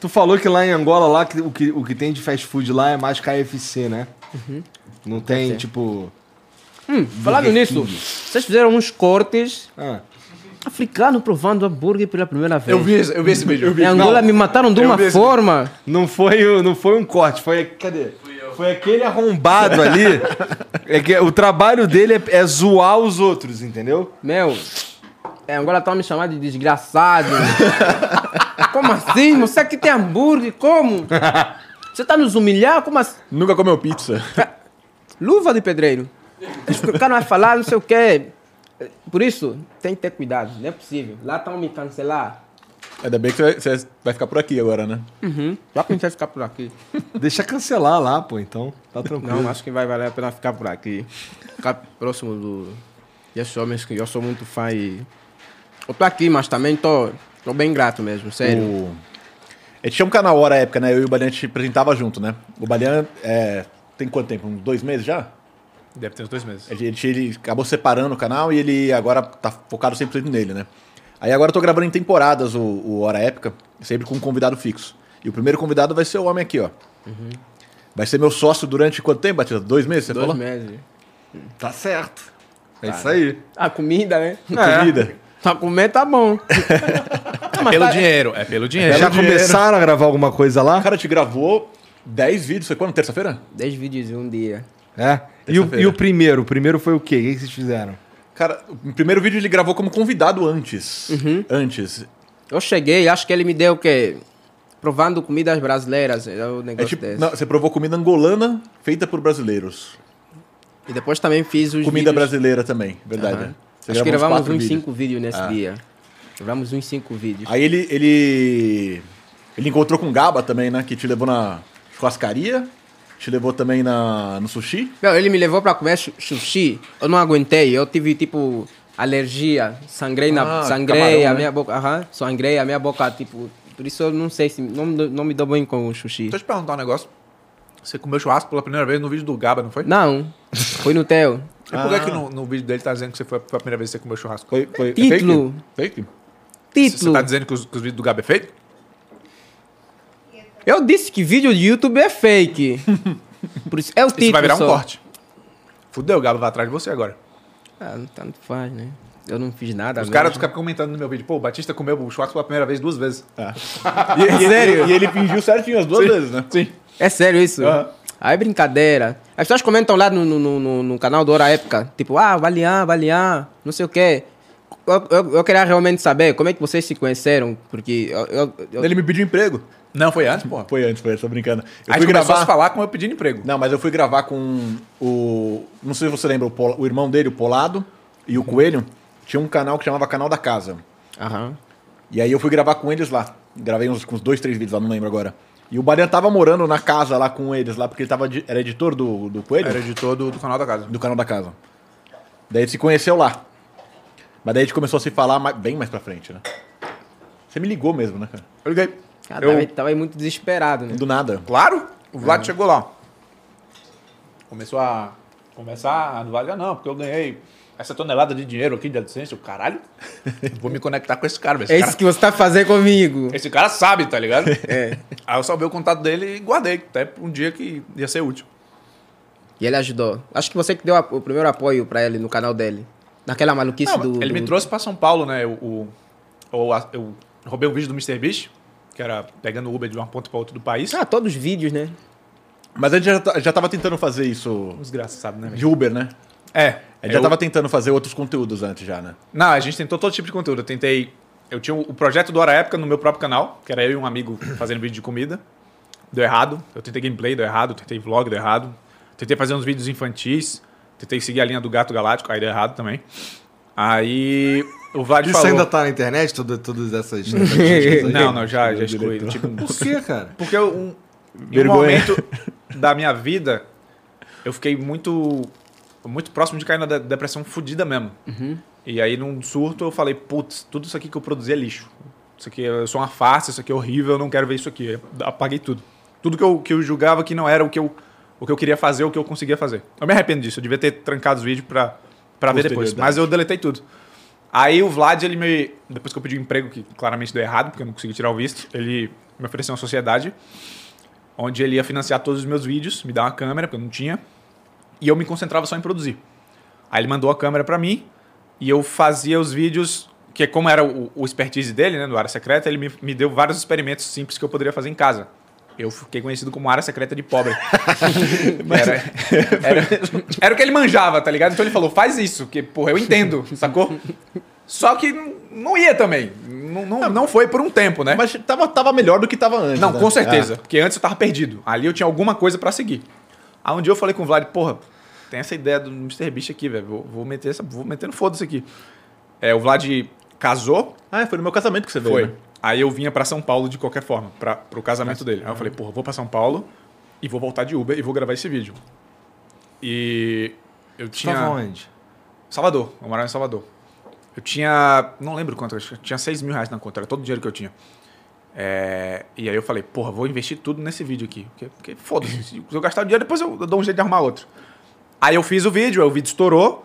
Speaker 1: Tu falou que lá em Angola, lá, que- o, que, o que tem de fast food lá é mais KFC, né?
Speaker 3: Uhum.
Speaker 1: Não tem, tipo.
Speaker 2: Hum, falando
Speaker 1: Burger
Speaker 2: nisso,
Speaker 1: King.
Speaker 2: vocês fizeram uns cortes.
Speaker 1: Ah.
Speaker 2: Africano provando hambúrguer pela primeira vez.
Speaker 4: Eu
Speaker 3: um
Speaker 4: vi, esse- eu vi esse vídeo. É Eu
Speaker 2: Em Angola me mataram de
Speaker 4: Eu
Speaker 2: uma
Speaker 4: vi esse-
Speaker 2: forma.
Speaker 1: Não foi, o- não foi um corte, foi. Cadê? Foi aquele arrombado
Speaker 4: (laughs)
Speaker 1: ali. É que o trabalho dele é, é zoar os outros, entendeu?
Speaker 2: Meu, é, Angola tá me chamando de desgraçado. como assim? Você aqui tem hambúrguer? Como? Você tá nos humilhar? Como assim?
Speaker 3: Nunca comeu pizza. (laughs)
Speaker 2: Luva de pedreiro. O cara vai falar, não sei o quê. Por isso, tem que ter cuidado, não é possível. Lá estão me cancelar.
Speaker 3: Ainda bem que você vai- você vai ficar por aqui agora, né?
Speaker 2: Já pensei ficar por aqui.
Speaker 1: Deixa cancelar lá, pô, então. Tá tranquilo.
Speaker 2: Não, acho que vai valer a pena ficar por aqui. Ficar próximo do. desses homens que eu sou muito fã e. Eu tô aqui, mas também tô, tô bem grato mesmo,
Speaker 4: É.
Speaker 2: sério.
Speaker 3: O... A gente tinha um canal Hora Época, né? Eu e o Balian a gente apresentava junto, né? O Balian é, tem quanto tempo? Uns dois meses já?
Speaker 4: Deve ter uns dois meses.
Speaker 3: Ele, ele- ele acabou separando o canal e ele agora tá focado 100% nele, né? Aí agora eu tô gravando em temporadas o, o Hora Épica, sempre com um convidado fixo. E o primeiro convidado vai ser o homem aqui, ó. Vai ser meu sócio durante quanto tempo, Batista? Dois meses, você
Speaker 2: Uhum. Dois
Speaker 3: falou?
Speaker 2: meses.
Speaker 1: Tá certo. É isso aí.
Speaker 2: A comida, né?
Speaker 3: (laughs) Comida.
Speaker 2: Pra comer tá bom.
Speaker 4: É pelo dinheiro, é pelo dinheiro.
Speaker 1: Já
Speaker 3: Pelo dinheiro.
Speaker 1: começaram a gravar alguma coisa
Speaker 3: O
Speaker 1: lá?
Speaker 3: cara te gravou 10 vídeos, foi quando? Terça-feira?
Speaker 2: Dez vídeos em um dia.
Speaker 1: É. E o,
Speaker 3: Terça-feira.
Speaker 1: e o primeiro? O primeiro foi o quê? O que que vocês fizeram?
Speaker 3: Cara, o primeiro vídeo ele gravou como convidado antes.
Speaker 2: Uhum.
Speaker 3: Antes.
Speaker 2: Eu cheguei, acho que ele me deu o quê? Provando comidas brasileiras, é o
Speaker 3: É
Speaker 2: negócio
Speaker 3: tipo,
Speaker 2: desse.
Speaker 3: não, você provou comida angolana feita por brasileiros.
Speaker 2: E depois também fiz os
Speaker 3: Comida
Speaker 2: vídeos...
Speaker 3: brasileira também, verdade.
Speaker 2: Aham.
Speaker 3: né? Você
Speaker 2: Acho que
Speaker 3: gravou
Speaker 2: gravamos
Speaker 3: quatro
Speaker 2: uns
Speaker 3: vídeos. Ah.
Speaker 2: cinco vídeos nesse dia. Gravamos uns cinco vídeos.
Speaker 3: Aí ele, ele. Ele encontrou com o Gaba também, né? Que te levou na churrascaria, te levou também na, no sushi.
Speaker 2: Meu, ele me levou pra comer chu- sushi. Eu não aguentei. Eu tive, tipo, alergia. Sangrei, na,
Speaker 3: Ah,
Speaker 2: sangrei
Speaker 3: camarão,
Speaker 2: a
Speaker 3: né?
Speaker 2: minha boca. Aham, sangrei a minha boca, tipo... Por isso eu não sei se... Não, me dou- não me dou bem com o sushi.
Speaker 4: Deixa eu te perguntar um negócio. Você comeu churrasco pela primeira vez no vídeo do Gaba, não foi?
Speaker 2: Não. Foi no
Speaker 4: (laughs)
Speaker 2: teu.
Speaker 4: E por que, que no, no vídeo dele tá dizendo que você foi foi a primeira vez que você comeu churrasco?
Speaker 3: Foi, foi
Speaker 2: Título.
Speaker 3: Fake? Fake?
Speaker 4: Você
Speaker 2: Título.
Speaker 4: tá dizendo que os, que os vídeos do Gaba é feito?
Speaker 2: Eu disse que vídeo de YouTube é
Speaker 4: (laughs)
Speaker 2: fake. Por isso, é o título
Speaker 4: Isso vai virar um
Speaker 2: só.
Speaker 4: corte. Fudeu, o Gaba vai atrás de você agora.
Speaker 2: Ah, não tanto faz, né? Eu não fiz nada.
Speaker 4: Os
Speaker 2: mesmo.
Speaker 4: caras ficam comentando no meu vídeo, pô, o Batista comeu o churrasco pela primeira vez duas vezes.
Speaker 3: E, Sério? E ele fingiu certinho as duas vezes, né? Sim.
Speaker 2: É sério isso?
Speaker 3: Aham.
Speaker 2: Ah, é brincadeira. As pessoas comentam lá no, no- no- no- no canal do Hora Épica, tipo, ah, Valian, Valian, não sei o quê. Eu, eu- eu queria realmente saber como é que vocês se conheceram, porque eu... eu- eu-
Speaker 3: Ele me pediu emprego.
Speaker 4: Não, foi antes, pô.
Speaker 3: Foi antes, foi antes, tô brincando. Eu
Speaker 4: Aí
Speaker 3: fui
Speaker 4: começou a
Speaker 3: gravar.
Speaker 4: se falar com eu pedindo emprego.
Speaker 3: Não, mas eu fui gravar com o. Não sei se você lembra, o, Pola- o irmão dele, o Polado, e o Coelho. Tinha um canal que chamava Canal da Casa.
Speaker 2: Aham.
Speaker 3: E aí eu fui gravar com eles lá. Gravei uns, uns dois, três vídeos lá, não lembro agora. E o Balian tava morando na casa lá com eles lá, porque ele tava de- era editor do, do Coelho,
Speaker 4: Era editor do, do canal da casa.
Speaker 3: do canal da casa. Daí ele se conheceu lá. Mas daí a gente começou a se falar mais- bem mais pra frente, né? Você me ligou mesmo, né, cara?
Speaker 4: Eu liguei.
Speaker 2: Ah,
Speaker 4: Eu-
Speaker 2: tava, tava aí muito desesperado, né?
Speaker 3: Do nada.
Speaker 4: Claro, o
Speaker 3: É.
Speaker 4: Vlad chegou lá. Começou a começar a não valer, não, porque eu ganhei essa tonelada de dinheiro aqui de licença,
Speaker 3: (laughs)
Speaker 4: o caralho. Vou me conectar com esse cara, velho.
Speaker 2: É
Speaker 4: esse,
Speaker 2: isso que você tá fazendo comigo.
Speaker 4: cara- esse cara sabe,
Speaker 3: (laughs)
Speaker 4: tá ligado?
Speaker 3: É.
Speaker 4: Aí eu salvei o contato dele e guardei, até pra um dia que ia ser útil.
Speaker 2: E ele ajudou. Acho que você que deu a- o primeiro apoio pra ele no canal dele. Naquela maluquice
Speaker 4: Não,
Speaker 2: do...
Speaker 4: ele me
Speaker 2: do-
Speaker 4: trouxe pra São Paulo, né? Eu, o- eu, eu roubei um vídeo do Mr. Beast, que era pegando Uber de uma ponta pra outra do país.
Speaker 2: Ah, todos os vídeos, né?
Speaker 3: Mas a gente já, ta- já tava tentando fazer isso
Speaker 4: Desgraçado, né? velho?
Speaker 3: de Uber, né?
Speaker 4: É.
Speaker 3: A gente já
Speaker 4: eu-
Speaker 3: tava tentando fazer outros conteúdos antes já, né?
Speaker 4: Não, a gente tentou todo tipo de conteúdo. Eu tentei. Eu tinha o projeto do Hora Épica no meu próprio canal, que era eu e um amigo (coughs) fazendo vídeo de comida. Deu errado. Eu tentei gameplay, deu errado. Tentei vlog, deu errado. Tentei fazer uns vídeos infantis. Tentei seguir a linha do Gato Galáctico, aí deu errado também. Aí o Vlad
Speaker 1: Isso
Speaker 4: falou...
Speaker 1: ainda tá na internet, tudo- todas (laughs) essas.
Speaker 4: (laughs) Não, não, já, já excluí. Tipo,
Speaker 1: Por quê, cara?
Speaker 4: porque eu, um, em um
Speaker 3: Vergonha.
Speaker 4: momento da minha vida, eu fiquei muito muito próximo de cair na de- depressão fodida mesmo. E aí, num surto, eu falei, putz, tudo isso aqui que eu produzi é lixo. Isso aqui, eu sou uma farsa, isso aqui é horrível, eu não quero ver isso aqui. Eu apaguei tudo. Tudo que eu, que eu julgava que não era o que eu, o que eu queria fazer, o que eu conseguia fazer. Eu me arrependo disso, eu devia ter trancado os vídeos pra, pra ver depois.
Speaker 3: Posterioridade.
Speaker 4: Mas eu deletei tudo. Aí o Vlad, ele me. Depois que eu pedi um emprego, que claramente deu errado, porque eu não consegui tirar o visto, ele me ofereceu uma sociedade onde ele ia financiar todos os meus vídeos, me dar uma câmera, porque eu não tinha, e eu me concentrava só em produzir. Aí ele mandou a câmera pra mim e eu fazia os vídeos, que como era o, o expertise dele, né, do Área Secreta, ele me, me deu vários experimentos simples que eu poderia fazer em casa. Eu fiquei conhecido como Área Secreta de Pobre. (laughs) era, era, era o que ele manjava, tá ligado? Então ele falou, faz isso, que, porra, eu entendo, sacou? Só que n- não ia também. Não, não, não foi por um tempo, né?
Speaker 3: Mas tava, tava melhor do que tava antes.
Speaker 4: Não,
Speaker 3: né?
Speaker 4: com certeza. Porque antes eu tava perdido. Ali eu tinha alguma coisa pra seguir. Aí um dia eu falei com o Vlad, porra, tem essa ideia do Mr. Beast aqui, velho. Vou, vou meter essa. Vou meter no foda-se aqui. É, o Vlad casou,
Speaker 3: Ah, é, foi no meu casamento que você veio.
Speaker 4: foi.
Speaker 3: né?
Speaker 4: Aí eu vinha pra São Paulo de qualquer forma, pra, pro casamento dele. Aí eu falei, porra, vou pra São Paulo e vou voltar de Uber e vou gravar esse vídeo. E eu tinha.
Speaker 1: Tava onde?
Speaker 4: Salvador, eu morava em Salvador. Eu tinha, não lembro quanto, acho que tinha 6 mil reais na conta, era todo o dinheiro que eu tinha. É, e aí eu falei, porra, vou investir tudo nesse vídeo aqui. Porque, porque foda-se, se eu gastar o dinheiro, depois eu, eu dou um jeito de arrumar outro. Aí eu fiz o vídeo, aí o vídeo estourou.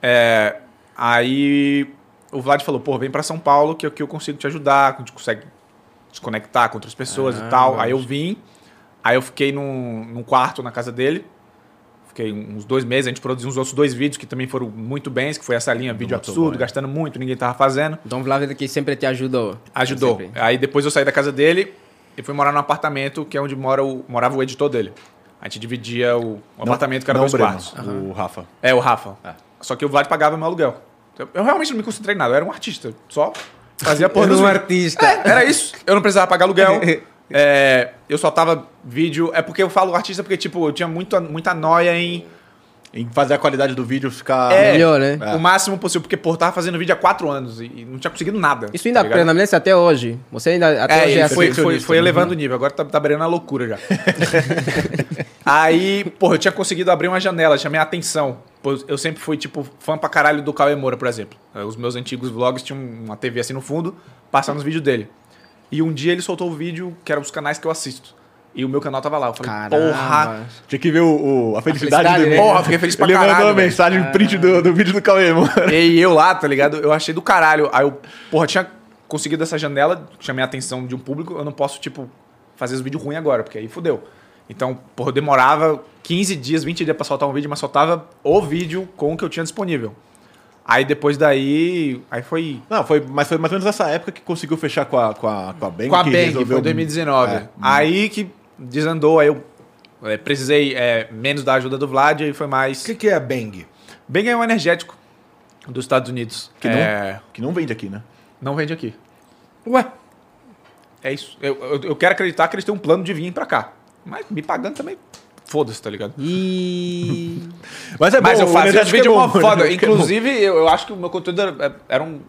Speaker 4: é, aí o Vlad falou, porra, vem pra São Paulo que, eu- que eu consigo te ajudar, que a gente consegue se conectar com outras pessoas e tal. Aí eu vim, aí eu fiquei num, num quarto na casa dele. Fiquei uns dois meses, a gente produziu uns outros dois vídeos que também foram muito bens, que foi essa linha vídeo
Speaker 3: motoboy.
Speaker 4: absurdo, gastando muito, ninguém tava fazendo.
Speaker 2: Dom Vlad que sempre te ajudou.
Speaker 4: Ajudou.
Speaker 2: Sempre.
Speaker 4: Aí depois eu saí da casa dele e fui morar num apartamento que é onde mora o, morava o editor dele. A gente dividia o, o apartamento que era
Speaker 3: não,
Speaker 4: dois
Speaker 3: Breno,
Speaker 4: quartos.
Speaker 3: O Rafa.
Speaker 2: É.
Speaker 4: É, o Rafa. Só que o Vlad pagava meu aluguel. Eu realmente não me concentrei em nada, eu era um artista. Só fazia
Speaker 2: (laughs)
Speaker 4: porra
Speaker 2: Era
Speaker 4: dos
Speaker 2: um
Speaker 4: vídeos.
Speaker 2: artista.
Speaker 4: É, era isso. Eu não precisava pagar aluguel.
Speaker 2: (laughs)
Speaker 4: É, eu só tava vídeo. É porque eu falo artista porque, tipo, eu tinha muito, muita noia em.
Speaker 3: Em fazer a qualidade do vídeo ficar.
Speaker 4: É.
Speaker 2: Melhor, né?
Speaker 4: O máximo possível, porque, pô, tava fazendo vídeo há quatro anos e, e não tinha conseguido nada.
Speaker 2: Isso ainda
Speaker 4: Tá ligado?
Speaker 2: permanece até hoje. Você ainda até
Speaker 4: É,
Speaker 2: hoje
Speaker 4: ele
Speaker 2: é
Speaker 4: foi, foi,
Speaker 2: perfeccionista,
Speaker 4: foi
Speaker 2: né?
Speaker 4: elevando o nível, agora tá, tá beirando a loucura já. (laughs) Aí, porra, eu tinha conseguido abrir uma janela, chamei a atenção. Pô, Eu sempre fui, tipo, fã pra caralho do Cauê Moura, por exemplo. Eh, Os meus antigos vlogs tinham uma TV assim no fundo, passando os vídeos dele. E um dia ele soltou o vídeo, que era os canais que eu assisto. E o meu canal tava lá. Eu falei, porra,
Speaker 2: Caramba.
Speaker 3: Tinha que ver o, o- a felicidade,
Speaker 2: felicidade,
Speaker 3: do
Speaker 2: né?
Speaker 4: Porra, fiquei feliz pra
Speaker 3: Ele
Speaker 4: caralho,
Speaker 3: mandou uma
Speaker 4: velho.
Speaker 3: mensagem, um print do, do vídeo do Cauê, mano. (laughs)
Speaker 4: (laughs) E eu lá, tá ligado? Eu achei do caralho. Aí eu, porra, tinha conseguido essa janela, chamei a atenção de um público, eu não posso, tipo, fazer os vídeos ruins agora, porque aí fudeu. Então, porra, eu demorava 15 dias, 20 dias pra soltar um vídeo, mas soltava o vídeo com o que eu tinha disponível. Aí depois daí. Aí foi.
Speaker 3: Não, foi, mas foi mais ou menos nessa época que conseguiu fechar com a, com a, com a Bang.
Speaker 4: Com a
Speaker 3: que
Speaker 4: Bang,
Speaker 3: resolveu-
Speaker 4: foi em 2019.
Speaker 3: É.
Speaker 4: Aí que desandou, aí eu é, precisei é, menos da ajuda do Vlad e foi mais.
Speaker 1: O que, que é a Bang?
Speaker 4: Bang é um energético dos Estados Unidos.
Speaker 3: Que não-
Speaker 4: É,
Speaker 3: Que não vende aqui, né?
Speaker 4: não vende aqui.
Speaker 2: Ué,
Speaker 4: É isso. Eu, eu, eu quero acreditar que eles têm um plano de vir pra cá. Mas me pagando também, foda-se, tá ligado?
Speaker 2: E.
Speaker 3: Mas é
Speaker 4: Mas eu faço
Speaker 3: energético
Speaker 4: esse vídeo
Speaker 3: é
Speaker 4: é uma
Speaker 3: bom, (laughs)
Speaker 4: foda.
Speaker 3: energético é bom.
Speaker 4: Inclusive, eu, eu acho que o meu conteúdo era, era um.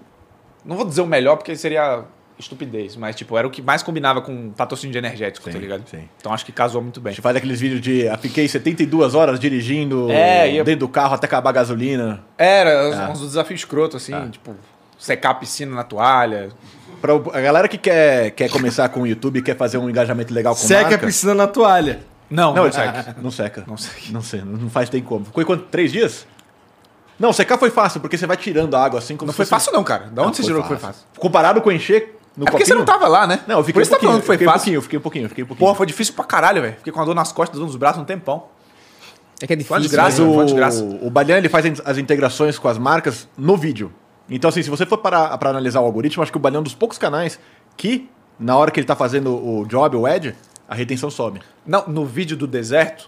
Speaker 4: Não vou dizer o melhor, porque seria estupidez, mas tipo, era o que mais combinava com patrocínio de energético, tá
Speaker 3: Sim,
Speaker 4: ligado?
Speaker 3: sim. Tipo,
Speaker 4: Então acho que casou muito
Speaker 3: A
Speaker 4: bem.
Speaker 3: gente faz aqueles vídeos de ah, fiquei 72 horas dirigindo
Speaker 4: É, e eu-
Speaker 3: dentro do carro até acabar a gasolina.
Speaker 4: Era
Speaker 3: é.
Speaker 4: uns- uns desafios escroto, assim, tipo, secar a piscina na toalha.
Speaker 3: Pra o- a galera que quer, quer começar com o YouTube e quer fazer um engajamento legal com
Speaker 1: Seca
Speaker 3: marca...
Speaker 1: a piscina na toalha.
Speaker 4: Não,
Speaker 3: Não, é,
Speaker 4: não,
Speaker 3: ele
Speaker 4: segue.
Speaker 3: seca. Não seca.
Speaker 4: Não seca.
Speaker 3: Não sei, não faz tem como. Ficou em quanto? Três dias? Não, secar foi fácil, porque você vai tirando a água assim como
Speaker 4: Não
Speaker 3: se
Speaker 4: foi
Speaker 3: fosse-
Speaker 4: fácil, não, cara. Da onde
Speaker 3: Não,
Speaker 4: você tirou que foi fácil?
Speaker 3: Comparado com encher Ah, no
Speaker 4: É porque você
Speaker 3: copinho?
Speaker 4: não tava lá, né?
Speaker 3: Não, eu fiquei
Speaker 4: Por isso
Speaker 3: um
Speaker 4: tá falando que foi
Speaker 3: pouquinho,
Speaker 4: fácil.
Speaker 3: eu Fiquei um pouquinho, eu fiquei um pouquinho, eu fiquei
Speaker 4: Porra,
Speaker 3: um pouquinho.
Speaker 4: foi difícil pra caralho, velho. Fiquei com a dor nas costas, dor nos braços um tempão.
Speaker 2: (laughs) É que é
Speaker 4: Foi
Speaker 2: difícil.
Speaker 4: uma desgraça,
Speaker 2: né?
Speaker 4: foi uma desgraça.
Speaker 3: o, o Balian, ele faz as integrações com as marcas no vídeo. Então, assim, se você for parar pra analisar o algoritmo, acho que o Balian é um dos poucos canais que, na hora que ele tá fazendo o job, o ad, a retenção sobe.
Speaker 4: Não, no vídeo do deserto,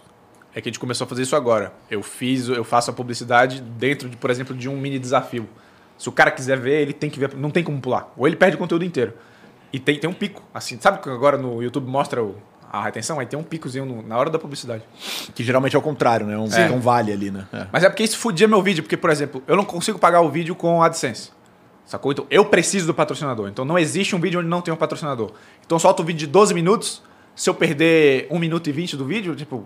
Speaker 4: é que a gente começou a fazer isso agora. Eu fiz, eu faço a publicidade dentro, de, por exemplo, de um mini desafio. Se o cara quiser ver, ele tem que ver, não tem como pular. Ou ele perde o conteúdo inteiro. E tem, tem um pico, assim, sabe que agora no YouTube mostra o- a retenção? Aí tem um picozinho no- na hora da publicidade.
Speaker 3: Que geralmente é o contrário, né? Um,
Speaker 4: Sim.
Speaker 3: um vale ali, né? É.
Speaker 4: Mas é porque isso fudia meu vídeo, porque, por exemplo, eu não consigo pagar o vídeo com AdSense. Sacou? Então eu preciso do patrocinador. Então não existe um vídeo onde não tem um patrocinador. Então eu solto um vídeo de 12 minutos. Se eu perder 1 minuto e 20 do vídeo, tipo,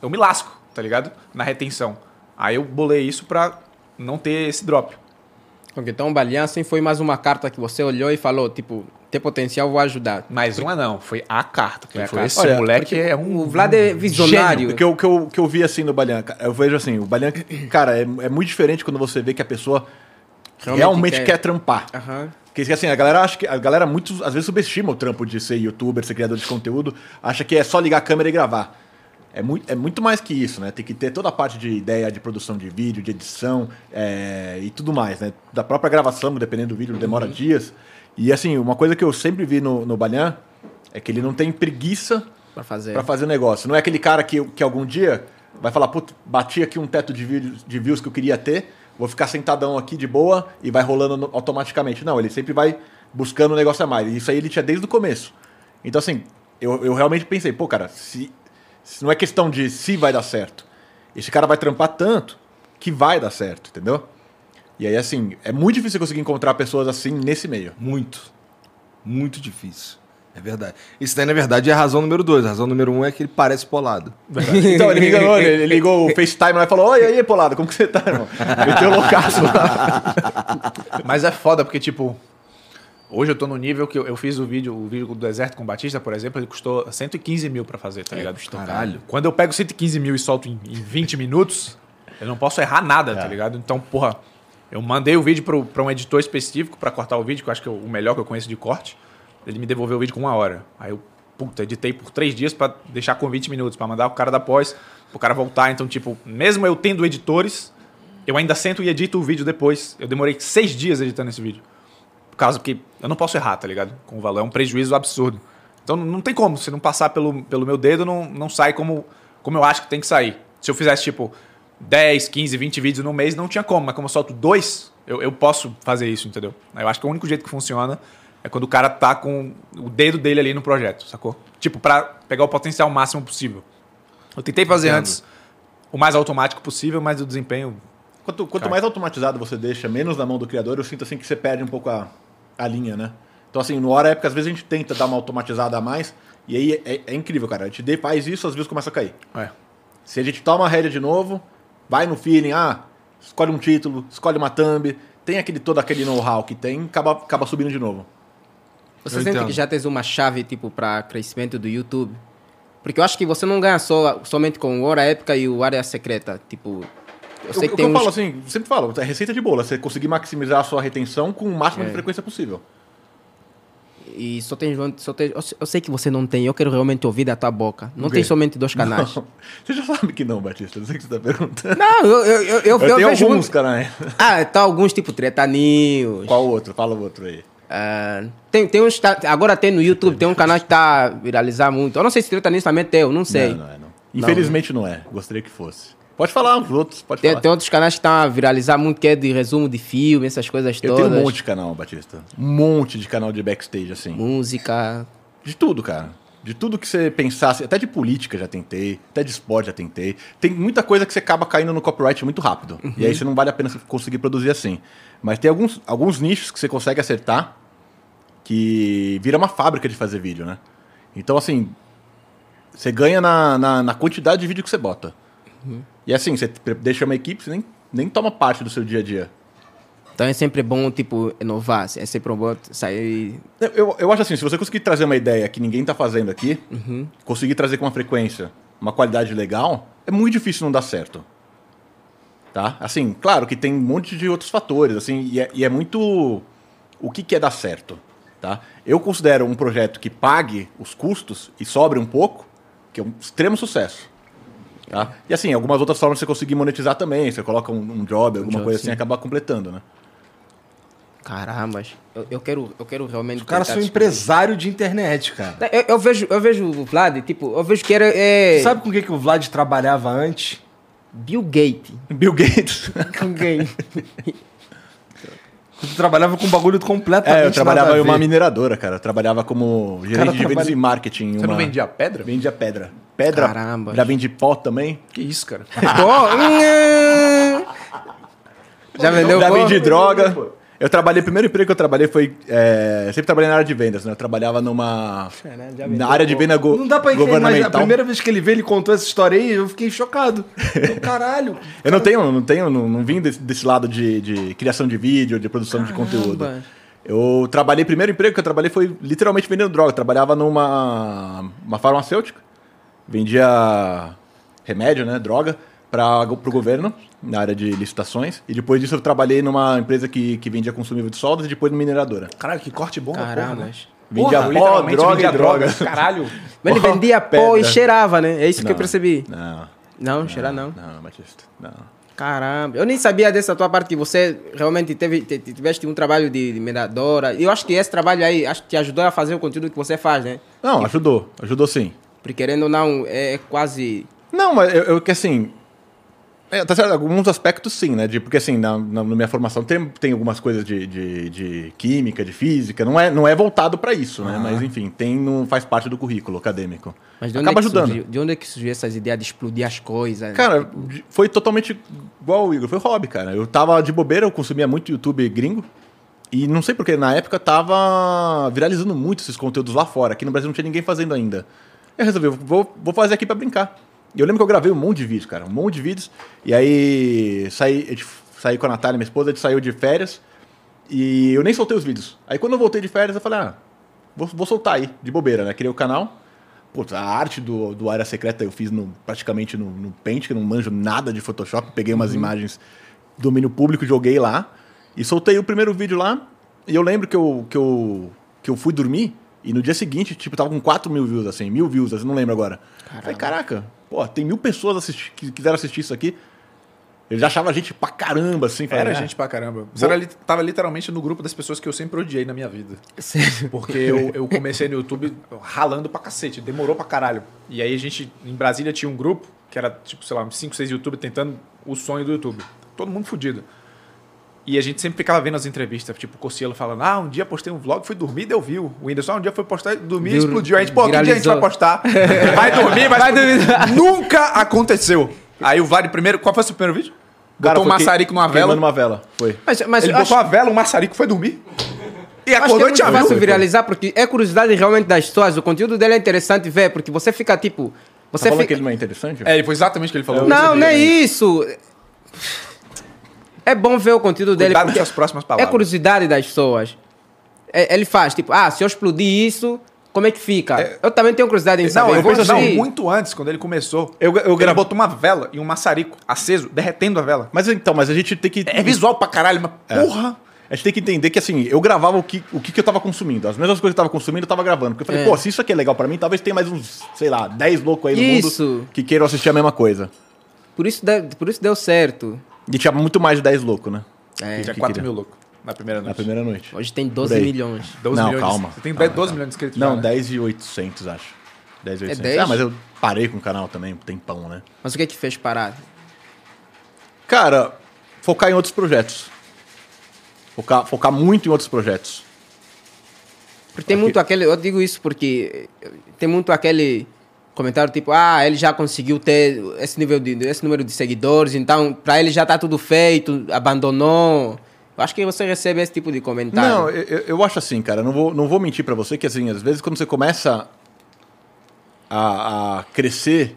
Speaker 4: eu me lasco, tá ligado? Na retenção. Aí eu bolei isso pra não ter esse drop.
Speaker 2: Ok, então, Balian, assim, foi mais uma carta que você olhou e falou, tipo, ter potencial, vou ajudar.
Speaker 4: Mas uma não, foi a carta. que
Speaker 2: Foi a
Speaker 4: ele falou,
Speaker 2: carta.
Speaker 4: Esse
Speaker 3: Olha,
Speaker 4: moleque é um.
Speaker 2: O Vlad
Speaker 4: (laughs)
Speaker 2: é visionário.
Speaker 3: O que eu, que, eu, que eu vi assim no Balian, ca- eu vejo assim, o Balian, cara, é, é muito diferente quando você vê que a pessoa realmente,
Speaker 2: Realmente
Speaker 3: quer.
Speaker 2: quer.
Speaker 3: trampar.
Speaker 2: Aham.
Speaker 3: Porque assim, a galera acha que. A galera muito, às vezes subestima o trampo de ser youtuber, ser criador de conteúdo, acha que é só ligar a câmera e gravar. É muito, é muito mais que isso, né? Tem que ter toda a parte de ideia de produção de vídeo, de edição é, e tudo mais, né? Da própria gravação, dependendo do vídeo, demora
Speaker 2: Uhum.
Speaker 3: dias. E assim, uma coisa que eu sempre vi no, no Balian é que ele não tem preguiça
Speaker 2: Pra fazer.
Speaker 3: Pra fazer o negócio. Não é aquele cara que, que algum dia vai falar, puta, bati aqui um teto de, vídeos- de views que eu queria ter, vou ficar sentadão aqui de boa e vai rolando no- automaticamente. Não, ele sempre vai buscando um negócio a mais. E Isso aí ele tinha desde o começo. Então, assim, eu, eu realmente pensei, pô, cara, se, se não é questão de se vai dar certo. Esse cara vai trampar tanto que vai dar certo, entendeu? E aí, assim, é muito difícil conseguir encontrar pessoas assim nesse meio.
Speaker 1: Muito. Muito difícil. É verdade. Isso daí, na verdade, é a razão número dois. A razão número um é que ele parece polado.
Speaker 3: Então, ele me enganou, ele ele ligou o FaceTime lá e falou: Oi, aí, Polado, como que você tá, irmão? Meteu o loucaço lá.
Speaker 4: (laughs) Mas é foda, porque, tipo, hoje eu tô no nível que eu, eu fiz o vídeo, o vídeo do Deserto com o Batista, por exemplo, ele custou 115 mil pra fazer, tá ligado?
Speaker 1: caralho.
Speaker 4: Quando eu pego 115 mil e solto em, em 20 minutos, eu não posso errar nada, tá ligado? Então, porra, eu mandei o vídeo pro, pra um editor específico pra cortar o vídeo, que eu acho que é o melhor que eu conheço de corte. Ele me devolveu o vídeo com uma hora. Aí eu, puta, editei por três dias pra deixar com 20 minutos, pra mandar o cara da pós, pro cara voltar. Então, tipo, mesmo eu tendo editores, eu ainda sento e edito o vídeo depois. Eu demorei seis dias editando esse vídeo. Por causa que eu não posso errar, tá ligado? Com o valor. É um prejuízo absurdo. Então não tem como. Se não passar pelo, pelo meu dedo, não, não sai como, como eu acho que tem que sair. Se eu fizesse tipo, 10, 15, 20 vídeos no mês, não tinha como. Mas como eu solto dois, eu, eu posso fazer isso, entendeu? Eu acho que o único jeito que funciona é quando o cara tá com o dedo dele ali no projeto, sacou? Tipo, pra pegar o potencial máximo possível. Eu tentei fazer
Speaker 1: Entendo.
Speaker 4: antes o mais automático possível, mas o desempenho.
Speaker 3: Quanto, quanto
Speaker 4: Cara.
Speaker 3: mais automatizado você deixa, menos na mão do criador, eu sinto assim que você perde um pouco a, a linha, né? Então, assim, no hora época, às vezes a gente tenta dar uma automatizada a mais, e aí é, é incrível, cara. A gente dê- faz isso, às vezes começa a cair.
Speaker 4: É.
Speaker 3: Se a gente toma a rédea de novo, vai no feeling, ah, escolhe um título, escolhe uma thumb, tem aquele todo aquele know-how que tem, acaba, acaba subindo de novo.
Speaker 2: Você
Speaker 1: Eu
Speaker 2: sente
Speaker 1: entendo.
Speaker 2: que já tens uma chave, tipo, para crescimento do YouTube? Porque eu acho que você não ganha só, somente com o Hora Épica e o Área Secreta. Tipo, eu sei
Speaker 3: o,
Speaker 2: que
Speaker 3: o
Speaker 2: tem
Speaker 3: eu
Speaker 2: uns...
Speaker 3: falo assim, sempre falo, é receita de bola, você conseguir maximizar a sua retenção com o máximo
Speaker 2: É.
Speaker 3: de frequência possível.
Speaker 2: E só tem... Só tem eu, se- eu sei que você não tem. Eu quero realmente ouvir da tua boca. Não tem somente dois canais.
Speaker 3: Não, (laughs) você já sabe que não, Batista, não sei o que você tá perguntando.
Speaker 2: Não, eu, eu, eu, eu,
Speaker 3: Eu, tenho
Speaker 2: vejo
Speaker 3: alguns
Speaker 2: muito-
Speaker 3: canais.
Speaker 2: Ah, tá alguns tipo Tretaninhos.
Speaker 3: Qual outro? Fala o outro aí.
Speaker 2: Ah, tem, tem uns... tá- agora tem no YouTube, tem um canal que tá viralizar muito. Eu não sei se Tretaninhos também é teu, não sei.
Speaker 3: Não, não é, não. Infelizmente não, é. Gostaria que fosse. Pode falar os outros, pode
Speaker 2: Tem, um
Speaker 3: falar.
Speaker 2: tem outros canais que estão a viralizar muito, que é de resumo de filme, essas coisas
Speaker 3: eu
Speaker 2: todas.
Speaker 3: tenho um monte de canal, Batista. Um monte de canal de backstage, assim.
Speaker 2: Música.
Speaker 3: De tudo, cara. De tudo que você pensasse, até de política já tentei, até de esporte já tentei. Tem muita coisa que você acaba caindo no copyright muito rápido. E aí você não vale a pena você conseguir produzir assim. Mas tem alguns, alguns nichos que você consegue acertar que vira uma fábrica de fazer vídeo, né? Então, assim, você ganha na, na, na quantidade de vídeo que você bota. E assim, você pre- deixa uma equipe, você nem, nem toma parte do seu dia a dia.
Speaker 2: Então é sempre bom, tipo, inovar. assim, É sempre bom sair.
Speaker 3: Eu- Eu, eu acho assim, se você conseguir trazer uma ideia que ninguém tá fazendo aqui,
Speaker 2: Uhum.
Speaker 3: conseguir trazer com uma frequência, uma qualidade legal, é muito difícil não dar certo. Tá? Assim, claro que tem um monte de outros fatores, assim, e é, e é muito o que, que é dar certo. Tá? Eu considero um projeto que pague os custos e sobre um pouco, que é um extremo sucesso. Tá? E assim, algumas outras formas de você conseguir monetizar também, você coloca um, um job, alguma
Speaker 2: job,
Speaker 3: coisa assim,
Speaker 2: sim.
Speaker 3: e acabar completando, né?
Speaker 2: Caramba, eu, eu quero, eu quero realmente.
Speaker 1: Os caras
Speaker 3: tá
Speaker 2: tentar
Speaker 1: são
Speaker 3: tipo-
Speaker 2: descobrir.
Speaker 1: um
Speaker 2: É,
Speaker 1: empresário de internet, cara.
Speaker 2: Eu, eu vejo, eu vejo o Vlad, tipo, eu vejo que era. É,
Speaker 1: Tu Sabe com o que, que o Vlad trabalhava antes?
Speaker 2: Bill Gates.
Speaker 3: Bill Gates. (laughs)
Speaker 2: Com quem?
Speaker 1: Tu trabalhava com um bagulho completamente
Speaker 3: É, eu trabalhava
Speaker 1: nada a
Speaker 3: em uma
Speaker 1: ver.
Speaker 3: mineradora, cara. Eu trabalhava como gerente de vendas
Speaker 1: trabalha-
Speaker 3: e marketing. em
Speaker 4: Você não
Speaker 3: uma-
Speaker 4: vendia pedra?
Speaker 3: Vendia pedra. Pedra.
Speaker 2: Caramba.
Speaker 3: Já vendi pó também.
Speaker 4: Que isso, cara.
Speaker 2: Tô. Já vendeu
Speaker 3: já
Speaker 2: pó?
Speaker 3: vendi droga. Eu trabalhei, o primeiro emprego que eu trabalhei foi. é, sempre trabalhei na área de vendas, né? Eu trabalhava numa.
Speaker 2: Caralho, já vendeu
Speaker 3: na área de
Speaker 2: pó.
Speaker 3: venda go
Speaker 1: Não dá pra entender, mas a
Speaker 3: governamental.
Speaker 1: primeira vez que ele veio, ele contou essa história aí, eu fiquei
Speaker 3: (laughs)
Speaker 1: chocado. Eu, Caralho.
Speaker 3: Eu não tenho, não tenho, não, não vim desse, desse lado de, de criação de vídeo, de produção de conteúdo. Eu trabalhei, o primeiro emprego que eu trabalhei foi literalmente vendendo droga. Eu trabalhava numa uma farmacêutica, vendia remédio, né, droga, para o governo, na área de licitações. E depois disso eu trabalhei numa empresa que, que vendia consumível de soldas e depois numa mineradora.
Speaker 4: Caralho, que corte bom, da porra,
Speaker 2: Caramba.
Speaker 4: né?
Speaker 3: Vendia
Speaker 4: Porra,
Speaker 3: pó,
Speaker 4: literalmente
Speaker 3: droga
Speaker 4: vendia
Speaker 3: e droga.
Speaker 4: Caralho.
Speaker 3: (laughs)
Speaker 2: Mas ele
Speaker 3: Pó,
Speaker 2: vendia pó e
Speaker 3: pedra.
Speaker 2: cheirava, né? É isso que eu
Speaker 3: Não,
Speaker 2: percebi.
Speaker 3: Não.
Speaker 2: Não, cheirar não.
Speaker 3: Não, Batista, não.
Speaker 2: Caramba, eu nem sabia dessa tua parte que você realmente teve, te- te- tiveste um trabalho de, de mineradora. E eu acho que esse trabalho aí acho que te ajudou a fazer o conteúdo que você faz, né?
Speaker 3: Não, ajudou, ajudou sim.
Speaker 2: Porque querendo ou não, é, é quase.
Speaker 3: Não, mas eu, eu que assim. é, tá certo, alguns aspectos sim, né? De, porque assim, na, na- na minha formação tem, tem algumas coisas de, de, de química, de física, não é, não é voltado para isso, né? Mas enfim, tem, não faz parte do currículo acadêmico.
Speaker 2: Ah. Mas de onde,
Speaker 3: Acaba
Speaker 2: é que
Speaker 3: ajudando.
Speaker 2: Surgiu, de onde é que surgiu essas ideias de explodir as coisas?
Speaker 3: Cara, de- foi totalmente igual o Igor, foi hobby, cara. Eu tava de bobeira, eu consumia muito YouTube gringo. E não sei porque, na época tava viralizando muito esses conteúdos lá fora. Aqui no Brasil não tinha ninguém fazendo ainda. Eu resolvi, vou, vou fazer aqui pra brincar. E eu lembro que eu gravei um monte de vídeos, cara, um monte de vídeos. E aí saí, a gente saí com a Natália, minha esposa, a gente saiu de férias. E eu nem soltei os vídeos. Aí quando eu voltei de férias, eu falei, ah, vou, vou soltar aí, de bobeira, né? Criei o canal. Putz, a arte do, do Área Secreta eu fiz no- praticamente no, no Paint, que eu não manjo nada de Photoshop. Peguei
Speaker 4: Uhum.
Speaker 3: umas imagens domínio público, joguei lá. E soltei o primeiro vídeo lá. E eu lembro que eu, que eu, que eu fui dormir. E no dia seguinte, tipo, tava com 4 mil views, assim. Mil views, assim, não lembro agora. Falei, caraca, pô, tem mil pessoas assisti- que quiseram assistir isso aqui. Eu já achava gente pra caramba, assim. falei,
Speaker 4: Era
Speaker 3: "Ah,
Speaker 4: gente pra caramba. Você era li- tava literalmente no grupo das pessoas que eu sempre odiei na minha vida. Porque eu, eu comecei no YouTube ralando pra cacete, demorou pra caralho. E aí a gente, em Brasília, tinha um grupo que era, tipo, sei lá, uns 5, 6 YouTube tentando o sonho do YouTube. Todo mundo fudido. E a gente sempre ficava vendo as entrevistas, tipo, o Cossielo falando, ah, um dia postei um vlog, fui dormir, deu view. O Whindersson ah, um dia foi postar, dormir,
Speaker 2: Viu,
Speaker 4: explodiu. A gente, pô, que dia a gente
Speaker 2: viralizou.
Speaker 4: vai
Speaker 3: (laughs)
Speaker 4: postar? Vai dormir, vai,
Speaker 2: Vai
Speaker 4: explodir. Nunca aconteceu. Aí o Vlad primeiro, qual foi o seu primeiro vídeo? Botou um
Speaker 3: foi que-
Speaker 4: maçarico numa vela.
Speaker 3: Queimando uma vela. Foi.
Speaker 2: Mas, mas
Speaker 4: Ele
Speaker 2: eu acho,
Speaker 4: botou a vela, um maçarico foi dormir. E
Speaker 2: acho que
Speaker 4: acordou
Speaker 2: é
Speaker 4: e
Speaker 2: muito
Speaker 4: tinha viu.
Speaker 2: fácil viralizar, porque é curiosidade realmente das pessoas. O conteúdo dele é interessante ver, porque você fica tipo...
Speaker 3: Tá
Speaker 2: Você
Speaker 3: falando que
Speaker 2: fica...
Speaker 3: ele não é interessante?
Speaker 4: É, foi exatamente o que ele falou.
Speaker 2: Não, nem isso. É bom ver o conteúdo dele.
Speaker 4: Cuidado com
Speaker 2: porque
Speaker 4: suas próximas
Speaker 2: É
Speaker 4: palavras.
Speaker 2: curiosidade das pessoas. É- Ele faz, tipo, ah, se eu explodir isso, como é que fica? Eu também tenho curiosidade em saber.
Speaker 4: Não, eu
Speaker 2: vou
Speaker 4: penso não,
Speaker 2: assistir.
Speaker 4: muito antes, quando ele começou.
Speaker 3: Eu- eu
Speaker 4: ele
Speaker 3: gravo-
Speaker 4: botou uma vela e um maçarico aceso, derretendo a vela.
Speaker 3: Mas então, mas a gente tem que.
Speaker 4: É visual pra caralho, mas
Speaker 2: É.
Speaker 4: porra!
Speaker 3: A gente tem que entender que assim, eu gravava o que, o que, que eu tava consumindo. As mesmas coisas que eu tava consumindo, eu tava gravando. Porque eu falei,
Speaker 2: É.
Speaker 3: pô, se isso aqui é legal pra mim, talvez tenha mais uns, sei lá, 10 loucos aí no
Speaker 2: Isso.
Speaker 3: mundo que queiram assistir a mesma coisa.
Speaker 2: Por, isso deu, por isso deu certo.
Speaker 3: E tinha muito mais de 10 loucos, né?
Speaker 2: É,
Speaker 4: Tinha
Speaker 3: que
Speaker 4: 4
Speaker 3: queria.
Speaker 4: mil louco na primeira noite.
Speaker 3: Na primeira noite.
Speaker 2: hoje tem
Speaker 3: Por
Speaker 2: 12
Speaker 3: aí.
Speaker 2: milhões.
Speaker 4: 12
Speaker 3: Não,
Speaker 4: milhões.
Speaker 3: calma.
Speaker 4: Você tem
Speaker 3: Calma,
Speaker 4: 10, 12
Speaker 3: calma.
Speaker 4: milhões de inscritos. já,
Speaker 3: Não,
Speaker 4: né?
Speaker 3: 10 e 800, acho. 10 e
Speaker 4: É
Speaker 3: 800.
Speaker 2: 10?
Speaker 3: Ah, mas eu parei com o canal também, tem pão, né?
Speaker 2: Mas o que é que fez parar?
Speaker 3: Cara, focar em outros projetos. Focar, focar muito em outros projetos.
Speaker 2: Porque tem muito aquele. Eu digo isso porque eh, tem muito aquele comentário tipo, ah, ele já conseguiu ter esse nível de. esse número de seguidores, então pra ele já tá tudo feito, abandonou. Eu acho que você recebe esse tipo de comentário.
Speaker 3: Não, eu, eu- eu acho assim, cara. Não vou, não vou mentir pra você que, assim, às vezes quando você começa a, a crescer,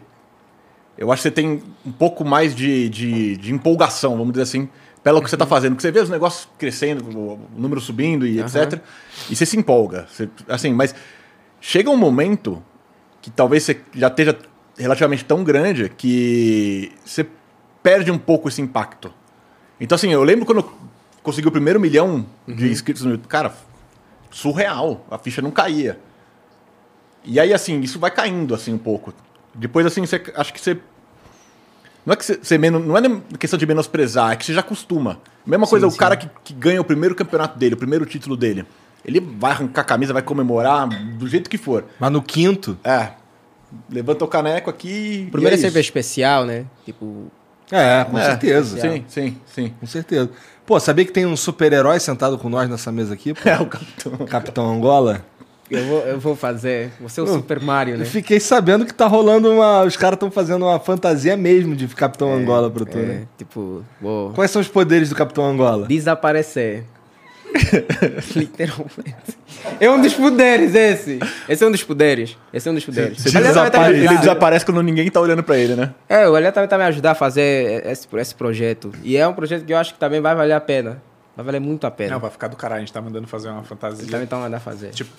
Speaker 3: eu acho que você tem um pouco mais de, de, de empolgação, vamos dizer assim, pelo que você tá fazendo. Porque você vê os negócios crescendo, o o número subindo e etc. E você se empolga. Você- assim, mas chega um momento que talvez você já esteja relativamente tão grande que você perde um pouco esse impacto. Então, assim, eu lembro quando eu consegui o primeiro milhão de inscritos no YouTube. Cara, surreal. A ficha não caía. E aí, assim, isso vai caindo, assim, um pouco. Depois, assim, você, acho que você... Não é que você, você menos, não é nem questão de menosprezar, é que você já acostuma. Mesma coisa, o cara que, que ganha o primeiro campeonato dele, o primeiro título dele. Ele vai arrancar a camisa, vai comemorar, do jeito que for.
Speaker 1: Mas no quinto.
Speaker 3: É. Levanta o caneco aqui. e
Speaker 2: Primeiro
Speaker 3: é
Speaker 2: é sempre
Speaker 3: isso.
Speaker 2: especial, né? Tipo,
Speaker 1: É, com
Speaker 3: É,
Speaker 1: certeza.
Speaker 3: Sim, sim, sim.
Speaker 1: Com certeza. Pô, sabia que tem um super-herói sentado com nós nessa mesa aqui? pô?
Speaker 3: É o capitão.
Speaker 1: Capitão Angola?
Speaker 2: eu vou, eu vou fazer. Você é o
Speaker 1: Não,
Speaker 2: Super Mario, né?
Speaker 1: Eu fiquei sabendo que tá rolando uma. Os caras estão fazendo uma fantasia mesmo de Capitão Angola pro tu,
Speaker 2: É,
Speaker 1: né?
Speaker 2: tipo, vou
Speaker 1: Quais são os poderes do Capitão Angola?
Speaker 2: desaparecer. (laughs) Literalmente. É um dos poderes esse. Esse é um dos poderes. Esse é um dos poderes.
Speaker 3: Você
Speaker 2: Aliás, também tá me
Speaker 3: desapare- ele
Speaker 2: ajudando.
Speaker 3: desaparece quando ninguém tá olhando pra ele, né?
Speaker 2: É, o Elia também tá me ajudando a fazer esse, esse projeto. E é um projeto que eu acho que também vai valer a pena. Vai valer muito a pena.
Speaker 4: Não, vai ficar do caralho. A gente tá mandando fazer uma
Speaker 2: Ele
Speaker 4: fantasia.
Speaker 2: também tá mandando fazer.
Speaker 4: Tipo,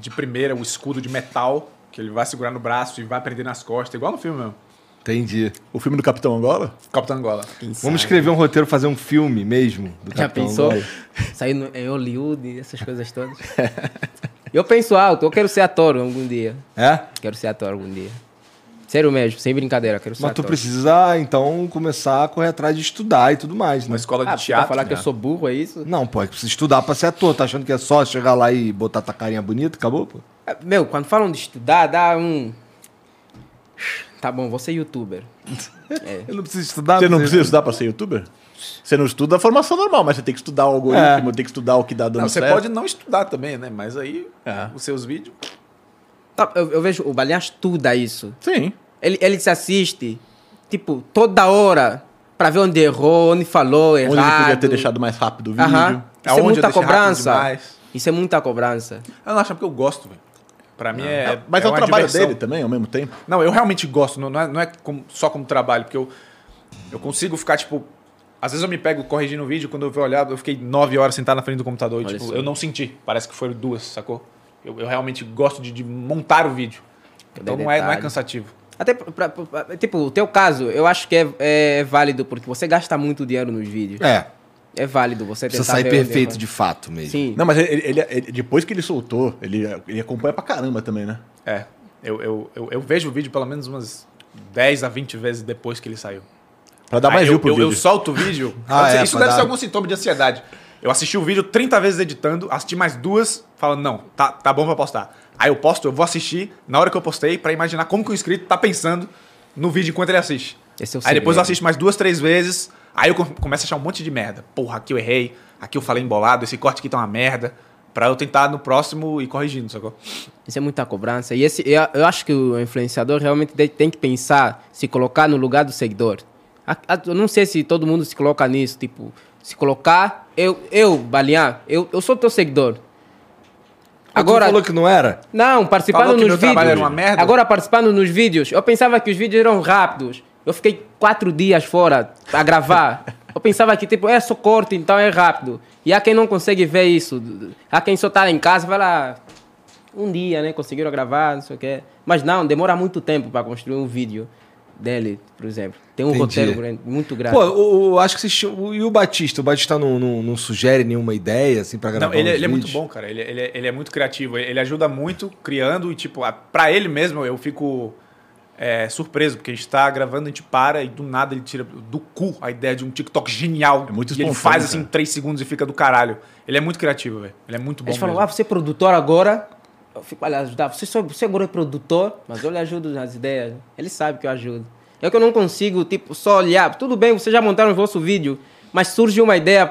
Speaker 4: de primeira, o escudo de metal, que ele vai segurar no braço e vai prender nas costas, igual no filme mesmo.
Speaker 1: Entendi.
Speaker 3: O filme do Capitão Angola?
Speaker 4: Capitão Angola.
Speaker 1: Vamos escrever um roteiro, fazer um filme mesmo do
Speaker 2: Já
Speaker 1: Capitão
Speaker 2: pensou?
Speaker 1: Angola.
Speaker 2: Sair no, em Hollywood, essas coisas todas. eu penso alto, eu quero ser ator algum dia.
Speaker 1: É?
Speaker 2: Quero ser ator algum dia. Sério mesmo, sem brincadeira, quero ser
Speaker 1: Mas tu
Speaker 2: ator.
Speaker 1: precisa, então, começar a correr atrás de estudar e tudo mais, né?
Speaker 4: Uma escola de
Speaker 2: Ah, tu
Speaker 4: teatro.
Speaker 2: tá falar que
Speaker 4: né?
Speaker 2: eu sou burro, é isso?
Speaker 1: Não, pô, é que precisa estudar pra ser ator. Tá achando que é só chegar lá e botar tua carinha bonita? Acabou, pô?
Speaker 2: É, Meu, quando falam de estudar, dá um... Tá bom, vou ser youtuber.
Speaker 1: Eu não preciso
Speaker 4: Ah,
Speaker 1: estudar.
Speaker 3: Você
Speaker 1: precisa-
Speaker 3: não precisa estudar pra ser youtuber? Você não estuda a formação normal, mas você tem que estudar o algoritmo, tem que estudar o que dá dando
Speaker 4: É. Não, você
Speaker 3: Tá certo. É.
Speaker 4: pode não estudar também, né? Mas aí, os seus vídeos.
Speaker 2: Tá, Eu, eu vejo, o Balear estuda isso.
Speaker 3: Sim.
Speaker 2: Ele, ele se assiste, tipo, toda hora, pra ver onde errou, onde falou, errado.
Speaker 3: Onde ele podia ter deixado mais rápido o vídeo.
Speaker 2: Aham. Isso
Speaker 4: Aonde
Speaker 2: é
Speaker 4: eu
Speaker 2: muita
Speaker 4: deixei rápido
Speaker 2: cobrança.
Speaker 4: demais.
Speaker 2: Isso é muita cobrança.
Speaker 4: Eu não acho porque eu gosto, velho. Pra mim é.
Speaker 3: mas é, o
Speaker 4: uma
Speaker 3: trabalho
Speaker 4: diversão.
Speaker 3: dele também, ao mesmo tempo.
Speaker 4: Não, eu realmente gosto, não, não é, não é como- só como trabalho, porque eu, eu consigo ficar, tipo. Às vezes eu me pego corrigindo o vídeo, quando eu vou olhar, eu fiquei nove horas sentado na frente do computador e,
Speaker 2: Olha
Speaker 4: tipo,
Speaker 2: só.
Speaker 4: eu não senti. Parece que foram duas, sacou? Eu, eu realmente gosto de, de montar o vídeo.
Speaker 2: Cadê
Speaker 4: Então não é, não é
Speaker 2: detalhe?
Speaker 4: cansativo.
Speaker 2: Até, pra, pra- pra- tipo, o teu caso, eu acho que é, é válido, porque você gasta muito dinheiro nos vídeos.
Speaker 1: É,
Speaker 2: É, válido você tentar
Speaker 1: precisa sair
Speaker 2: ver
Speaker 1: perfeito
Speaker 2: onde
Speaker 1: de fato mesmo.
Speaker 2: né, Sim.
Speaker 3: Não, mas ele, ele- ele- depois que ele soltou, ele, ele acompanha pra caramba também, né?
Speaker 4: É. Eu, eu, eu, eu vejo o vídeo pelo menos umas 10 a 20 vezes depois que ele saiu.
Speaker 3: Pra dar mais
Speaker 4: Aí
Speaker 3: view
Speaker 4: Ah, eu,
Speaker 3: pro
Speaker 4: eu,
Speaker 3: vídeo.
Speaker 4: eu solto
Speaker 3: (laughs)
Speaker 4: o vídeo.
Speaker 1: Ah,
Speaker 4: Pode ser-
Speaker 1: é,
Speaker 4: isso
Speaker 1: pra
Speaker 4: deve
Speaker 1: dar-
Speaker 4: ser algum sintoma de ansiedade. Eu assisti o vídeo 30 vezes editando, assisti mais duas, falando, não, tá, tá bom pra postar. Aí eu posto, eu vou assistir na hora que eu postei pra imaginar como que o inscrito tá pensando no vídeo enquanto ele assiste.
Speaker 2: Esse é o
Speaker 4: Aí depois
Speaker 2: segredo.
Speaker 4: eu assisto mais duas, três vezes. Aí eu com- começo a achar um monte de merda. Porra, aqui eu errei. Aqui eu falei embolado. Esse corte aqui tá uma merda. Pra eu tentar no próximo ir corrigindo, sacou?
Speaker 2: Isso é muita cobrança. E esse, eu, eu acho que o influenciador realmente de- tem que pensar, se colocar no lugar do seguidor. A- a- eu não sei se todo mundo se coloca nisso, tipo, se colocar, eu, eu Balear, eu, eu sou teu seguidor.
Speaker 1: Agora.
Speaker 2: Agora,
Speaker 1: falou que não era?
Speaker 2: não, participando
Speaker 4: Falou que
Speaker 2: nos
Speaker 4: meu
Speaker 2: vídeos.
Speaker 4: trabalho era uma merda?
Speaker 2: Agora participando nos vídeos, eu pensava que os vídeos eram rápidos. Eu fiquei quatro dias fora a gravar. Eu pensava que, tipo, é só corte, então é rápido. E há quem não consegue ver isso. Há quem só tá em casa e vai lá. Um dia, né? Conseguiram gravar, não sei o quê. Mas não, demora muito tempo para construir um vídeo dele, por exemplo. Tem um
Speaker 1: Entendi.
Speaker 2: roteiro grande- muito
Speaker 4: É.
Speaker 2: grande.
Speaker 1: Pô, eu, eu acho que vocês tinham- o- E o Batista? O Batista não, não, não sugere nenhuma ideia, assim, pra gravar
Speaker 4: Não, ele,
Speaker 1: uns
Speaker 4: ele é muito
Speaker 1: vídeos?
Speaker 4: bom, cara. Ele, ele, é- ele é muito criativo. Ele ajuda muito criando e, tipo, a- pra ele mesmo eu fico é, surpreso, porque a gente tá gravando, a gente para e do nada ele tira do cu a ideia de um TikTok genial.
Speaker 3: É muito
Speaker 4: e ele
Speaker 3: espontâneo,
Speaker 4: faz assim
Speaker 3: cara.
Speaker 4: três segundos e fica do caralho. Ele é muito criativo, velho. Ele é muito bom.
Speaker 2: Eles falam, ah,
Speaker 4: mesmo.
Speaker 2: você é produtor agora? Eu fico, olha, ajudar. Você, só, você agora é produtor, mas eu lhe ajudo nas ideias. Ele sabe que eu ajudo. É que eu não consigo, tipo, só olhar. Tudo bem, vocês já montaram o vosso vídeo, mas surge uma ideia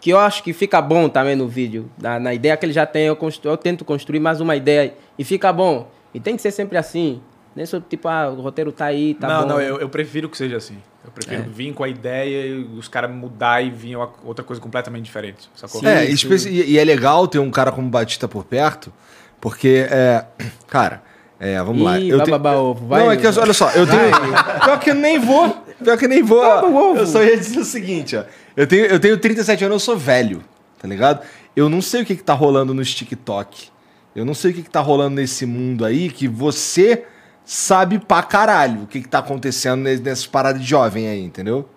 Speaker 2: que eu acho que fica bom também no vídeo. Na, na ideia que ele já tem, eu, constru, eu tento construir mais uma ideia e fica bom. E tem que ser sempre assim. Nem só, tipo, ah, o roteiro tá aí, tá
Speaker 4: não,
Speaker 2: bom.
Speaker 4: não, eu, eu prefiro que seja assim. Eu
Speaker 3: É.
Speaker 4: prefiro vir com a ideia e os caras mudar e vir uma- outra coisa completamente diferente. Sacou?
Speaker 1: É,
Speaker 2: Sim,
Speaker 1: espe-
Speaker 2: sim.
Speaker 1: E, e é legal ter um cara como o Batista por perto, porque, é, (clears throat) cara, é, vamos lá.
Speaker 2: Ih,
Speaker 1: eu
Speaker 2: vai
Speaker 1: te-
Speaker 2: babar ovo, vai.
Speaker 1: Não, é que, eu- olha só, eu tenho... Pior que eu nem vou, pior que eu nem vou.
Speaker 2: Baba o ovo.
Speaker 1: Eu só ia dizer o seguinte, ó. Eu tenho, eu tenho 37 anos, eu sou velho, tá ligado? Eu não sei o que que tá rolando nos TikTok. Eu não sei o que que tá rolando nesse mundo aí que você sabe pra caralho o que que tá acontecendo ne- nessas paradas de jovem aí, entendeu?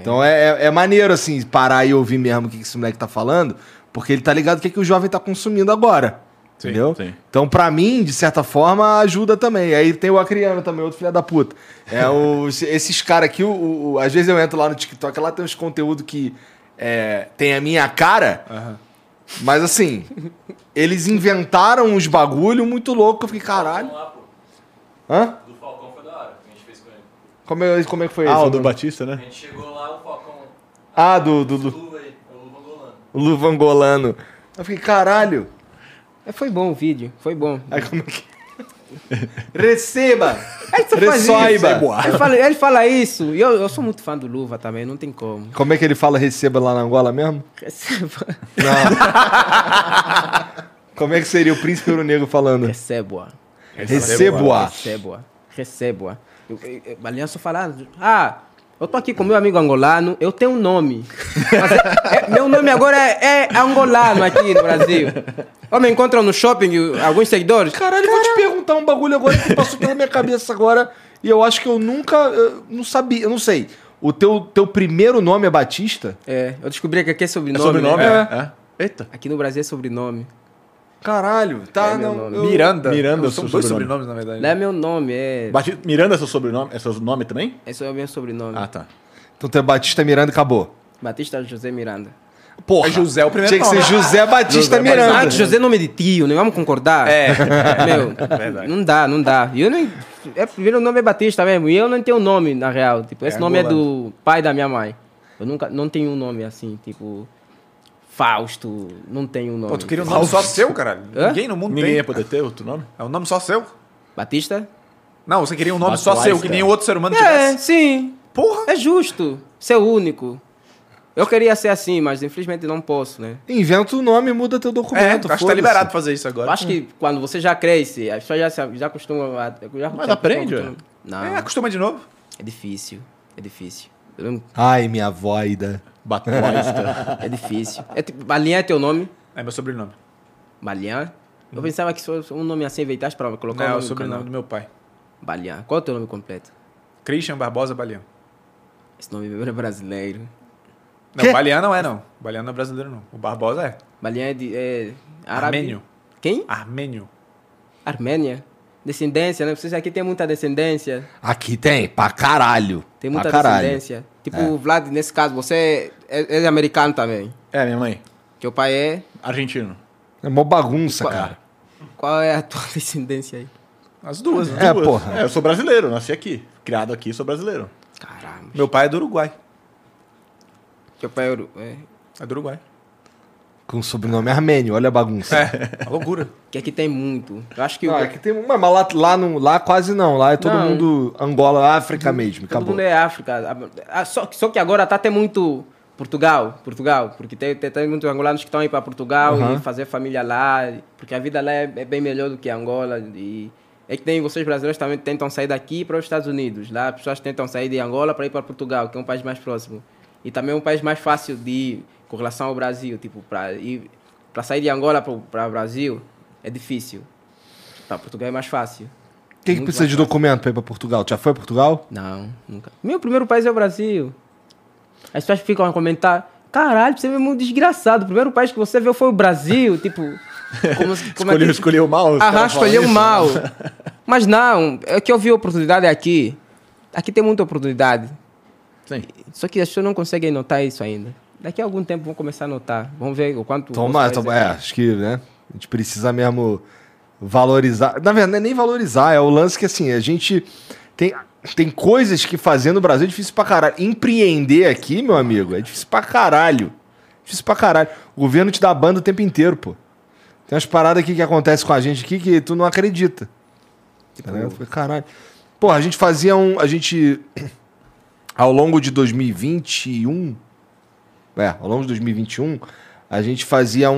Speaker 1: Então é, é, é maneiro, assim, parar e ouvir mesmo o que que esse moleque tá falando, porque ele tá ligado o que, que o jovem tá consumindo agora.
Speaker 3: Sim,
Speaker 1: entendeu?
Speaker 3: sim.
Speaker 1: Então, pra mim, de certa forma, ajuda também. Aí tem o Acriano também, outro filho da puta. É o,
Speaker 3: (laughs)
Speaker 1: esses caras aqui, o, o- às vezes eu entro lá no TikTok, lá tem uns conteúdos que é, tem a minha cara,
Speaker 4: Aham.
Speaker 1: mas assim, eles inventaram uns bagulho muito louco. Eu fiquei, caralho. Hã?
Speaker 7: Do Falcão foi da hora que a gente fez com ele.
Speaker 1: Como é, como é que foi
Speaker 3: Ah,
Speaker 1: esse?
Speaker 3: o do Batista, né?
Speaker 7: A gente chegou lá, o Falcão.
Speaker 1: Ah, do, do, do
Speaker 7: Luva aí, é o Luva Golano.
Speaker 1: Luva Angolano. Eu fiquei, caralho.
Speaker 2: É, Foi bom o vídeo, foi bom.
Speaker 1: Aí como é
Speaker 3: (laughs)
Speaker 1: que. Receba!
Speaker 2: Aí tu faz isso.
Speaker 1: Receba!
Speaker 2: Ele fala, ele fala isso. E eu, eu sou muito fã do Luva também, não tem como.
Speaker 1: Como é que ele fala receba lá na Angola mesmo?
Speaker 2: Receba.
Speaker 3: (laughs)
Speaker 1: Não. Como é que seria o príncipe ouro negro falando?
Speaker 2: Receba.
Speaker 1: Receba.
Speaker 2: Receba. Receba. Eu- eu- eu- Aliás, só falar. Ah, eu tô aqui com meu amigo angolano, eu tenho um nome. (laughs) Mas é- é- meu nome agora é, é angolano aqui no Brasil. Ou me encontram no shopping, eu- alguns seguidores.
Speaker 1: Caralho, eu vou te perguntar um bagulho agora que passou pela minha cabeça agora. E eu acho que eu nunca. eu não sabia, eu não sei. O teu, teu primeiro nome é Batista?
Speaker 2: É, eu descobri que aqui é
Speaker 3: É
Speaker 2: sobrenome.
Speaker 3: sobrenome?
Speaker 2: né?
Speaker 3: É. é. Eita.
Speaker 2: Aqui no Brasil é sobrenome.
Speaker 1: Caralho, tá,
Speaker 2: É meu
Speaker 1: não.
Speaker 2: nome.
Speaker 1: eu-
Speaker 4: Miranda.
Speaker 3: Miranda é o
Speaker 4: São
Speaker 3: seu
Speaker 4: dois
Speaker 3: sobrenome.
Speaker 4: sobrenomes, né? na verdade.
Speaker 2: Não é meu nome, é.
Speaker 3: Bati- Miranda é seu sobrenome? É seu nome também?
Speaker 2: Esse é o meu sobrenome.
Speaker 3: Ah, tá.
Speaker 1: Então tu é Batista Miranda e acabou.
Speaker 2: Batista José Miranda.
Speaker 1: Porra.
Speaker 4: É José o primeiro
Speaker 1: Tinha que ser
Speaker 4: nome.
Speaker 1: José Batista
Speaker 3: José
Speaker 1: Miranda.
Speaker 2: Ah, José é nome de tio, né? Vamos concordar?
Speaker 4: É.
Speaker 2: Meu,
Speaker 4: verdade.
Speaker 2: não dá, não dá. E eu nem. É, primeiro nome é Batista mesmo. E eu não tenho nome, na real. Tipo, esse
Speaker 4: É
Speaker 2: nome é
Speaker 4: angolano.
Speaker 2: do pai da minha mãe. Eu nunca. Não tenho um nome assim, tipo. Fausto. Não tenho um nome.
Speaker 4: Pô, tu queria um nome só seu, caralho?
Speaker 2: Hã?
Speaker 4: Ninguém no mundo
Speaker 3: Ninguém ia
Speaker 4: tem.
Speaker 3: poder ter outro
Speaker 4: (laughs)
Speaker 3: nome?
Speaker 4: É um nome só seu?
Speaker 2: Batista?
Speaker 4: Não, você queria um nome só
Speaker 3: Batista.
Speaker 4: seu, que nenhum outro ser humano
Speaker 2: É,
Speaker 4: tivesse.
Speaker 2: sim.
Speaker 4: Porra!
Speaker 2: É justo. Ser único. Eu queria ser assim, mas infelizmente não posso, né?
Speaker 1: Inventa o nome e muda teu
Speaker 4: É,
Speaker 1: documento.
Speaker 4: acho que tá
Speaker 1: foda-se.
Speaker 4: liberado fazer isso
Speaker 2: Eu
Speaker 4: agora.
Speaker 2: acho que quando você já cresce, as pessoas já, se- já costumam. a- Já,
Speaker 3: Mas
Speaker 2: já
Speaker 3: aprende,
Speaker 2: costumam-
Speaker 3: ué.
Speaker 2: Não.
Speaker 1: Ah.
Speaker 4: É, acostuma de novo.
Speaker 2: É difícil, é difícil. Eu não-
Speaker 1: Ai, minha voida.
Speaker 3: Batista.
Speaker 2: É difícil. É tipo, Balian é teu nome?
Speaker 4: É meu sobrenome.
Speaker 2: Balian? Eu pensava que fosse um nome assim inventasse pra colocar
Speaker 4: Uhum. Não,
Speaker 2: o nome
Speaker 4: é o
Speaker 2: do
Speaker 4: sobrenome
Speaker 2: canal.
Speaker 4: do meu pai.
Speaker 2: Balian. Qual é o teu nome completo?
Speaker 4: Christian Barbosa Baleano.
Speaker 2: Esse nome é brasileiro.
Speaker 4: Não,
Speaker 1: Quê?
Speaker 4: Baleano não é, não. Baleano não é brasileiro, não. O Barbosa é.
Speaker 2: Balian é de... É, árabe.
Speaker 4: Armênio.
Speaker 2: Quem?
Speaker 4: Armênio.
Speaker 2: Armênia. Descendência, né? Vocês aqui tem muita descendência.
Speaker 1: Aqui tem, pra caralho.
Speaker 2: Tem
Speaker 1: pra
Speaker 2: muita
Speaker 1: caralho. É.
Speaker 2: descendência. Tipo, o Vlad, nesse caso, você é, é americano também.
Speaker 3: é, minha mãe.
Speaker 2: Teu pai é...
Speaker 3: Argentino.
Speaker 1: É mó bagunça, cara.
Speaker 2: Qual é a tua (laughs) descendência aí?
Speaker 4: As duas, né?
Speaker 1: É, porra.
Speaker 3: É, eu sou brasileiro, nasci aqui. Criado aqui, sou brasileiro.
Speaker 2: Ah,
Speaker 4: Meu pai é do Uruguai.
Speaker 2: meu pai é uru- é.
Speaker 4: É do Uruguai.
Speaker 1: Com sobrenome armênio, olha a bagunça.
Speaker 4: É, uma loucura.
Speaker 2: Que aqui tem muito. Eu acho que
Speaker 1: Não,
Speaker 2: o-
Speaker 1: é que tem uma, mas lá, lá, não, lá quase não. Lá é todo
Speaker 2: Não.
Speaker 1: mundo Angola, África mesmo.
Speaker 2: todo
Speaker 1: acabou.
Speaker 2: mundo é África. Ah, Só, que- só que agora tá até muito Portugal, Portugal, porque tem, tem, tem muitos angolanos que estão aí para Portugal
Speaker 1: Uhum.
Speaker 2: e fazer família lá, porque a vida lá é, é bem melhor do que Angola e é que tem vocês brasileiros também tentam sair daqui para os Estados Unidos, lá as pessoas tentam sair de Angola para ir para Portugal, que é um país mais próximo e também é um país mais fácil de ir com relação ao Brasil, tipo para ir para sair de Angola para o Brasil é difícil, para Portugal é mais fácil.
Speaker 1: Quem que precisa de documento pra ir pra Portugal? Já foi a Portugal?
Speaker 2: Não, nunca. Meu primeiro país é o Brasil. As pessoas ficam a comentar. Caralho, você é mesmo um desgraçado. O primeiro país que você viu foi o Brasil. (laughs) Tipo, como, se- como
Speaker 3: Escolheu,
Speaker 2: é que...
Speaker 3: escolheu mal. os
Speaker 2: Aham,
Speaker 3: caras falam
Speaker 2: escolheu
Speaker 1: (laughs)
Speaker 3: isso.
Speaker 2: mal. Mas não, é que eu vi oportunidade aqui. Aqui tem muita oportunidade.
Speaker 3: Sim.
Speaker 2: Só que as pessoas não conseguem notar isso ainda. Daqui a algum tempo vão começar a notar. Vamos ver o quanto...
Speaker 1: Toma,
Speaker 2: vocês-
Speaker 1: toma- é, acho que, né? A gente precisa mesmo valorizar. Na verdade, não é nem valorizar, é o lance que assim, a gente tem, tem coisas que fazer no Brasil é difícil pra caralho. Empreender aqui, meu amigo, é difícil pra caralho. Difícil pra caralho. O governo te dá banda o tempo inteiro, pô. Tem umas paradas aqui que acontecem com a gente aqui que tu não acredita. Tá ligado? Eu falei, Caralho. Porra, a gente fazia um. A gente. (clears throat) Ao longo de 2021. É, ao longo de 2021, a gente fazia um.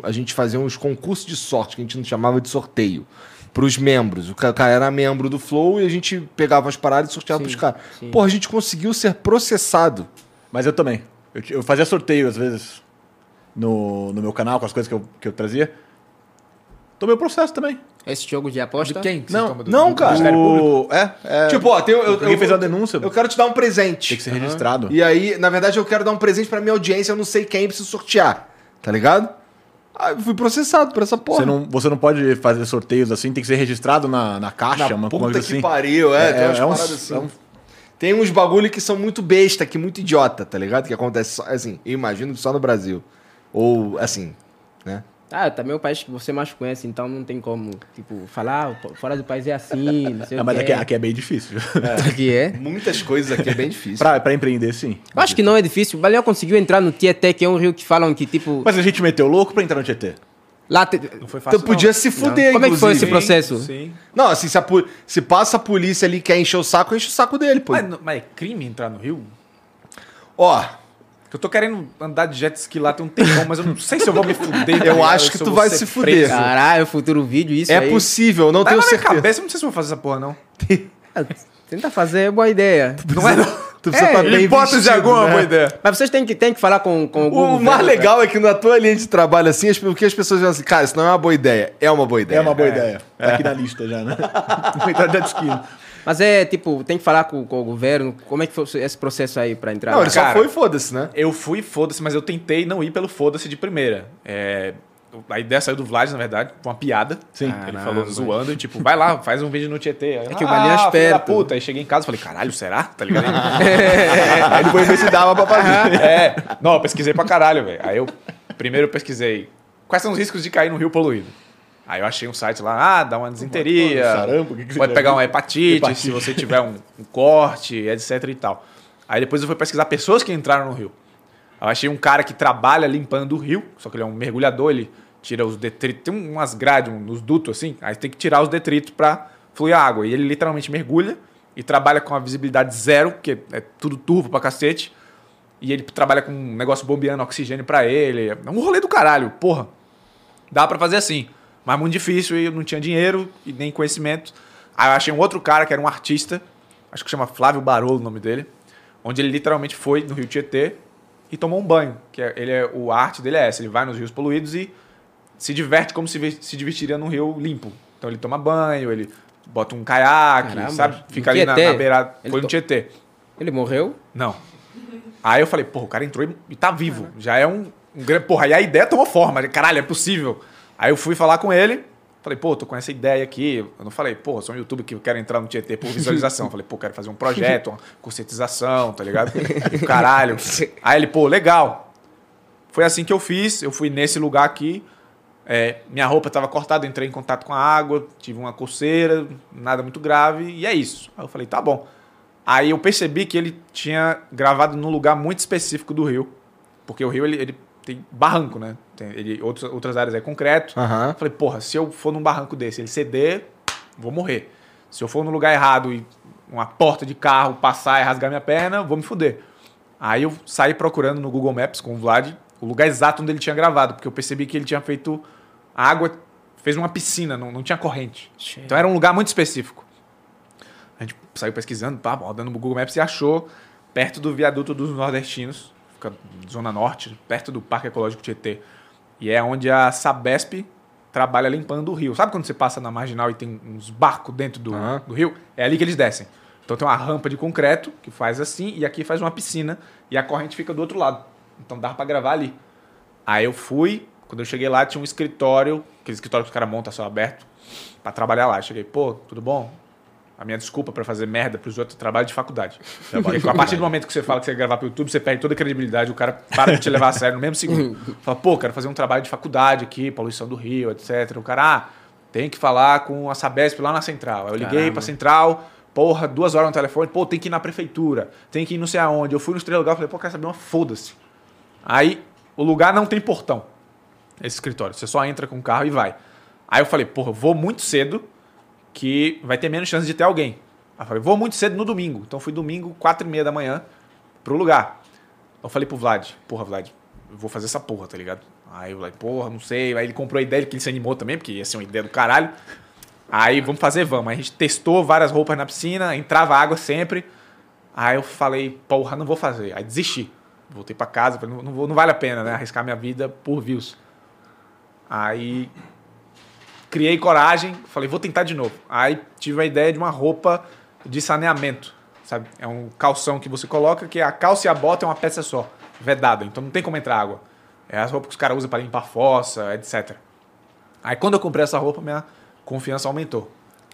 Speaker 1: um- a gente fazia uns concursos de sorte, que a gente não chamava de sorteio. Pros membros. O ca- cara era membro do Flow e a gente pegava as paradas e sorteava
Speaker 2: Sim,
Speaker 1: pros caras.
Speaker 2: sim.
Speaker 1: Porra, a gente conseguiu ser processado.
Speaker 3: Mas eu também. Eu, ti- eu fazia sorteio, às vezes, no, no meu canal, com as coisas que eu, que eu trazia. Tomei o processo também.
Speaker 2: Esse jogo de aposta...
Speaker 3: Não,
Speaker 1: não,
Speaker 2: Ah,
Speaker 1: cara.
Speaker 3: Ministério Público? É, é.
Speaker 1: Tipo, ó, tem, eu, eu,
Speaker 3: Ninguém
Speaker 1: eu-
Speaker 3: fez uma denúncia.
Speaker 1: eu quero te dar um presente.
Speaker 3: Tem que ser registrado.
Speaker 1: E aí, na verdade, eu quero dar um presente pra minha audiência, eu não sei quem preciso sortear. Tá ligado? Aí eu fui processado por essa porra.
Speaker 3: Você não, você não pode fazer sorteios assim, tem que ser registrado na, na caixa,
Speaker 1: Na
Speaker 3: uma
Speaker 1: puta
Speaker 3: coisa
Speaker 1: que
Speaker 3: assim.
Speaker 1: pariu, é.
Speaker 3: É,
Speaker 1: tem, umas
Speaker 3: é uns-
Speaker 1: paradas assim.
Speaker 3: é um-
Speaker 1: tem uns bagulho que são muito besta, que muito idiota, tá ligado? Que acontece só, assim, eu imagino que só no Brasil. Ou, assim, né?
Speaker 2: Ah, também é o país que você mais conhece, então não tem como, tipo, falar, "Ah, fora do país é assim, não sei
Speaker 3: É,
Speaker 2: o
Speaker 3: mas
Speaker 2: quê."
Speaker 3: aqui, aqui é bem difícil.
Speaker 2: Aqui é.
Speaker 1: Muitas coisas aqui é bem difícil.
Speaker 3: (laughs) pra, pra empreender, sim.
Speaker 2: Eu acho que não é difícil. O Baleão conseguiu entrar no Tietê, que é um rio que falam que, tipo,
Speaker 3: Mas a gente meteu louco pra entrar no Tietê.
Speaker 2: lá te-
Speaker 4: Não foi fácil.
Speaker 1: Tu Então podia se
Speaker 2: Não.
Speaker 1: fuder,
Speaker 2: Como é que foi esse
Speaker 1: inclusive.
Speaker 2: processo?
Speaker 4: Sim.
Speaker 1: Não, assim, se, a pu- se passa a polícia ali e quer encher o saco, enche o saco dele, pô.
Speaker 4: Mas, não- mas é crime entrar no Rio?
Speaker 1: Ó,
Speaker 4: Eu tô querendo andar de jet ski lá tem um tempão, mas eu não sei se eu vou me fuder. tá
Speaker 1: (laughs) Eu
Speaker 4: ligado?
Speaker 1: acho que
Speaker 4: Se eu
Speaker 1: tu
Speaker 4: vou
Speaker 1: vai
Speaker 4: ser
Speaker 1: se fuder.
Speaker 4: preso.
Speaker 2: Caralho, futuro vídeo, isso
Speaker 1: é
Speaker 2: aí.
Speaker 1: possível, não
Speaker 4: Tá
Speaker 1: tenho
Speaker 4: na minha
Speaker 1: certeza.
Speaker 4: cabeça, eu não sei se eu vou fazer essa porra, não.
Speaker 2: Ah, Tenta fazer, é boa ideia.
Speaker 4: Não é, não.
Speaker 1: Tu precisa
Speaker 2: É,
Speaker 1: tá bem
Speaker 4: Hipótese
Speaker 1: vestido,
Speaker 4: alguma,
Speaker 1: né?
Speaker 4: boa ideia.
Speaker 2: Mas vocês têm que, têm que falar com, com o
Speaker 1: O
Speaker 2: Google,
Speaker 1: mais
Speaker 2: velho.
Speaker 1: legal é que na tua linha de trabalho, assim, as- o que as pessoas dizem assim, cara, isso não é uma boa ideia. É uma boa ideia.
Speaker 3: É uma boa ideia. Tá aqui na lista já, né? Vou entrar no jet ski.
Speaker 2: Mas é, tipo, tem que falar com, com o governo. Como é que foi esse processo aí pra entrar?
Speaker 1: Não, ele só
Speaker 4: Cara.
Speaker 1: foi e foda-se, né?
Speaker 4: Eu fui, foda-se, mas eu tentei não ir pelo foda-se de primeira. É, a ideia saiu do Vlad, na verdade, com uma piada. Sim. Ele
Speaker 2: Caramba.
Speaker 4: falou zoando, e tipo, vai lá, faz um vídeo no Tietê. "Ah,
Speaker 2: É que o Baleia é esperto.
Speaker 4: puta. Aí cheguei em casa e falei, caralho, será? Tá ligado?
Speaker 1: Aí (laughs) ele foi ver se dava pra fazer.
Speaker 4: é. Não, eu pesquisei pra caralho, velho. Aí eu, primeiro eu pesquisei, quais são os riscos de cair num rio poluído? Aí eu achei um site lá, ah, dá uma desinteria,
Speaker 3: Sarampo, o que que você
Speaker 4: pode
Speaker 3: já
Speaker 4: pegar um
Speaker 3: viu?
Speaker 4: uma é hepatite,
Speaker 3: Hepatite.
Speaker 4: se você tiver um, um corte, etc e tal. Aí depois eu fui pesquisar pessoas que entraram no rio. Aí eu achei um cara que trabalha limpando o rio, só que ele é um mergulhador, ele tira os detritos, tem umas grades, um- uns dutos assim, aí tem que tirar os detritos pra fluir a água. E ele literalmente mergulha e trabalha com a visibilidade zero, porque é tudo turvo pra cacete. E ele trabalha com um negócio bombeando oxigênio pra ele. É um rolê do caralho, porra. Dá pra fazer assim. Mas muito difícil e eu não tinha dinheiro e nem conhecimento. Aí eu achei um outro cara que era um artista, acho que chama Flávio Barolo o nome dele, onde ele literalmente foi no Rio Tietê e tomou um banho. Que é- ele é, o a arte dele é essa, ele vai nos rios poluídos e se diverte como se, vi- se divertiria num rio limpo. Então ele toma banho, ele bota um caiaque,
Speaker 2: Caramba,
Speaker 4: sabe?
Speaker 2: no
Speaker 4: Fica ali na,
Speaker 2: Tietê?
Speaker 4: na beirada.
Speaker 2: Ele
Speaker 4: foi no
Speaker 2: to-
Speaker 4: Tietê.
Speaker 2: Ele morreu?
Speaker 4: Não. Aí eu falei, porra, o cara entrou e- e tá vivo. Já é um, um grande. Porra, aí a ideia tomou forma. Caralho, é possível. Aí eu fui falar com ele. Falei, pô, tô com essa ideia aqui. Eu não falei, pô, sou um youtuber que eu quero entrar no Tietê por visualização. Eu falei, pô, quero fazer um projeto, uma (laughs) conscientização, tá ligado? E o Caralho. Aí ele, pô, legal. Foi assim que eu fiz. Eu fui nesse lugar aqui. É, minha roupa tava cortada, eu entrei em contato com a água, tive uma coceira, nada muito grave, e é isso. Aí eu falei, tá bom. Aí eu percebi que ele tinha gravado num lugar muito específico do rio. Porque o rio, ele, ele tem barranco, né? Tem, ele, outros, outras áreas é concreto.
Speaker 1: Aham.
Speaker 4: Eu falei, porra, se eu for num barranco desse, ele ceder, vou morrer. Se eu for no lugar errado e uma porta de carro passar e rasgar minha perna, vou me fuder. Aí eu saí procurando no Google Maps com o Vlad o lugar exato onde ele tinha gravado, porque eu percebi que ele tinha feito a água, fez uma piscina, não, não tinha corrente.
Speaker 2: Cheio.
Speaker 4: Então era um lugar muito específico. A gente saiu pesquisando, pá, rodando no Google Maps e achou perto do viaduto dos nordestinos, fica na zona norte, perto do Parque Ecológico Tietê. E é onde a Sabesp trabalha limpando o rio. Sabe quando você passa na marginal e tem uns barcos dentro do,
Speaker 1: Aham.
Speaker 4: do rio? É ali que eles descem. Então tem uma rampa de concreto que faz assim e aqui faz uma piscina e a corrente fica do outro lado. Então dá pra gravar ali. Aí eu fui, quando eu cheguei lá tinha um escritório, aquele escritório que os caras montam só aberto, pra trabalhar lá. Eu cheguei, pô, tudo bom? A minha desculpa pra fazer merda pros outros é trabalho de faculdade. Porque a partir do momento que você fala que você vai gravar pro YouTube, você perde toda a credibilidade, o cara para de te levar a sério no mesmo segundo. Fala, pô, quero fazer um trabalho de faculdade aqui, poluição do Rio, etc. O cara, ah, tem que falar com a Sabesp lá na central. Aí eu liguei
Speaker 2: Caramba.
Speaker 4: pra central, porra, duas horas no telefone, pô, tem que ir na prefeitura, tem que ir não sei aonde. Eu fui nos três lugares, falei, pô, quer saber uma? Foda-se. Aí o lugar não tem portão, esse escritório. Você só entra com o carro e vai. Aí eu falei, porra, eu vou muito cedo, que vai ter menos chance de ter alguém. Aí eu falei, vou muito cedo no domingo. Então fui domingo, quatro e meia da manhã, pro lugar. Eu falei pro Vlad, porra, Vlad, eu vou fazer essa porra, tá ligado? Aí o Vlad, porra, não sei. Aí ele comprou a ideia, que ele se animou também, porque ia ser uma ideia do caralho. Aí vamos fazer, vamos. Aí a gente testou várias roupas na piscina, entrava água sempre. Aí eu falei, porra, não vou fazer. Aí desisti. Voltei pra casa, falei, não, não, vou- não vale a pena, né? Arriscar minha vida por views. Aí criei coragem, falei, vou tentar de novo. Aí tive a ideia de uma roupa de saneamento, sabe? É um calção que você coloca, que a calça e a bota é uma peça só, vedada, então não tem como entrar água. É as roupas que os caras usam pra limpar fossa, etc. Aí quando eu comprei essa roupa, minha confiança aumentou.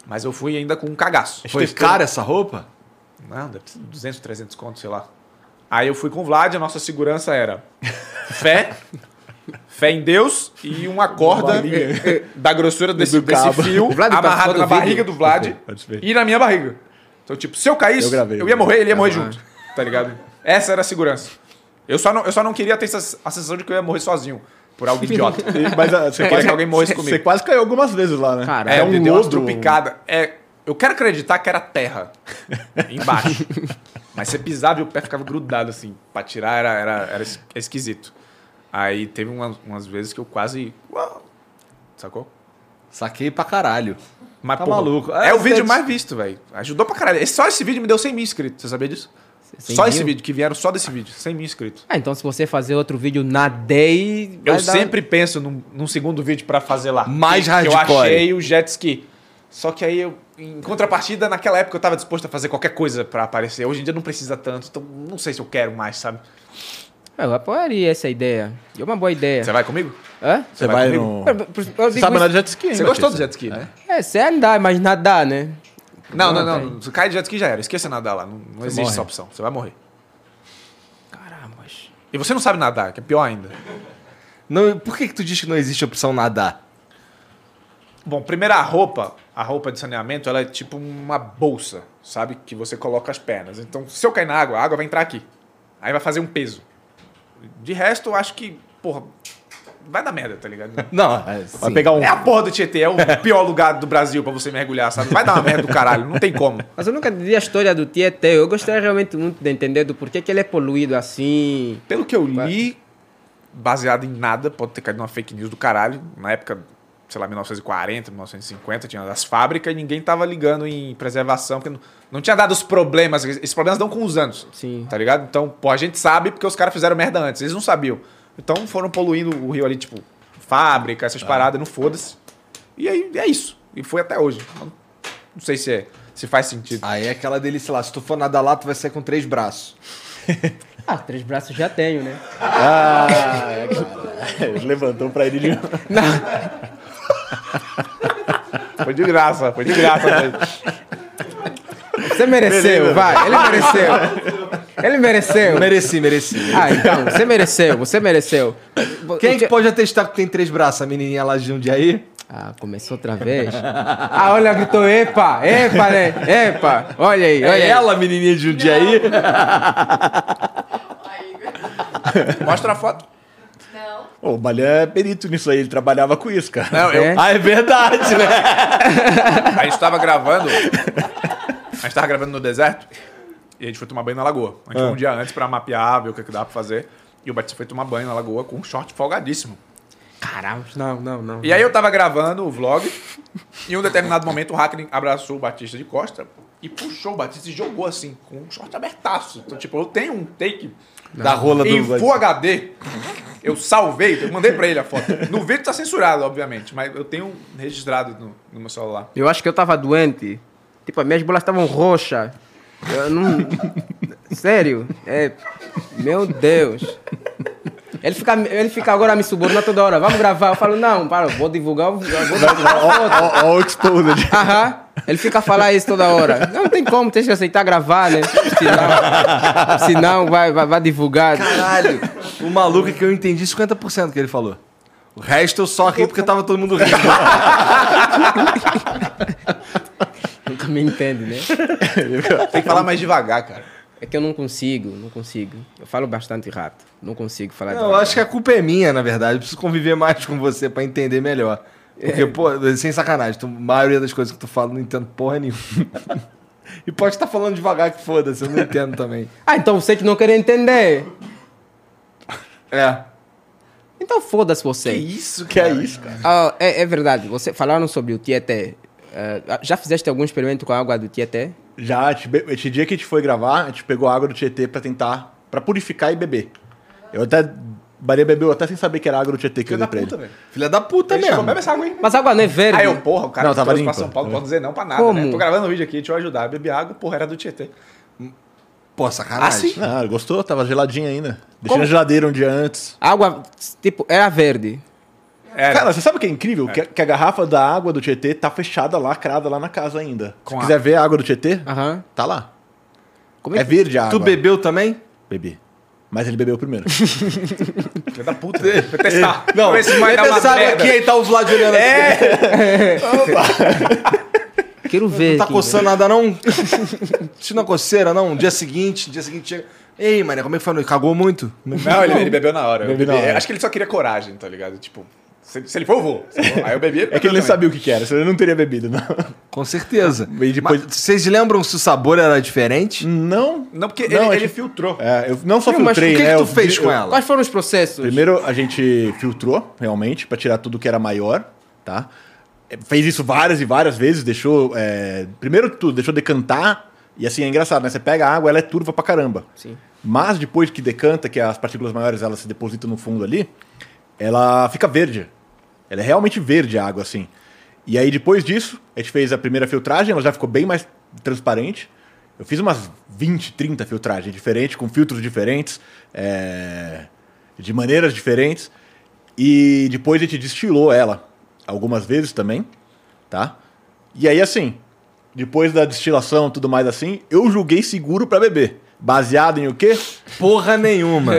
Speaker 4: Mas eu fui ainda com um cagaço.
Speaker 1: Foi cara essa roupa?
Speaker 4: Não, deve ser 200, 300 conto, sei lá. Aí eu fui com o Vlad, a nossa segurança era fé, (laughs) fé em Deus e uma corda eh, da grossura desse,
Speaker 3: Do
Speaker 4: desse
Speaker 3: cabo.
Speaker 4: fio
Speaker 2: Vlad
Speaker 4: amarrado
Speaker 2: participou
Speaker 4: na
Speaker 2: do vídeo?
Speaker 4: barriga do
Speaker 3: (laughs)
Speaker 4: Vlad e na minha barriga. Então, tipo, se eu caísse,
Speaker 3: Eu
Speaker 4: eu,
Speaker 3: gravei,
Speaker 4: ia
Speaker 3: eu
Speaker 4: morrer, ele ia morrer junto, tá ligado? Essa era a segurança. Eu só não, eu só não queria ter essa, a sensação de que eu ia morrer sozinho, por
Speaker 3: (laughs)
Speaker 4: algo idiota.
Speaker 3: E- Mas ah, você
Speaker 4: Eu queria
Speaker 3: quase
Speaker 4: que alguém morresse
Speaker 3: você-
Speaker 4: comigo.
Speaker 3: Você quase caiu algumas vezes lá, né?
Speaker 2: Caralho.
Speaker 4: É,
Speaker 2: É
Speaker 4: um deu umas trupicadas. É, eu quero acreditar que era terra embaixo. Mas você pisava e o pé ficava grudado, assim. Pra tirar era, era, era es- é esquisito. Aí teve umas, umas vezes que eu quase. Uau! Sacou?
Speaker 1: Saquei pra caralho.
Speaker 4: Mas,
Speaker 1: Tá
Speaker 4: porra,
Speaker 1: maluco.
Speaker 4: É,
Speaker 1: É,
Speaker 4: o vídeo
Speaker 1: deve-
Speaker 4: mais visto, velho. Ajudou pra caralho. Esse- Só esse vídeo me deu 100 mil inscritos. Você sabia disso?
Speaker 2: Cem
Speaker 4: só
Speaker 2: mil?
Speaker 4: esse vídeo, que vieram só desse vídeo. 100 mil inscritos.
Speaker 2: Ah, então se você fazer outro vídeo na day...
Speaker 4: Eu
Speaker 2: vai dar-
Speaker 4: sempre penso num, num segundo vídeo pra fazer lá.
Speaker 1: Mais
Speaker 4: que, Que eu
Speaker 1: hardcore.
Speaker 4: achei o jet ski. Só que aí eu, em contrapartida, naquela época eu tava disposto a fazer qualquer coisa pra aparecer. Hoje em dia não precisa tanto, então não sei se eu quero mais, sabe?
Speaker 2: Eu apoiaria essa ideia. É uma boa ideia.
Speaker 4: Você vai comigo?
Speaker 2: Hã?
Speaker 3: Você vai
Speaker 4: comigo?
Speaker 3: no.
Speaker 2: Eu- eu
Speaker 3: Você
Speaker 2: digo
Speaker 3: sabe
Speaker 2: isso-
Speaker 3: andar de jet ski, hein,
Speaker 4: Você gostou do
Speaker 3: Batista?
Speaker 4: jet ski, né?
Speaker 2: É, você andar, mas nadar, né?
Speaker 4: Não, não,
Speaker 2: Não,
Speaker 4: não.
Speaker 2: velho.
Speaker 4: Você cai de jet ski já era. Esqueça nadar lá. Não, não existe
Speaker 3: morre.
Speaker 4: essa opção. Você vai morrer.
Speaker 2: Caramba.
Speaker 4: E você não sabe nadar, que é pior ainda.
Speaker 1: Não, por que, que tu diz que não existe opção nadar?
Speaker 4: Bom, primeiro a roupa, a roupa de saneamento, ela é tipo uma bolsa, sabe? Que você coloca as pernas. Então, se eu cair na água, a água vai entrar aqui. Aí vai fazer um peso. De resto, eu acho que, porra, vai dar merda, tá ligado?
Speaker 1: Não, é,
Speaker 3: Vai
Speaker 1: sim.
Speaker 3: pegar um.
Speaker 4: É a porra do Tietê, é o pior lugar do Brasil pra você mergulhar, sabe? Vai dar uma merda do caralho, não tem como.
Speaker 2: Mas eu nunca entendi a história do Tietê. Eu gostaria realmente muito de entender do porquê que ele é poluído assim.
Speaker 4: Pelo que eu li, baseado em nada, pode ter caído numa fake news do caralho. Na época, sei lá, 1940, 1950, tinha as fábricas e ninguém tava ligando em preservação, porque não, não tinha dado os problemas. Esses problemas dão com os anos.
Speaker 2: Sim.
Speaker 4: Tá ligado? Então, pô, a gente sabe porque os caras fizeram merda antes, eles não sabiam. Então foram poluindo o rio ali, tipo, fábrica, essas paradas, não foda-se. E aí é isso. E foi até hoje. Não, não sei se, é- se faz sentido.
Speaker 1: Aí é aquela dele, sei lá, se tu for nadar lá, tu vai sair com três braços.
Speaker 2: Ah, três braços já tenho, (laughs) né?
Speaker 3: Ah, (laughs) é, cara. Ele Levantou pra ele de.
Speaker 4: Foi de graça, foi de graça. mesmo.
Speaker 2: Você mereceu, vai. Ele mereceu. Ele mereceu.
Speaker 1: Mereci, mereci.
Speaker 2: Ah, então, você mereceu, você mereceu.
Speaker 1: Quem é que pode atestar que tem três braços? A menininha lá de um dia aí?
Speaker 2: Ah, começou outra vez. ah, olha, gritou, epa, epa, né? Epa, olha aí, olha aí.
Speaker 1: É ela, menininha de Jundiaí.
Speaker 6: Aí,
Speaker 1: (laughs)
Speaker 4: Mostra a foto.
Speaker 6: não.
Speaker 3: Ô, o Balhan é perito nisso aí, ele trabalhava com isso, cara. (laughs)
Speaker 4: Não, eu,
Speaker 2: É?
Speaker 1: Ah, é verdade, né?
Speaker 4: a gente tava gravando. A gente tava gravando no deserto. E a gente foi tomar banho na lagoa. A gente
Speaker 1: Ah.
Speaker 4: foi um dia antes pra mapear, ver o que, que dava pra fazer. E o Batista foi tomar banho na lagoa com um short folgadíssimo.
Speaker 2: Caramba, não, não, não.
Speaker 4: E aí eu tava gravando o vlog, e em um determinado momento o Hackney abraçou o Batista de costa e puxou o Batista e jogou assim, com um short abertaço. Então, tipo, eu tenho um take
Speaker 1: Da rola do
Speaker 4: em Full HD. Eu salvei, eu mandei pra ele a foto. No vídeo tá censurado, obviamente, mas eu tenho registrado no, no meu celular.
Speaker 2: Eu acho que eu tava doente. Tipo, as minhas bolas estavam roxas. Eu não. Sério? É. Meu Deus. Ele fica, ele fica agora me suborna toda hora. Vamos gravar. Eu falo, não, para, eu vou divulgar. eu vou divulgar.
Speaker 3: Ó, ó, o Exposed.
Speaker 2: Aham. Ele fica a falar isso toda hora. Não tem como, tem que aceitar gravar, né? Senão, senão vai, vai, vai divulgar.
Speaker 1: Caralho. O maluco é que eu entendi 50% que ele falou. O resto eu só ri porque tava todo mundo rindo.
Speaker 2: Nunca me entende, né?
Speaker 4: Tem que falar mais devagar, cara.
Speaker 2: É que eu não consigo, não consigo. Eu falo bastante rápido. Não consigo falar
Speaker 1: Não, eu acho que a culpa é minha, na verdade. Eu preciso conviver mais com você pra entender melhor. Porque, pô, sem sacanagem, tu, a maioria das coisas que tu fala eu não entendo porra nenhuma. (laughs) e pode estar falando devagar que foda-se, eu não entendo também.
Speaker 2: Ah, então você que não quer entender.
Speaker 1: É.
Speaker 2: Então foda-se você.
Speaker 4: isso,
Speaker 3: Que é isso, cara?
Speaker 2: Ah, é, é verdade, você falaram sobre o Tietê. Ah, já fizeste algum experimento com a água do Tietê?
Speaker 3: Já, a gente be- esse dia que a gente foi gravar, a gente pegou a água do Tietê pra tentar, pra purificar e beber. Eu até, Maria bebeu até sem saber que era água do Tietê que eu
Speaker 4: Filho
Speaker 3: dei pra
Speaker 4: da puta,
Speaker 3: ele.
Speaker 4: velho.
Speaker 1: Filha da puta
Speaker 4: Ele
Speaker 1: Tá mesmo.
Speaker 4: chegou, bebe essa água aí.
Speaker 2: Mas a água não é verde.
Speaker 4: Aí eu, porra, o cara
Speaker 3: Não,
Speaker 4: me
Speaker 3: tava
Speaker 4: trouxe pra
Speaker 3: limpa.
Speaker 4: São Paulo, não posso dizer não pra nada,
Speaker 2: Como?
Speaker 4: né? Tô gravando um vídeo aqui, deixa eu ajudar. Bebi água, porra, era do Tietê.
Speaker 1: Pô, sacanagem.
Speaker 4: Assim?
Speaker 3: Ah, gostou? Tava geladinha ainda. Deixei
Speaker 2: Como?
Speaker 3: na geladeira um dia antes.
Speaker 2: A água, tipo, era verde.
Speaker 4: Era.
Speaker 3: Cara, você sabe o que é incrível? Que, a, que a garrafa da água do Tietê tá fechada, lacrada lá na casa ainda.
Speaker 4: Com
Speaker 3: Se
Speaker 4: a-
Speaker 3: quiser ver a água do Tietê,
Speaker 1: Ah.
Speaker 2: Aham.
Speaker 3: tá lá.
Speaker 2: Como
Speaker 3: É verde a água.
Speaker 1: Tu bebeu também?
Speaker 3: Bebi. Mas ele bebeu
Speaker 4: (laughs)
Speaker 3: primeiro.
Speaker 4: Filho da puta. velho. Vou testar.
Speaker 1: Não,
Speaker 4: Vou ver se vai dar uma
Speaker 1: sabe
Speaker 4: merda.
Speaker 1: aqui, aí tá o Vlad olhando é,
Speaker 2: Quero ver.
Speaker 1: Não tá
Speaker 2: aqui,
Speaker 1: coçando nada, não? (laughs) Sentindo a coceira, não? Dia seguinte, dia seguinte chega. Ei, mané, como é que foi? a noite? Cagou muito?
Speaker 4: Não, ele, ele bebeu na hora. Eu
Speaker 3: Bebi na
Speaker 4: bebi-
Speaker 3: hora.
Speaker 4: Acho que ele só queria coragem, tá ligado? Tipo, se, se ele for, eu vou. Se eu vou. Aí eu bebi.
Speaker 3: (laughs) É que ele nem sabia o que, que era, senão ele não teria bebido, não.
Speaker 1: Com certeza.
Speaker 3: E depois-
Speaker 1: Mas vocês lembram se o sabor era diferente?
Speaker 3: Não.
Speaker 4: Não, porque
Speaker 3: Não,
Speaker 4: ele,
Speaker 3: a
Speaker 4: ele
Speaker 3: gente-
Speaker 4: filtrou.
Speaker 3: É, eu não só
Speaker 1: Sim, mas o
Speaker 3: filtrei,
Speaker 1: que que
Speaker 3: né?
Speaker 1: tu
Speaker 3: eu
Speaker 1: fez
Speaker 3: vi-
Speaker 1: com
Speaker 3: eu-
Speaker 1: ela?
Speaker 2: Quais foram os processos?
Speaker 3: Primeiro a gente filtrou, realmente, pra tirar tudo que era maior, tá? É, Fez isso várias e várias vezes, deixou. é, Primeiro de tudo, deixou decantar. E assim, é engraçado, né? Você pega a água, ela é turva pra caramba.
Speaker 2: Sim.
Speaker 3: Mas depois que decanta, que as partículas maiores elas se depositam no fundo ali, ela fica verde. Ela é realmente verde a água, assim. E aí depois disso, a gente fez a primeira filtragem, ela já ficou bem mais transparente. Eu fiz umas 20, 30 filtragens diferentes, com filtros diferentes, é, de maneiras diferentes. E depois a gente destilou ela algumas vezes também, tá? E aí, assim, depois da destilação e tudo mais assim, eu julguei seguro pra beber. Baseado em o quê?
Speaker 1: Porra nenhuma.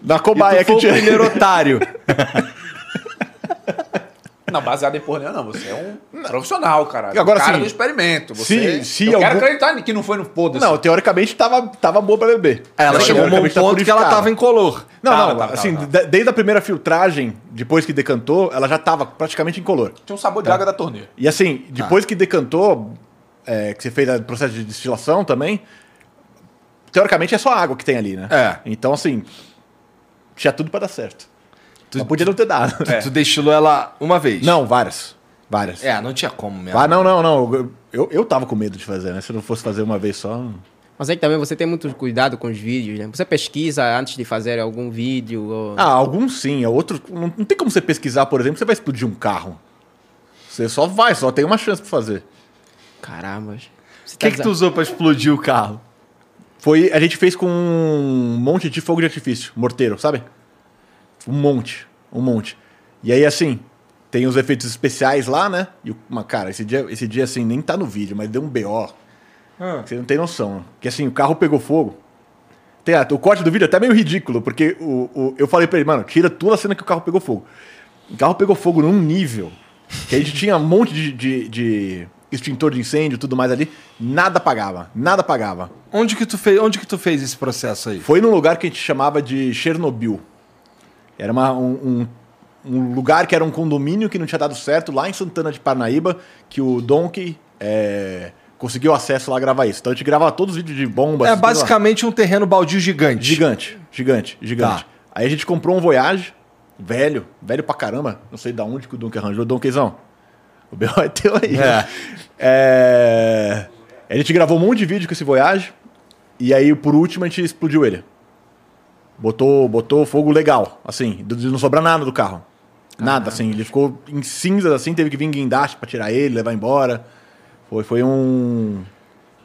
Speaker 3: Na
Speaker 1: Bahia
Speaker 3: cobaia
Speaker 1: que
Speaker 3: que
Speaker 1: foi o
Speaker 3: tinha.
Speaker 1: primeiro otário.
Speaker 4: Não, baseado em porra nenhuma, não. Você é um profissional, cara.
Speaker 3: Agora,
Speaker 4: cara
Speaker 3: assim,
Speaker 4: do experimento.
Speaker 3: se-
Speaker 4: Você,
Speaker 3: se
Speaker 4: eu quero
Speaker 3: algum-
Speaker 4: acreditar que não foi no foda-se.
Speaker 3: Não, teoricamente tava, tava boa pra beber.
Speaker 1: É, Ela
Speaker 3: Teoricamente,
Speaker 1: chegou num
Speaker 3: tá
Speaker 1: ponto que ela
Speaker 3: purificada.
Speaker 1: tava incolor.
Speaker 3: Não,
Speaker 4: Tava,
Speaker 3: não,
Speaker 4: tava,
Speaker 3: assim,
Speaker 4: tava,
Speaker 3: de- desde a primeira filtragem, depois que decantou, ela já tava praticamente incolor.
Speaker 4: tinha um sabor
Speaker 3: É.
Speaker 4: de água da torneira.
Speaker 3: E assim,
Speaker 1: Tá.
Speaker 3: depois que decantou, é, que você fez o processo de destilação também, teoricamente é só água que tem ali, né?
Speaker 1: É.
Speaker 3: Então, assim, tinha tudo pra dar certo. Mas podia não ter dado.
Speaker 1: Tu destilou ela uma vez.
Speaker 3: Não, várias. Várias.
Speaker 1: É, não tinha como mesmo.
Speaker 3: Ah, não, não, não. Eu, eu tava com medo de fazer, né? Se eu não fosse fazer uma vez só.
Speaker 2: Mas é que também você tem muito cuidado com os vídeos, né? Você pesquisa antes de fazer algum vídeo. ou-
Speaker 3: Ah, alguns sim, outros. Não, não tem como você pesquisar, por exemplo, você vai explodir um carro. Você só vai, só tem uma chance pra fazer.
Speaker 2: Caramba. Você tá
Speaker 1: O que, que tu usou pra explodir o carro?
Speaker 3: Foi. A gente fez com um monte de fogo de artifício, morteiro, sabe? Um monte. Um monte. E aí, assim, tem os efeitos especiais lá, né? E, o- mas, cara, esse dia, esse dia, assim, nem tá no vídeo, mas deu um BO. Que Você não tem noção. né? Que assim, o carro pegou fogo. Tem, ah, o corte do vídeo é até meio ridículo, porque o, o- eu falei pra ele, mano, tira toda a cena que o carro pegou fogo. O carro pegou fogo num nível que a gente tinha um monte de, de- de extintor de incêndio e tudo mais ali. Nada apagava, nada apagava.
Speaker 1: Onde que tu fez, onde que tu fez esse processo aí?
Speaker 3: Foi num lugar que a gente chamava de Chernobyl. Era uma- um, um- um lugar que era um condomínio que não tinha dado certo lá em Santana de Parnaíba, que o Donkey é, conseguiu acesso lá a gravar isso. Então a gente gravava todos os vídeos de bombas.
Speaker 1: É
Speaker 3: tudo lá.
Speaker 1: basicamente um terreno baldio gigante.
Speaker 3: Gigante, gigante, gigante.
Speaker 1: Tá.
Speaker 3: Aí a gente comprou um Voyage, velho, velho pra caramba. Não sei da onde que o Donkey arranjou. Donkeyzão, o B.O. é teu aí.
Speaker 1: É.
Speaker 3: É, A gente gravou um monte de vídeo com esse Voyage. E aí, por último, a gente explodiu ele. Botou, botou fogo legal, assim. do- de Não sobrar nada do carro. Nada, assim. Ele ficou em cinzas, assim. Teve que vir guindaste pra tirar ele, levar embora. Foi, foi um...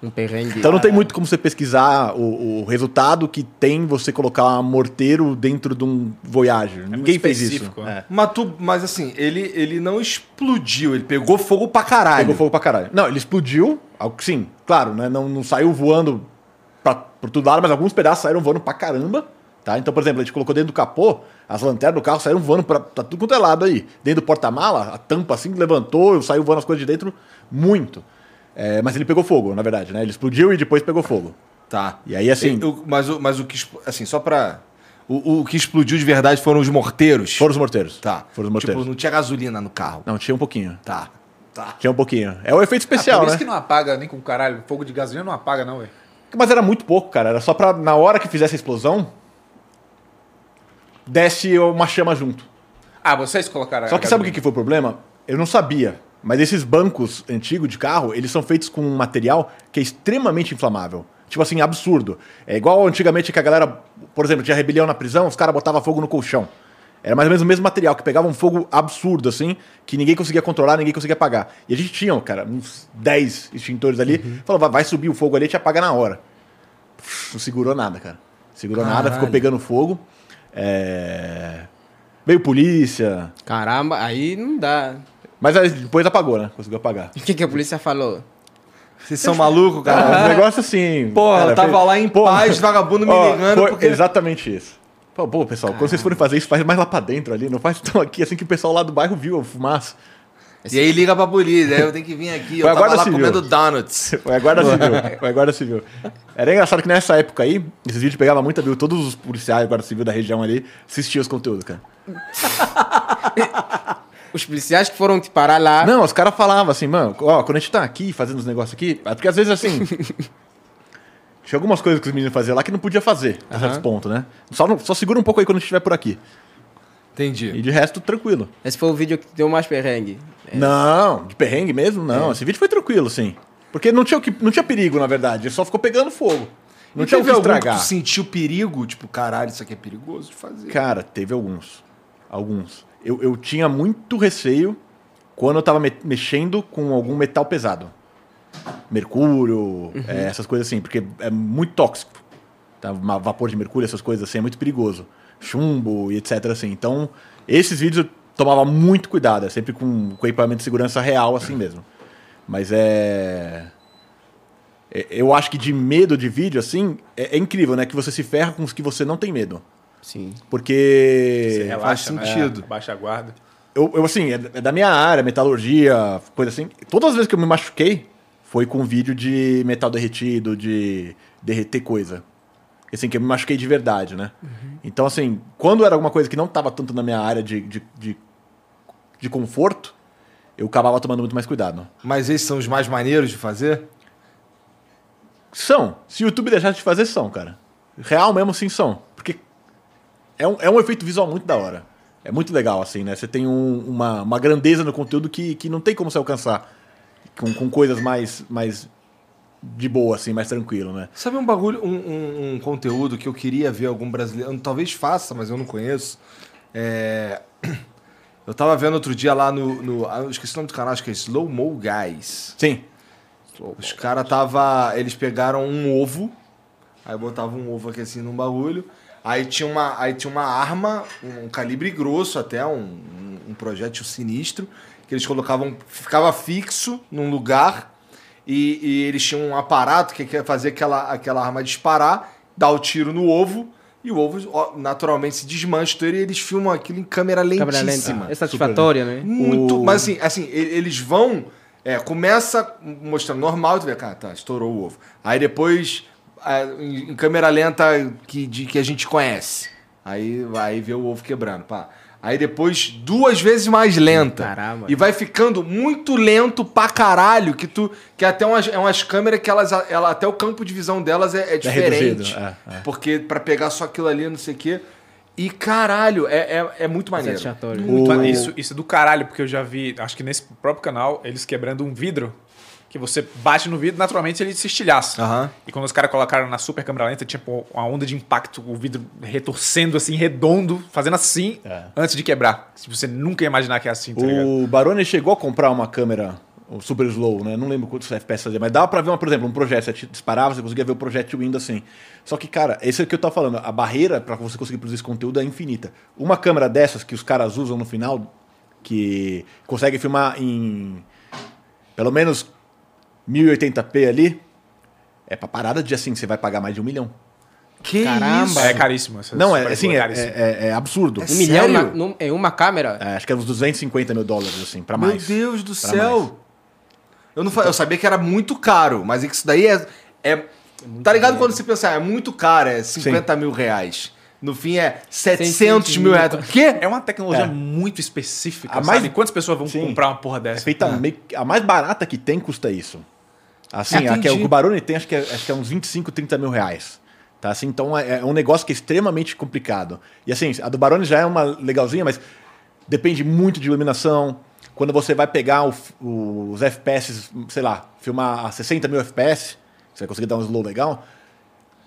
Speaker 2: Um perrengue.
Speaker 3: Então não tem muito como você pesquisar o, o resultado que tem você colocar um morteiro dentro de um
Speaker 1: É
Speaker 3: Voyager. Ninguém
Speaker 4: muito
Speaker 3: fez isso.
Speaker 4: específico,
Speaker 3: É.
Speaker 4: né?
Speaker 1: Mas, tu, mas assim, ele, ele não explodiu, ele pegou fogo pra caralho.
Speaker 3: Pegou fogo pra caralho. Não, ele explodiu. algo que Sim, claro, né? Não, não saiu voando pra, por tudo lado, mas alguns pedaços saíram voando pra caramba. Tá? Então, por exemplo, a gente colocou dentro do capô, as lanternas do carro saíram voando pra, pra tudo quanto é lado aí. Dentro do porta-mala, a tampa assim levantou, saiu voando as coisas de dentro muito. É, mas ele pegou fogo, na verdade, né? Ele explodiu e depois pegou fogo.
Speaker 1: Tá.
Speaker 3: E aí, assim-
Speaker 1: Eu- mas, o- mas o que. expl- Assim, só pra. O, o que explodiu de verdade foram os morteiros.
Speaker 3: Foram os morteiros.
Speaker 1: Tá.
Speaker 3: Foram os morteiros.
Speaker 1: Tipo, não tinha gasolina no carro.
Speaker 3: Não, tinha um pouquinho.
Speaker 1: Tá. Tá.
Speaker 3: Tinha um pouquinho. É o efeito
Speaker 4: por
Speaker 3: especial,
Speaker 4: isso
Speaker 3: né?
Speaker 4: que não apaga nem com caralho. Fogo de gasolina não apaga, não, velho.
Speaker 3: Mas era muito pouco, cara. Era só pra, na hora que fizesse a explosão, desce uma chama junto.
Speaker 4: Ah, vocês colocaram.
Speaker 3: Só que sabe o que que foi o problema? Eu não sabia. Mas esses bancos antigos de carro, eles são feitos com um material que é extremamente inflamável. Tipo assim, absurdo. É igual antigamente que a galera, por exemplo, tinha rebelião na prisão, os caras botavam fogo no colchão. Era mais ou menos o mesmo material, que pegava um fogo absurdo, assim, que ninguém conseguia controlar, ninguém conseguia apagar. E a gente tinha, cara, uns 10 extintores ali. Falou, "Vai- vai subir o fogo ali e te apaga na hora. Pff, Não segurou nada, cara. Segurou nada, ficou pegando fogo. É... Veio polícia,
Speaker 2: Caramba, aí não dá.
Speaker 3: mas aí depois apagou, né? Conseguiu apagar.
Speaker 2: O que, que a polícia falou?
Speaker 1: Vocês são malucos, cara?
Speaker 3: um negócio assim.
Speaker 1: Ah. Porra, eu tava
Speaker 3: foi-
Speaker 1: lá em paz, vagabundo
Speaker 3: (laughs)
Speaker 1: me
Speaker 3: Ó,
Speaker 1: ligando
Speaker 3: foi
Speaker 1: porque-
Speaker 3: Exatamente isso. Pô, pô, pessoal, quando vocês forem fazer isso, faz mais lá pra dentro ali. Não faz tão aqui assim que o pessoal lá do bairro viu a fumaça.
Speaker 1: E aí liga pra polícia, aí eu tenho que vir aqui. Eu
Speaker 3: Foi a
Speaker 1: tava
Speaker 3: Guarda
Speaker 1: lá
Speaker 3: Civil.
Speaker 1: comendo donuts.
Speaker 3: Foi a guarda civil. Foi a guarda civil. Era engraçado que nessa época aí, esses vídeos pegava muita view. Todos os policiais, guarda civil da região ali, assistiam os conteúdos, cara.
Speaker 2: Os policiais que foram te parar
Speaker 1: Ah.
Speaker 2: lá.
Speaker 3: Não, os caras falavam assim, mano, ó, quando a gente tá aqui fazendo os negócios aqui, porque às
Speaker 1: (laughs)
Speaker 3: vezes assim. tinha algumas coisas que os meninos faziam lá que não podia fazer, a certos pontos, né? Só, não- só segura um pouco aí quando a gente estiver por aqui. E
Speaker 1: Entendi.
Speaker 3: de resto, tranquilo.
Speaker 2: Esse foi o vídeo que deu mais perrengue.
Speaker 1: É.
Speaker 3: Não, de perrengue mesmo, não. Esse vídeo foi tranquilo, sim. Porque não tinha, o que, não tinha perigo, na verdade. Só ficou pegando fogo. Não
Speaker 1: E
Speaker 3: tinha o que
Speaker 1: teve algum
Speaker 3: estragar.
Speaker 1: tu sentiu perigo? Tipo, caralho, isso aqui é perigoso de fazer.
Speaker 3: Cara, teve alguns. Alguns. Eu, eu tinha muito receio quando eu tava me- mexendo com algum metal pesado. Mercúrio, é, essas coisas assim, porque é muito tóxico. Tá? Ma- Vapor de mercúrio, essas coisas assim, é muito perigoso. Chumbo e etc. Assim. Então, esses vídeos eu tomava muito cuidado, é sempre com, com equipamento de segurança real, assim mesmo. Mas é. é- Eu acho que de medo de vídeo, assim, é, é incrível, né? Que você se ferra com os que você não tem medo.
Speaker 2: Sim.
Speaker 3: Porque.
Speaker 1: faz sentido.
Speaker 4: Né? Baixa a guarda.
Speaker 3: Eu, eu, assim, é é da minha área, metalurgia, coisa assim. Todas as vezes que eu me machuquei, foi com vídeo de metal derretido, de derreter coisa. Assim, que eu me machuquei de verdade, né? Então, assim, quando era alguma coisa que não tava tanto na minha área de, de, de, de conforto, eu acabava tomando muito mais cuidado.
Speaker 1: Mas esses são os mais maneiros de fazer?
Speaker 3: São. Se o YouTube deixar de fazer, são, cara. Real mesmo, sim, são. Porque é um, é um efeito visual muito da hora. É muito legal, assim, né? Você tem um- uma, uma grandeza no conteúdo que, que não tem como você alcançar com, com coisas mais, mais de boa, assim, mais tranquilo, né?
Speaker 1: Sabe um bagulho, um, um- um conteúdo que eu queria ver algum brasileiro, talvez faça, mas eu não conheço. É, (clears throat) Eu tava vendo outro dia lá no, no- ah, eu esqueci o nome do canal, acho que é Slow Mo Guys.
Speaker 3: Sim.
Speaker 1: Os caras tava, eles pegaram um ovo, aí botavam um ovo aqui assim num bagulho, aí tinha uma, aí tinha uma arma, um, um calibre grosso até, um, um- um projétil sinistro, que eles colocavam, ficava fixo num lugar e, e eles tinham um aparato que quer fazer aquela, aquela arma disparar, dar o tiro no ovo, E o ovo, ó, naturalmente, se desmancha e eles filmam aquilo em câmera
Speaker 2: Câmera
Speaker 1: lentíssima.
Speaker 2: lenta. É satisfatória, né?
Speaker 1: Muito.
Speaker 3: O-
Speaker 1: Mas assim, assim, e- eles vão. É, começa mostrando normal, tu vê, cara, tá, estourou o ovo. Aí depois, a- em, em câmera lenta que, de, que a gente conhece. Aí vai ver o ovo quebrando, pá. Aí depois, duas vezes mais lenta.
Speaker 2: Caramba.
Speaker 1: E vai ficando muito lento pra caralho, que tu. Que até umas, é umas câmeras que elas. Ela, até o campo de visão delas é, é diferente.
Speaker 3: reduzido, é,
Speaker 1: Porque pra pegar só aquilo ali, não sei o quê. E caralho, é, é, é muito maneiro.
Speaker 2: Satisfatória.
Speaker 4: Muito ma- Isso, isso é do caralho, porque eu já vi, acho que nesse próprio canal, eles quebrando um vidro. Que você bate no vidro, naturalmente ele se estilhaça.
Speaker 1: Aham.
Speaker 4: E quando os caras colocaram na super câmera lenta, tinha pô, uma onda de impacto, o vidro retorcendo assim, redondo, fazendo assim,
Speaker 3: É.
Speaker 4: antes de quebrar. Tipo, Você nunca ia imaginar que é assim, tá ligado?
Speaker 3: O Barone chegou a comprar uma câmera o super slow, né? Não lembro quantos FPS fazia, mas dava pra ver, uma, por exemplo, um projeto. Você disparava, você conseguia ver o projeto indo assim. Só que, cara, esse é o que eu tava falando. A barreira pra você conseguir produzir esse conteúdo é infinita. Uma câmera dessas que os caras usam no final, que consegue filmar em pelo menos 1080p ali, é pra parada de assim, você vai pagar mais de um milhão.
Speaker 1: Que
Speaker 2: Caramba.
Speaker 1: isso?
Speaker 4: É caríssimo. essa
Speaker 3: Não, é
Speaker 4: super
Speaker 3: assim,
Speaker 4: slow
Speaker 3: é,
Speaker 4: caríssimo.
Speaker 3: é- é absurdo.
Speaker 1: É
Speaker 2: Um milhão
Speaker 1: Sério?
Speaker 2: na, num- em uma câmera?
Speaker 3: É, acho que era uns 250 mil dólares, assim, pra
Speaker 1: Meu
Speaker 3: mais.
Speaker 1: Deus do
Speaker 3: Pra mais.
Speaker 1: céu! Eu, não, fa- eu sabia que era muito caro, mas é que isso daí é. é- tá ligado quando você pensa, ah, é muito caro, é 50 mil reais. No fim é 700 mil reais. O quê?
Speaker 4: É uma tecnologia
Speaker 3: É.
Speaker 4: muito específica,
Speaker 3: A
Speaker 4: sabe?
Speaker 3: mais-
Speaker 4: Quantas pessoas vão
Speaker 3: Sim.
Speaker 4: comprar uma porra
Speaker 3: É
Speaker 4: dessa?
Speaker 3: feita meio que- a mais barata que tem custa isso. Assim, a que é-
Speaker 1: Entendi.
Speaker 3: o Barone tem acho que, é, acho que é uns 25, 30 mil reais. Tá, assim, então é, é um negócio que é extremamente complicado. E assim, a do Barone já é uma legalzinha, mas depende muito de iluminação. Quando você vai pegar o f- os FPS, sei lá, filmar a 60 mil FPS, você vai conseguir dar um slow legal,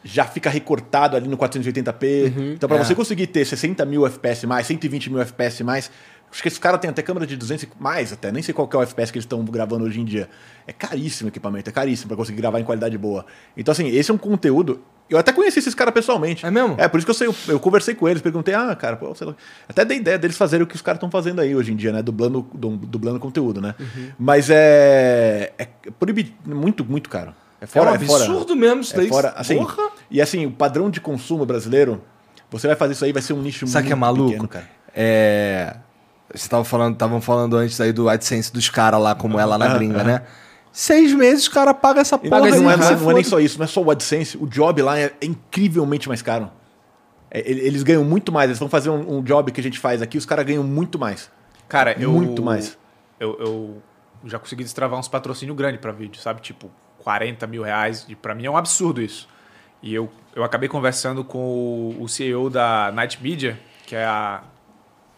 Speaker 3: já fica recortado ali no 480p.
Speaker 1: Uhum.
Speaker 3: então,
Speaker 1: É.
Speaker 3: pra você conseguir ter 60 mil FPS mais, 120 mil FPS mais, acho que esse cara tem até câmera de 200 e mais até, nem sei qual que é o FPS que eles estão gravando hoje em dia. É caríssimo o equipamento, é caríssimo pra conseguir gravar em qualidade boa. Então, assim, esse é um conteúdo. Eu até conheci esses caras pessoalmente.
Speaker 1: É mesmo?
Speaker 3: É, por isso que eu sei, eu, eu conversei com eles, perguntei, ah, cara, pô, sei lá. Até dei ideia deles fazerem o que os caras estão fazendo aí hoje em dia, né? Dublando, dum- dublando conteúdo, né?
Speaker 1: Uhum.
Speaker 3: Mas é. É proibido, muito, muito caro.
Speaker 1: É
Speaker 3: É
Speaker 1: um
Speaker 3: fora, é fora.
Speaker 1: absurdo mesmo isso
Speaker 3: É
Speaker 1: daí.
Speaker 3: fora, assim,
Speaker 1: Porra!
Speaker 3: E assim, o padrão de consumo brasileiro, você vai fazer isso aí, vai ser um nicho
Speaker 1: Sabe
Speaker 3: muito
Speaker 1: que é maluco?
Speaker 3: pequeno, cara.
Speaker 1: É. Vocês estavam falando, estavam falando antes aí do AdSense dos caras lá, como é lá na gringa, né? Seis meses o cara paga essa
Speaker 3: E
Speaker 1: porra.
Speaker 3: não, é- não é,
Speaker 1: aí,
Speaker 3: não é- não é nem
Speaker 1: foda-se.
Speaker 3: só isso, não é só o AdSense, o job lá é, é incrivelmente mais caro. É, ele- eles ganham muito mais, eles vão fazer um, um job que a gente faz aqui, os caras ganham muito mais.
Speaker 4: Cara, É, eu.
Speaker 3: Muito mais.
Speaker 4: Eu, eu já consegui destravar uns patrocínio grande pra vídeo, sabe? Tipo, 40 mil reais. E pra mim é um absurdo isso. E eu, eu acabei conversando com o, o CEO da Night Media, que é a,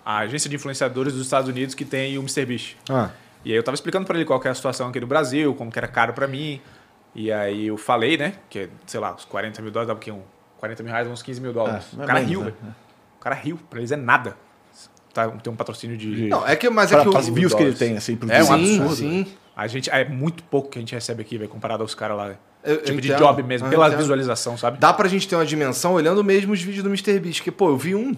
Speaker 4: a agência de influenciadores dos Estados Unidos que tem o MrBeast.
Speaker 1: Ah,
Speaker 4: E aí eu tava explicando pra ele qual que é a situação aqui no Brasil, como que era caro pra mim. E aí eu falei, né? Que, sei lá, os 40 mil dólares dava o quê? Um, 40 mil reais, uns 15 mil dólares.
Speaker 3: É, não é
Speaker 4: o cara
Speaker 3: menos,
Speaker 4: riu,
Speaker 3: né?
Speaker 4: velho. O cara riu. Pra eles é nada. Tá, tem um patrocínio de...
Speaker 1: não, é que, mas é
Speaker 3: Pra,
Speaker 1: que
Speaker 3: pras
Speaker 1: o.
Speaker 3: views que ele
Speaker 4: dólares.
Speaker 3: tem, assim, pro
Speaker 4: É um
Speaker 3: vídeo.
Speaker 1: Sim,
Speaker 4: absurdo.
Speaker 1: sim.
Speaker 4: A gente... É muito pouco que a gente recebe aqui, velho, comparado aos caras lá.
Speaker 1: Eu- eu
Speaker 4: tipo de
Speaker 1: entendo.
Speaker 4: job mesmo,
Speaker 1: Eu
Speaker 4: pela
Speaker 1: entendo.
Speaker 4: visualização, sabe?
Speaker 1: Dá pra gente ter uma dimensão olhando mesmo os vídeos do MrBeast. Que, pô, eu vi um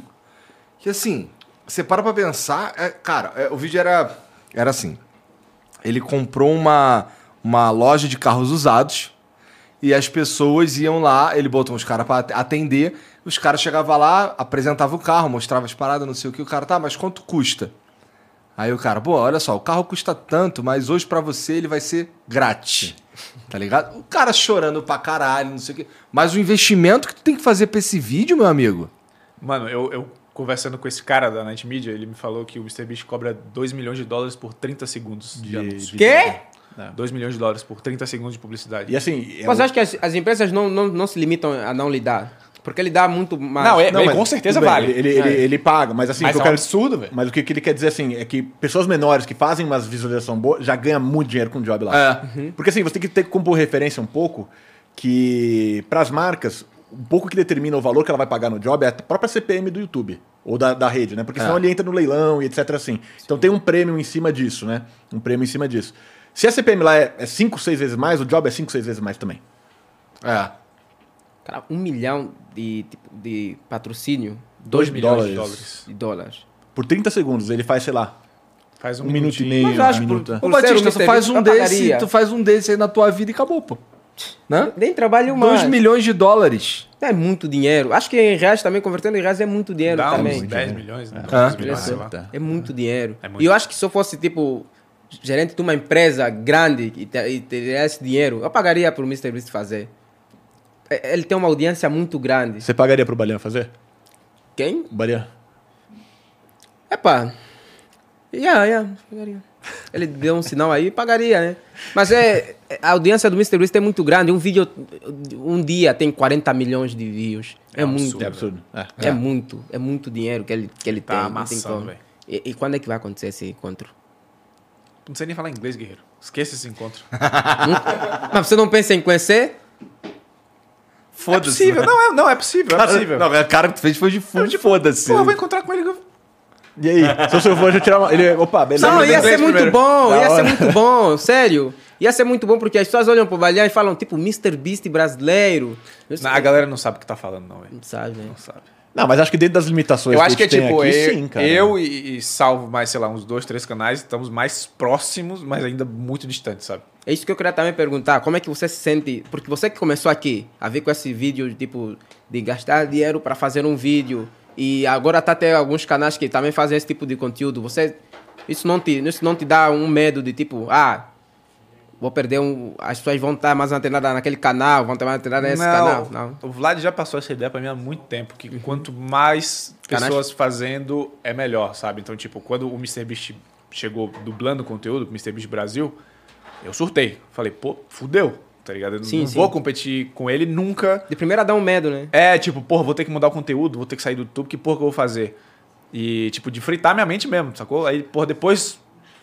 Speaker 1: que, assim, você para pra pensar... é, cara, é, o vídeo era, era assim. Ele comprou uma, uma loja de carros usados e as pessoas iam lá, ele botou os caras pra at- atender, os caras chegavam lá, apresentavam o carro, mostravam as paradas, não sei o que, o cara, tá, mas quanto custa? Aí o cara, pô, olha só, o carro custa tanto, mas hoje pra você ele vai ser (laughs) grátis. Tá ligado? O cara chorando pra caralho, não sei o quê. Mas o investimento que tu tem que fazer pra esse vídeo, meu amigo.
Speaker 4: Mano, eu, eu conversando com esse cara da Night Media, ele me falou que o MrBeast cobra 2 milhões de dólares por 30 segundos de, é. anúncio.
Speaker 2: Quê?
Speaker 4: 2 milhões de dólares por 30 segundos de publicidade.
Speaker 3: E assim, é
Speaker 2: Mas
Speaker 3: o-
Speaker 2: acho que as, as empresas não, não, não se limitam a não lidar. Porque ele dá muito mais.
Speaker 4: Não, é-
Speaker 3: Não,
Speaker 4: Bem,
Speaker 3: mas
Speaker 4: com certeza
Speaker 3: tudo bem,
Speaker 4: vale.
Speaker 3: Ele, ele, ele paga, mas assim, o
Speaker 4: Mas
Speaker 3: que
Speaker 4: é
Speaker 3: eu
Speaker 4: um
Speaker 3: quero-
Speaker 4: absurdo, velho.
Speaker 3: Mas o que que ele quer dizer assim é que pessoas menores que fazem umas visualizações boas já ganham muito dinheiro com o job lá. Porque assim, você tem que ter como referência um pouco que para as marcas, um pouco que determina o valor que ela vai pagar no job é a própria CPM do YouTube ou da, da rede, né? Porque senão ele entra no leilão e etc assim. Então tem um prêmio em cima disso, né? Um prêmio em cima disso. Se a CPM lá é 5, 6 vezes mais, o job é 5, 6 vezes mais também.
Speaker 1: É.
Speaker 2: Cara, um milhão de, tipo, de patrocínio
Speaker 4: 2 milhões de
Speaker 3: dólares.
Speaker 4: dólares.
Speaker 2: de dólares.
Speaker 3: Por 30 segundos ele faz, sei lá,
Speaker 4: Faz um,
Speaker 3: um minuto e
Speaker 4: minutinho.
Speaker 3: meio,
Speaker 2: Mas eu acho
Speaker 3: um
Speaker 2: por-
Speaker 3: minuto. é.
Speaker 1: Ô,
Speaker 2: Por ser
Speaker 1: Batista,
Speaker 2: o
Speaker 1: tu faz
Speaker 2: MrBeast,
Speaker 1: um
Speaker 2: eu
Speaker 1: desse,
Speaker 2: pagaria.
Speaker 1: tu faz um desse aí na tua vida e acabou, pô. Né?
Speaker 2: Nem trabalho mais.
Speaker 1: 2 milhões de dólares.
Speaker 2: É muito dinheiro. Acho que em reais também, convertendo em reais, é muito dinheiro
Speaker 4: Dá
Speaker 2: também.
Speaker 4: uns 10 milhões, né?
Speaker 1: Ah.
Speaker 4: 15 milhões, sei lá.
Speaker 3: Tá.
Speaker 2: É muito dinheiro.
Speaker 4: É muito.
Speaker 2: E eu acho que se eu fosse, tipo, gerente de uma empresa grande e te- e teria esse dinheiro, eu pagaria pro Mr. Beast fazer. É- Ele tem uma audiência muito grande.
Speaker 3: Você pagaria pro Balian fazer?
Speaker 2: Quem?
Speaker 3: O Balian.
Speaker 2: Epá. Yeah, yeah, pagaria. Ele deu um sinal aí, pagaria, né? Mas é, é- a audiência do Mr. Beast é muito grande. Um vídeo, um dia tem 40 milhões de views. É,
Speaker 4: É um
Speaker 2: muito.
Speaker 4: absurdo.
Speaker 3: É absurdo. É.
Speaker 2: É muito, é muito dinheiro que ele, que ele
Speaker 4: Tá
Speaker 2: tem. não
Speaker 4: amassando,
Speaker 2: tem como.
Speaker 4: velho.
Speaker 2: e, e quando é que vai acontecer esse encontro?
Speaker 4: Não sei nem falar inglês, guerreiro. Esqueça esse (laughs) encontro.
Speaker 2: Hum? Mas você não pensa em conhecer?
Speaker 4: É possível. Não, é, não, é possível, é possível.
Speaker 1: Não, a cara que tu fez foi de fu- foda-se. né?
Speaker 4: Pô, eu vou encontrar com ele.
Speaker 3: E aí? Se eu for, eu vou tirar uma... Ele... é- Opa, beleza.
Speaker 2: Não,
Speaker 4: Lembra
Speaker 2: ia
Speaker 4: do
Speaker 2: ser
Speaker 4: inglês
Speaker 2: muito
Speaker 4: primeiro.
Speaker 2: bom,
Speaker 3: Da
Speaker 2: ia ser
Speaker 3: hora.
Speaker 2: muito bom, sério. Ia ser muito bom porque as pessoas olham pro Balian e falam, tipo, Mr. Beast brasileiro. Eu
Speaker 4: Não, a galera não sabe o que tá falando, não, velho.
Speaker 2: Não sabe, né?
Speaker 4: Não sabe.
Speaker 3: Não, mas acho que dentro das limitações
Speaker 4: Eu acho que é
Speaker 3: a gente tem
Speaker 4: tipo,
Speaker 3: aqui,
Speaker 4: eu,
Speaker 3: sim, cara.
Speaker 4: eu e, e salvo mais, sei lá, uns dois, três canais, estamos mais próximos, mas ainda muito distantes, sabe?
Speaker 2: É isso que eu queria também perguntar. Como é que você se sente? Porque você que começou aqui a ver com esse vídeo, tipo, de gastar dinheiro para fazer um vídeo. E agora tá até alguns canais que também fazem esse tipo de conteúdo. Você. Isso não te, isso não te dá um medo de tipo, ah, vou perder um. As pessoas vão estar mais antenadas naquele canal, vão estar mais antenadas nesse canal. Não.
Speaker 4: O Vlad já passou essa ideia pra mim há muito tempo, que quanto mais
Speaker 2: Canais-
Speaker 4: pessoas fazendo, é melhor, sabe? Então, tipo, quando o MrBeast chegou dublando conteúdo, o MrBeast Brasil, eu surtei. Falei, pô, fudeu, tá ligado? Eu
Speaker 2: Sim,
Speaker 4: não
Speaker 2: sim.
Speaker 4: vou competir com ele nunca.
Speaker 2: De primeira dá um medo, né?
Speaker 4: É, tipo, porra, vou ter que mudar o conteúdo, vou ter que sair do YouTube, que porra que eu vou fazer? E, tipo, de fritar minha mente mesmo, sacou? Aí, porra, depois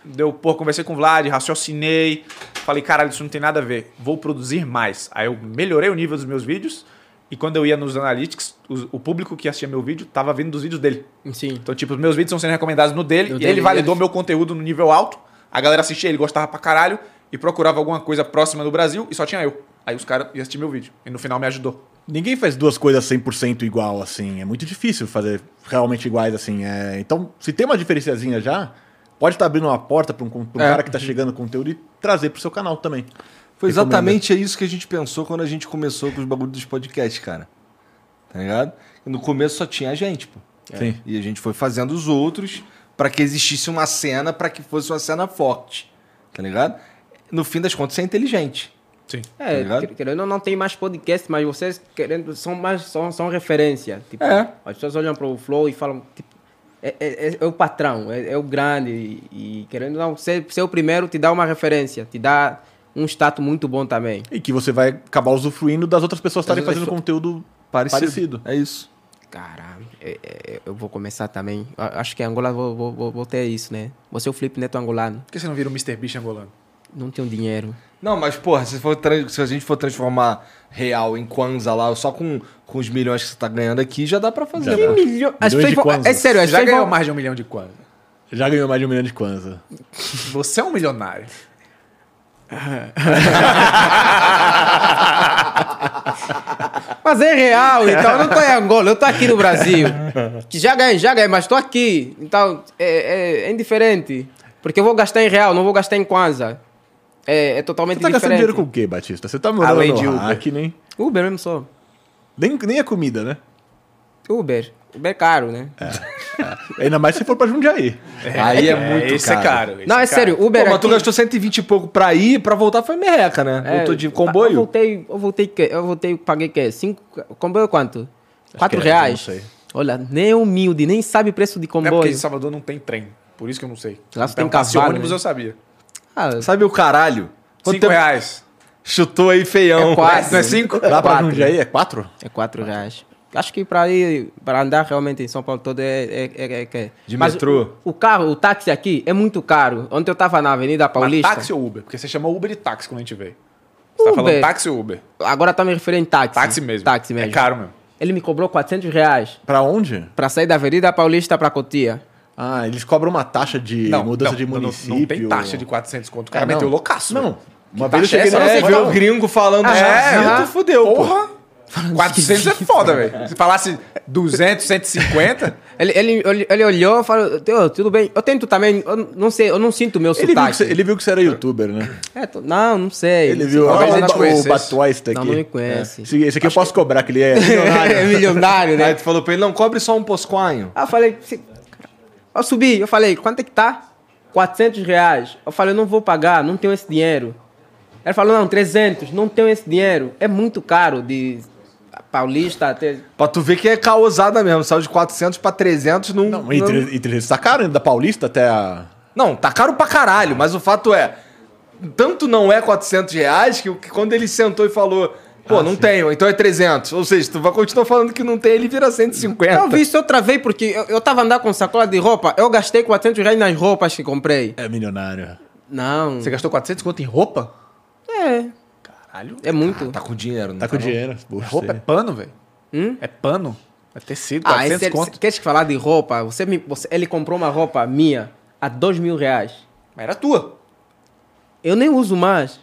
Speaker 4: deu, porra, conversei com o Vlad, raciocinei, falei, caralho, isso não tem nada a ver, vou produzir mais. Aí eu melhorei o nível dos meus vídeos e quando eu ia nos analytics, os- o público que assistia meu vídeo tava vendo dos vídeos dele.
Speaker 2: Sim.
Speaker 4: Então, tipo, os meus vídeos estão sendo recomendados no dele,
Speaker 2: No
Speaker 4: e
Speaker 2: dele,
Speaker 4: ele validou
Speaker 2: eles-
Speaker 4: meu conteúdo no nível alto, a galera assistia, ele gostava pra caralho, e procurava alguma coisa próxima do Brasil, e só tinha eu. Aí os caras iam assistir meu vídeo, e no final me ajudou.
Speaker 3: Ninguém faz duas coisas 100% igual, assim. É muito difícil fazer realmente iguais, assim. É, Então, se tem uma diferenciazinha já, pode estar abrindo uma porta para um, pra um
Speaker 1: É.
Speaker 3: cara que está chegando conteúdo e trazer para o seu canal também.
Speaker 1: Foi
Speaker 3: Recomenda.
Speaker 1: exatamente isso que a gente pensou quando a gente começou com os bagulhos dos podcasts, cara. Tá ligado? No começo só tinha a gente, pô.
Speaker 3: Sim.
Speaker 1: E a gente foi fazendo os outros pra que existisse uma cena, pra que fosse uma cena forte. Tá ligado? No fim das contas, você é inteligente.
Speaker 4: Sim.
Speaker 1: Tá
Speaker 2: É,
Speaker 1: ligado?
Speaker 2: quer- querendo ou não tem mais podcast, mas vocês querendo são mais são, são referência. Tipo,
Speaker 1: É.
Speaker 2: As pessoas olham para o Flow e falam tipo, é, é- é- é o patrão, é, é o grande e, e querendo ou não ser, ser o primeiro te dá uma referência, te dá um status muito bom também.
Speaker 3: E que você vai acabar usufruindo das outras pessoas estarem
Speaker 2: outras
Speaker 3: fazendo conteúdo
Speaker 1: Parecido.
Speaker 3: parecido.
Speaker 1: É isso.
Speaker 2: Caramba, é- é- eu vou começar também. A- Acho que em Angola vou, vou, vou, vou ter isso, né? Você é o Felipe Neto angolano,
Speaker 4: Por que você não vira o Mr. Beast angolano?
Speaker 2: não tem dinheiro.
Speaker 1: Não, mas porra, se, for tran- se a gente for transformar real em Kwanza lá, só com, com os milhões que você tá ganhando aqui, já dá pra fazer. né?
Speaker 3: dá.
Speaker 1: pô.
Speaker 2: Milho... As
Speaker 3: de
Speaker 2: pessoas vão...
Speaker 3: kwanzas.
Speaker 2: É sério,
Speaker 4: Você
Speaker 2: as
Speaker 4: já
Speaker 2: pessoas
Speaker 4: ganhou
Speaker 2: vão...
Speaker 4: mais de um milhão de quanto?
Speaker 3: Já ganhou mais de um milhão de Kwanza.
Speaker 4: Você é um milionário.
Speaker 2: Mas é real, então eu não tô em Angola, eu tô aqui no Brasil. Que já ganhei, já ganhei, mas tô aqui. Então é, é- é indiferente. Porque eu vou gastar em real, não vou gastar em Kwanza. É, é totalmente
Speaker 3: Você tá gastando
Speaker 2: diferente.
Speaker 3: dinheiro com o quê, Batista? Você tá morando
Speaker 4: Além
Speaker 3: no
Speaker 4: de Uber.
Speaker 3: hack, nem,
Speaker 2: Uber mesmo só.
Speaker 3: nem, nem a comida, né?
Speaker 2: Uber. Uber é caro, né?
Speaker 3: Ainda mais se for para Jundiaí.
Speaker 1: Aí é, muito
Speaker 4: esse
Speaker 1: caro.
Speaker 4: É caro esse
Speaker 2: não, é,
Speaker 4: caro.
Speaker 2: sério,
Speaker 1: Pô,
Speaker 2: Uber
Speaker 1: mas tu
Speaker 2: aqui-
Speaker 1: gastou 120 e pouco pra ir, pra voltar foi merreca, né?
Speaker 2: É,
Speaker 1: Voltou de
Speaker 2: Eu
Speaker 1: comboio.
Speaker 2: voltei, eu voltei, que- eu voltei, paguei que é cinco, comboio quanto? Quatro
Speaker 3: que é,
Speaker 2: reais.
Speaker 3: não sei.
Speaker 2: Olha, nem humilde, nem sabe preço de
Speaker 4: É porque
Speaker 2: comboio.
Speaker 4: em Salvador não tem trem. Por isso que eu não sei.
Speaker 2: Lá só
Speaker 4: Então,
Speaker 2: tem cavalo,
Speaker 4: se ônibus
Speaker 2: né?
Speaker 4: eu sabia.
Speaker 2: Ah,
Speaker 1: Sabe o caralho? Quanto
Speaker 4: Cinco
Speaker 1: tempo
Speaker 4: reais.
Speaker 1: chutou aí feião?
Speaker 2: É quase.
Speaker 4: Não é cinco?
Speaker 3: Lá para
Speaker 2: Quatro.
Speaker 4: né?
Speaker 3: Jundiaí é quatro?
Speaker 2: É 4 reais. Acho que para ir, para andar realmente em São Paulo todo é. é, é, é, é.
Speaker 1: De
Speaker 2: Mas
Speaker 1: metrô.
Speaker 2: O, o carro, o táxi aqui é muito caro. Ontem eu tava na Avenida
Speaker 4: Mas
Speaker 2: Paulista.
Speaker 4: táxi ou Uber? Porque você chamou Uber de táxi quando a gente veio. Você tá falando
Speaker 2: Uber.
Speaker 4: táxi ou Uber?
Speaker 2: Agora tá me referindo em táxi.
Speaker 4: Táxi mesmo.
Speaker 2: Táxi mesmo.
Speaker 4: É caro mesmo.
Speaker 2: Ele me cobrou 400 reais
Speaker 3: Para onde?
Speaker 2: para sair da Avenida Paulista para Cotia.
Speaker 3: Ah, eles cobram uma taxa de mudança de município.
Speaker 4: Não, tem taxa de 400 conto. O cara
Speaker 2: Ah,
Speaker 3: É, não.
Speaker 4: meteu loucaço.
Speaker 3: Não.
Speaker 4: velho.
Speaker 3: Uma
Speaker 4: taxa
Speaker 3: vez eu
Speaker 4: é
Speaker 3: cheguei
Speaker 4: essa?
Speaker 3: na
Speaker 2: então.
Speaker 4: Não,
Speaker 1: É,
Speaker 4: você
Speaker 1: viu o
Speaker 4: fala-
Speaker 1: gringo falando
Speaker 4: Ah,
Speaker 1: já,
Speaker 4: é,
Speaker 1: assim,
Speaker 4: aham.
Speaker 1: tu fudeu, pô.
Speaker 4: Porra!
Speaker 2: Falando
Speaker 4: 400 é
Speaker 2: esquisito.
Speaker 4: foda, velho. Se falasse 200, 150,
Speaker 2: Ele, ele, ele, ele olhou e falou, "Teu, tudo bem. Eu tento também, eu não sei, eu não sinto o meu
Speaker 3: Ele viu, que
Speaker 2: sotaque.
Speaker 3: você, ele viu que você era youtuber, né?
Speaker 2: É, tô- não, não sei.
Speaker 3: Ele
Speaker 2: Não
Speaker 3: viu
Speaker 2: sei.
Speaker 3: olha
Speaker 4: Talvez
Speaker 3: o
Speaker 4: ele te
Speaker 3: ba- o
Speaker 4: conhecesse.
Speaker 3: Batuais daqui.
Speaker 2: Não, não me conhece.
Speaker 3: É. Esse, esse aqui eu posso cobrar, que ele é
Speaker 4: (laughs)
Speaker 3: milionário.
Speaker 2: (laughs) é milionário,
Speaker 1: Aí
Speaker 2: né?
Speaker 1: tu falou pra ele, não, cobre só um posquinho.
Speaker 2: Aí Ah, eu falei, "Se- eu subi, eu falei, quanto é que tá? 400 reais. Eu falei, não vou pagar, não tenho esse dinheiro. Ele falou, não, 300, não tenho esse dinheiro. É muito caro de paulista até...
Speaker 1: Pra tu ver que é caosada mesmo. Saiu de 400 pra 300 num...
Speaker 3: Não, e tre- e 300 tá caro ainda da Paulista até a.
Speaker 1: Não, tá caro pra caralho, mas o fato é, tanto não é 400 reais que, o- que quando ele sentou e falou, pô, não tenho, então é 300. Ou seja, tu vai continuar falando que não tem, ele vira 150.
Speaker 2: Eu vi isso, eu travei porque eu, eu tava andando com sacola de roupa, eu gastei 400 reais nas roupas que comprei.
Speaker 3: É milionário.
Speaker 2: Não,
Speaker 4: você gastou 400 quanto em roupa?
Speaker 2: é,
Speaker 4: Caralho.
Speaker 2: é muito.
Speaker 1: Tá com dinheiro, não
Speaker 3: Tá com dinheiro. Poxa,
Speaker 4: Então, Roupa é pano, velho.
Speaker 2: Hum?
Speaker 4: É pano. É tecido,
Speaker 2: Ah,
Speaker 4: 400
Speaker 2: esse,
Speaker 4: conto.
Speaker 2: quer te falar de roupa? Você me, você- ele comprou uma roupa minha a dois mil reais.
Speaker 4: Mas era tua.
Speaker 2: Eu nem uso mais.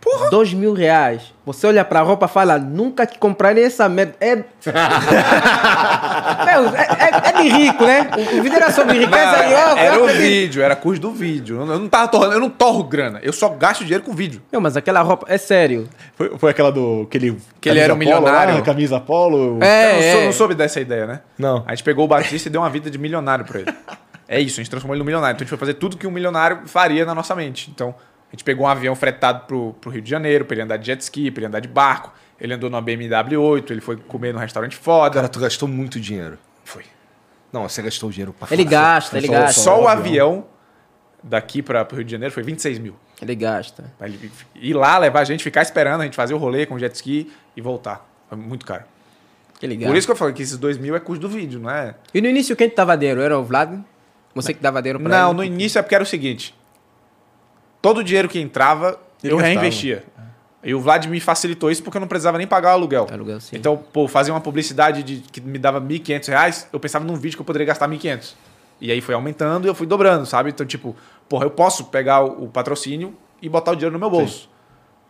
Speaker 2: Porra! Dois mil reais. Você olha pra roupa e fala, nunca que comprarei essa merda.
Speaker 4: (laughs)
Speaker 2: É... Meu, é, é- é de rico, né? O, o vídeo era sobre
Speaker 4: Não,
Speaker 2: riqueza e eu...
Speaker 4: era, era o
Speaker 2: eu-
Speaker 4: vídeo, era custo do vídeo. Eu não tava torrando, eu não torro grana. Eu só gasto dinheiro com vídeo.
Speaker 2: Meu, mas aquela roupa, é sério.
Speaker 3: Foi, foi aquela do. Que ele,
Speaker 4: Que ele era um
Speaker 3: camisa polo
Speaker 4: milionário.
Speaker 3: lá, camisa polo.
Speaker 2: É,
Speaker 4: eu não, sou-
Speaker 2: é.
Speaker 4: não soube dessa ideia, né?
Speaker 1: Não.
Speaker 4: A gente pegou o Batista e deu uma vida de milionário pra ele. É isso, a gente transformou ele num milionário. Então a gente foi fazer tudo que um milionário faria na nossa mente. Então, a gente pegou um avião fretado pro, pro Rio de Janeiro, pra ele andar de jet ski, pra ele andar de barco. Ele andou numa BMW 8, ele foi comer num restaurante foda.
Speaker 1: Cara, tu gastou muito dinheiro.
Speaker 4: foi.
Speaker 1: Não, você gastou dinheiro pra
Speaker 2: Ele
Speaker 1: fazer.
Speaker 2: gasta, ele
Speaker 1: é
Speaker 2: gasta.
Speaker 4: Só
Speaker 1: né?
Speaker 4: o avião daqui pra, pro Rio de Janeiro foi 26 mil.
Speaker 2: Ele gasta.
Speaker 4: Pra ele ir lá, levar a gente, ficar esperando a gente fazer o rolê com o jet ski e voltar. Foi muito caro.
Speaker 2: Ele
Speaker 4: Por
Speaker 2: gasta.
Speaker 4: isso que eu falei que esses 2 mil é custo do vídeo, não é?
Speaker 2: E no início, quem te dava dinheiro? Era o Vlad? Você que dava dinheiro Então, pra
Speaker 4: Não,
Speaker 2: ele?
Speaker 4: no início é porque era o seguinte: todo o dinheiro que entrava,
Speaker 3: Ele
Speaker 4: eu
Speaker 3: gastava.
Speaker 4: reinvestia. E o Vlad me facilitou isso porque eu não precisava nem pagar o aluguel.
Speaker 2: Aluguel, sim.
Speaker 4: Então, pô, fazer uma publicidade de, que me dava 1.500 reais, eu pensava num vídeo que eu poderia gastar 1.500. E aí foi aumentando e eu fui dobrando, sabe? Então, tipo, porra, eu posso pegar o, o patrocínio e botar o dinheiro no meu bolso.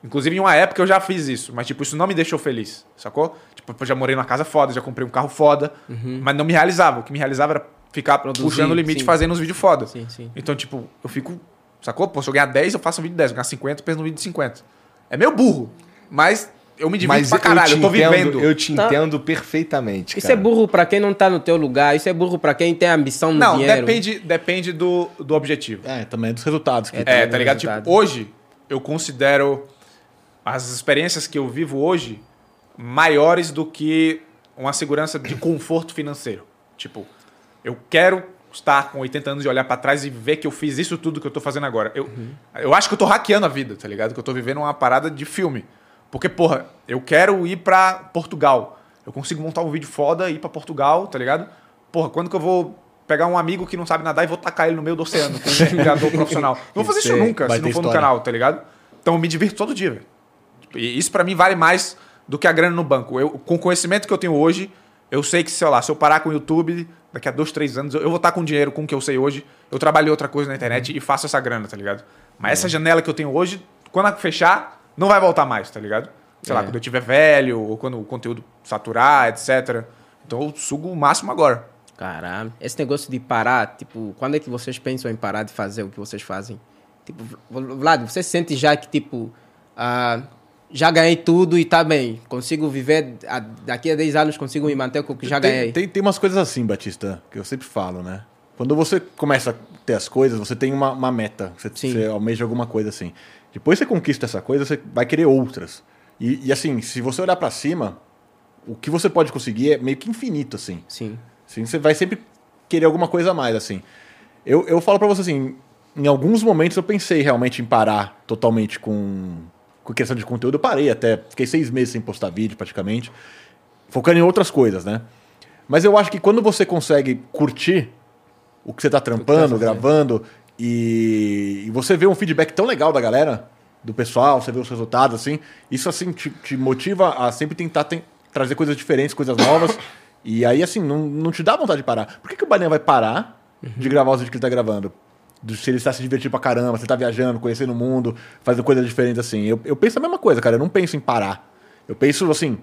Speaker 4: Inclusive, em uma época eu já fiz isso, mas, tipo, isso não me deixou feliz, sacou? Tipo, eu já morei numa casa foda, já comprei um carro foda, mas não me realizava. O que me realizava era ficar
Speaker 2: Produzir,
Speaker 4: puxando o limite
Speaker 2: Uhum. sim.
Speaker 4: e fazendo os vídeos foda.
Speaker 2: Sim, sim.
Speaker 4: Então, tipo, eu fico. Sacou? Pô, se eu ganhar 10, eu faço um vídeo de 10. Se eu ganhar 50, eu penso num vídeo de 50. É meio burro, mas eu me divido
Speaker 1: Mas
Speaker 4: pra caralho, eu,
Speaker 1: te
Speaker 4: tô
Speaker 1: entendo,
Speaker 4: vivendo.
Speaker 1: Eu te
Speaker 2: Tá.
Speaker 1: entendo perfeitamente,
Speaker 2: Isso
Speaker 1: cara.
Speaker 2: é burro pra quem não tá no teu lugar. Isso é burro pra quem tem ambição no
Speaker 4: Não,
Speaker 2: dinheiro.
Speaker 4: depende, depende do, do objetivo.
Speaker 3: É, também dos resultados. Que
Speaker 4: É,
Speaker 3: tem.
Speaker 4: tá ligado?
Speaker 2: resultado.
Speaker 4: Tipo, hoje eu considero as experiências que eu vivo hoje maiores do que uma segurança de conforto financeiro. Tipo, eu quero estar com 80 anos e olhar pra trás e ver que eu fiz isso tudo que eu tô fazendo agora. Eu, eu acho que eu tô hackeando a vida, tá ligado? Que eu tô vivendo uma parada de filme. Porque, porra, eu quero ir pra Portugal. Eu consigo montar um vídeo foda e ir pra Portugal, tá ligado? Porra, quando que eu vou pegar um amigo que não sabe nadar e vou tacar ele no meio do oceano com um mergulhador (laughs) profissional? Não vou fazer isso
Speaker 3: Esse
Speaker 4: nunca,
Speaker 3: vai
Speaker 4: se
Speaker 3: ter
Speaker 4: não for no
Speaker 3: história.
Speaker 4: canal, tá ligado? Então eu me divirto todo dia, velho. E isso pra mim vale mais do que a grana no banco. Eu, com o conhecimento que eu tenho hoje, eu sei que, sei lá, se eu parar com o YouTube, daqui a dois, três anos, eu eu vou estar com dinheiro com o que eu sei hoje. Eu trabalhei outra coisa na internet e faço essa grana, tá ligado? Mas
Speaker 3: É.
Speaker 4: essa janela que eu tenho hoje, quando ela fechar, não vai voltar mais, tá ligado? Sei
Speaker 3: É.
Speaker 4: lá, quando eu tiver velho, ou quando o conteúdo saturar, etc. Então eu sugo o máximo agora.
Speaker 2: Caramba. Esse negócio de parar, tipo, quando é que vocês pensam em parar de fazer o que vocês fazem? Tipo, V- Vlad, você sente já que, tipo, ah, já ganhei tudo e tá bem. Consigo viver, a- daqui a 10 anos consigo me manter com o que já
Speaker 3: tem,
Speaker 2: ganhei.
Speaker 3: Tem, tem umas coisas assim, Batista, que eu sempre falo, né? Quando você começa a ter as coisas, você tem uma, uma meta. Você,
Speaker 2: Sim.
Speaker 3: você almeja alguma coisa assim. Depois você conquista essa coisa, você vai querer outras. E, e assim, se você olhar pra cima, o que você pode conseguir é meio que infinito, assim.
Speaker 2: Sim.
Speaker 3: Assim, você vai sempre querer alguma coisa a mais, assim. Eu, eu falo pra você assim, em alguns momentos eu pensei realmente em parar totalmente com, com questão de conteúdo. Eu parei até, fiquei seis meses sem postar vídeo praticamente, focando em outras coisas, né? Mas eu acho que quando você consegue curtir o que você tá trampando, gravando, e, e você vê um feedback tão legal da galera, do pessoal, você vê os resultados, assim, isso assim te, te motiva a sempre tentar ten- trazer coisas diferentes, coisas novas. e aí, assim, não, não te dá vontade de parar. Por que, que o Balinha vai parar de gravar os vídeos que ele tá gravando? Do- Se ele está se divertindo pra caramba, você tá viajando, conhecendo o mundo, fazendo coisas diferentes assim. Eu, eu penso a mesma coisa, cara. Eu não penso em parar. Eu penso assim,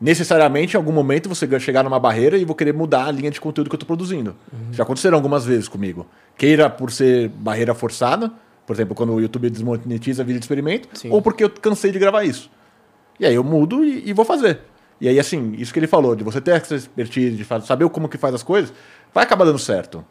Speaker 3: necessariamente em algum momento você gan- chegar numa barreira e vou querer mudar a linha de conteúdo que eu estou produzindo. Já aconteceram algumas vezes comigo. Queira por ser barreira forçada, por exemplo, quando o YouTube desmonetiza vídeo de experimento,
Speaker 2: Sim.
Speaker 3: ou porque eu cansei de gravar isso. E aí eu mudo e, e vou fazer. E aí, assim, isso que ele falou, de você ter essa expertise, de fa- saber como que faz as coisas, vai acabar dando certo.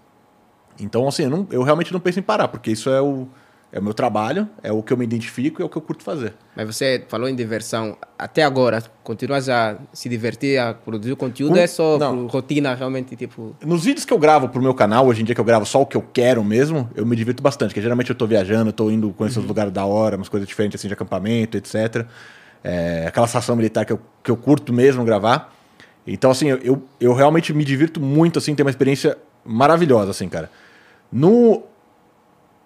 Speaker 3: Então, assim, eu, não- eu realmente não penso em parar, porque isso é o, é o meu trabalho, é o que eu me identifico e é o que eu curto fazer.
Speaker 2: Mas você falou em diversão. Até agora, continuas a se divertir, a produzir conteúdo?
Speaker 3: Com-
Speaker 2: É só
Speaker 3: Hum? Não.
Speaker 2: por rotina, realmente, tipo...
Speaker 3: Nos vídeos que eu gravo pro meu canal, hoje em dia que eu gravo só o que eu quero mesmo, eu me divirto bastante, porque geralmente eu tô viajando, eu tô indo conhecer os lugares da hora, umas coisas diferentes assim de acampamento, etc. É, aquela estação militar que eu, que eu curto mesmo gravar. Então, assim, eu, eu, eu realmente me divirto muito, assim, tem uma experiência maravilhosa, assim, cara. No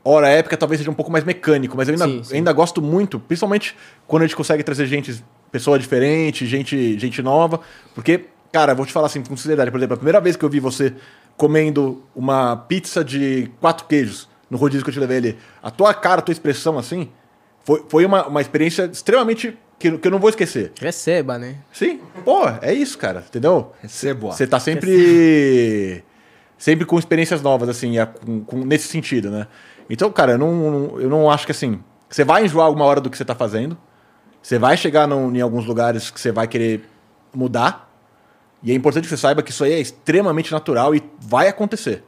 Speaker 3: Hora Épica talvez seja um pouco mais mecânico, mas eu ainda,
Speaker 2: Sim, sim.
Speaker 3: ainda gosto muito, principalmente quando a gente consegue trazer gente, pessoa diferente, gente, gente nova, porque, cara, eu vou te falar assim com sinceridade, por exemplo, a primeira vez que eu vi você comendo uma pizza de quatro queijos no rodízio que eu te levei ali, a tua cara, a tua expressão, assim, foi, foi uma, uma experiência extremamente, que, eu- que eu não vou esquecer.
Speaker 2: Receba, né?
Speaker 3: Sim, pô, é isso, cara, entendeu?
Speaker 1: Recebo.
Speaker 3: Você tá sempre. Sempre com experiências novas, assim, é, com- com- nesse sentido, né? Então, cara, eu não, não- eu não acho que assim. Você vai enjoar alguma hora do que você tá fazendo. Você vai chegar num- em alguns lugares que você vai querer mudar. E é importante que você saiba que isso aí é extremamente natural e vai acontecer.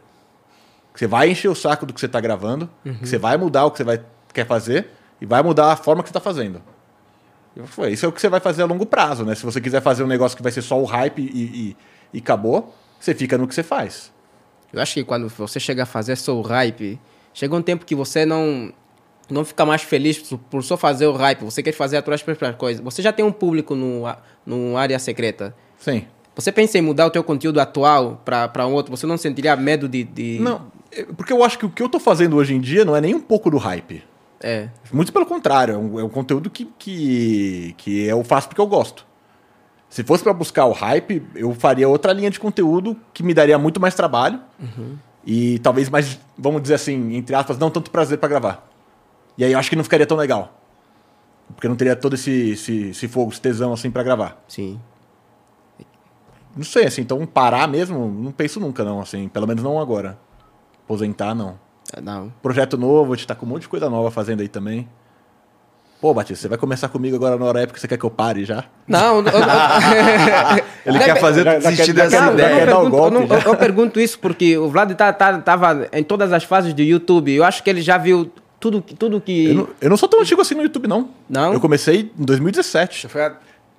Speaker 3: Que Você vai encher o saco do que você tá gravando, que você vai mudar o que você vai, quer fazer e vai mudar a forma que você tá fazendo. Eu falei, Isso é o que você vai fazer a longo prazo, né? Se você quiser fazer um negócio que vai ser só o hype e, e, e acabou, você fica no que você faz.
Speaker 2: Eu acho que quando você chega a fazer só o hype, chega um tempo que você não não fica mais feliz por- por só fazer o hype. Você quer fazer as suas próprias coisas. Você já tem um público no, a- no área secreta.
Speaker 3: Sim.
Speaker 2: Você pensa em mudar o teu conteúdo atual para um outro? Você não sentiria medo de... de...
Speaker 3: Não, é- porque eu acho que o que eu tô fazendo hoje em dia não é nem um pouco do hype.
Speaker 2: É.
Speaker 3: Muito pelo contrário, é um, é um conteúdo que, que, que eu faço porque eu gosto. Se fosse pra buscar o hype, eu faria outra linha de conteúdo que me daria muito mais trabalho e talvez mais, vamos dizer assim, entre aspas, não tanto prazer pra gravar. E aí eu acho que não ficaria tão legal. Porque não teria todo esse, esse, esse fogo, esse tesão assim pra gravar.
Speaker 2: Sim.
Speaker 3: Não sei, assim, então parar mesmo, não penso nunca, não, assim. Pelo menos não agora. Aposentar, não.
Speaker 2: Ah, Não.
Speaker 3: Projeto novo, a gente tá com um monte de coisa nova fazendo aí também. Pô, Batista, você vai começar comigo agora na hora épica, você quer que eu pare já?
Speaker 2: (laughs) Não, eu- eu- (laughs)
Speaker 1: Ele quer
Speaker 2: Dep-
Speaker 1: fazer
Speaker 3: já- já
Speaker 1: tu desistir
Speaker 3: quer-
Speaker 1: dessa
Speaker 3: já- já
Speaker 1: ideia.
Speaker 3: quer dar o
Speaker 2: um eu, não pergunto,
Speaker 3: golpe,
Speaker 2: eu não-
Speaker 3: já.
Speaker 2: eu- eu pergunto isso porque o Vlad tá, tá- tava em todas as fases do YouTube. Eu acho que ele já viu tudo, que- tudo que...
Speaker 3: Eu não, eu não sou tão antigo assim no YouTube, não.
Speaker 2: Não?
Speaker 3: Eu comecei em 2017.
Speaker 4: Foi a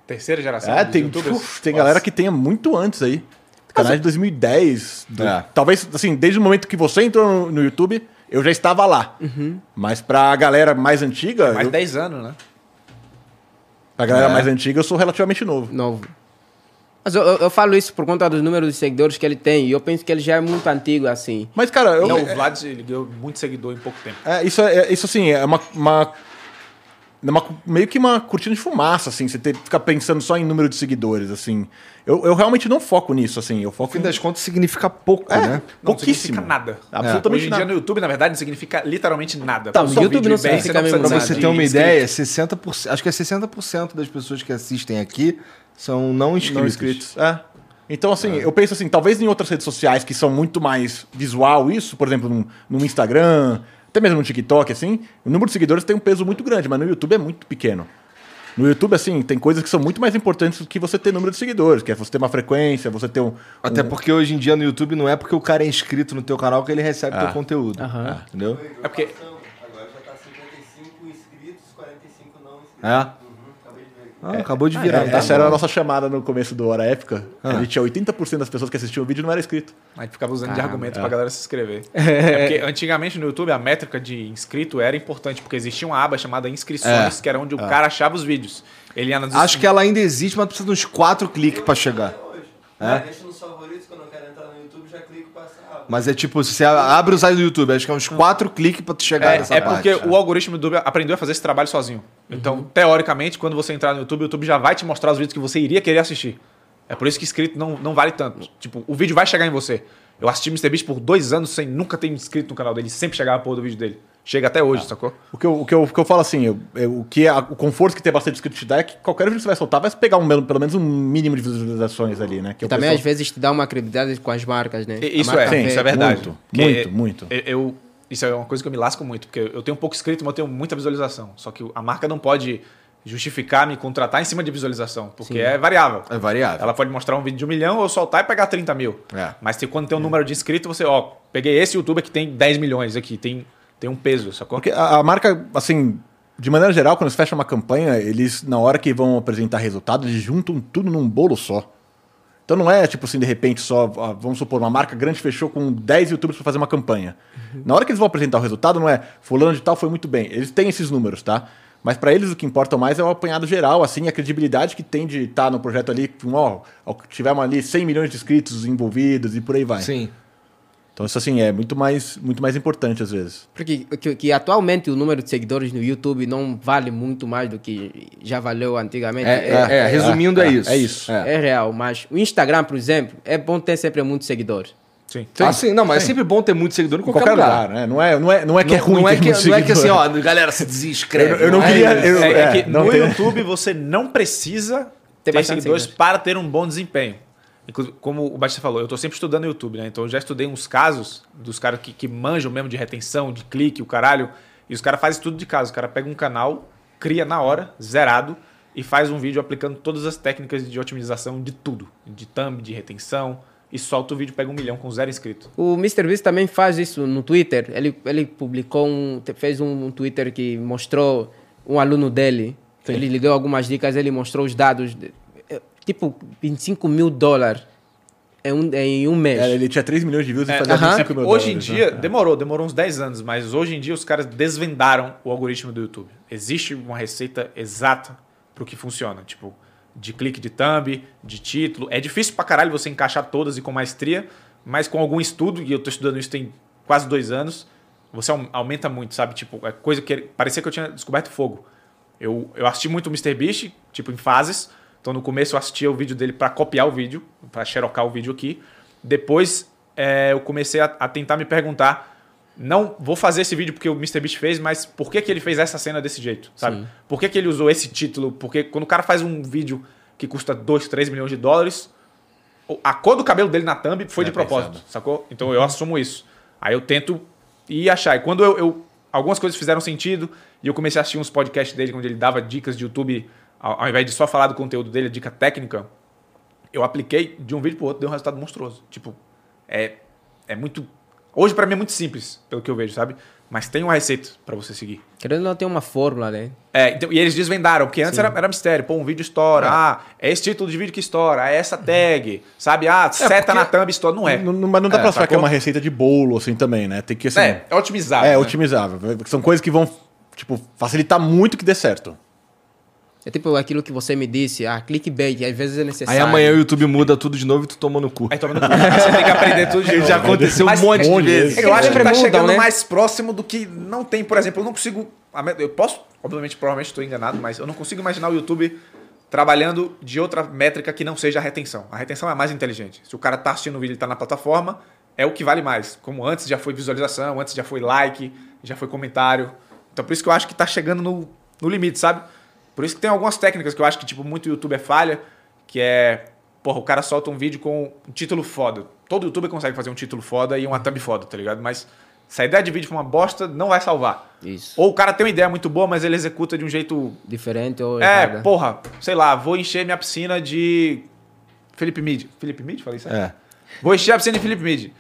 Speaker 4: terceira geração
Speaker 3: É,
Speaker 4: dos
Speaker 3: tem,
Speaker 4: youtubers?
Speaker 3: uf, tem
Speaker 4: um Nossa.
Speaker 3: galera que tenha muito antes aí. Canais de 2010. do-
Speaker 1: É.
Speaker 3: Talvez, assim, desde o momento que você entrou no, no YouTube, eu já estava lá. Mas pra galera mais antiga,
Speaker 4: Mais
Speaker 3: eu,
Speaker 4: de 10 anos, né?
Speaker 3: pra galera
Speaker 1: É.
Speaker 3: mais antiga, eu sou relativamente novo.
Speaker 2: novo. Mas eu, eu- eu falo isso por conta dos números de seguidores que ele tem. E eu penso que ele já é muito antigo, assim.
Speaker 3: Mas, cara, eu,
Speaker 4: Não, o Vlad ele ganhou muito seguidor em pouco tempo.
Speaker 3: É, isso, é, é- isso assim, é uma, uma- é uma- Meio que uma cortina de fumaça, assim. Você ter, ficar pensando só em número de seguidores, assim. Eu, eu realmente não foco nisso, assim. Eu
Speaker 1: No
Speaker 3: foco
Speaker 1: fim
Speaker 3: em.
Speaker 1: das contas, significa pouco,
Speaker 3: É,
Speaker 1: né?
Speaker 4: Não
Speaker 3: pouquíssimo.
Speaker 4: significa nada.
Speaker 3: Absolutamente
Speaker 4: Hoje em
Speaker 3: nada.
Speaker 4: dia no YouTube, na verdade, não significa literalmente nada.
Speaker 2: Tá,
Speaker 4: Posta
Speaker 2: no
Speaker 4: um
Speaker 2: YouTube
Speaker 4: vídeo
Speaker 2: não
Speaker 4: e bem,
Speaker 2: significa
Speaker 4: você
Speaker 2: mesmo
Speaker 1: Pra
Speaker 4: precisa
Speaker 2: nada.
Speaker 1: você
Speaker 4: de
Speaker 1: ter uma
Speaker 4: inscrito.
Speaker 1: ideia, 60%, acho que é 60% das pessoas que assistem aqui são não inscritos.
Speaker 3: não inscritos. É. Então, assim, eu penso assim, talvez em outras redes sociais que são muito mais visual isso, por exemplo, num, num Instagram, até mesmo no TikTok, assim, o número de seguidores tem um peso muito grande, mas no YouTube é muito pequeno. No YouTube, assim, tem coisas que são muito mais importantes do que você ter número de seguidores, que é você ter uma frequência, você ter um.
Speaker 1: Até
Speaker 3: um-
Speaker 1: porque hoje em dia no YouTube não é porque o cara é inscrito no teu canal que ele recebe teu conteúdo.
Speaker 2: Aham.
Speaker 1: Entendeu?
Speaker 4: É porque-
Speaker 7: Agora já tá 55 inscritos, 45 não inscritos.
Speaker 1: É?
Speaker 7: Uhum, acabei de ver aqui.
Speaker 1: Ah, acabou de virar.
Speaker 3: É,
Speaker 1: tá?
Speaker 3: essa era a nossa chamada no começo do Hora Épica.
Speaker 1: Ah.
Speaker 3: A gente tinha 80% das pessoas que assistiam o vídeo não era inscrito.
Speaker 4: Aí ficava usando de argumento pra galera se inscrever. É porque antigamente no YouTube a métrica de inscrito era importante, porque existia uma aba chamada inscrições, que era onde o cara achava os vídeos. Ele ia nas
Speaker 1: Acho que ela ainda existe, mas precisa de uns quatro cliques pra chegar.
Speaker 7: Até hoje.
Speaker 1: É?
Speaker 7: Eu Deixo nos favoritos, quando eu quero entrar no YouTube, já clico e passa a aba.
Speaker 1: Mas é tipo, se você abre o site do YouTube, acho que é uns quatro cliques pra tu chegar nessa
Speaker 4: É, é
Speaker 1: parte.
Speaker 4: porque o algoritmo do YouTube aprendeu a fazer esse trabalho sozinho. Então, teoricamente, quando você entrar no YouTube, o YouTube já vai te mostrar os vídeos que você iria querer assistir. É por isso que inscrito não, não vale tanto. Tipo, o vídeo vai chegar em você. Eu assisti MrBeast por dois anos sem nunca ter me inscrito no canal dele. Sempre chegava a porra do vídeo dele. Chega até hoje, sacou?
Speaker 3: O que, eu, o, que eu, o que eu falo assim, eu- eu- o, que a- o conforto que ter bastante inscrito te dá é que qualquer vídeo que você vai soltar vai pegar um, mel- pelo menos um mínimo de visualizações ali, né?
Speaker 2: E
Speaker 3: Que o
Speaker 2: também
Speaker 3: pessoal-
Speaker 2: às vezes te dá uma credibilidade com as marcas, né?
Speaker 4: I- Isso
Speaker 2: A
Speaker 4: é,
Speaker 2: marca
Speaker 3: Sim,
Speaker 2: vê-
Speaker 4: isso é verdade.
Speaker 3: Muito,
Speaker 4: Porque
Speaker 3: muito, muito.
Speaker 4: eu- Eu, isso é uma coisa que eu me lasco muito, porque eu tenho pouco inscrito, mas eu tenho muita visualização. Só que a marca não pode justificar me contratar em cima de visualização, porque é variável.
Speaker 1: É variável.
Speaker 4: Ela pode mostrar um vídeo de um milhão ou soltar e pegar 30 mil.
Speaker 1: É.
Speaker 4: Mas se, quando tem um número de inscritos, você, ó, peguei esse youtuber que tem 10 milhões aqui, tem, tem um peso, sacou?
Speaker 3: Porque a, a marca, assim, de maneira geral, quando eles fecham uma campanha, eles, na hora que vão apresentar resultado, eles juntam tudo num bolo só. Então não é tipo assim, de repente, só, ah, vamos supor, uma marca grande fechou com 10 youtubers para fazer uma campanha. Na hora que eles vão apresentar o resultado, não é fulano de tal foi muito bem. Eles têm esses números, tá? Mas para eles o que importa mais é o apanhado geral, assim, a credibilidade que tem de estar no projeto ali, com, ó, ó, tivemos ali 100 milhões de inscritos envolvidos e por aí vai.
Speaker 1: Sim.
Speaker 3: Então isso assim é muito mais, muito mais importante às vezes.
Speaker 2: Porque que, que atualmente o número de seguidores no YouTube não vale muito mais do que já valeu antigamente.
Speaker 1: É, é, é, resumindo, é,
Speaker 3: é,
Speaker 1: isso.
Speaker 3: é isso.
Speaker 1: É.
Speaker 2: é real, mas o Instagram, por exemplo, é bom ter sempre muitos seguidores.
Speaker 4: Sim.
Speaker 1: Ah, sim, não, mas é sempre bom ter muito seguidor em
Speaker 3: Em
Speaker 1: qualquer, lugar.
Speaker 3: né? Não é, não é, não é que é ruim
Speaker 1: não, é
Speaker 3: ter
Speaker 1: que,
Speaker 3: muito
Speaker 1: não é que assim,
Speaker 3: seguidor.
Speaker 1: ó, galera, se desinscreve.
Speaker 3: Eu não- eu não
Speaker 1: é
Speaker 3: queria-
Speaker 1: isso.
Speaker 3: eu-
Speaker 4: é, é
Speaker 3: é,
Speaker 4: que
Speaker 3: não
Speaker 4: no
Speaker 3: tem-
Speaker 4: YouTube você não precisa
Speaker 2: Ter
Speaker 4: ter,
Speaker 2: bastante
Speaker 4: seguidores
Speaker 2: seguidores.
Speaker 4: para ter um bom desempenho. Inclusive, como o Batista falou, eu estou sempre estudando YouTube, né? Então eu já estudei uns casos dos caras que, que manjam mesmo de retenção, de clique, o caralho. E os caras fazem tudo de casa. O cara pega um canal, cria na hora, zerado, e faz um vídeo aplicando todas as técnicas de otimização de tudo. De thumb, de retenção, e solta o vídeo, pega um milhão com zero inscrito.
Speaker 2: O MrBeast também faz isso no Twitter. Ele, ele publicou um. te- fez um, um Twitter que mostrou um aluno dele. Ele lhe deu algumas dicas, ele mostrou os dados. de- é, tipo, 25 mil dólares em um, em um mês.
Speaker 3: É, ele tinha 3 milhões de views e fazia
Speaker 4: É,
Speaker 3: 25 mil
Speaker 4: hoje em
Speaker 3: dólares,
Speaker 4: dia,
Speaker 3: né?
Speaker 4: demorou, demorou uns 10 anos, mas hoje em dia os caras desvendaram o algoritmo do YouTube. Existe uma receita exata pro que funciona, tipo, de clique de thumb, de título. É difícil pra caralho você encaixar todas e com maestria, mas com algum estudo, e eu tô estudando isso tem quase dois anos, você au- aumenta muito, sabe? Tipo, é coisa que parecia que eu tinha descoberto fogo. Eu, eu assisti muito o Mr. Beast, tipo, em fases. Então, no começo eu assistia o vídeo dele pra copiar o vídeo, pra xerocar o vídeo aqui. Depois, é, eu comecei a, a tentar me perguntar, não vou fazer esse vídeo porque o Mr. Beast fez, mas por que, que ele fez essa cena desse jeito, sabe? Por que, que ele usou esse título? Porque quando o cara faz um vídeo que custa 2, 3 milhões de dólares, o- a cor do cabelo dele na thumb foi de propósito, sacou? Então eu assumo isso. Aí eu tento ir achar. E quando eu, eu- Algumas coisas fizeram sentido e eu comecei a assistir uns podcasts dele, onde ele dava dicas de YouTube, ao, ao invés de só falar do conteúdo dele, dica técnica. Eu apliquei de um vídeo pro outro, deu um resultado monstruoso. Tipo, é, é muito. Hoje pra mim é muito simples, pelo que eu vejo, sabe? Mas tem uma receita pra você seguir.
Speaker 2: Querendo ou não, tem uma fórmula, né?
Speaker 4: É, então- e eles desvendaram, porque antes era, era mistério. Pô, um vídeo estoura. Ah, é esse título de vídeo que estoura. É essa tag. Sabe? Ah, seta na thumb estoura. Não é.
Speaker 3: É, Não- não- Mas não dá
Speaker 4: É,
Speaker 3: pra achar que é
Speaker 4: sacou?
Speaker 3: uma receita de bolo, assim, também, né? Tem que, assim...
Speaker 4: É, é otimizado.
Speaker 3: é,
Speaker 4: né?
Speaker 3: otimizável. São coisas que vão, tipo, facilitar muito que dê certo.
Speaker 2: É tipo aquilo que você me disse, ah, clickbait, às vezes é necessário.
Speaker 1: Aí amanhã o YouTube muda tudo de novo e tu toma no cu.
Speaker 4: Aí É, toma no cu. Aí você tem que aprender tudo de
Speaker 1: (laughs)
Speaker 4: novo.
Speaker 1: Já aconteceu um monte de vezes.
Speaker 4: Eu acho que
Speaker 2: Sempre
Speaker 4: tá
Speaker 2: mudam,
Speaker 4: chegando
Speaker 2: né?
Speaker 4: mais próximo do que não tem. Por exemplo, eu não consigo... Eu posso... Obviamente, provavelmente estou enganado, mas eu não consigo imaginar o YouTube trabalhando de outra métrica que não seja a retenção. A retenção é a mais inteligente. Se o cara tá assistindo o vídeo e tá na plataforma, é o que vale mais. Como antes já foi visualização, antes já foi like, já foi comentário. Então por isso que eu acho que tá chegando no, no limite, sabe? Por isso que tem algumas técnicas que eu acho que tipo muito YouTube é falha, que é, porra, o cara solta um vídeo com um título foda. Todo youtuber consegue fazer um título foda e uma thumb foda, tá ligado? Mas se a ideia de vídeo for uma bosta, não vai salvar.
Speaker 2: Isso.
Speaker 4: Ou o cara tem uma ideia muito boa, mas ele executa de um jeito.
Speaker 2: Diferente ou
Speaker 4: É,
Speaker 2: errada.
Speaker 4: porra, sei lá, vou encher minha piscina de. Felipe Mid. Felipe Mid? Falei isso?
Speaker 1: É.
Speaker 4: Vou encher a piscina de Felipe Mid.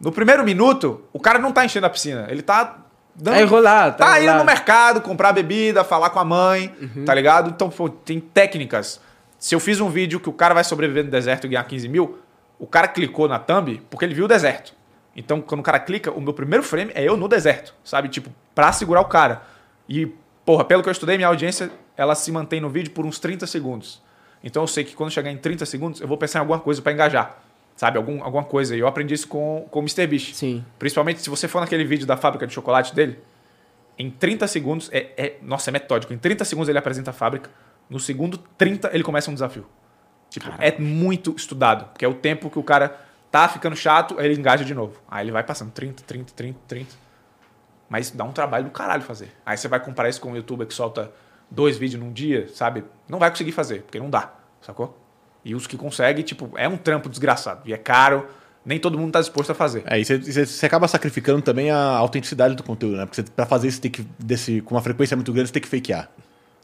Speaker 4: No primeiro minuto, o cara não tá enchendo a piscina. Ele tá dando.
Speaker 2: Tá enrolado, tá
Speaker 4: Tá, indo
Speaker 2: enrolado.
Speaker 4: no mercado, comprar bebida, falar com a mãe, tá ligado? Então, pô, tem técnicas. Se eu fiz um vídeo que o cara vai sobreviver no deserto e ganhar 15 mil, o cara clicou na thumb porque ele viu o deserto. Então, quando o cara clica, o meu primeiro frame é eu no deserto, sabe? Tipo, pra segurar o cara. E, porra, pelo que eu estudei, minha audiência, ela se mantém no vídeo por uns 30 segundos. Então, eu sei que quando chegar em 30 segundos, eu vou pensar em alguma coisa pra engajar. Sabe? Algum, alguma coisa. E eu aprendi isso com, com o MrBeast.
Speaker 2: Sim.
Speaker 4: Principalmente se você for naquele vídeo da fábrica de chocolate dele, em 30 segundos, é, é- nossa, é metódico. Em 30 segundos ele apresenta a fábrica, no segundo 30 ele começa um desafio. Tipo, é muito estudado, porque é o tempo que o cara tá ficando chato, aí ele engaja de novo. Aí ele vai passando 30, 30, 30, 30. Mas isso dá um trabalho do caralho fazer. Aí você vai comparar isso com um youtuber que solta dois vídeos num dia, sabe? Não vai conseguir fazer, porque não dá, sacou? E os que conseguem, tipo, é um trampo desgraçado. E é caro, nem todo mundo tá disposto a fazer.
Speaker 3: É, e você- você você acaba sacrificando também a autenticidade do conteúdo, né? Porque você- pra fazer isso tem que, desse, com uma frequência muito grande, você tem que fakear.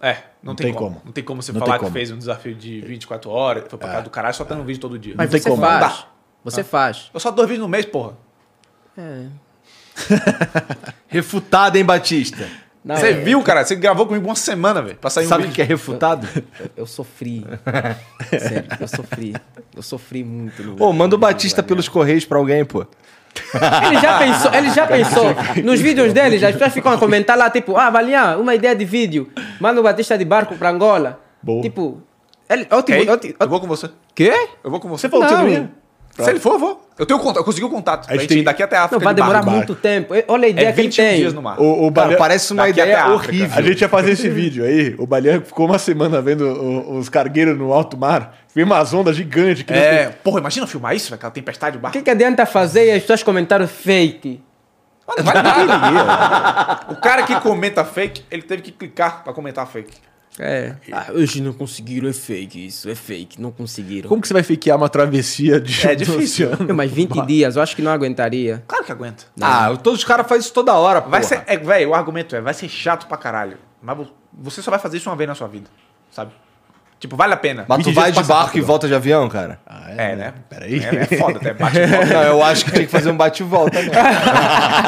Speaker 4: É, não, tem, como. Não tem como você falar
Speaker 3: como.
Speaker 4: que fez um desafio de 24 horas, que foi pra casa do caralho, só tá no vídeo todo dia.
Speaker 2: Mas
Speaker 4: Não tem
Speaker 2: você
Speaker 4: como. Não
Speaker 2: faz.
Speaker 4: dá.
Speaker 2: Você faz.
Speaker 4: Eu só dois vídeos no mês, porra.
Speaker 2: É.
Speaker 1: Refutado, hein, Batista?
Speaker 2: Não,
Speaker 4: você
Speaker 2: é-
Speaker 4: viu, cara? Você gravou comigo uma semana, velho, pra sair
Speaker 1: Sabe
Speaker 4: um
Speaker 1: o
Speaker 4: vídeo.
Speaker 1: que é refutado?
Speaker 2: Eu, eu
Speaker 4: (laughs)
Speaker 2: sofri. Sério, eu sofri. Eu sofri muito. no-
Speaker 1: Ô, manda o
Speaker 2: no
Speaker 1: Batista
Speaker 2: Daniel.
Speaker 1: pelos correios pra alguém, pô.
Speaker 2: (laughs) Ele já pensou, ele (laughs) já pensou. Nos vídeos dele, as pessoas ficam a comentar lá, tipo, ah, Valian, uma ideia de vídeo. Manda o Batista de barco pra Angola.
Speaker 3: Boa.
Speaker 2: Tipo, ele, eu, tipo,
Speaker 4: Ei,
Speaker 2: eu, tipo,
Speaker 4: eu vou com você.
Speaker 2: quê?
Speaker 4: Eu vou com você.
Speaker 3: Você falou que você
Speaker 2: Não.
Speaker 3: não ia.
Speaker 4: Se ele for, eu vou. Eu tenho o contato, eu consegui o
Speaker 3: A gente
Speaker 4: contato. pra gente ir
Speaker 3: tem-
Speaker 4: daqui até a África.
Speaker 2: Não, tipo, vai
Speaker 4: de barco.
Speaker 2: demorar
Speaker 3: barco.
Speaker 2: muito tempo. Olha a ideia
Speaker 4: É
Speaker 2: que ele
Speaker 4: 21
Speaker 2: tem.
Speaker 4: dias no mar.
Speaker 3: O,
Speaker 1: Cara,
Speaker 3: o Balean-
Speaker 1: parece uma
Speaker 4: Daqui até
Speaker 1: ideia
Speaker 4: a África.
Speaker 1: horrível.
Speaker 3: A gente ia fazer
Speaker 4: (laughs)
Speaker 3: esse vídeo aí. O Balean ficou uma semana vendo o- os cargueiros no alto mar. Veio umas ondas gigantes. que nem-
Speaker 4: É, porra, imagina filmar isso, velho, aquela tempestade, o
Speaker 2: O
Speaker 4: barco.
Speaker 2: que, que adianta fazer e as pessoas comentaram fake?
Speaker 4: Olha, vai nada. o cara que comenta fake, ele teve que clicar pra comentar fake.
Speaker 2: É. Ah, hoje não conseguiram, é fake isso, é fake, não conseguiram.
Speaker 3: Como que você vai fakear uma travessia de
Speaker 4: É difícil.
Speaker 3: do oceano?
Speaker 2: Meu, (laughs) Mas 20 dias, eu acho que não aguentaria.
Speaker 4: Claro que aguenta.
Speaker 1: Ah, todos os caras fazem isso toda hora, pô.
Speaker 4: Vai ser, é, velho, o argumento é, vai ser chato pra caralho. Mas vo- você só vai fazer isso uma vez na sua vida, sabe? Tipo, vale a pena.
Speaker 1: Mas tu
Speaker 3: 20
Speaker 1: vai
Speaker 3: dias
Speaker 1: de
Speaker 3: passa
Speaker 1: barco
Speaker 3: rápido.
Speaker 1: e volta de avião, cara?
Speaker 3: Ah,
Speaker 4: É, né?
Speaker 3: Peraí.
Speaker 4: É, é foda, até bate. (laughs)
Speaker 1: Não, eu acho que tem que fazer um bate-volta. e volta, né?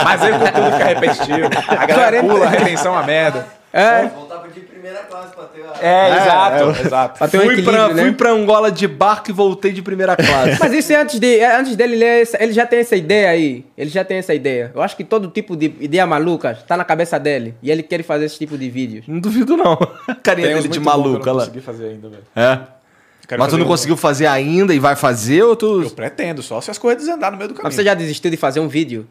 Speaker 4: Mas aí o conteúdo fica repetitivo. A galera
Speaker 2: 40.
Speaker 4: pula, a retenção é uma merda.
Speaker 2: É,
Speaker 7: Voltava de primeira classe pra ter a.
Speaker 4: É, exato, exato.
Speaker 2: pra ter um
Speaker 1: Fui,
Speaker 2: equilíbrio,
Speaker 1: pra,
Speaker 2: né?
Speaker 1: fui pra Angola de barco e voltei de primeira
Speaker 2: (laughs)
Speaker 1: classe.
Speaker 2: Mas isso é antes, de, é antes dele ler, essa- ele já tem essa ideia aí. Ele já tem essa ideia. Eu acho que todo tipo de ideia maluca tá na cabeça dele. E ele quer fazer esse tipo de vídeos.
Speaker 1: não duvido, não. Carinha
Speaker 4: Tem uns
Speaker 1: dele de
Speaker 4: muito bom que eu
Speaker 1: maluco, olha
Speaker 4: não
Speaker 1: lá.
Speaker 4: consegui fazer ainda, velho.
Speaker 1: É?
Speaker 4: Quero
Speaker 1: Mas tu
Speaker 4: fazer
Speaker 1: não
Speaker 4: um-
Speaker 1: conseguiu fazer ainda e vai fazer ou tu...
Speaker 4: Eu pretendo, só se as coisas andar no meio do
Speaker 2: Mas
Speaker 4: caminho.
Speaker 2: você já desistiu de fazer um vídeo?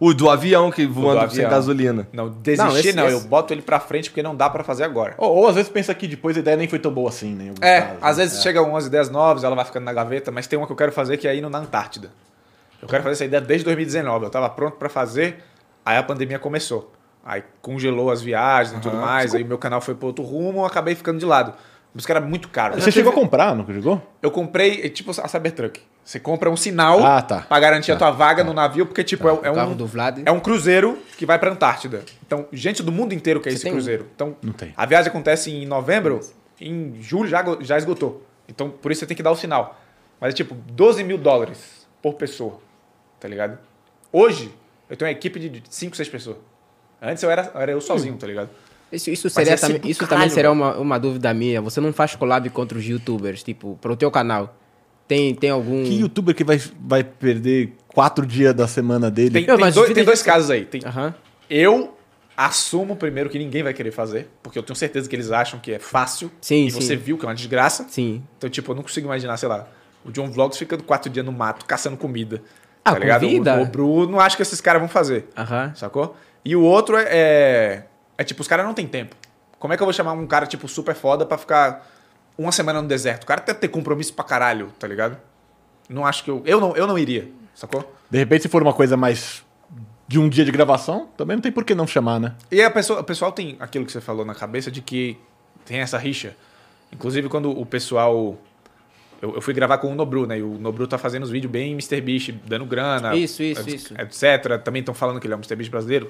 Speaker 1: O do avião que
Speaker 4: Do
Speaker 1: voando sem
Speaker 4: avião.
Speaker 1: gasolina.
Speaker 4: Não, desistir
Speaker 2: Não, esse-
Speaker 4: não, eu
Speaker 2: esse-
Speaker 4: boto ele pra frente porque não dá pra fazer agora.
Speaker 3: Ou, ou às vezes pensa que depois a ideia nem foi tão boa assim, né? em alguns
Speaker 4: É,
Speaker 3: casos,
Speaker 4: às
Speaker 3: né?
Speaker 4: vezes chegam umas ideias novas, ela vai ficando na gaveta, mas tem uma que eu quero fazer que é indo na Antártida. Eu quero fazer essa ideia desde 2019, eu tava pronto pra fazer, aí a pandemia começou. Aí congelou as viagens e tudo mais, aí meu canal foi pro outro rumo, eu acabei ficando de lado. Mas que era muito caro.
Speaker 3: Você chegou a comprar, não chegou?
Speaker 4: Eu comprei, é tipo a Cybertruck. Você compra um sinal
Speaker 3: Ah, tá.
Speaker 4: pra garantir a tua vaga no navio, porque tipo, é- é,
Speaker 2: Tá. o carro
Speaker 4: um,
Speaker 2: do Vlad.
Speaker 4: é um cruzeiro que vai pra Antártida. Então, gente do mundo inteiro quer
Speaker 2: Você
Speaker 4: esse
Speaker 2: tem um?
Speaker 4: cruzeiro. Então,
Speaker 3: Não tem.
Speaker 4: a viagem acontece em novembro, em julho já, go- já esgotou. Então, por isso você tem que dar o sinal. Mas é tipo 12 mil dólares por pessoa, tá ligado? Hoje, eu tenho uma equipe de 5, 6 pessoas. Antes eu era, era eu sozinho,
Speaker 2: Hum.
Speaker 4: tá ligado?
Speaker 2: Isso, isso, seria um
Speaker 4: assim,
Speaker 2: também-
Speaker 4: pro
Speaker 2: isso
Speaker 4: caralho,
Speaker 2: também seria uma, uma dúvida minha. Você não faz collab contra os youtubers, tipo, pro teu canal. Tem, tem algum.
Speaker 3: Que youtuber que vai, vai perder quatro dias da semana dele?
Speaker 4: Tem,
Speaker 2: Não,
Speaker 4: tem
Speaker 2: mas
Speaker 4: dois,
Speaker 2: vida
Speaker 4: tem
Speaker 2: de-
Speaker 4: dois casos aí. Tem,
Speaker 2: Aham.
Speaker 4: Eu assumo primeiro que ninguém vai querer fazer, porque eu tenho certeza que eles acham que é fácil.
Speaker 2: Sim,
Speaker 4: e
Speaker 2: sim.
Speaker 4: você viu que é uma desgraça.
Speaker 2: Sim.
Speaker 4: Então, tipo, eu não consigo imaginar, sei lá, o John Vlogs ficando quatro dias no mato, caçando comida.
Speaker 2: Ah,
Speaker 4: tá ligado?
Speaker 2: convida.
Speaker 4: O, o Bruno acho que esses caras vão fazer.
Speaker 2: Aham.
Speaker 4: Sacou? E o outro é. É, é tipo, os caras não tem tempo. Como é que eu vou chamar um cara, tipo, super foda pra ficar uma semana no deserto? O cara tem que ter compromisso pra caralho, tá ligado? Não acho que eu. Eu não, eu não iria, sacou?
Speaker 3: De repente, se for uma coisa mais de um dia de gravação, também não tem por que não chamar, né?
Speaker 4: E a pessoa, o pessoal tem aquilo que você falou na cabeça de que tem essa rixa. Inclusive, quando o pessoal. Eu, eu fui gravar com o Nobru, né? E o Nobru tá fazendo os vídeos bem Mr. Beast, dando grana.
Speaker 2: Isso, isso,
Speaker 4: et-
Speaker 2: isso.
Speaker 4: Etc. Também estão falando que ele é um Mr. Beast brasileiro.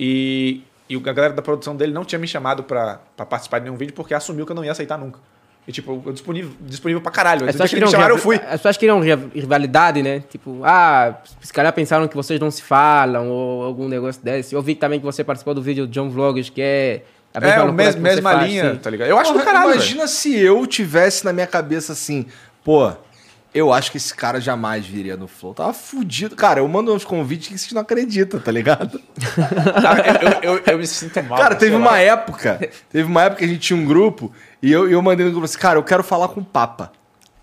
Speaker 4: E, e a galera da produção dele não tinha me chamado pra, pra participar de nenhum vídeo porque assumiu que eu não ia aceitar nunca. E, tipo, eu disponível, disponível pra caralho.
Speaker 2: As
Speaker 4: Eles
Speaker 2: pessoas,
Speaker 4: que me
Speaker 2: queriam,
Speaker 4: chamaram, eu
Speaker 2: ri-
Speaker 4: fui.
Speaker 2: as pessoas queriam ri- rivalidade, né? Tipo, ah, se calhar pensaram que vocês não se falam ou algum negócio desse. Eu vi também que você participou do vídeo do John Vlogs, que é a
Speaker 4: É, o
Speaker 2: loucura
Speaker 4: mes-
Speaker 2: que você
Speaker 4: mesma
Speaker 2: faz,
Speaker 4: linha,
Speaker 2: sim.
Speaker 4: tá ligado? Eu acho
Speaker 1: Porra,
Speaker 4: do caralho. velho.
Speaker 1: Imagina se eu tivesse na minha cabeça assim, pô, eu acho que esse cara jamais viria no Flow. Tava fudido. Cara, eu mando uns convites que vocês não acreditam, tá
Speaker 4: (laughs)
Speaker 1: ligado?
Speaker 4: Eu, eu- eu me sinto mal.
Speaker 1: cara, teve
Speaker 4: sei
Speaker 1: uma
Speaker 4: lá.
Speaker 1: época, teve uma época que a gente tinha um grupo e eu, eu mandei no grupo assim, cara, eu quero falar com o Papa.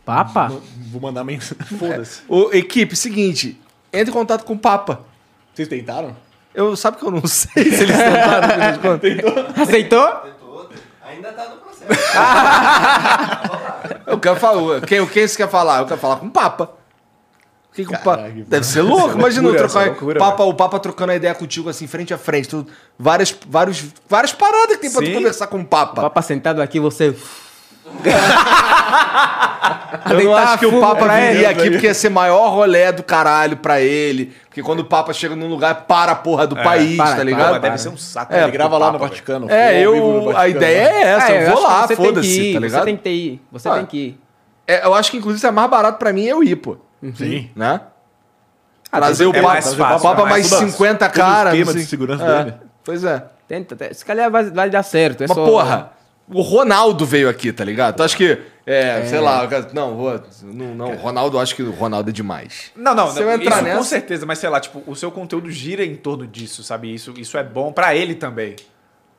Speaker 2: Papa?
Speaker 1: (laughs)
Speaker 3: Vou mandar mensagem. Foda-se.
Speaker 1: Ô, equipe, seguinte, entre em contato com o Papa.
Speaker 3: (laughs) Vocês tentaram?
Speaker 1: Eu, sabe que eu não (laughs) sei se eles tentaram, no fim das contas.
Speaker 2: Aceitou?
Speaker 7: Tentou outra. Ainda tá no processo.
Speaker 1: Eu quero falar. Quem, quem você quer falar? Eu quero falar com o Papa. Que que o pa- Deve ser louco. Imagina
Speaker 4: loucura,
Speaker 1: eu trocar
Speaker 4: essa loucura,
Speaker 1: papa, o Papa trocando a ideia contigo assim, frente a frente. Tu- várias, vários, várias paradas que tem pra tu
Speaker 4: Sim.
Speaker 1: conversar com o Papa.
Speaker 2: Papa sentado aqui, você. (laughs)
Speaker 1: Eu não acho que o Papa
Speaker 2: é
Speaker 4: pra ele.
Speaker 1: viria aqui porque ia ser maior rolé do caralho pra ele. Porque quando o Papa chega num lugar, para a porra do país,
Speaker 2: para,
Speaker 1: tá
Speaker 2: para,
Speaker 1: ligado?
Speaker 4: Pô, deve ser um saco.
Speaker 3: Ele
Speaker 4: pro
Speaker 3: grava lá no
Speaker 4: Papa,
Speaker 3: Vaticano.
Speaker 1: É,
Speaker 3: fogo, vivo no
Speaker 1: eu. A
Speaker 3: Vaticano. né?
Speaker 1: ideia é essa.
Speaker 2: É,
Speaker 1: eu
Speaker 2: acho
Speaker 1: vou
Speaker 2: que
Speaker 1: lá,
Speaker 2: você tem que
Speaker 1: foda-se,
Speaker 2: ir,
Speaker 1: tá
Speaker 2: Você
Speaker 1: ligado?
Speaker 2: tem que ter ir. Você
Speaker 1: Ah.
Speaker 2: tem que ir.
Speaker 1: É, eu acho que inclusive é mais barato pra mim eu ir, pô.
Speaker 3: Sim.
Speaker 1: Né? Trazer
Speaker 4: é
Speaker 1: o Papa,
Speaker 4: mais
Speaker 1: trazer o
Speaker 4: fácil,
Speaker 1: Papa
Speaker 4: é
Speaker 1: mais
Speaker 4: mais fácil.
Speaker 1: 50
Speaker 3: Todo o
Speaker 1: caras.
Speaker 3: esquema
Speaker 1: não sei.
Speaker 3: de segurança
Speaker 1: É,
Speaker 3: dele.
Speaker 1: Pois é.
Speaker 2: Tenta, te- se calhar vai, vai dar certo. É
Speaker 1: Mas, né?
Speaker 2: só-
Speaker 1: porra, o Ronaldo veio aqui, tá ligado? Tu acha que. É, sei lá, não, vou, não, não, o Ronaldo, eu acho que o Ronaldo é demais.
Speaker 4: Não, não,
Speaker 1: Se eu
Speaker 4: não
Speaker 1: entrar
Speaker 4: isso
Speaker 1: nessa-
Speaker 4: com certeza, mas sei lá, tipo, o seu conteúdo gira em torno disso, sabe? Isso, isso é bom pra ele também.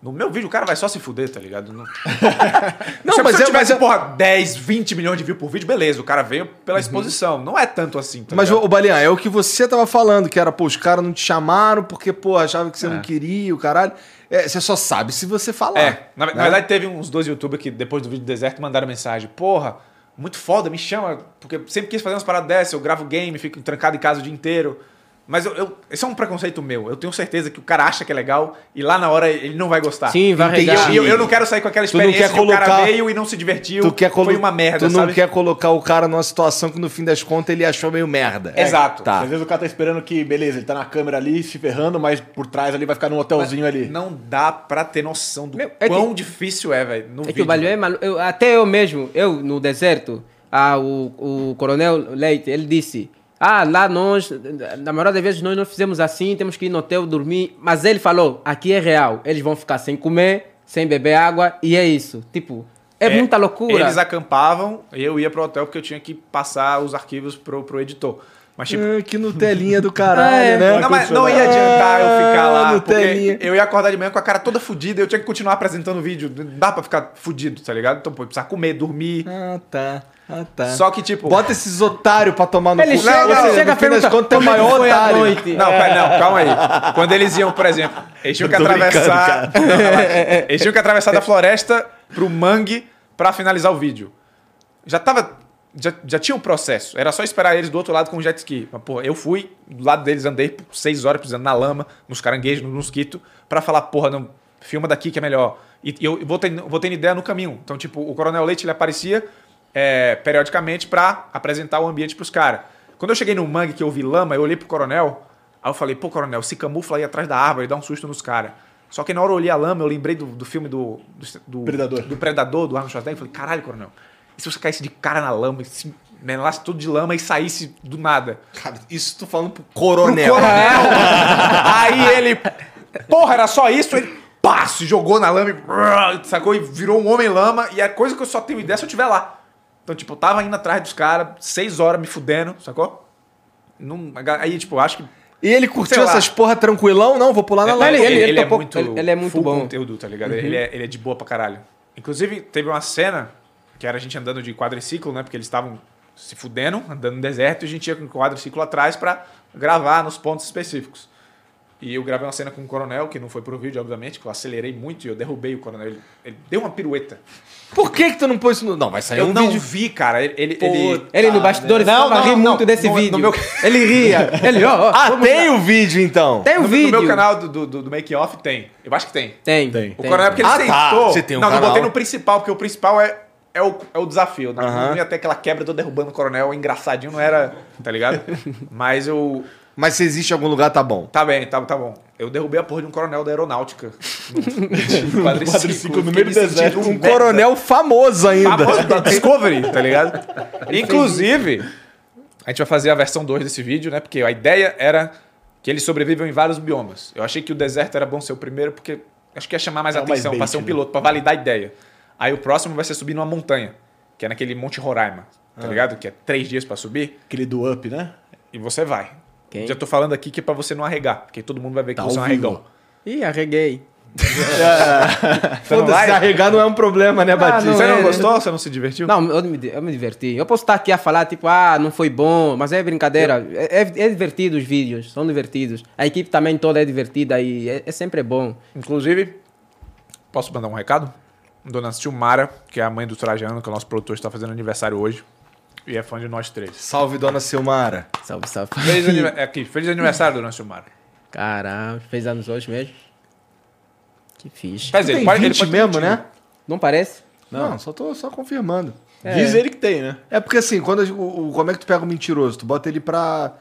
Speaker 4: No meu vídeo, o cara vai só se fuder, tá ligado? Não,
Speaker 1: Não,
Speaker 4: se
Speaker 1: mas
Speaker 4: mas
Speaker 1: é-
Speaker 4: eu tivesse,
Speaker 1: mas é-
Speaker 4: porra, 10, 20 milhões de views por vídeo, beleza, o cara veio pela exposição. Não é tanto assim, tá
Speaker 1: Uhum. Mas,
Speaker 4: ligado?
Speaker 1: ô, Balean, é o que você tava falando, que era, pô, os caras não te chamaram porque, pô, achavam que você não queria, o caralho. É, você só sabe se você falar.
Speaker 4: É, na, na
Speaker 1: né?
Speaker 4: verdade teve uns dois youtubers que depois do vídeo do deserto mandaram mensagem, porra, muito foda, me chama, porque eu sempre quis fazer umas paradas dessas, eu gravo game, fico trancado em casa o dia inteiro. Mas eu, eu- esse é um preconceito meu, eu tenho certeza que o cara acha que é legal e lá na hora ele não vai gostar.
Speaker 2: Sim, vai
Speaker 1: Entendi.
Speaker 2: regar.
Speaker 4: E eu, eu não quero sair com aquela
Speaker 1: Tu não
Speaker 4: experiência
Speaker 1: quer
Speaker 4: que o cara
Speaker 1: colocar-
Speaker 4: veio e não se divertiu,
Speaker 1: Tu quer colo-
Speaker 4: foi uma merda,
Speaker 1: Tu não
Speaker 4: sabe?
Speaker 1: quer colocar o cara numa situação que, no fim das contas, ele achou meio merda.
Speaker 4: Exato.
Speaker 1: Tá.
Speaker 3: Às vezes o cara tá esperando que, beleza, ele tá na câmera ali se ferrando, mas por trás ali vai ficar num hotelzinho ali.
Speaker 4: assim, Não dá pra ter noção do
Speaker 2: Meu, é
Speaker 4: quão difícil é, velho, no
Speaker 2: É que
Speaker 4: vídeo.
Speaker 2: o Balio é maluco. Eu- Até eu mesmo, eu no deserto, ah, o, o coronel Leite, ele disse: Ah, lá nós, na maioria das vezes nós não fizemos assim, temos que ir no hotel dormir. Mas ele falou: Aqui é real, eles vão ficar sem comer, sem beber água, e é isso. Tipo, é, muita loucura.
Speaker 4: Eles acampavam e eu ia pro hotel porque eu tinha que passar os arquivos pro, pro editor. Mas, tipo,
Speaker 1: Ah, que Nutelinha do caralho,
Speaker 2: É.
Speaker 1: né?
Speaker 4: Não, mas não ia adiantar eu ficar
Speaker 1: Ah,
Speaker 4: lá,
Speaker 1: Nutelinha.
Speaker 4: porque eu ia acordar de manhã com a cara toda fudida, eu tinha que continuar apresentando o vídeo. Não dá pra ficar fudido, tá ligado? Então, pô, eu precisava comer, dormir.
Speaker 1: Ah, tá. Ah,
Speaker 2: É.
Speaker 1: tá.
Speaker 4: Só que, tipo.
Speaker 1: Bota esses otários pra tomar no
Speaker 2: Ele
Speaker 1: cu.
Speaker 2: chega,
Speaker 1: Ou seja,
Speaker 2: ele chega
Speaker 1: no fim das
Speaker 2: pergunta,
Speaker 1: contas, é o
Speaker 2: "Como é que
Speaker 1: maior
Speaker 2: foi a
Speaker 1: otário.
Speaker 2: noite?" É.
Speaker 4: Não, pera, não, calma aí. Quando eles iam, por exemplo, eles tinham que atravessar. (laughs) eles tinham que atravessar da floresta pro mangue pra finalizar o vídeo. Já tava. Já, já tinha um processo. Era só esperar eles do outro lado com o jet ski. Mas, pô, eu fui do lado deles, andei por seis horas pisando na lama, nos caranguejos, no mosquito, pra falar, porra, não, filma daqui que é melhor. E, e eu vou tendo, vou tendo ideia no caminho. Então, tipo, o Coronel Leite ele aparecia é, periodicamente pra apresentar o ambiente pros caras. Quando eu cheguei no mangue que eu vi lama, eu olhei pro Coronel, aí eu falei, pô, Coronel, se camufla aí atrás da árvore, dá um susto nos caras. Só que na hora eu olhei a lama, eu lembrei do, do filme do, do, do
Speaker 3: Predador.
Speaker 4: do Predador, do Arnold Schwarzenegger, eu falei, caralho, coronel, e se você caísse de cara na lama, e se melasse tudo de lama e saísse do nada?
Speaker 1: Cara, isso tu falando pro
Speaker 4: Pro
Speaker 1: coronel.
Speaker 4: coronel! (laughs) Aí ele, porra, era só isso? Ele, pá, se jogou na lama e, brrr, sacou? E virou um homem lama, e é coisa que eu só tenho ideia se eu estiver lá. Então, tipo, eu tava indo atrás dos caras, seis horas me fudendo, sacou? Não- aí, tipo, eu acho que...
Speaker 1: E ele curtiu
Speaker 4: Sei lá.
Speaker 1: essas porra tranquilão? Não, vou pular na lama.
Speaker 2: ele- ele- ele
Speaker 4: é
Speaker 2: topou-
Speaker 4: muito,
Speaker 2: ele- ele é muito
Speaker 4: full
Speaker 2: bom. Uhum.
Speaker 4: conteúdo, tá ligado? Ele, é, ele é de boa pra caralho. Inclusive, teve uma cena que era a gente andando de quadriciclo, né? Porque eles estavam se fudendo, andando no deserto, e a gente ia com o quadriciclo atrás pra gravar nos pontos específicos. E eu gravei uma cena com o coronel, que não foi pro vídeo, obviamente, que eu acelerei muito e eu derrubei o coronel. Ele, ele deu uma pirueta.
Speaker 1: Por que que tu não pôs isso no... Não, vai sair
Speaker 4: Eu
Speaker 1: um
Speaker 4: não
Speaker 1: vídeo...
Speaker 4: vi, cara. Ele, ele, ele-
Speaker 2: Ele no bastidores
Speaker 4: Não,
Speaker 2: ficava
Speaker 4: não,
Speaker 2: rindo
Speaker 4: não,
Speaker 2: é muito desse
Speaker 4: no-
Speaker 2: vídeo.
Speaker 4: no meu-
Speaker 2: Ele ria. Ele, ó, ó,
Speaker 1: (laughs) Ah,
Speaker 2: vamos
Speaker 1: tem
Speaker 2: lá.
Speaker 1: o vídeo, então.
Speaker 2: Tem o
Speaker 4: (laughs) no,
Speaker 2: vídeo.
Speaker 4: no meu canal do, do, do Make Off tem. Eu acho que tem.
Speaker 2: Tem.
Speaker 3: Tem.
Speaker 4: O coronel é porque ele
Speaker 1: Ah, tá.
Speaker 4: sentou.
Speaker 1: Você tem um
Speaker 4: não, não
Speaker 1: canal.
Speaker 4: botei no principal, porque o principal é, é, o, é o desafio. Não,
Speaker 1: Aham.
Speaker 4: não ia ter aquela quebra, eu tô derrubando o coronel, é engraçadinho, não era,
Speaker 1: (laughs)
Speaker 4: tá ligado? Mas eu.
Speaker 1: Mas se existe em algum lugar, tá bom.
Speaker 4: Tá bem, tá, tá bom. Eu derrubei a porra de um coronel
Speaker 1: (laughs)
Speaker 4: da aeronáutica. Um No, no
Speaker 3: quadriciclo, no meio do deserto,
Speaker 1: Um coronel famoso ainda.
Speaker 4: (laughs) Famoso da Discovery, tá ligado? Inclusive, a gente vai fazer a versão 2 desse vídeo, né? Porque a ideia era que eles sobrevivam em vários biomas. Eu achei que o deserto era bom ser o primeiro, porque acho que ia chamar mais
Speaker 3: É o mais
Speaker 4: atenção pra
Speaker 3: bait,
Speaker 4: ser um
Speaker 3: né?
Speaker 4: piloto, pra validar a ideia. Aí o próximo vai ser subir numa montanha, que é naquele Monte Roraima, tá ligado? Que é três dias pra subir
Speaker 3: Aquele do up, né?
Speaker 4: e você vai.
Speaker 2: Ok.
Speaker 4: Já tô falando aqui que é pra você não arregar, porque todo mundo vai ver que
Speaker 3: Tá
Speaker 4: você é um
Speaker 3: ao vivo.
Speaker 4: arregão.
Speaker 2: Ih, arreguei.
Speaker 4: Você não, vai?
Speaker 1: Foda-se, arregar não é um problema, né, Batista?
Speaker 4: Você não
Speaker 2: é.
Speaker 4: gostou? Você não se divertiu?
Speaker 2: Não, eu me, eu me diverti. Eu posso estar aqui a falar, tipo, ah, não foi bom, mas é brincadeira. É, é- é divertido os vídeos, são divertidos. A equipe também toda é divertida e é, é sempre bom.
Speaker 4: Inclusive, posso mandar um recado? Dona Silmara, que é a mãe do Trajano, que é o nosso produtor, está fazendo aniversário hoje. E é fã de nós três.
Speaker 1: Salve, dona Silmara.
Speaker 2: Salve, salve.
Speaker 4: Feliz, anive- é aqui, feliz aniversário, dona Silmar.
Speaker 2: Caramba, fez anos hoje mesmo? Que fixe.
Speaker 4: Quer
Speaker 1: Você
Speaker 4: dizer,
Speaker 1: tem
Speaker 4: ele pode, ele
Speaker 1: 20
Speaker 4: pode ter
Speaker 1: mesmo,
Speaker 4: 21.
Speaker 1: né?
Speaker 2: Não parece?
Speaker 1: Não, só tô só confirmando.
Speaker 3: Diz ele que
Speaker 1: (laughs)
Speaker 3: tem, né?
Speaker 1: É porque assim, quando a gente- o, o- como é que tu pega o mentiroso? Tu bota ele pra.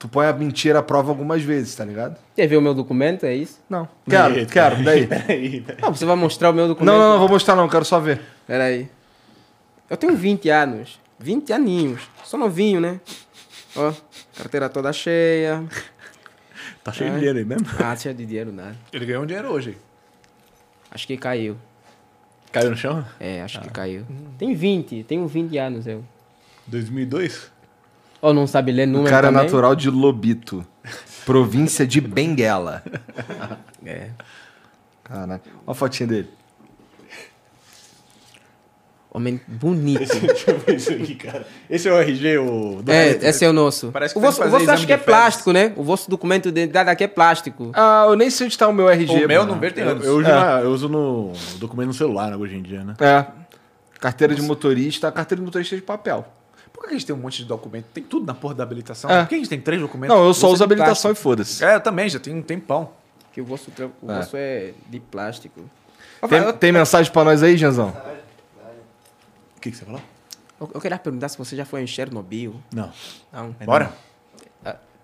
Speaker 1: Tu põe a mentira à prova algumas vezes, tá ligado?
Speaker 2: Quer ver o meu documento? É isso?
Speaker 1: Não. Quero,
Speaker 3: Eita.
Speaker 1: quero, daí.
Speaker 3: Peraí, peraí.
Speaker 2: Não, você vai mostrar o meu documento.
Speaker 1: Não, não, não, vou mostrar não, quero só ver.
Speaker 2: Pera aí. Eu tenho 20 anos. 20 aninhos. Sou novinho, né? Ó, carteira toda cheia.
Speaker 3: Tá cheio de dinheiro aí mesmo?
Speaker 2: Ah, (laughs) cheia de dinheiro, nada.
Speaker 4: Ele ganhou um dinheiro hoje.
Speaker 2: Acho que caiu.
Speaker 3: Caiu no chão?
Speaker 2: É, acho que caiu. Tem 20, tenho 20 anos eu.
Speaker 3: 2002?
Speaker 2: Ou não sabe ler
Speaker 1: O
Speaker 2: número
Speaker 1: cara é
Speaker 2: também?
Speaker 1: natural de Lobito, província de Benguela.
Speaker 2: É.
Speaker 1: Caraca. Olha a fotinha dele.
Speaker 2: Homem bonito.
Speaker 3: (laughs) Deixa eu ver isso aqui, cara. Esse é o RG, o... do-
Speaker 2: é, esse é o nosso.
Speaker 4: Parece que
Speaker 2: o
Speaker 4: tem
Speaker 2: vosso,
Speaker 4: que
Speaker 2: o
Speaker 4: fazer
Speaker 2: vosso
Speaker 4: exame
Speaker 2: acho que é
Speaker 4: de fezes.
Speaker 2: plástico, né? O vosso documento de identidade aqui é plástico.
Speaker 1: Ah, eu nem sei onde tá o meu RG.
Speaker 4: O meu
Speaker 1: mano.
Speaker 4: não vejo tem
Speaker 3: Eu,
Speaker 4: anos.
Speaker 3: eu, uso
Speaker 1: É.
Speaker 3: na- eu uso no o documento no celular né, hoje em dia, né?
Speaker 1: É. Carteira de motorista, a carteira de motorista é de papel.
Speaker 4: Por que a gente tem um monte de documento? Tem tudo na porra da habilitação.
Speaker 1: É.
Speaker 4: Por que a gente tem três documentos?
Speaker 1: Não, eu só
Speaker 2: Você
Speaker 1: uso
Speaker 2: é de
Speaker 1: habilitação e foda-se.
Speaker 4: É, eu também, já tem um tempão.
Speaker 2: Que o vosso, tra- o
Speaker 1: É.
Speaker 2: vosso é de plástico.
Speaker 1: Tem, tem mensagem pra nós aí, Janzão?
Speaker 3: O que, que você falou?
Speaker 2: Eu, eu queria perguntar se você já foi em Chernobyl.
Speaker 3: Não.
Speaker 2: Não.
Speaker 4: Bora.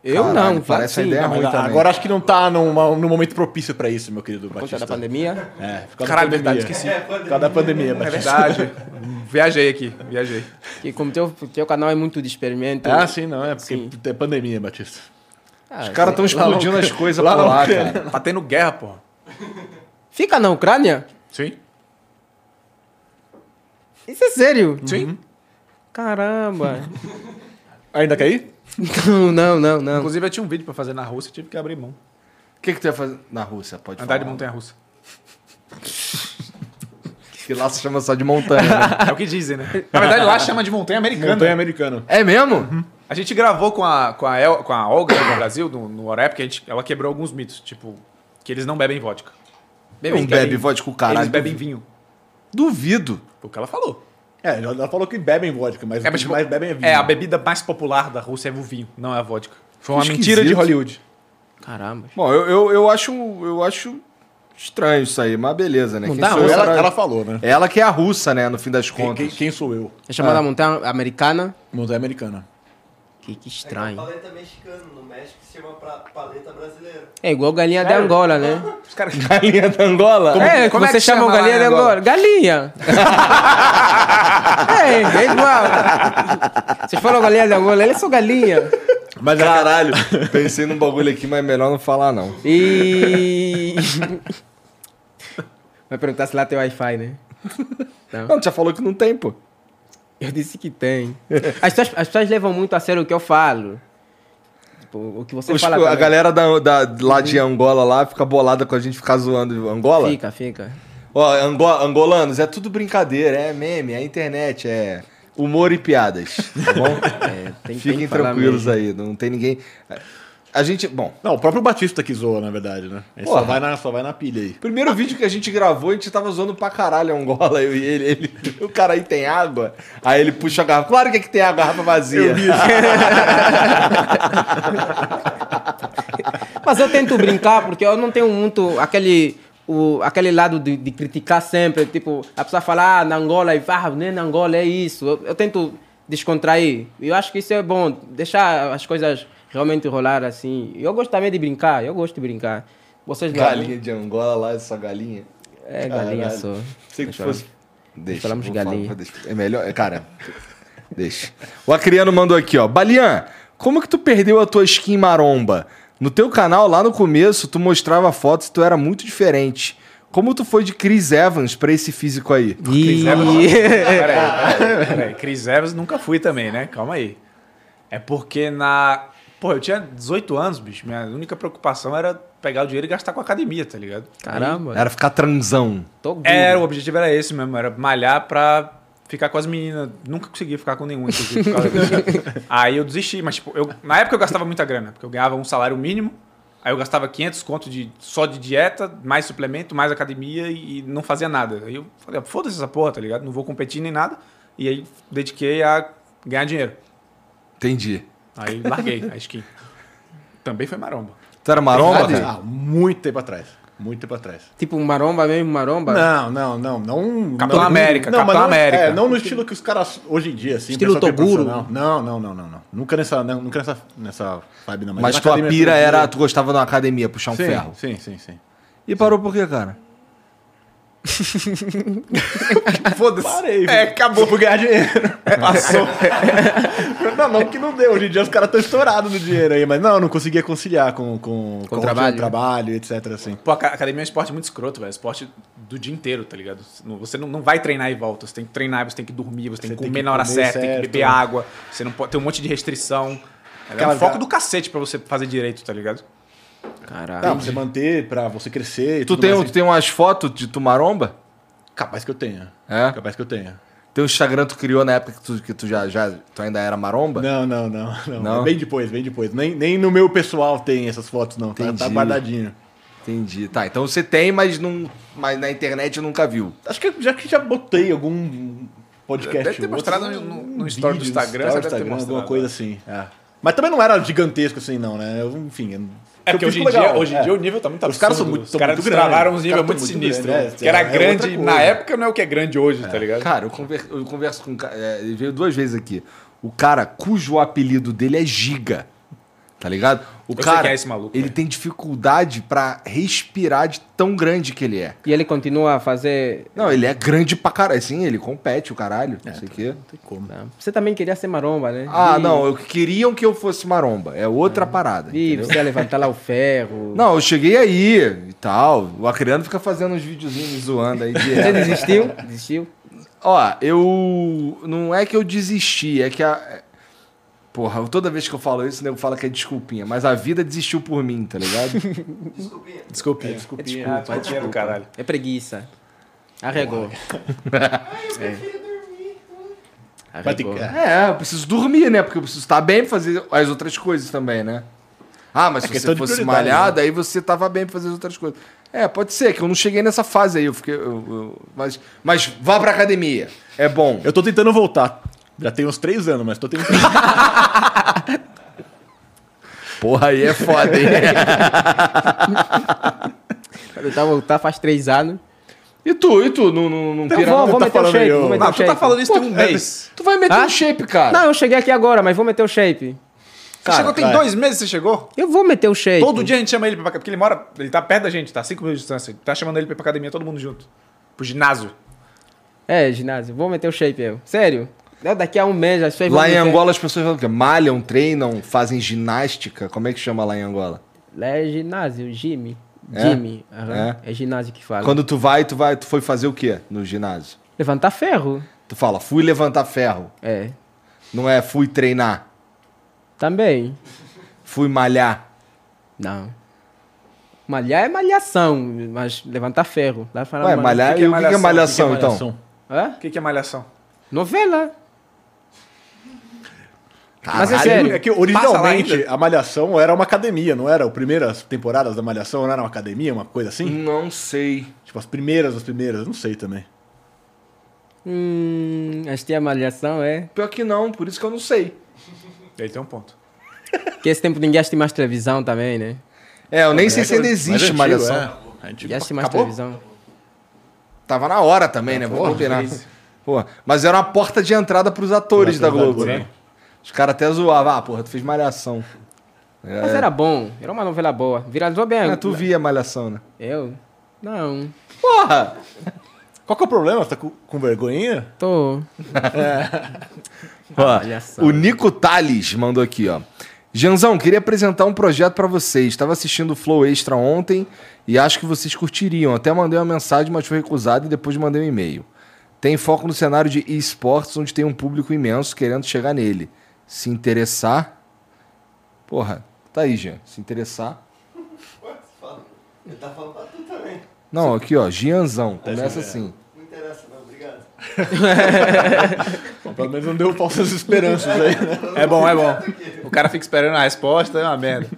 Speaker 2: Eu
Speaker 1: Caralho,
Speaker 2: não,
Speaker 1: parece
Speaker 2: parece
Speaker 1: uma ideia
Speaker 2: ainda.
Speaker 1: ruim.
Speaker 2: Por
Speaker 3: Mas
Speaker 1: também.
Speaker 3: agora acho que não tá numa- num momento propício pra isso, meu querido
Speaker 2: conta
Speaker 3: Batista.
Speaker 2: da pandemia.
Speaker 3: É, por causa
Speaker 4: Caralho,
Speaker 3: da pandemia.
Speaker 4: verdade, esqueci.
Speaker 3: Por causa da pandemia,
Speaker 4: É
Speaker 3: Batista.
Speaker 4: verdade. viajei aqui, viajei.
Speaker 2: Que como teu, teu canal é muito de experimento.
Speaker 3: Ah, sim, não, é porque
Speaker 2: Sim.
Speaker 3: é pandemia, Batista.
Speaker 2: Ah,
Speaker 1: Os caras estão
Speaker 2: sei.
Speaker 1: explodindo as coisas pra
Speaker 3: não
Speaker 1: lá,
Speaker 3: quero.
Speaker 1: cara.
Speaker 4: (laughs) Tá tendo guerra, porra.
Speaker 2: Fica na Ucrânia?
Speaker 4: Sim.
Speaker 2: Isso é sério?
Speaker 1: Uhum.
Speaker 4: Sim.
Speaker 2: (laughs) Caramba.
Speaker 3: Ainda quer ir?
Speaker 2: não, não, não, não.
Speaker 4: Inclusive, eu tinha um vídeo pra fazer na Rússia, tive que abrir mão.
Speaker 1: O que, que tu ia fazer na Rússia? Pode
Speaker 4: Andar de
Speaker 1: falar. (laughs)
Speaker 4: montanha russa.
Speaker 1: Que lá se chama só de montanha. né?
Speaker 4: É o que dizem, né? Na verdade, lá chama de montanha americana.
Speaker 3: Montanha americano.
Speaker 1: é mesmo?
Speaker 4: A gente gravou com a, com a, El- com a Olga né, do Brasil, no, no Orep, que a gente, ela quebrou alguns mitos. Tipo, que eles não bebem vodka.
Speaker 1: Não bebe vodka o caralho.
Speaker 4: Eles bebem vinho.
Speaker 1: Duvido.
Speaker 4: Foi o que ela falou.
Speaker 3: É, ela falou que bebem vodka, mas,
Speaker 4: É,
Speaker 3: o que
Speaker 4: mas, tipo,
Speaker 3: mais bebem é vinho.
Speaker 4: É, a bebida mais popular da Rússia é o vinho, não é a vodka. Foi uma
Speaker 1: Esquisito.
Speaker 4: mentira de Hollywood.
Speaker 2: Caramba.
Speaker 1: Bom, eu, eu, eu acho, eu acho estranho isso aí, mas beleza, né?
Speaker 2: Não
Speaker 1: Quem
Speaker 2: dá,
Speaker 1: sou eu
Speaker 3: Ela,
Speaker 1: pra-
Speaker 3: ela falou, né?
Speaker 1: Ela que é a russa, né, no fim das
Speaker 3: Quem,
Speaker 1: contas.
Speaker 3: quem- quem sou eu?
Speaker 2: É chamada montanha americana.
Speaker 3: Montanha americana.
Speaker 2: Que, que
Speaker 7: É que é uma
Speaker 2: estranho.
Speaker 7: paleta mexicana, no México se chama pra- paleta brasileira.
Speaker 2: É igual galinha de Angola, né?
Speaker 4: Os caras.
Speaker 1: Galinha da Angola?
Speaker 2: é,
Speaker 4: como é
Speaker 2: você
Speaker 4: que
Speaker 2: chama
Speaker 4: chama lá
Speaker 2: galinha
Speaker 4: em
Speaker 2: de
Speaker 4: Angola?
Speaker 2: Angola? Galinha.
Speaker 4: (laughs)
Speaker 2: é, é igual. Vocês falam galinha de Angola, eles são galinha.
Speaker 4: é
Speaker 3: Mas ela-
Speaker 1: Caralho, (laughs) pensei num bagulho aqui, mas é melhor não falar, não.
Speaker 2: E... (laughs) Vai perguntar se lá tem Wi-Fi, né?
Speaker 1: Não, tu já falou que não tem, pô.
Speaker 2: Eu disse que tem. As pessoas, as pessoas levam muito a sério o que eu falo. Tipo, o que você
Speaker 1: Os-
Speaker 2: fala
Speaker 1: a
Speaker 2: também.
Speaker 1: galera da, da- lá de Angola lá fica bolada com a gente ficar zoando Angola.
Speaker 2: Fica, fica.
Speaker 1: Ó, Ango- angolanos, é tudo brincadeira, é meme, é internet, é humor e piadas, tá bom?
Speaker 2: É, tem,
Speaker 1: Fiquem
Speaker 2: tem que falar
Speaker 1: tranquilos
Speaker 2: mesmo.
Speaker 1: aí, não tem ninguém... A gente, bom,
Speaker 3: Não, o próprio Batista que zoa, na verdade, né? Ele só
Speaker 1: Porra.
Speaker 3: vai, na, só vai na pilha aí.
Speaker 1: Primeiro vídeo que a gente gravou, a gente tava zoando pra caralho a Angola, eu e ele. (laughs) ele- o cara aí tem água? Aí ele puxa a garrafa. Claro que aqui tem a garrafa vazia.
Speaker 2: Mas eu tento brincar, porque eu não tenho muito aquele, o, aquele lado de, de criticar sempre. Tipo, a pessoa fala, ah, na Angola, e ah, nem na Angola, é isso. Eu, eu tento descontrair. E eu acho que isso é bom, deixar as coisas realmente rolar assim. E Eu gosto também de brincar, eu gosto de brincar. Vocês não-
Speaker 1: Galinha de Angola lá, essa galinha.
Speaker 2: É, galinha
Speaker 1: Caralho.
Speaker 2: só.
Speaker 1: Sei que
Speaker 2: Deixa
Speaker 1: fosse. Deixa,
Speaker 2: falamos de
Speaker 1: vou falar,
Speaker 2: galinha.
Speaker 1: vou deixar. é melhor. é, Cara, deixa. O Acriano mandou aqui, ó. Balian, como que tu perdeu a tua skin maromba? No teu canal, lá no começo, tu mostrava fotos e tu era muito diferente. Como tu foi de Chris Evans pra esse físico aí?
Speaker 2: Ih,
Speaker 3: (laughs)
Speaker 4: Peraí, peraí, peraí. Chris Evans nunca fui também, né? Calma aí. É porque na. Pô, eu tinha 18 anos, bicho. Minha única preocupação era pegar o dinheiro e gastar com a academia, tá ligado?
Speaker 2: Caramba,
Speaker 1: Era ficar transão.
Speaker 2: tô duro.
Speaker 4: Era, o objetivo era esse mesmo, era malhar pra ficar com as meninas. Nunca consegui ficar com nenhum, inclusive. por causa (laughs) disso. aí eu desisti, mas tipo, eu, na época eu gastava muita grana, porque eu ganhava um salário mínimo, aí eu gastava 500 conto de, só de dieta, mais suplemento, mais academia e, e não fazia nada. Aí eu falei, ah, foda-se essa porra, tá ligado? Não vou competir nem nada. E aí dediquei a ganhar dinheiro.
Speaker 1: Entendi.
Speaker 4: Aí larguei a skin. Também foi maromba.
Speaker 1: Tu era maromba,
Speaker 3: Verdade?
Speaker 1: cara?
Speaker 3: Ah, muito tempo atrás. Muito tempo atrás.
Speaker 2: Tipo maromba mesmo, maromba.
Speaker 3: Não, não, não. não
Speaker 4: Capitão
Speaker 3: não-
Speaker 4: América,
Speaker 3: não, mas
Speaker 4: Capitão
Speaker 3: não-
Speaker 4: América.
Speaker 3: É, não no estilo que os caras hoje em dia, assim.
Speaker 2: Estilo
Speaker 3: pessoal que é
Speaker 2: Toguro.
Speaker 3: profissional. Não, não, não, não, não. Nunca nessa, não, nunca nessa, nessa vibe, não.
Speaker 1: Mas
Speaker 3: na
Speaker 1: tua
Speaker 3: academia
Speaker 1: pira
Speaker 3: todo
Speaker 1: era,
Speaker 3: dia.
Speaker 1: tu gostava de uma academia, puxar um
Speaker 3: sim,
Speaker 1: ferro.
Speaker 3: Sim, sim, sim.
Speaker 1: E parou por quê, cara?
Speaker 4: Foda-se.
Speaker 3: Parei,
Speaker 4: É, acabou por ganhar dinheiro. Passou.
Speaker 3: (laughs) Não, não que não deu. Hoje em dia os caras estão estourados no dinheiro aí, mas não, não conseguia conciliar com, com, com,
Speaker 2: trabalho.
Speaker 3: trabalho, etc. Assim.
Speaker 4: Pô, a ca- academia é um esporte muito escroto, velho. É Esporte do dia inteiro, tá ligado? Não- Você não, não vai treinar e volta. Você tem que treinar, você tem que dormir, você tem
Speaker 3: Você
Speaker 4: que
Speaker 3: tem
Speaker 4: comer
Speaker 3: que
Speaker 4: na hora
Speaker 3: comer
Speaker 4: certa, tem que
Speaker 3: certo.
Speaker 4: beber água. Você não pode ter um monte de restrição. É
Speaker 3: Cara,
Speaker 4: um foco
Speaker 3: já-
Speaker 4: do cacete pra você fazer direito, tá ligado?
Speaker 2: Caralho.
Speaker 3: Tá, pra você manter, pra você crescer e
Speaker 1: Tu
Speaker 3: tudo
Speaker 1: tem, um
Speaker 3: mais. assim.
Speaker 1: tu tem umas fotos de tu maromba?
Speaker 3: Capaz que eu tenha.
Speaker 1: É?
Speaker 3: Capaz que eu tenha.
Speaker 1: Teu Instagram tu criou na época que tu, que tu já, já tu ainda era maromba?
Speaker 3: Não, não, não. não.
Speaker 1: Não?
Speaker 3: Bem depois, bem depois. Nem, nem no meu pessoal tem essas fotos, não. Tá, tá
Speaker 1: Entendi.
Speaker 3: guardadinho.
Speaker 1: Entendi. Tá, então você tem, mas, não, mas na internet nunca viu.
Speaker 3: Acho que eu já que já botei algum podcast.
Speaker 4: Deve ter
Speaker 3: ou outro,
Speaker 4: mostrado no- no- no story do
Speaker 3: vídeo, story
Speaker 4: Instagram, você deve ter
Speaker 3: Instagram,
Speaker 4: mostrado.
Speaker 3: Alguma coisa assim. é. Mas também não era gigantesco assim, não, né? Eu, enfim. eu-
Speaker 4: É
Speaker 3: eu
Speaker 4: porque hoje em,
Speaker 3: fico
Speaker 4: dia,
Speaker 3: legal,
Speaker 4: hoje em
Speaker 3: é.
Speaker 4: dia o nível tá muito
Speaker 3: Os caras são
Speaker 4: absurdo.
Speaker 3: muito-
Speaker 4: Os
Speaker 3: são
Speaker 4: caras
Speaker 3: muito
Speaker 4: destravaram
Speaker 3: grandes.
Speaker 4: uns
Speaker 3: Os
Speaker 4: níveis
Speaker 3: caras
Speaker 4: muito
Speaker 3: são muito
Speaker 4: sinistros.
Speaker 3: grandes,
Speaker 4: né?
Speaker 3: é.
Speaker 4: que era
Speaker 3: É outra
Speaker 4: grande na
Speaker 3: coisa.
Speaker 4: época não é o que é grande hoje, tá ligado?
Speaker 1: Cara, eu, conver- eu converso com um cara. é, ele veio duas vezes aqui. O cara cujo apelido dele é Giga. Tá ligado? O
Speaker 4: sei
Speaker 1: cara.
Speaker 4: quem é esse maluco,
Speaker 1: ele
Speaker 4: velho.
Speaker 1: tem dificuldade pra respirar de tão grande que ele é.
Speaker 2: E ele continua a fazer.
Speaker 1: Não, ele é grande pra caralho. Assim, ele compete o caralho. Não sei o quê.
Speaker 3: Não tem como.
Speaker 2: Tá. Você também queria ser maromba, né?
Speaker 1: Ah,
Speaker 2: E-
Speaker 1: não. Eu, queriam que eu fosse maromba. É outra parada.
Speaker 2: E
Speaker 1: entendeu?
Speaker 2: você ia levantar lá o ferro.
Speaker 1: Não, eu cheguei aí e tal. O Acriano fica fazendo uns videozinhos me zoando aí
Speaker 2: (laughs) Você
Speaker 1: direto.
Speaker 2: desistiu? Desistiu?
Speaker 1: Ó, eu. Não é que eu desisti, é que a. Porra, eu- toda vez que eu falo isso, o nego fala que é desculpinha, mas a vida desistiu por mim, tá ligado? É,
Speaker 7: Desculpinha.
Speaker 4: Desculpa.
Speaker 2: É Desculpa,
Speaker 4: Ah, desculpa, do caralho.
Speaker 2: É preguiça. Arregou. é.
Speaker 3: Mas tem
Speaker 2: Arregou.
Speaker 3: que- é,
Speaker 1: é, eu preciso dormir, né? Porque eu preciso estar bem pra fazer as outras coisas também, né? Ah, mas
Speaker 3: É
Speaker 1: se
Speaker 3: questão
Speaker 1: você
Speaker 3: de
Speaker 1: fosse
Speaker 3: prioridade,
Speaker 1: malhado, aí você tava bem pra fazer as outras coisas. É, pode ser, que eu não cheguei nessa fase aí, eu fiquei. eu- eu- mas, mas vá pra academia. É bom.
Speaker 3: Eu tô tentando voltar. Já tem uns três anos, mas tô tentando.
Speaker 1: Então. Porra, aí é foda, hein?
Speaker 2: Quando eu tava voltar faz três anos.
Speaker 1: (laughs) E tu, e tu, não, não, não pira não?
Speaker 2: vou
Speaker 3: tá
Speaker 2: meter o
Speaker 3: falando
Speaker 2: shape.
Speaker 3: aí, ô.
Speaker 2: Vou meter
Speaker 4: Ah,
Speaker 2: o
Speaker 4: tu tá
Speaker 2: shape.
Speaker 4: falando Então isso tem um
Speaker 1: Pô, é,
Speaker 3: é,
Speaker 4: mês.
Speaker 1: Tu vai meter
Speaker 2: Ah?
Speaker 1: um shape, cara.
Speaker 2: Não, eu cheguei aqui agora, mas vou meter o shape.
Speaker 4: Você chegou tem
Speaker 3: vai.
Speaker 4: dois meses, você chegou?
Speaker 2: Eu vou meter o shape.
Speaker 4: Todo dia a gente chama ele pra porque ele mora, ele tá perto da gente, tá? Cinco minutos de distância. Tá chamando ele pra ir pra academia, todo mundo junto. Pro ginásio.
Speaker 2: É, ginásio, vou meter o shape eu. Sério? Da- Daqui a um mês as pessoas
Speaker 1: Lá
Speaker 2: vão
Speaker 1: em
Speaker 2: meter-
Speaker 1: Angola as pessoas falam que malham, treinam, fazem ginástica. Como é que chama lá em Angola?
Speaker 2: Lá é ginásio, Jimmy.
Speaker 1: É?
Speaker 2: Jimmy. aham.
Speaker 1: É?
Speaker 2: É. ginásio que fala.
Speaker 1: Quando tu vai, tu vai, tu foi fazer o quê no ginásio?
Speaker 2: Levantar ferro.
Speaker 1: Tu fala, fui levantar ferro.
Speaker 2: É.
Speaker 1: Não é fui treinar,
Speaker 2: Também.
Speaker 1: fui malhar.
Speaker 2: Não. Malhar é malhação, mas levantar ferro. Lá fala
Speaker 1: Ué,
Speaker 2: mal-
Speaker 1: malhar,
Speaker 4: que é
Speaker 1: e o que que é
Speaker 4: malhação?
Speaker 1: malhação, então?
Speaker 2: Hã?
Speaker 4: O que, que é malhação?
Speaker 2: Novela. Mas é
Speaker 1: Caralho.
Speaker 2: sério.
Speaker 3: É que
Speaker 4: Passa lá
Speaker 3: originalmente
Speaker 4: ainda.
Speaker 3: a Malhação era uma academia, não era? As primeiras temporadas da Malhação não era uma academia, uma coisa assim?
Speaker 1: Não sei.
Speaker 3: Tipo, as primeiras, as primeiras, eu não sei também.
Speaker 2: Hum, acho que a malhação é.
Speaker 1: Pior que não, por isso que eu não sei.
Speaker 4: Ele tem um ponto.
Speaker 2: Porque esse tempo ninguém assiste mais televisão também, né?
Speaker 1: É, eu nem sei se ainda
Speaker 3: Mas é
Speaker 1: existe
Speaker 3: antigo,
Speaker 1: malhação.
Speaker 3: É. É antigo
Speaker 2: Ninguém
Speaker 3: pra-
Speaker 2: assiste mais
Speaker 3: Acabou?
Speaker 2: televisão.
Speaker 1: Tava na hora também, né? Vou combinar. Pô, mas era uma porta de entrada pros atores da
Speaker 3: Pros atores
Speaker 1: Globo,
Speaker 3: da
Speaker 1: né?
Speaker 3: Globo.
Speaker 1: Os caras até zoavam. Ah, porra, tu fez malhação.
Speaker 2: Mas era bom, era uma novela boa. Viralizou bem.
Speaker 1: Ah, É. tu via malhação, né?
Speaker 2: Eu? Não.
Speaker 1: Porra!
Speaker 3: Qual que é o problema? Você tá com, com vergonhinha?
Speaker 2: Tô.
Speaker 1: Ó,
Speaker 2: Malhação.
Speaker 1: o Nico Tales mandou aqui, ó. Janzão, queria apresentar um projeto pra vocês. Estava assistindo o Flow Extra ontem e acho que vocês curtiriam. Até mandei uma mensagem, mas foi recusado e depois mandei um e-mail. Tem foco no cenário de esportes, onde tem um público imenso querendo chegar nele. Se interessar. Porra, tá aí, Jean. Se interessar.
Speaker 7: Ué, você fala. Ele tá falando pra tu também. é.
Speaker 1: Não, aqui, ó. Gianzão. Começa assim.
Speaker 7: Não interessa, não. Obrigado.
Speaker 3: Bom, pelo menos não deu falsas esperanças aí, né?
Speaker 4: É bom, é bom. O cara fica esperando a resposta, é uma merda.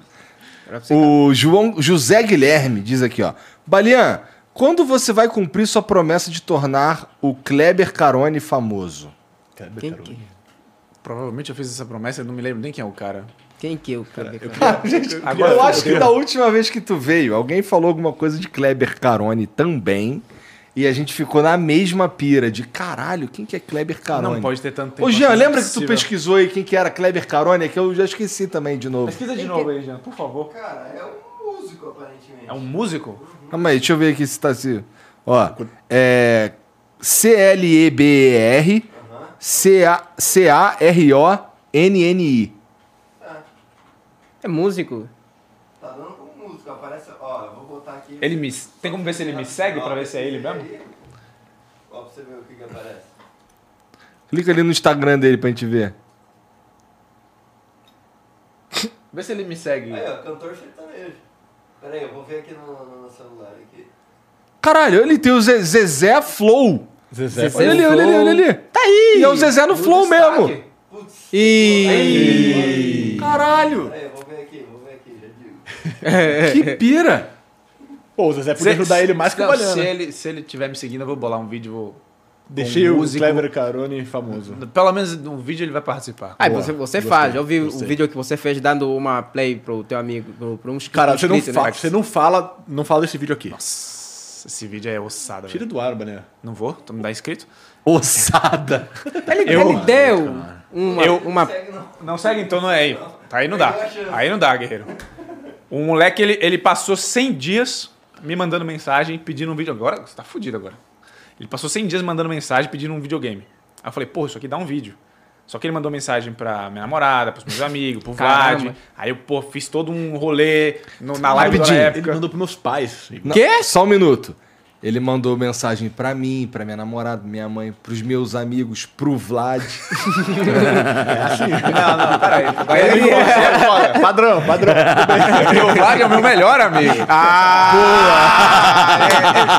Speaker 1: O João José Guilherme diz aqui, ó. Balian, quando você vai cumprir sua promessa de tornar o Kleber Carone famoso?
Speaker 3: Cara,
Speaker 2: Quem
Speaker 3: Carolina.
Speaker 2: que?
Speaker 4: Provavelmente eu fiz essa promessa, eu não me lembro nem quem é o cara.
Speaker 2: Quem que eu? Cadê, cara?
Speaker 1: Gente,
Speaker 4: Agora
Speaker 1: eu acho
Speaker 4: fudeu.
Speaker 1: que da última vez que tu veio, alguém falou alguma coisa de Kleber Carone também. E a gente ficou na mesma pira de caralho, quem que é Kleber Carone?
Speaker 4: Não pode ter tanto tempo.
Speaker 1: Ô Jean,
Speaker 4: assim,
Speaker 1: lembra que tu
Speaker 4: impossível.
Speaker 1: pesquisou aí quem que era Kleber Carone? É Que eu já esqueci também de novo.
Speaker 4: Pesquisa de novo aí, Jean, por favor.
Speaker 7: Cara, é um músico, aparentemente.
Speaker 4: É um músico?
Speaker 1: Calma aí, deixa eu ver aqui se tá assim. Ó, é. C-L-E-B-E-R C-A- C-A-R-O-N-N-I.
Speaker 2: É músico.
Speaker 7: Tá dando como músico, aparece. Ó, eu vou botar aqui.
Speaker 4: Ele me. Tem como ver se ele me segue pra ver se é ele mesmo?
Speaker 7: Aí, Ó, pra você ver o que que aparece.
Speaker 1: Clica ali no Instagram dele pra gente ver.
Speaker 4: Vê se ele me segue.
Speaker 7: Aí, ó, cantor sertanejo. Pera aí, eu vou ver aqui no, no- no celular aqui.
Speaker 1: Caralho, ele tem o Ze- Zezé Flow.
Speaker 3: Zezé.
Speaker 1: Olha ali, olha ali, olha ali. Tá aí! E é o Zezé no Flow mesmo.
Speaker 7: Putz,
Speaker 2: E...
Speaker 1: Caralho!
Speaker 7: pera aí, eu vou ver aqui, vou ver aqui, já digo.
Speaker 1: Que pira!
Speaker 3: Pô, o Zezé podia ajudar ele mais que o
Speaker 4: não, se
Speaker 3: Baiano. né?
Speaker 4: ele, se ele tiver me seguindo, eu vou bolar um vídeo. Vou...
Speaker 3: Deixei
Speaker 4: um
Speaker 3: o
Speaker 4: músico.
Speaker 3: Kleber Carone famoso.
Speaker 4: Pelo menos um vídeo ele vai participar.
Speaker 2: Ah,
Speaker 3: Boa,
Speaker 2: você, você
Speaker 3: gostei,
Speaker 2: faz. Eu vi
Speaker 3: gostei.
Speaker 2: o vídeo que você fez dando uma play pro teu amigo, pro, pro um inscri-
Speaker 3: Cara,
Speaker 2: um
Speaker 3: você não,
Speaker 2: inscrito,
Speaker 3: fala, você não fala, não fala desse vídeo aqui.
Speaker 4: Nossa, esse vídeo é ossada.
Speaker 3: Tira
Speaker 4: velho.
Speaker 3: do ar, Bané.
Speaker 4: Não vou? Tu me dá inscrito?
Speaker 1: Ossada!
Speaker 2: Ele,
Speaker 4: Eu-
Speaker 2: ele deu uma...
Speaker 4: Eu-
Speaker 2: uma...
Speaker 7: Segue não.
Speaker 4: (laughs) Não segue então, não é aí. Aí não dá.
Speaker 7: Perdeu a chance.
Speaker 4: Aí não dá, guerreiro. O moleque, ele, ele passou 100 dias me mandando mensagem, pedindo um vídeo. Agora, você tá fudido agora. Ele passou 100 dias mandando mensagem, pedindo um videogame. Aí eu falei, porra, isso aqui dá um vídeo. Só que ele mandou mensagem pra minha namorada, pros meus amigos, pro Vlad.
Speaker 2: Caramba.
Speaker 4: Aí eu, pô, fiz todo um rolê no- na live da
Speaker 3: Rapidinho, Ele
Speaker 4: época.
Speaker 3: mandou pros meus pais.
Speaker 1: Quê? Só um minuto. Ele mandou mensagem pra mim, pra minha namorada, minha mãe, pros meus amigos, pro (laughs) Vlad.
Speaker 4: Não, não, peraí. Vai ele é foda.
Speaker 3: Padrão, padrão.
Speaker 4: Meu Vlad é o meu melhor amigo.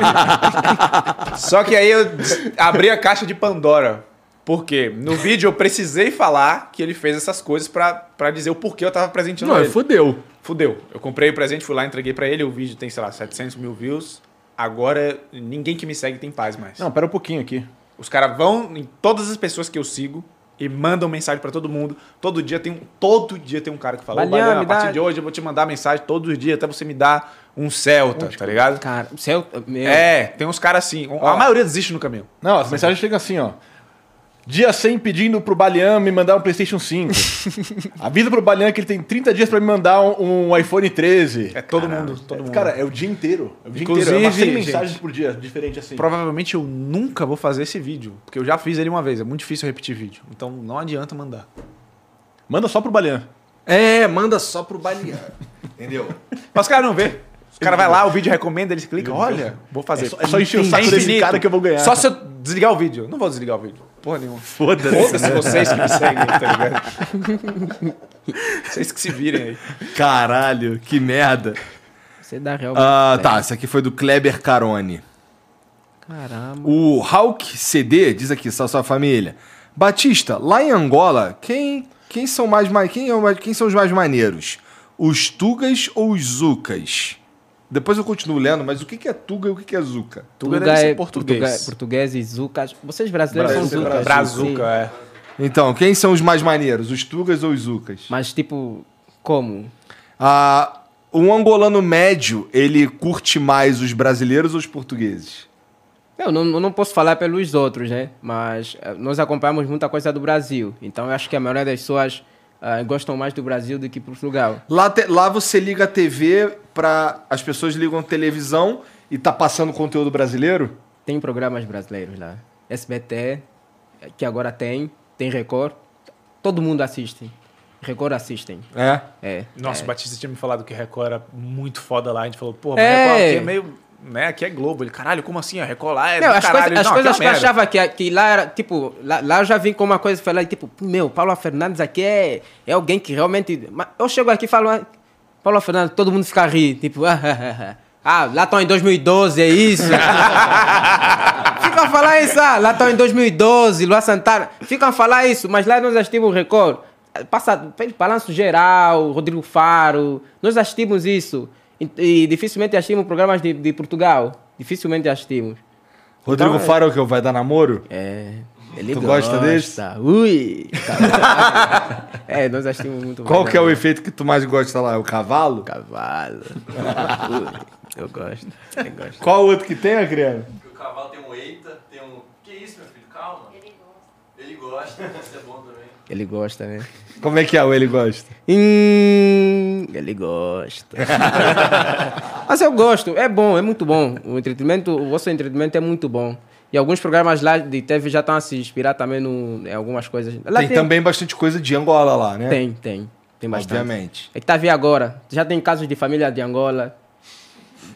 Speaker 4: Ah! Só que aí eu des- abri a caixa de Pandora. Por quê? No vídeo eu precisei falar que ele fez essas coisas pra, pra dizer o porquê eu tava presenteando ele.
Speaker 1: é, fodeu.
Speaker 4: Fudeu. Eu comprei o presente, fui lá, entreguei pra ele. O vídeo tem, sei lá, 700 mil views. Agora ninguém que me segue tem paz mais.
Speaker 3: Não, pera um pouquinho aqui.
Speaker 4: Os caras vão em todas as pessoas que eu sigo e mandam mensagem pra todo mundo. Todo dia tem um, todo dia tem um cara que fala, "Ô,
Speaker 2: Baleia,
Speaker 4: Baleia, a
Speaker 2: me
Speaker 4: partir
Speaker 2: dá-
Speaker 4: de hoje eu vou te mandar mensagem todos os dias até você me dar um Celta, tá ligado?
Speaker 2: Cara, o céu... Meu,
Speaker 4: É, tem uns caras assim. A maioria desiste no caminho.
Speaker 3: Não, as mensagens chegam assim, ó. Dia 100 pedindo pro Balian me mandar um PlayStation (laughs) 5. Avisa pro Balian que ele tem 30 dias pra me mandar um, um iPhone 13.
Speaker 4: É todo mundo, todo mundo.
Speaker 3: Cara, é o dia inteiro. É o dia
Speaker 4: Inclusive,
Speaker 3: inteiro. É umas 100
Speaker 4: gente,
Speaker 3: mensagens por dia, diferente assim.
Speaker 4: Provavelmente eu nunca vou fazer esse vídeo, porque eu já fiz ele uma vez, é muito difícil eu repetir vídeo. Então não adianta mandar.
Speaker 3: Manda só pro Balian.
Speaker 1: É, manda só pro Balear. Entendeu?
Speaker 4: Mas os caras não vê. Os caras vai lá, o vídeo recomenda, eles clicam, olha, vou fazer.
Speaker 3: É só- é só encher o saco desse
Speaker 4: infinito.
Speaker 3: cara que eu vou ganhar.
Speaker 4: Só se eu desligar o vídeo. Eu Não vou desligar o vídeo. Porra nenhuma.
Speaker 1: Foda-se.
Speaker 4: Foda-se vocês que me seguem, tá ligado? vocês que se virem aí.
Speaker 1: Caralho, que merda.
Speaker 2: Você dá É. realmente...
Speaker 1: Ah,
Speaker 2: certo.
Speaker 1: tá, esse aqui foi do Kleber Carone.
Speaker 2: Caramba.
Speaker 1: O Hulk CD diz aqui, só sua família. Batista, lá em Angola, quem, quem, são, mais, ma- quem, é o mais- quem são os mais maneiros? Os Tugas ou os Zucas? Depois eu continuo lendo, mas o que que é Tuga e o que que é Zuca?
Speaker 4: Tuga
Speaker 2: Tuga
Speaker 4: deve ser
Speaker 2: é
Speaker 4: português.
Speaker 2: português. português e Zuca. Vocês brasileiros são Zucas.
Speaker 4: Brazuca,
Speaker 2: sim.
Speaker 4: é.
Speaker 1: Então, quem são os mais maneiros? Os Tugas ou os Zucas?
Speaker 2: Mas tipo, como?
Speaker 1: Ah, um angolano médio, ele curte mais os brasileiros ou os portugueses?
Speaker 2: Eu não, eu não posso falar pelos outros, né? Mas eh, nós acompanhamos muita coisa do Brasil. Então eu acho que a maioria das pessoas ah, gostam mais do Brasil do que Portugal.
Speaker 1: Lá, te- lá você liga a TV pra. As pessoas ligam televisão e tá passando conteúdo brasileiro?
Speaker 2: Tem programas brasileiros lá. SBT, eh, que agora tem, tem Record. Todo mundo assiste. Record assistem.
Speaker 1: É.
Speaker 2: É.
Speaker 4: Nossa, o Batista tinha me falado que Record era muito foda lá. A gente falou, porra, mas
Speaker 2: É.
Speaker 4: Record aqui é meio. Né? Aqui é Globo. Ele, caralho, como assim? A Record lá é.
Speaker 2: Não,
Speaker 4: do
Speaker 2: as
Speaker 4: caralho.
Speaker 2: coisas, as
Speaker 4: Não, aqui é uma
Speaker 2: coisas que eu
Speaker 4: merda.
Speaker 2: achava que, que lá era, tipo, lá, lá eu já vim com uma coisa falar, tipo, meu, Paulo Fernandes aqui é, é alguém que realmente. Mas eu chego aqui e falo, ah, Paulo Fernandes, todo mundo fica a rir, tipo, (laughs) ah, ah, ah, ah, lá estão em 2012, é
Speaker 4: (laughs)
Speaker 2: isso. Ficam a falar isso, ah, lá estão em 2012, Lua Santana. Ficam a falar isso, mas lá nós assistimos o Record. Passa, fez balanço geral, Rodrigo Faro, nós assistimos isso. E, e dificilmente assistimos programas de, de Portugal. Dificilmente assistimos.
Speaker 1: é Rodrigo Faro que vai dar namoro?
Speaker 2: É. Ele
Speaker 1: Tu gosta desse?
Speaker 2: Ui! Cavalo. (laughs) é, nós achamos muito
Speaker 1: Qual
Speaker 2: mais
Speaker 1: que é o
Speaker 2: legal.
Speaker 1: efeito que tu mais gosta lá? É o cavalo?
Speaker 2: Cavalo. Ui, eu gosto. Eu gosto.
Speaker 1: Qual outro que tem, Adriano?
Speaker 7: Porque o cavalo tem um eita, tem um. Que isso, meu filho? Calma.
Speaker 6: Ele gosta.
Speaker 7: Ele gosta, isso é bom (laughs) também.
Speaker 2: Ele gosta, né?
Speaker 1: Como é que é o ele gosta?
Speaker 2: Hum, ele gosta. (laughs) Mas eu gosto, é bom, é muito bom. O entretenimento, o vosso entretenimento é muito bom. E alguns programas lá de TV já estão a se inspirar também no, em algumas coisas. Lá
Speaker 1: Tem também né? bastante coisa de Angola lá, né?
Speaker 2: Tem, tem. Tem bastante.
Speaker 1: Obviamente.
Speaker 2: É que tá a ver agora. Já tem casos de família de Angola.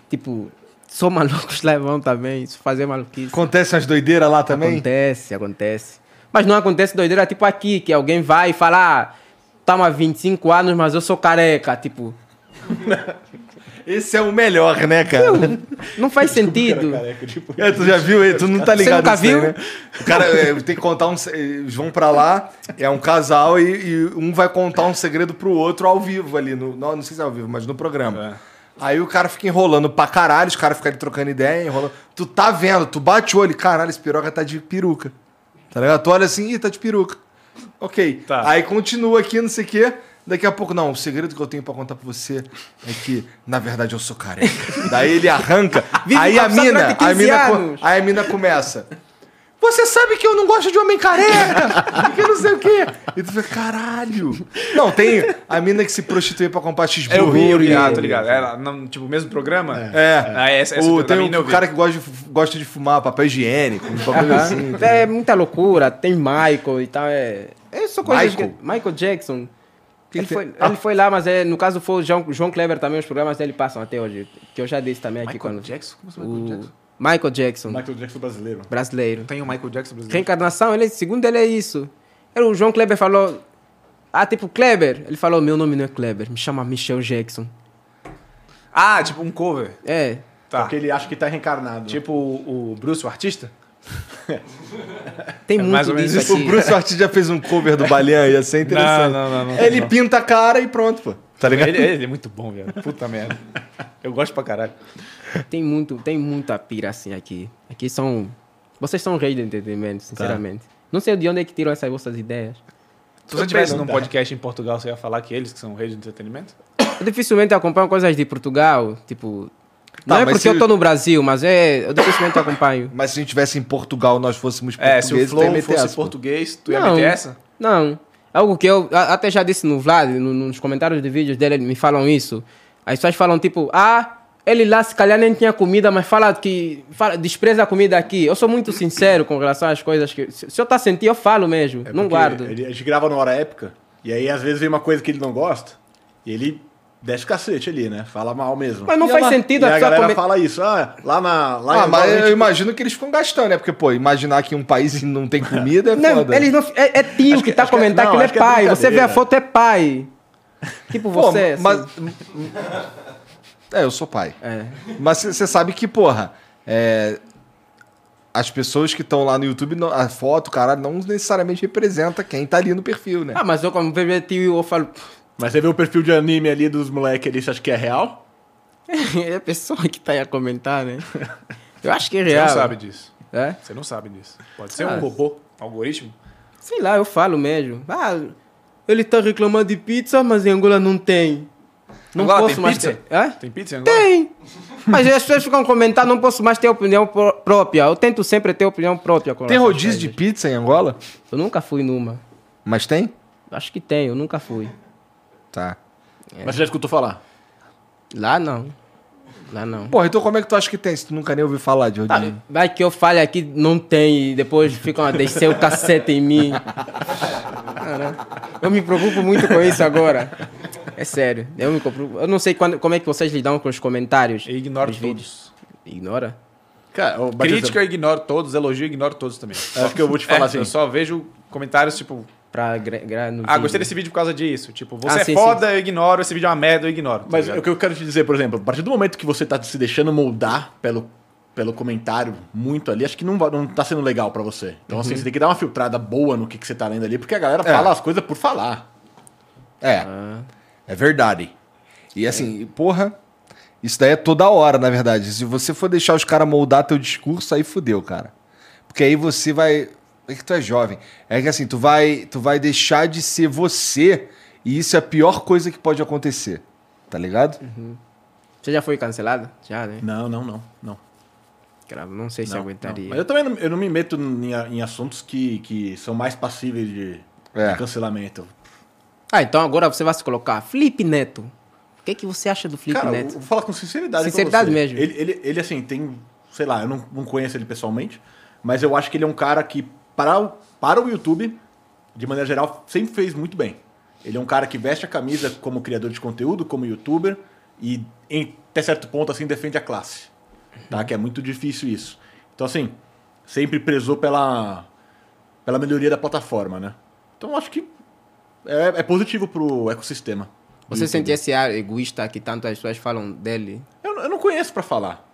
Speaker 2: Tipo, só malucos lá vão também, isso fazer maluquice.
Speaker 1: Acontecem as doideiras lá também?
Speaker 2: Acontece, acontece. Mas não acontece doideira tipo aqui, que alguém vai e fala, ah, tamo há 25 anos, mas eu sou careca. Tipo,
Speaker 1: Esse é o melhor, né, cara?
Speaker 2: não faz sentido.
Speaker 1: É, tu já viu aí? Tu não tá
Speaker 2: Você
Speaker 1: ligado
Speaker 2: nunca
Speaker 1: nisso aí,
Speaker 2: viu?
Speaker 1: né? O cara é, tem que contar um. se- Eles vão pra lá, é um casal e, e um vai contar um segredo pro outro ao vivo ali. No, não, não sei se é ao vivo, mas no programa. Aí o cara fica enrolando pra caralho, os caras ficam ali trocando ideia, enrolando. Tu tá vendo, tu bate o olho, caralho, esse piroca tá de peruca. Tá ligado? Tu olha assim, ih, tá de peruca. Ok.
Speaker 4: Tá.
Speaker 1: Aí continua aqui, não sei o quê. Daqui a pouco, não, o segredo que eu tenho pra contar pra você é que, na verdade, eu sou careca. Daí ele arranca.
Speaker 2: Vive
Speaker 1: aí
Speaker 2: com
Speaker 1: a
Speaker 2: a pessoa
Speaker 1: mina,
Speaker 2: durante
Speaker 1: a
Speaker 2: 15
Speaker 1: mina, co-
Speaker 2: anos.
Speaker 1: aí a mina começa. Você sabe que eu não gosto de homem careca, (laughs) que não sei o quê. E tu fica, caralho. Não, tem a mina que se prostituía pra comprar cheeseburger.
Speaker 4: Eu vi, eu vi, ah, tô ligado. Ela, não, tipo, o mesmo programa?
Speaker 1: É.
Speaker 4: Ah, essa, essa
Speaker 1: o,
Speaker 4: da
Speaker 1: tem
Speaker 4: mina eu
Speaker 1: um
Speaker 4: vi.
Speaker 1: cara que gosta de, fu- gosta de fumar papel higiênico, um bagulho
Speaker 2: Aham.
Speaker 1: assim.
Speaker 2: É muita loucura, tem Michael e tal. É, é só coisa
Speaker 1: Michael?
Speaker 2: Que, Michael Jackson. Ele
Speaker 1: que
Speaker 2: foi, ele foi lá, mas é, no caso foi o João, João Kleber também, os programas dele passam até hoje. Que eu já disse também aqui
Speaker 4: Michael
Speaker 2: quando.
Speaker 4: Jackson? Como assim,
Speaker 2: o
Speaker 4: Michael Jackson?
Speaker 2: Michael Jackson,
Speaker 3: Michael Jackson brasileiro.
Speaker 2: brasileiro.
Speaker 4: Tem o Michael Jackson brasileiro.
Speaker 2: Reencarnação, ele, segundo ele, é isso. Aí O João Kleber falou. Ah, tipo, Kleber. Ele falou: meu nome não é Kleber, me chama Michel Jackson.
Speaker 4: Ah, tipo um cover.
Speaker 2: É.
Speaker 4: Tá.
Speaker 3: Porque ele acha que tá reencarnado.
Speaker 4: Tipo o, o Bruce, o artista?
Speaker 2: Tem
Speaker 4: É
Speaker 2: muito
Speaker 4: mais ou menos
Speaker 2: disso
Speaker 4: isso.
Speaker 1: O
Speaker 2: aqui.
Speaker 1: Bruce Ortiz já fez um cover do Balian, ia ser interessante.
Speaker 4: é. Não, não, não, não.
Speaker 1: ele
Speaker 4: Não.
Speaker 1: pinta a cara e pronto, pô. Tá ligado?
Speaker 4: Ele, ele é muito bom, velho. Puta merda. Eu gosto pra caralho.
Speaker 2: Tem, muito, tem muita pira assim aqui. Aqui são. Vocês são reis do
Speaker 4: Tá.
Speaker 2: entretenimento, sinceramente. Não sei de onde é que tiram essas vossas ideias.
Speaker 4: Se você tivesse num podcast em Portugal, você ia falar que eles que são redes de entretenimento?
Speaker 2: Eu dificilmente acompanho coisas de Portugal, tipo.
Speaker 1: Tá,
Speaker 2: não é
Speaker 1: mas
Speaker 2: porque
Speaker 1: se-
Speaker 2: eu tô no Brasil, mas é. Eu dificilmente acompanho.
Speaker 1: Mas se a gente tivesse em Portugal, nós fôssemos
Speaker 4: É, se o
Speaker 1: portugueses, tu ia
Speaker 4: Flow
Speaker 1: meter
Speaker 4: fosse
Speaker 1: essa, pô.
Speaker 4: português, tu ia
Speaker 2: Não.
Speaker 4: meter essa?
Speaker 2: Não. É Algo que eu a- até já disse no Vlad, no- nos comentários de vídeos dele, me falam isso. As pessoas falam tipo, ah, ele lá se calhar nem tinha comida, mas fala que. Fala, despreza a comida aqui. Eu sou muito sincero com relação às coisas que. Se, se eu tá sentindo, eu falo mesmo.
Speaker 3: É
Speaker 2: não
Speaker 3: porque
Speaker 2: guardo.
Speaker 3: ele- a gente grava numa hora épica, e aí às vezes vem uma coisa que ele não gosta, e ele desce o cacete ali, né? Fala mal mesmo.
Speaker 2: Mas não
Speaker 3: E
Speaker 2: faz
Speaker 3: ela-
Speaker 2: sentido
Speaker 3: e
Speaker 2: a
Speaker 3: a
Speaker 2: pessoa
Speaker 3: galera
Speaker 2: comer-
Speaker 3: fala isso. Ah, lá na... Lá
Speaker 1: Ah,
Speaker 3: em
Speaker 1: mas
Speaker 3: Angola, a
Speaker 1: eu
Speaker 3: gente-
Speaker 1: imagino que eles ficam gastando, né? Porque, pô, imaginar que um país (laughs) não tem comida é
Speaker 2: Não,
Speaker 1: foda.
Speaker 2: eles não. É, é tio que tá
Speaker 3: acho que-
Speaker 2: comentando
Speaker 3: não,
Speaker 2: que ele é
Speaker 3: acho que é
Speaker 2: pai. Você vê a
Speaker 3: brincadeira.
Speaker 2: foto, é
Speaker 3: (laughs)
Speaker 2: pai. Tipo
Speaker 1: Pô,
Speaker 2: você. assim.
Speaker 1: mas... É, eu sou pai.
Speaker 2: É.
Speaker 1: Mas você sabe que, porra, é, as pessoas que estão lá no YouTube, não- a foto, caralho, não necessariamente representa quem tá ali no perfil, né?
Speaker 2: Ah, mas eu como vejo tio, eu falo. (laughs)
Speaker 3: Mas você vê o perfil de anime ali dos moleques ali, você acha que é real?
Speaker 2: é a pessoa que tá aí a comentar, (laughs) né? Eu acho que é
Speaker 4: Você
Speaker 2: real.
Speaker 4: não sabe disso.
Speaker 2: É?
Speaker 4: Você não sabe disso. Pode ser
Speaker 2: Ah.
Speaker 4: um robô, algoritmo.
Speaker 2: Sei lá, eu falo mesmo. Ah, ele tá reclamando de pizza, mas em Angola não tem. Não
Speaker 4: Angola
Speaker 2: posso
Speaker 4: tem
Speaker 2: mais
Speaker 4: pizza?
Speaker 2: ter. Hã?
Speaker 4: Tem pizza em Angola?
Speaker 2: Tem! Mas as pessoas ficam comentando, não posso mais ter opinião pró- própria. Eu tento sempre ter opinião própria. com
Speaker 1: Tem
Speaker 2: relação às
Speaker 1: rodízio de
Speaker 2: coisas.
Speaker 1: pizza em Angola?
Speaker 2: Eu nunca fui numa.
Speaker 1: Mas tem?
Speaker 2: Acho que tem, eu nunca fui.
Speaker 1: Tá.
Speaker 3: Mas você já escutou falar?
Speaker 2: Lá não. Lá não.
Speaker 1: Porra, então como é que tu acha que tem se tu nunca nem ouviu falar de
Speaker 2: Tá,
Speaker 4: Hum.
Speaker 1: rodízio?
Speaker 2: Vai que eu fale aqui, não tem, e depois ficam a descer o cacete em mim. Caramba. Eu me preocupo muito com isso agora. É sério, eu me preocupo. Eu não sei quando- como é que vocês lidam com os comentários.
Speaker 4: Eu ignoro
Speaker 2: dos vídeos.
Speaker 4: todos.
Speaker 2: Ignora?
Speaker 3: Cara, ô, Batista,
Speaker 4: Crítica eu ignoro todos, elogio eu ignoro todos também. Só-
Speaker 3: Acho que eu vou te falar
Speaker 4: É,
Speaker 3: assim.
Speaker 4: Eu só vejo comentários tipo,
Speaker 2: Pra agregar no
Speaker 4: ah, gostei
Speaker 2: vídeo.
Speaker 4: desse vídeo por causa disso. Tipo, você
Speaker 2: Ah,
Speaker 4: é
Speaker 2: sim,
Speaker 4: foda, eu ignoro, esse vídeo é uma merda, eu ignoro. tá
Speaker 3: Mas
Speaker 4: ligado?
Speaker 3: o que eu quero te dizer, por exemplo, a partir do momento que você tá se deixando moldar pelo, pelo comentário muito ali, acho que não, va- não tá sendo legal pra você. Então, assim, você tem que dar uma filtrada boa no que, que você tá lendo ali, porque a galera
Speaker 1: É.
Speaker 3: fala as coisas por falar.
Speaker 1: É. É verdade. E assim, porra, isso daí é toda hora, na verdade. Se você for deixar os caras moldar teu discurso, aí fudeu, cara. Porque aí você vai. É que tu é jovem. É que assim, tu vai, tu vai deixar de ser você e isso é a pior coisa que pode acontecer. Tá ligado?
Speaker 2: Você já foi cancelado? Já, né?
Speaker 3: Não, não, não, não.
Speaker 2: Cara, não sei se
Speaker 3: Não,
Speaker 2: aguentaria.
Speaker 3: não. Mas eu também não, eu não me meto em, a- em assuntos que, que são mais passíveis de,
Speaker 1: É.
Speaker 3: de cancelamento.
Speaker 2: Ah, então agora você vai se colocar. Felipe Neto. O que, é que você acha do Felipe
Speaker 3: Cara, eu
Speaker 2: Neto?
Speaker 3: vou falar com sinceridade. com
Speaker 2: Sinceridade
Speaker 3: você.
Speaker 2: mesmo.
Speaker 3: Ele, ele, ele, assim, tem. Sei lá, eu não, não conheço ele pessoalmente, mas eu acho que ele é um cara que, para o, para o YouTube, de maneira geral, sempre fez muito bem. Ele é um cara que veste a camisa como criador de conteúdo, como youtuber, e em, até certo ponto, assim, defende a classe. Tá? Que é muito difícil isso. Então, assim, sempre prezou pela, pela melhoria da plataforma, né? Então, eu acho que é, é positivo pro ecossistema.
Speaker 2: Você
Speaker 3: YouTube.
Speaker 2: sente esse ar egoísta que tanto as pessoas falam dele?
Speaker 3: Eu, eu não conheço pra falar.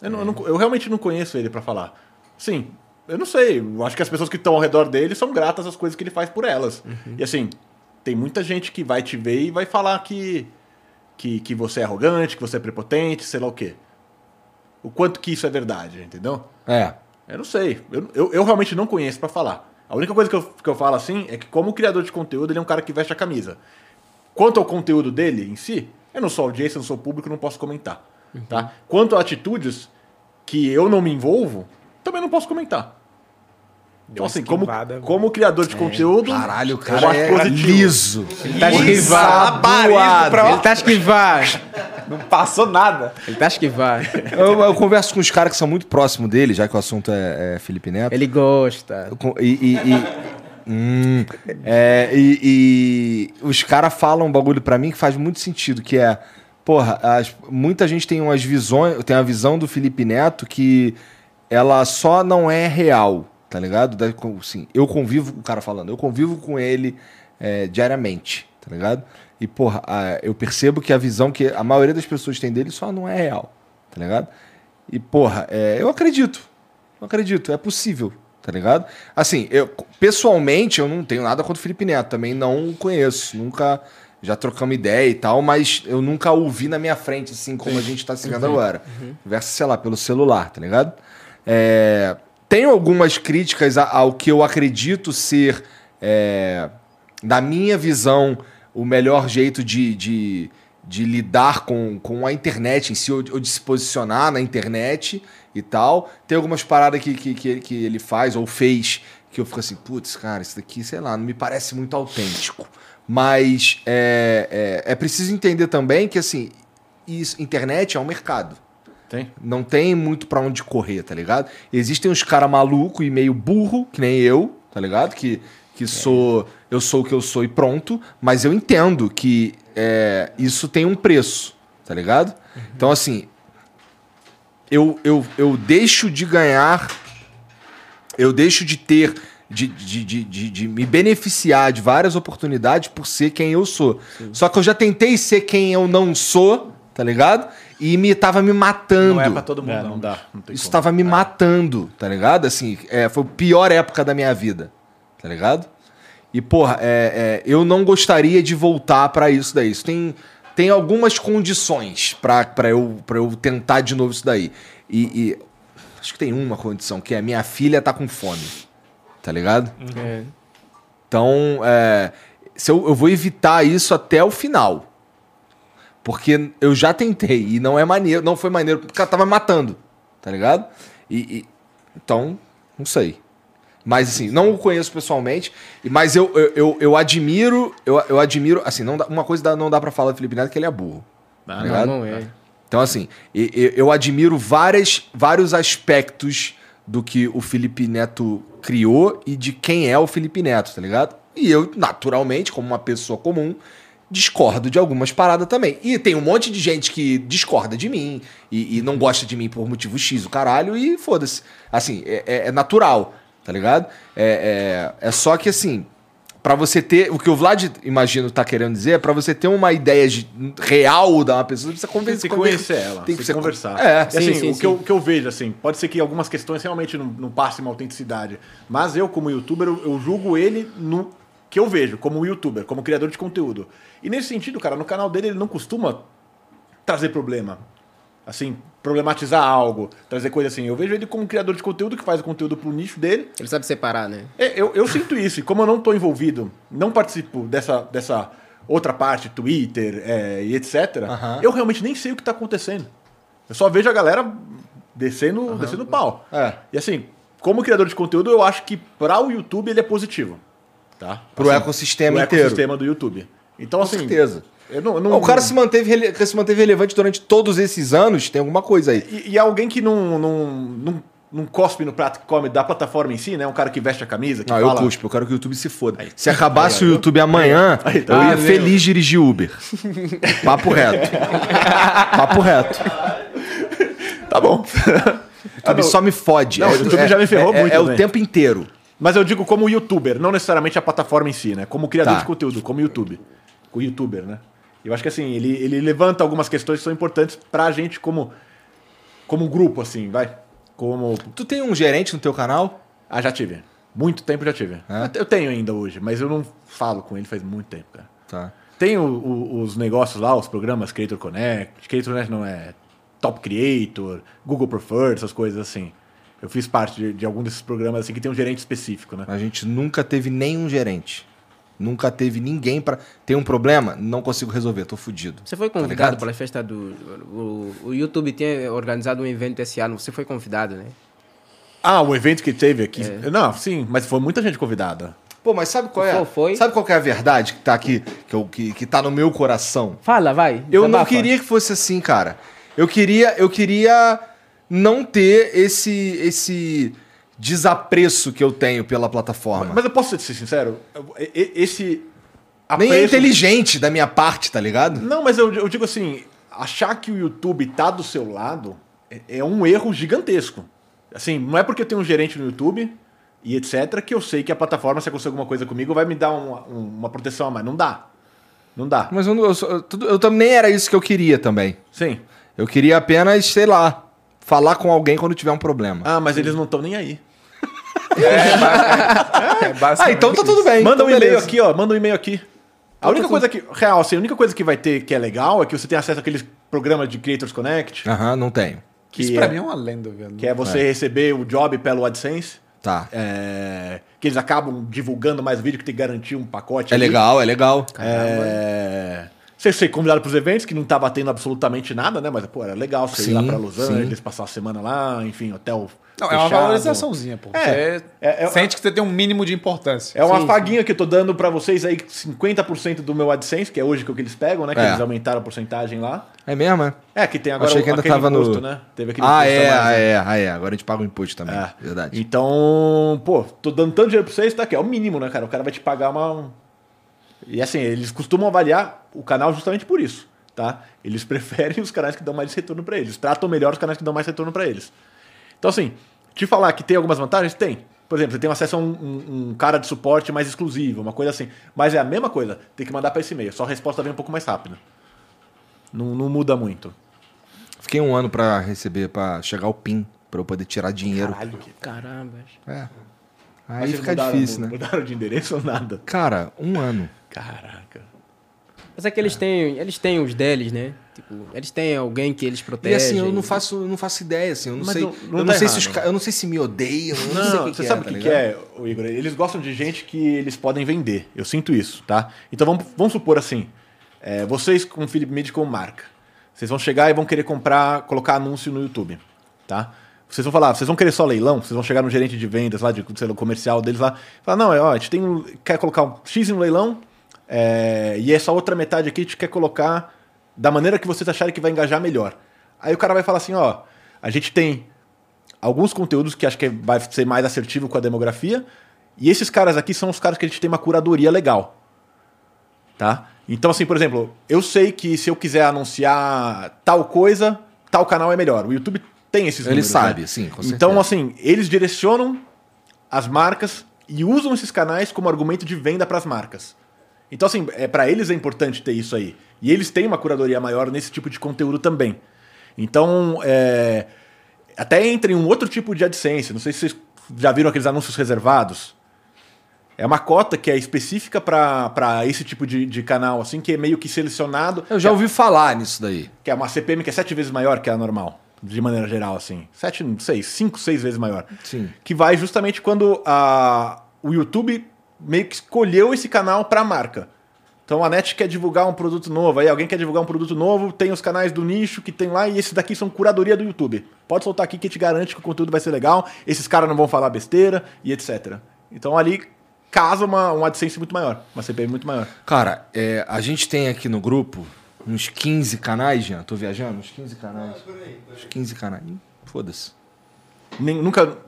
Speaker 3: Eu, não- eu não- eu realmente não conheço ele pra falar. Sim, eu não sei. Eu acho que as pessoas que estão ao redor dele são gratas às coisas que ele faz por elas. E assim, tem muita gente que vai te ver e vai falar que, que, que você é arrogante, que você é prepotente, sei lá o quê. O quanto que isso é verdade, entendeu?
Speaker 1: É.
Speaker 3: Eu não sei. Eu, eu, eu realmente não conheço pra falar. A única coisa que eu, que eu falo assim é que, como criador de conteúdo, ele é um cara que veste a camisa. Quanto ao conteúdo dele em si, eu não sou audiência, eu não sou público, não posso comentar.
Speaker 4: Uhum.
Speaker 3: Tá? Quanto a atitudes que eu não me envolvo, também não posso comentar. Então, assim, como,
Speaker 4: esquivada. né?
Speaker 3: como criador de conteúdo.
Speaker 1: É, Caralho, o
Speaker 3: eu
Speaker 1: cara
Speaker 3: acho
Speaker 1: é
Speaker 3: positivo.
Speaker 1: liso.
Speaker 2: Ele tá
Speaker 4: esquivado. Aparelho pra-
Speaker 2: Ele tá esquivado.
Speaker 4: Não passou nada.
Speaker 2: Ele tá esquivado.
Speaker 1: Eu, eu converso com os caras que são muito próximos dele, já que o assunto é, é Felipe Neto.
Speaker 2: Ele gosta.
Speaker 1: Eu com- E. e, e- Hum. É, e- e os caras falam um bagulho pra mim que faz muito sentido, que é. Porra, as- muita gente tem umas visões. Tem a visão do Felipe Neto que ela só não é real, tá ligado? Da- com- Assim, eu convivo, o cara falando, eu convivo com ele é, diariamente, tá ligado? E, porra, a- eu percebo que a visão que a maioria das pessoas tem dele só não é real, tá ligado? E, porra, é, eu acredito. Não acredito, é possível, tá ligado? Assim, eu pessoalmente eu não tenho nada contra o Felipe Neto, também não o conheço, nunca já trocamos ideia e tal, mas eu nunca o vi na minha frente, assim, como a gente tá se vendo agora. Versa, sei lá, pelo celular, tá ligado? É, tenho algumas críticas a- ao que eu acredito ser, é, na minha visão, o melhor jeito de, de, de lidar com, com a internet em si, ou de, ou de se posicionar na internet e tal. Tem algumas paradas que, que, que, que ele faz ou fez que eu fico assim, putz, cara, isso daqui, sei lá, não me parece muito autêntico. Mas é, é, é preciso entender também que, assim, isso, internet é um mercado.
Speaker 3: Tem?
Speaker 1: Não tem muito pra onde correr, tá ligado? Existem uns cara maluco e meio burro, que nem eu, tá ligado? Que,
Speaker 4: É.
Speaker 1: que sou. Eu sou o que eu sou e pronto. Mas eu entendo que é, isso tem um preço, tá ligado?
Speaker 4: Uhum.
Speaker 1: Então, assim. Eu, eu, eu deixo de ganhar. Eu deixo de ter. De, de, de, de, de me beneficiar de várias oportunidades por ser quem eu sou. Só que eu já tentei ser quem eu não sou, tá ligado? E me tava me matando.
Speaker 4: Não é pra todo mundo,
Speaker 3: É,
Speaker 4: não.
Speaker 3: não dá. Não tem
Speaker 1: Isso tá
Speaker 3: como. É.
Speaker 1: tava me matando, tá ligado? Assim, é, foi a pior época da minha vida, tá ligado? E, porra, é, é, eu não gostaria de voltar pra isso daí. Isso tem, tem algumas condições pra pra eu, pra eu tentar de novo isso daí. E, e acho que tem uma condição, que é minha filha tá com fome, tá ligado?
Speaker 2: É.
Speaker 1: Então, é, se eu, eu vou evitar isso até o final. Porque eu já tentei e não é maneiro, não foi maneiro, porque ela tava me matando, tá ligado? E, e- então, não sei. Mas assim, não o conheço pessoalmente, e- mas eu, eu, eu, eu admiro, eu, eu admiro, assim, não dá- uma coisa dá- não dá pra falar do Felipe Neto que ele é burro.
Speaker 3: Dá,
Speaker 1: tá
Speaker 2: Não,
Speaker 1: ligado?
Speaker 2: não é.
Speaker 1: Então, assim, e- e- eu admiro várias, vários aspectos do que o Felipe Neto criou e de quem é o Felipe Neto, tá ligado? E eu, naturalmente, como uma pessoa comum, discordo de algumas paradas também. E tem um monte de gente que discorda de mim e, e não gosta de mim por motivo X, o caralho, e foda-se. Assim, é, é- é natural, tá ligado? É, é, é só que, assim, Pra você ter. O que o Vlad, imagino, tá querendo dizer é pra você ter uma ideia de- real da uma pessoa, você precisa
Speaker 3: Tem
Speaker 1: convencer,
Speaker 3: que
Speaker 1: conven-
Speaker 3: conhecer ela, tem que
Speaker 1: você-
Speaker 3: conversar.
Speaker 1: É,
Speaker 3: E, assim,
Speaker 2: sim, sim,
Speaker 3: o, Que
Speaker 2: sim.
Speaker 3: eu, o que eu vejo, assim, pode ser que algumas questões realmente não, não passem uma autenticidade, mas eu, como youtuber, eu, eu julgo ele no que eu vejo, como youtuber, como criador de conteúdo. E nesse sentido, cara, no canal dele ele não costuma trazer problema. Assim, problematizar algo, trazer coisa assim. Eu vejo ele como um criador de conteúdo que faz o conteúdo pro nicho dele.
Speaker 2: Ele sabe separar, né?
Speaker 3: É, eu, eu sinto isso, e como eu não estou envolvido, não participo dessa, dessa outra parte, Twitter é, e etc.,
Speaker 1: Aham.
Speaker 3: eu realmente nem sei o que está acontecendo. Eu só vejo a galera descendo, descendo o pau.
Speaker 1: É.
Speaker 3: E assim, como criador de conteúdo, eu acho que para o YouTube ele é positivo. Tá?
Speaker 1: Pro
Speaker 3: Assim,
Speaker 1: ecossistema
Speaker 3: pro
Speaker 1: inteiro.
Speaker 3: ecossistema do YouTube. Então,
Speaker 1: Com
Speaker 3: assim.
Speaker 1: certeza.
Speaker 3: Eu não, eu não-
Speaker 1: O cara se manteve, rele- se manteve relevante durante todos esses anos, tem alguma coisa aí.
Speaker 3: E, e alguém que não, não, não, não cospe no prato que come da plataforma em si, né? Um cara que veste a camisa, que
Speaker 1: Não, Ah, eu
Speaker 3: fala.
Speaker 1: cuspo, eu quero que o YouTube se foda. se acabasse o YouTube amanhã,
Speaker 3: Aí, tá.
Speaker 1: eu ia
Speaker 3: Ah, meu.
Speaker 1: feliz dirigir Uber. Papo reto. Papo reto. (laughs)
Speaker 3: Tá (laughs) bom.
Speaker 1: O YouTube só me fode.
Speaker 3: Não, o YouTube já me ferrou
Speaker 1: é-
Speaker 3: muito
Speaker 1: É o
Speaker 3: também.
Speaker 1: tempo inteiro.
Speaker 3: Mas eu digo como youtuber, não necessariamente a plataforma em si, né? Como criador
Speaker 1: Tá.
Speaker 3: de conteúdo, como YouTube. O youtuber, né? Eu acho que assim, ele, ele levanta algumas questões que são importantes pra gente como, como grupo, assim, vai. Como.
Speaker 1: Tu tem um gerente no teu canal?
Speaker 3: Ah, já tive. Muito tempo já tive.
Speaker 1: É?
Speaker 3: Eu tenho ainda hoje, mas eu não falo com ele faz muito tempo, cara.
Speaker 1: Tá.
Speaker 3: Tem o- o- os negócios lá, os programas Creator Connect, Creator Connect não é Top Creator, Google Preferred, essas coisas assim. Eu fiz parte de, de algum desses programas assim que tem um gerente específico, né?
Speaker 1: A gente nunca teve nenhum gerente. Nunca teve ninguém pra. Tem um problema? Não consigo resolver, tô fudido.
Speaker 2: Você foi
Speaker 1: ligado?
Speaker 2: convidado para a festa do. O, o YouTube tinha organizado um evento esse ano, você foi convidado, né?
Speaker 3: Ah, o evento que teve aqui.
Speaker 1: É.
Speaker 3: Não, sim, mas foi muita gente convidada.
Speaker 1: Pô, mas sabe qual é?
Speaker 2: Qual foi?
Speaker 1: Sabe qual que é a verdade que tá aqui, que, eu, que, que tá no meu coração?
Speaker 2: Fala, vai.
Speaker 1: Eu não
Speaker 2: desabafa.
Speaker 1: queria que fosse assim, cara. Eu queria, eu queria não ter esse esse desapreço que eu tenho pela plataforma.
Speaker 3: Mas eu posso ser sincero, eu- e- e- esse
Speaker 1: Nem Tá. é
Speaker 3: apreço-
Speaker 1: inteligente da minha parte, tá ligado?
Speaker 3: Não, mas eu, eu digo assim, achar que o YouTube tá do seu lado é, é um erro gigantesco. Assim, não é porque eu tenho um gerente no YouTube e etc que eu sei que a plataforma, se acontecer alguma coisa comigo, vai me dar uma, um- uma proteção a mais. Não dá. Não dá.
Speaker 1: Mas eu, não- eu só- eu- tudo- eu também era isso que eu queria também.
Speaker 3: Sim.
Speaker 1: Eu queria apenas, sei lá, falar com alguém quando tiver um problema.
Speaker 3: Ah, mas eles não estão nem aí.
Speaker 4: É basicamente
Speaker 1: Ah, então tá tudo bem.
Speaker 3: Manda
Speaker 1: então
Speaker 3: um e-mail
Speaker 1: beleza.
Speaker 3: aqui, ó. Manda um e-mail aqui. A única coisa que. Real, assim, a única coisa que vai ter que é legal é que você tem acesso àqueles programas de Creators Connect.
Speaker 1: Aham, não tenho.
Speaker 3: Que
Speaker 4: Isso pra
Speaker 3: é,
Speaker 4: mim é uma lenda, velho.
Speaker 3: que é você receber o job pelo AdSense.
Speaker 1: Tá. É,
Speaker 3: É, que eles acabam divulgando mais vídeo que tem que garantir um pacote. ali.
Speaker 1: legal, é legal.
Speaker 3: É... Você ser convidado para os eventos, que não tá batendo absolutamente nada, né? Mas, pô, era legal você ir lá
Speaker 1: Sim,
Speaker 3: para Los
Speaker 1: sim.
Speaker 3: Angeles, passar a semana lá, enfim, hotel.
Speaker 4: Não, é uma
Speaker 3: fechado.
Speaker 4: valorizaçãozinha, pô.
Speaker 3: É.
Speaker 4: Você
Speaker 3: É- é-
Speaker 4: sente que você tem um mínimo de importância.
Speaker 3: É uma faguinha que eu tô dando para vocês aí, 50% do meu AdSense, que é hoje que é o que eles pegam, né? Que
Speaker 1: É.
Speaker 3: eles aumentaram a porcentagem lá.
Speaker 1: É mesmo, é?
Speaker 3: É, que tem agora
Speaker 1: Achei que ainda
Speaker 3: aquele
Speaker 1: tava no-
Speaker 3: imposto, né? Teve aquele
Speaker 1: Ah,
Speaker 3: imposto a
Speaker 1: é,
Speaker 3: mais,
Speaker 1: ah,
Speaker 3: né?
Speaker 1: é, ah, é. Agora a gente paga o imposto também.
Speaker 3: É.
Speaker 1: Verdade.
Speaker 3: Então, pô, tô dando tanto dinheiro pra vocês, tá aqui, é o mínimo, né, cara? O cara vai te pagar uma. um E assim, eles costumam avaliar o canal justamente por isso, tá? Eles (laughs) preferem os canais que dão mais retorno pra eles, tratam melhor os canais que dão mais retorno pra eles. Então, assim, te falar que tem algumas vantagens? Tem. Por exemplo, você tem acesso a um, um- um cara de suporte mais exclusivo, uma coisa assim. Mas é a mesma coisa, tem que mandar pra esse e-mail, só a resposta vem um pouco mais rápida. Não, não muda muito.
Speaker 1: Fiquei um ano pra receber, pra chegar o PIN, pra eu poder tirar dinheiro.
Speaker 3: que.
Speaker 2: Caramba. acho-
Speaker 1: É.
Speaker 3: Mas
Speaker 1: Aí
Speaker 3: vocês
Speaker 1: fica
Speaker 3: mudaram-
Speaker 1: difícil, né?
Speaker 3: Mudaram de endereço ou nada?
Speaker 1: Cara, um ano.
Speaker 3: Caraca.
Speaker 2: Mas é que eles têm, eles têm os deles, né? Tipo, eles têm alguém que eles
Speaker 1: E
Speaker 2: protegem.
Speaker 1: assim, eu não faço, eu não faço ideia, assim, eu não
Speaker 3: É, Mas
Speaker 1: sei.
Speaker 3: não- não
Speaker 1: eu, não
Speaker 3: tá
Speaker 1: sei se os,
Speaker 3: errado.
Speaker 1: ca- eu não sei se me odeiam, eu não, sei
Speaker 3: Não,
Speaker 1: o que
Speaker 3: você
Speaker 1: que
Speaker 3: sabe
Speaker 1: é,
Speaker 3: o que,
Speaker 1: tá
Speaker 3: que é, o Igor? Eles gostam de gente que eles podem vender. Eu sinto isso, tá? Então vamos, vamos supor assim: é, vocês com o Felipe Mid como marca, vocês vão chegar e vão querer comprar, colocar anúncio no YouTube, tá? Vocês vão falar, vocês vão querer só leilão? Vocês vão chegar no gerente de vendas lá, de sei lá, comercial deles lá, e falar, não, é, ó, a gente tem um, quer colocar um X no leilão, é, e essa outra metade aqui a gente quer colocar da maneira que vocês acharem que vai engajar melhor. Aí o cara vai falar assim, ó, a gente tem alguns conteúdos que acho que vai ser mais assertivo com a demografia. E esses caras aqui são os caras que a gente tem uma curadoria legal. Tá? Então, assim, por exemplo, eu sei que se eu quiser anunciar tal coisa, tal canal é melhor. O YouTube tem esses
Speaker 1: Ele
Speaker 3: números,
Speaker 1: sabe,
Speaker 3: né?
Speaker 1: sim, com
Speaker 3: Então,
Speaker 1: certeza.
Speaker 3: assim, eles direcionam as marcas e usam esses canais como argumento de venda para as marcas. Então, assim, é, para eles é importante ter isso aí. E eles têm uma curadoria maior nesse tipo de conteúdo também. Então, é, até entra em um outro tipo de AdSense. Não sei se vocês já viram aqueles anúncios reservados. É uma cota que é específica para esse tipo de, de canal, assim, que é meio que selecionado.
Speaker 1: Eu já ouvi falar nisso daí.
Speaker 3: Que é uma CPM que é sete vezes maior que a normal. de maneira geral, assim. Sete, não sei, cinco, seis vezes maior.
Speaker 1: Sim.
Speaker 3: Que vai justamente quando a, o YouTube meio que escolheu esse canal para a marca. Então a NET quer divulgar um produto novo, aí alguém quer divulgar um produto novo, tem os canais do nicho que tem lá e esses daqui são curadoria do YouTube. Pode soltar aqui que te garante que o conteúdo vai ser legal, esses caras não vão falar besteira e etc. Então ali casa uma, um AdSense muito maior, uma CPM muito maior.
Speaker 1: Cara, é, a gente tem aqui no grupo uns 15 canais, Jean. Tô viajando? Uns 15 canais.
Speaker 7: Ah, Por aí, por
Speaker 1: Uns
Speaker 7: aí.
Speaker 1: 15 canais. Ih, Foda-se.
Speaker 3: Nem, nunca,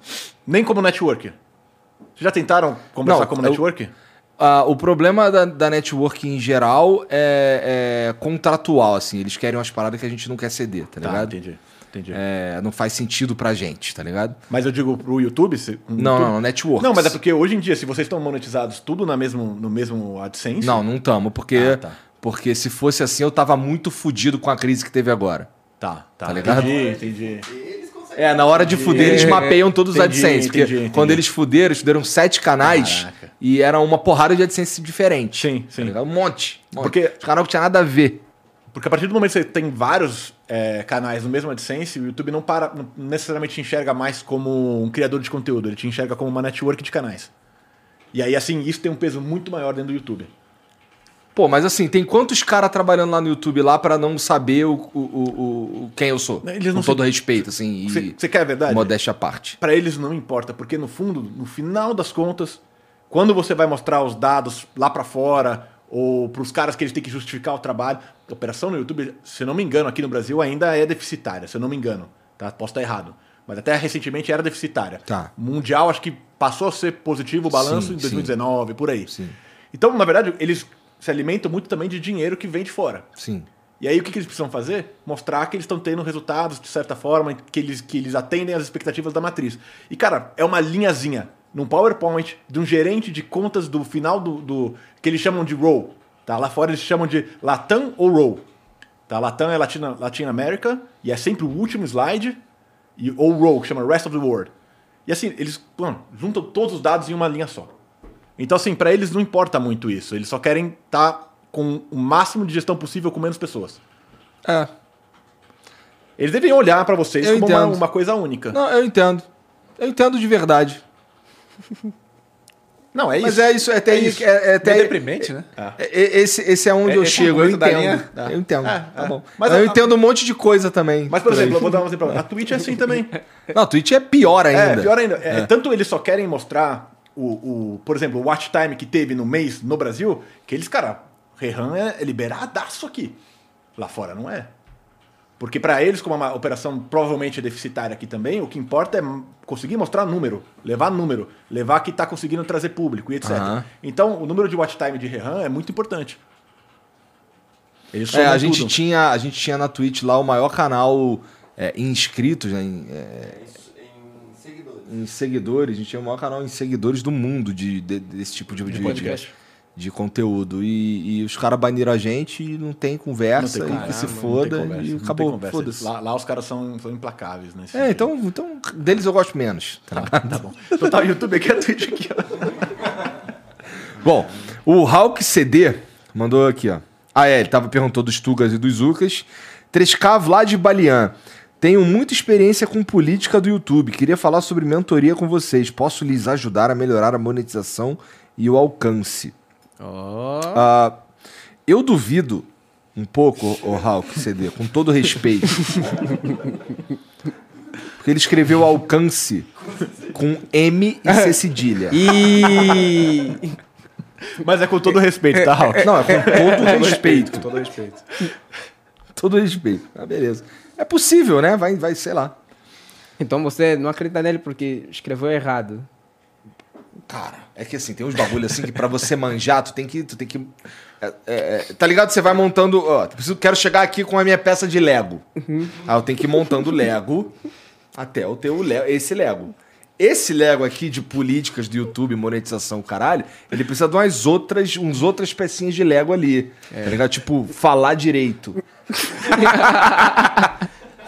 Speaker 3: nem como network. Vocês já tentaram conversar
Speaker 1: Não,
Speaker 3: como
Speaker 1: eu-
Speaker 3: network?
Speaker 1: Ah, o problema da, da network em geral é, é contratual, assim. Eles querem umas paradas que a gente não quer ceder, tá,
Speaker 3: Tá,
Speaker 1: ligado?
Speaker 3: entendi. entendi.
Speaker 1: É, não faz sentido pra gente, tá ligado?
Speaker 3: Mas eu digo pro YouTube? se- um
Speaker 1: Não,
Speaker 3: YouTube?
Speaker 1: não, não, networks.
Speaker 3: Não, mas é porque hoje em dia, se vocês estão monetizados tudo na mesmo, no mesmo AdSense.
Speaker 1: Não, não tamo, porque,
Speaker 3: Ah, tá.
Speaker 1: porque se fosse assim eu tava muito fudido com a crise que teve agora.
Speaker 3: Tá, tá.
Speaker 1: Tá ligado?
Speaker 3: Entendi, entendi.
Speaker 7: E eles conseguem.
Speaker 1: É, na hora de fuder, eles
Speaker 3: É,
Speaker 1: mapeiam todos os
Speaker 3: entendi,
Speaker 1: AdSense. Porque
Speaker 3: entendi, entendi.
Speaker 1: quando eles fuderam, eles fuderam sete canais
Speaker 3: Caraca.
Speaker 1: e era uma porrada de AdSense diferente.
Speaker 3: Sim,
Speaker 1: tá
Speaker 3: sim.
Speaker 1: ligado? um monte. um monte.
Speaker 3: Porque-
Speaker 1: Os canal que tinha nada a ver.
Speaker 3: Porque a partir do momento que você tem vários é, canais no mesmo AdSense, o YouTube não para, não necessariamente te enxerga mais como um criador de conteúdo, ele te enxerga como uma network de canais. E aí, assim, isso tem um peso muito maior dentro do YouTube.
Speaker 1: Pô, mas assim, tem quantos caras trabalhando lá no YouTube lá pra não saber o, o- o- o- quem eu sou?
Speaker 3: Eles não
Speaker 1: Com
Speaker 3: se-
Speaker 1: todo respeito, assim,
Speaker 3: Você
Speaker 1: e
Speaker 3: você quer a verdade?
Speaker 1: modéstia à parte.
Speaker 3: Pra eles não importa, porque no fundo, no final das contas, quando você vai mostrar os dados lá pra fora ou pros caras que eles têm que justificar o trabalho, a operação no YouTube, se eu não me engano, aqui no Brasil ainda é deficitária, se eu não me engano, tá? Posso estar errado, mas até recentemente era deficitária.
Speaker 1: Tá.
Speaker 3: Mundial acho que passou a ser positivo o balanço
Speaker 1: Sim,
Speaker 3: em
Speaker 1: sim.
Speaker 3: 2019, por aí.
Speaker 1: Sim.
Speaker 3: Então, na verdade, eles se alimentam muito também de dinheiro que vem de fora.
Speaker 1: Sim.
Speaker 3: E aí o que, que eles precisam fazer? Mostrar que eles estão tendo resultados, de certa forma, que eles, que eles atendem às expectativas da matriz. E, cara, é uma linhazinha num PowerPoint de um gerente de contas do final do. do- que eles chamam de roll. Tá? Lá fora eles chamam de Latam ou roll. Tá? Latam é Latina, Latin America, e é sempre o último slide, e, ou roll, que chama Rest of the World. E assim, eles mano, juntam todos os dados em uma linha só. Então, assim, pra eles não importa muito isso. Eles só querem estar com o máximo de gestão possível com menos pessoas.
Speaker 1: É.
Speaker 3: Eles devem olhar pra vocês
Speaker 1: Eu
Speaker 3: como uma,
Speaker 1: entendo.
Speaker 3: uma coisa única. Não,
Speaker 1: Não, eu entendo. Eu entendo de verdade.
Speaker 3: é isso.
Speaker 1: Mas é isso, é até
Speaker 3: É
Speaker 1: aí-
Speaker 3: isso.
Speaker 1: é, é até
Speaker 4: Meio
Speaker 1: aí-
Speaker 4: deprimente, né?
Speaker 1: é- é- Esse, esse é onde
Speaker 4: É-
Speaker 1: eu
Speaker 4: esse
Speaker 1: chego, eu
Speaker 4: momento da
Speaker 1: entendo.
Speaker 4: linha,
Speaker 1: Eu entendo.
Speaker 3: É,
Speaker 1: tá
Speaker 3: é.
Speaker 1: bom.
Speaker 3: Mas
Speaker 1: eu
Speaker 3: a-
Speaker 1: entendo um monte de coisa também.
Speaker 3: Mas, por
Speaker 1: aí.
Speaker 3: exemplo, eu vou dar um exemplo. A Twitch é assim também.
Speaker 1: (laughs) Não, Twitch é pior ainda.
Speaker 3: É, pior ainda. É, Tanto eles só querem mostrar o, o, por exemplo, o watch time que teve no mês no Brasil, que eles, cara, Rehan é é liberadaço aqui. Lá fora não é. Porque pra eles, como é uma operação provavelmente é deficitária aqui também, o que importa é conseguir mostrar número, levar número, levar que tá conseguindo trazer público e etc.
Speaker 1: Aham.
Speaker 3: Então, o número de watch time de Rehan é muito importante. Eles
Speaker 1: É,
Speaker 3: somam
Speaker 1: a gente
Speaker 3: tudo.
Speaker 1: tinha, a gente tinha na Twitch lá o maior canal é, em inscritos, né, em, é,
Speaker 7: Em, em seguidores.
Speaker 1: em seguidores, a gente tinha o maior canal em seguidores do mundo de, de- desse tipo de, de,
Speaker 2: podcast.
Speaker 1: de- de conteúdo. E, e os caras baniram a gente e não tem conversa,
Speaker 3: Não tem
Speaker 1: e que se
Speaker 3: conversa,
Speaker 1: foda,
Speaker 3: não tem conversa,
Speaker 1: e
Speaker 3: não tem
Speaker 1: acabou,
Speaker 3: conversa.
Speaker 1: foda-se.
Speaker 3: Lá, lá os caras são, são implacáveis, né?
Speaker 1: É, então, então deles eu gosto menos. Tá ligado?
Speaker 3: Tá (laughs) bom. Então tá o YouTube aqui, a Twitch aqui, ó.
Speaker 1: Bom, o Hulk CD mandou aqui, ó. Ah, é, ele tava perguntando dos Tugas e dos Zucas. 3K Vlad Balian. Tenho muita experiência com política do YouTube. Queria falar sobre mentoria com vocês. Posso lhes ajudar a melhorar a monetização e o alcance.
Speaker 2: Oh.
Speaker 1: Ah, eu duvido um pouco, o Hulk CD, com todo respeito. Porque ele escreveu alcance com M e C
Speaker 2: (laughs)
Speaker 1: cedilha.
Speaker 2: E (laughs)
Speaker 3: Mas é com todo respeito, tá, Raul?
Speaker 1: Não, é com todo respeito.
Speaker 4: Com todo respeito.
Speaker 1: Todo respeito. Ah, beleza. É possível, né? Vai, vai, sei lá.
Speaker 2: então você não acredita nele porque escreveu errado.
Speaker 1: Cara, é que assim, tem uns bagulho assim que pra você manjar, tu tem que. Tu tem que é, é, é, tá ligado? Você vai montando. Ó, preciso, quero chegar aqui com a minha peça de Lego. Aí eu tenho que ir montando Lego até eu ter o Lego, esse Lego. Esse Lego aqui de políticas do YouTube, monetização, caralho, ele precisa de umas outras, uns outras pecinhas de Lego ali.
Speaker 4: É.
Speaker 1: Tá ligado? Tipo, falar direito.
Speaker 4: (laughs)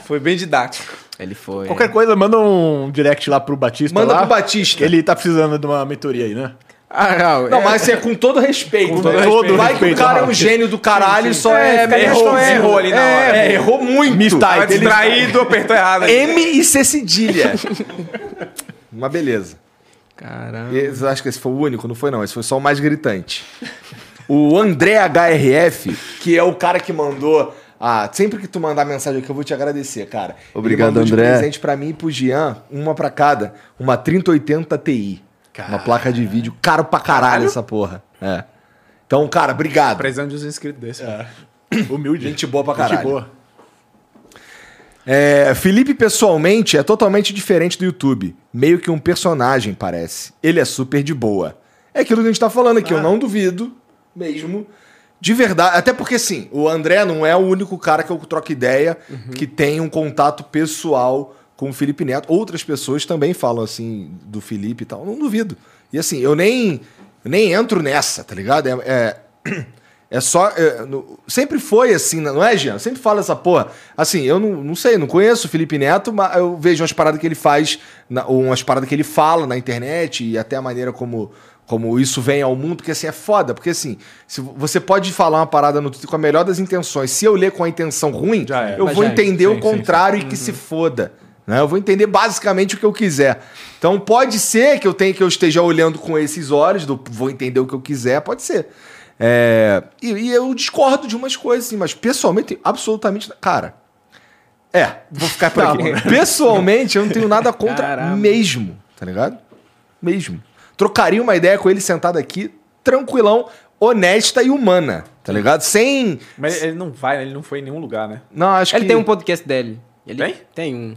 Speaker 4: Foi bem didático.
Speaker 2: Ele foi.
Speaker 3: Qualquer coisa, é. manda um direct lá pro Batista.
Speaker 4: Tá
Speaker 1: Manda
Speaker 3: lá.
Speaker 1: pro Batista.
Speaker 3: Ele tá precisando de uma mentoria aí, né?
Speaker 2: Ah, não.
Speaker 1: Não,
Speaker 2: é-
Speaker 1: mas assim, é com todo respeito.
Speaker 4: Com todo
Speaker 1: né?
Speaker 4: respeito.
Speaker 1: Vai que o
Speaker 4: Respeito,
Speaker 1: cara é um
Speaker 4: Raul.
Speaker 1: gênio do caralho e só é.
Speaker 4: É, errou,
Speaker 1: é-
Speaker 4: errou ali na
Speaker 1: é,
Speaker 4: hora.
Speaker 1: é, errou muito.
Speaker 4: Tava distraído, apertou errado. ali.
Speaker 1: M e C cedilha. Uma beleza.
Speaker 2: Caramba.
Speaker 1: Esse- acho que esse foi o único, não foi não. Esse foi só o mais gritante. (laughs) O André HRF, que é o cara que mandou. Ah, sempre que tu mandar mensagem aqui, eu vou te agradecer, cara. Ele
Speaker 8: Obrigado,
Speaker 1: mandou de
Speaker 8: André.
Speaker 1: presente pra mim e pro Jean, uma pra cada, uma 3080 Ti. Uma placa de vídeo caro pra caralho essa porra. É. Então, cara, obrigado.
Speaker 4: (laughs) Precisando de uns inscritos desse.
Speaker 3: Humilde.
Speaker 1: Gente boa pra caralho.
Speaker 3: Gente Tá boa.
Speaker 1: É, Felipe, pessoalmente, é totalmente diferente do YouTube. Meio que um personagem, parece. Ele é super de boa. É aquilo que a gente tá falando aqui, eu não duvido mesmo. De verdade. Até porque, assim, o André não é o único cara que eu troco ideia que tem um contato pessoal com o Felipe Neto. Outras pessoas também falam, assim, do Felipe e tal. Não duvido. E, assim, eu nem, nem entro nessa, tá ligado? É- é... É só. é, no- sempre foi assim, não é, Jean? Eu Sempre fala essa porra. Assim, eu não, não sei, não conheço o Felipe Neto, mas eu vejo umas paradas que ele faz, na- ou umas paradas que ele fala na internet e até a maneira como, como isso vem ao mundo, porque assim é foda. Porque assim, se vo- você pode falar uma parada no Twitter com a melhor das intenções. Se eu ler com a intenção ruim,
Speaker 4: Já é.
Speaker 1: eu
Speaker 4: Mas
Speaker 1: vou
Speaker 4: já é.
Speaker 1: entender o
Speaker 4: Sim, sim,
Speaker 1: contrário e que se foda. Né? Eu vou entender basicamente o que eu quiser. Então pode ser que eu tenha que eu esteja olhando com esses olhos, do vou entender o que eu quiser, pode ser. É, e, e eu discordo de umas coisas, assim, mas pessoalmente, absolutamente. Cara. É, vou ficar por aqui. (laughs) Pessoalmente, eu não tenho nada contra
Speaker 2: Caramba.
Speaker 1: mesmo, tá ligado? Mesmo. Trocaria uma ideia com ele sentado aqui, tranquilão, honesta e humana, tá ligado? Sem.
Speaker 4: Mas ele não vai, ele não foi em nenhum lugar, né?
Speaker 1: Não, acho
Speaker 2: Ele
Speaker 1: que.
Speaker 2: tem um podcast dele. Ele
Speaker 4: Tem?
Speaker 2: Tem um.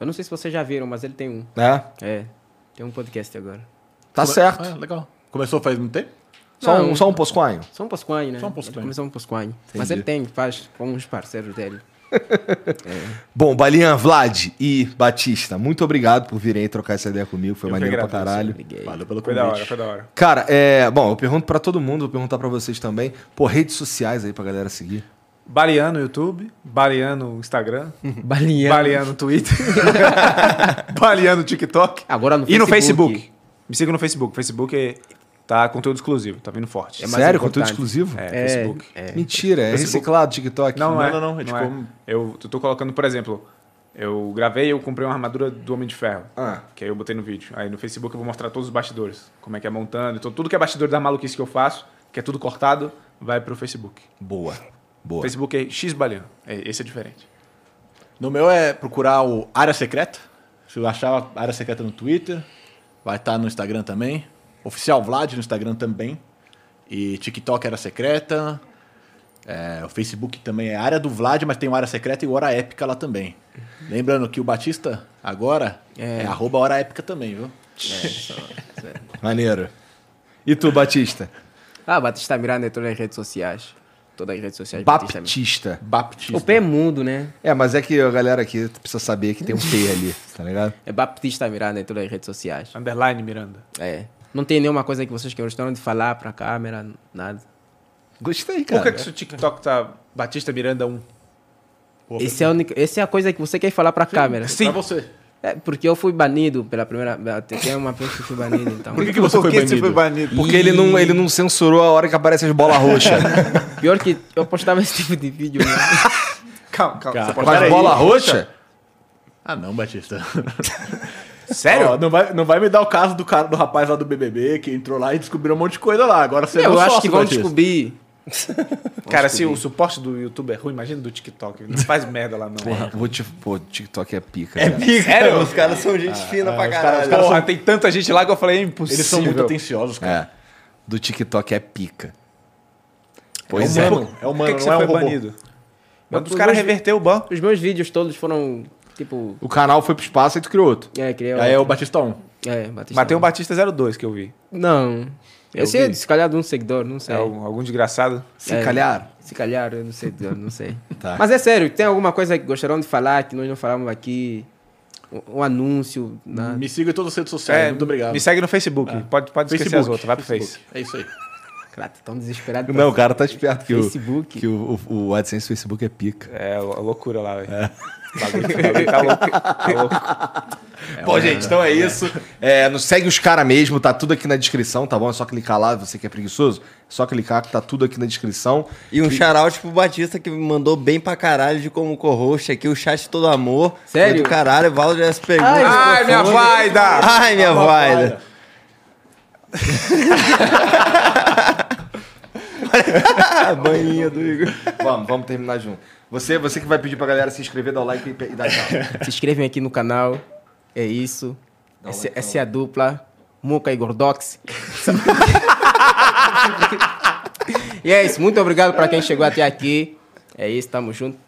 Speaker 2: Eu não sei se vocês já viram, mas ele tem um.
Speaker 1: É,
Speaker 2: É. Tem um podcast agora.
Speaker 1: tá certo.
Speaker 3: Ah, legal. Começou faz muito tempo?
Speaker 1: Só
Speaker 2: Não.
Speaker 1: um, só um posconho.
Speaker 2: Só um Pasquani, né?
Speaker 3: Só um Pasquani.
Speaker 2: Ele começou um Pasquani. Mas ele tem, faz com uns parceiros dele.
Speaker 1: Bom, Balian, Vlad e Batista, muito obrigado por virem aí trocar essa ideia comigo. Foi
Speaker 4: Eu que
Speaker 1: maneiro pra
Speaker 4: agradeço,
Speaker 1: caralho.
Speaker 2: Liguei.
Speaker 3: Valeu pelo
Speaker 4: Foi da
Speaker 3: convite.
Speaker 4: hora, foi da hora.
Speaker 1: Cara, é. Bom, eu pergunto pra todo mundo, vou perguntar pra vocês também. Pô, redes sociais aí pra galera seguir.
Speaker 4: Baleano no YouTube, Baleano no (laughs) Instagram,
Speaker 2: Baleano.
Speaker 4: Baleano no Twitter, (laughs) Baleano no TikTok.
Speaker 2: Ah, Agora no
Speaker 4: E no
Speaker 2: Facebook.
Speaker 4: Facebook. Me siga no Facebook. Facebook é- tá conteúdo exclusivo, tá vindo forte.
Speaker 2: É mais
Speaker 1: Sério,
Speaker 2: importante.
Speaker 1: conteúdo exclusivo?
Speaker 4: É,
Speaker 2: É,
Speaker 4: Facebook.
Speaker 2: é.
Speaker 1: Mentira, é reciclado, TikTok.
Speaker 4: Não, não, é,
Speaker 3: Não, não, não, é tipo um-
Speaker 4: Eu eu tô colocando, por exemplo, eu gravei e eu comprei uma armadura do Homem de Ferro.
Speaker 1: Ah.
Speaker 4: Que aí eu botei no vídeo. Aí no Facebook eu vou mostrar todos os bastidores. Como é que é montando. Então tudo que é bastidor da maluquice que eu faço, que é tudo cortado, vai pro Facebook.
Speaker 1: Boa. Boa.
Speaker 4: Facebook é X Baleano. É, esse é diferente.
Speaker 3: No meu é procurar o Área Secreta. Se eu achar a Área Secreta no Twitter, vai estar no Instagram também. Oficial Vlad no Instagram também. E TikTok Área Secreta. É, o Facebook também é Área do Vlad, mas tem o Área Secreta e o Hora Épica lá também. Lembrando que o Batista agora é, arroba Hora Épica também, viu?
Speaker 1: Maneiro. E tu,
Speaker 2: (laughs)
Speaker 1: Batista?
Speaker 2: Ah, Batista Miranda em todas as redes sociais. Todas as redes sociais. Batista Miranda.
Speaker 1: Baptista.
Speaker 3: Baptista.
Speaker 2: O P é mudo, né?
Speaker 1: É, mas é que a galera aqui precisa saber que tem um P ali, tá ligado?
Speaker 2: É Baptista Miranda em todas as redes sociais.
Speaker 4: Underline Miranda.
Speaker 2: É. Não tem nenhuma coisa que vocês gostaram de falar pra câmera, nada.
Speaker 1: Gostei,
Speaker 4: Por que,
Speaker 1: cara.
Speaker 4: que seu TikTok tá Batista Miranda 1?
Speaker 2: Esse é a única- essa é a coisa que você quer falar pra câmera.
Speaker 3: Pra você.
Speaker 2: É, porque eu fui banido pela primeira... Tem uma vez que eu fui banido, então.
Speaker 3: Por que, que você foi banido?
Speaker 4: banido?
Speaker 1: Porque ele não, ele não censurou a hora que aparece as bolas roxas.
Speaker 2: Pior que eu postava esse tipo de vídeo, né?
Speaker 4: Calma, calma.
Speaker 3: Cara,
Speaker 4: Você pode-
Speaker 1: Com as
Speaker 3: Peraí.
Speaker 1: bolas roxas?
Speaker 3: Ah, não,
Speaker 2: (laughs)
Speaker 3: Batista.
Speaker 4: Sério?
Speaker 3: Ó, não, vai, não vai me dar o caso do cara do rapaz lá do BBB que entrou lá e descobriu um monte de coisa lá. Agora você é
Speaker 2: Eu
Speaker 3: meu
Speaker 2: acho
Speaker 3: sócio,
Speaker 2: que vão
Speaker 3: Batista.
Speaker 2: descobrir.
Speaker 4: Cara, se o suporte do YouTube é ruim, imagina do TikTok. Não faz merda lá, não.
Speaker 1: Porra, Ah, vou te. Pô, TikTok é pica. cara.
Speaker 7: Sério? Os caras são gente fina pra caralho.
Speaker 4: Porra, tem tanta gente lá que eu falei, é impossível.
Speaker 3: Eles são muito atenciosos,
Speaker 1: É.
Speaker 3: cara.
Speaker 1: Do TikTok é pica.
Speaker 3: Pois é. Humano, é
Speaker 4: Por
Speaker 3: humano,
Speaker 4: que, que você
Speaker 3: não é um
Speaker 4: foi
Speaker 3: robô.
Speaker 4: banido? Manda os
Speaker 2: Eu-
Speaker 4: caras
Speaker 2: eu-
Speaker 4: reverter o banco.
Speaker 2: Os meus vídeos todos foram, tipo...
Speaker 1: O canal foi pro espaço e tu criou outro.
Speaker 2: É, criou...
Speaker 3: Aí é o Batista 1.
Speaker 2: É, Batista.
Speaker 4: Matei um Batista 02 que eu vi.
Speaker 2: Não.
Speaker 4: Eu
Speaker 2: Esse é,
Speaker 4: vi.
Speaker 2: se calhar, de um seguidor, não sei.
Speaker 4: É. Algum, algum desgraçado.
Speaker 1: Se
Speaker 2: É.
Speaker 1: calhar.
Speaker 2: Se calhar, eu não sei, eu não sei.
Speaker 1: (laughs) Tá.
Speaker 2: Mas é sério, tem alguma coisa que gostaram de falar que nós não falamos aqui? Um, um anúncio? Nada.
Speaker 3: Me siga em todas as redes sociais.
Speaker 4: É,
Speaker 3: Muito obrigado.
Speaker 4: Me segue no Facebook. Pode, pode esquecer as
Speaker 3: Facebook,
Speaker 4: outras. Vai pro Face.
Speaker 3: Facebook. É isso aí.
Speaker 2: Caraca, tão desesperado.
Speaker 1: Hum. Não, o cara tá esperto que,
Speaker 2: Facebook.
Speaker 1: O, que o, o, o AdSense Facebook é pica.
Speaker 4: É lou- loucura lá, velho. O bagulho- o bagulho Tá louco. Tá louco.
Speaker 1: Bom, gente, então é isso. É, nos segue os caras mesmo, tá tudo aqui na descrição, tá bom? É só clicar lá, você que é preguiçoso, é só clicar que tá tudo aqui na descrição. (laughs)
Speaker 7: E um shoutout pro Batista que me mandou bem pra caralho de como co-host aqui, o chat todo amor.
Speaker 2: Sério?
Speaker 7: Foi Do caralho, Valdir as perguntas.
Speaker 4: Ai, minha
Speaker 7: profundas.
Speaker 4: vaida!
Speaker 7: Ai, minha vaida. Banhinha do Igor.
Speaker 1: Vamos, vamos terminar junto. Você, você que vai pedir pra galera se inscrever, dar o like e, e dar tchau. (laughs)
Speaker 2: Se inscrevem aqui no canal. É isso. Essa, essa é a dupla. Muca e Gordox. e é isso. Muito obrigado para quem chegou até aqui. É isso, tamo junto.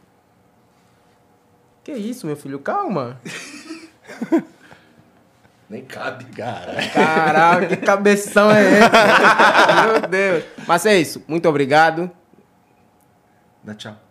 Speaker 2: Que isso, meu filho? Calma.
Speaker 1: Nem cabe.
Speaker 2: Caralho, que cabeção é esse? meu Deus. Mas é isso. Muito obrigado.
Speaker 1: Dá tchau.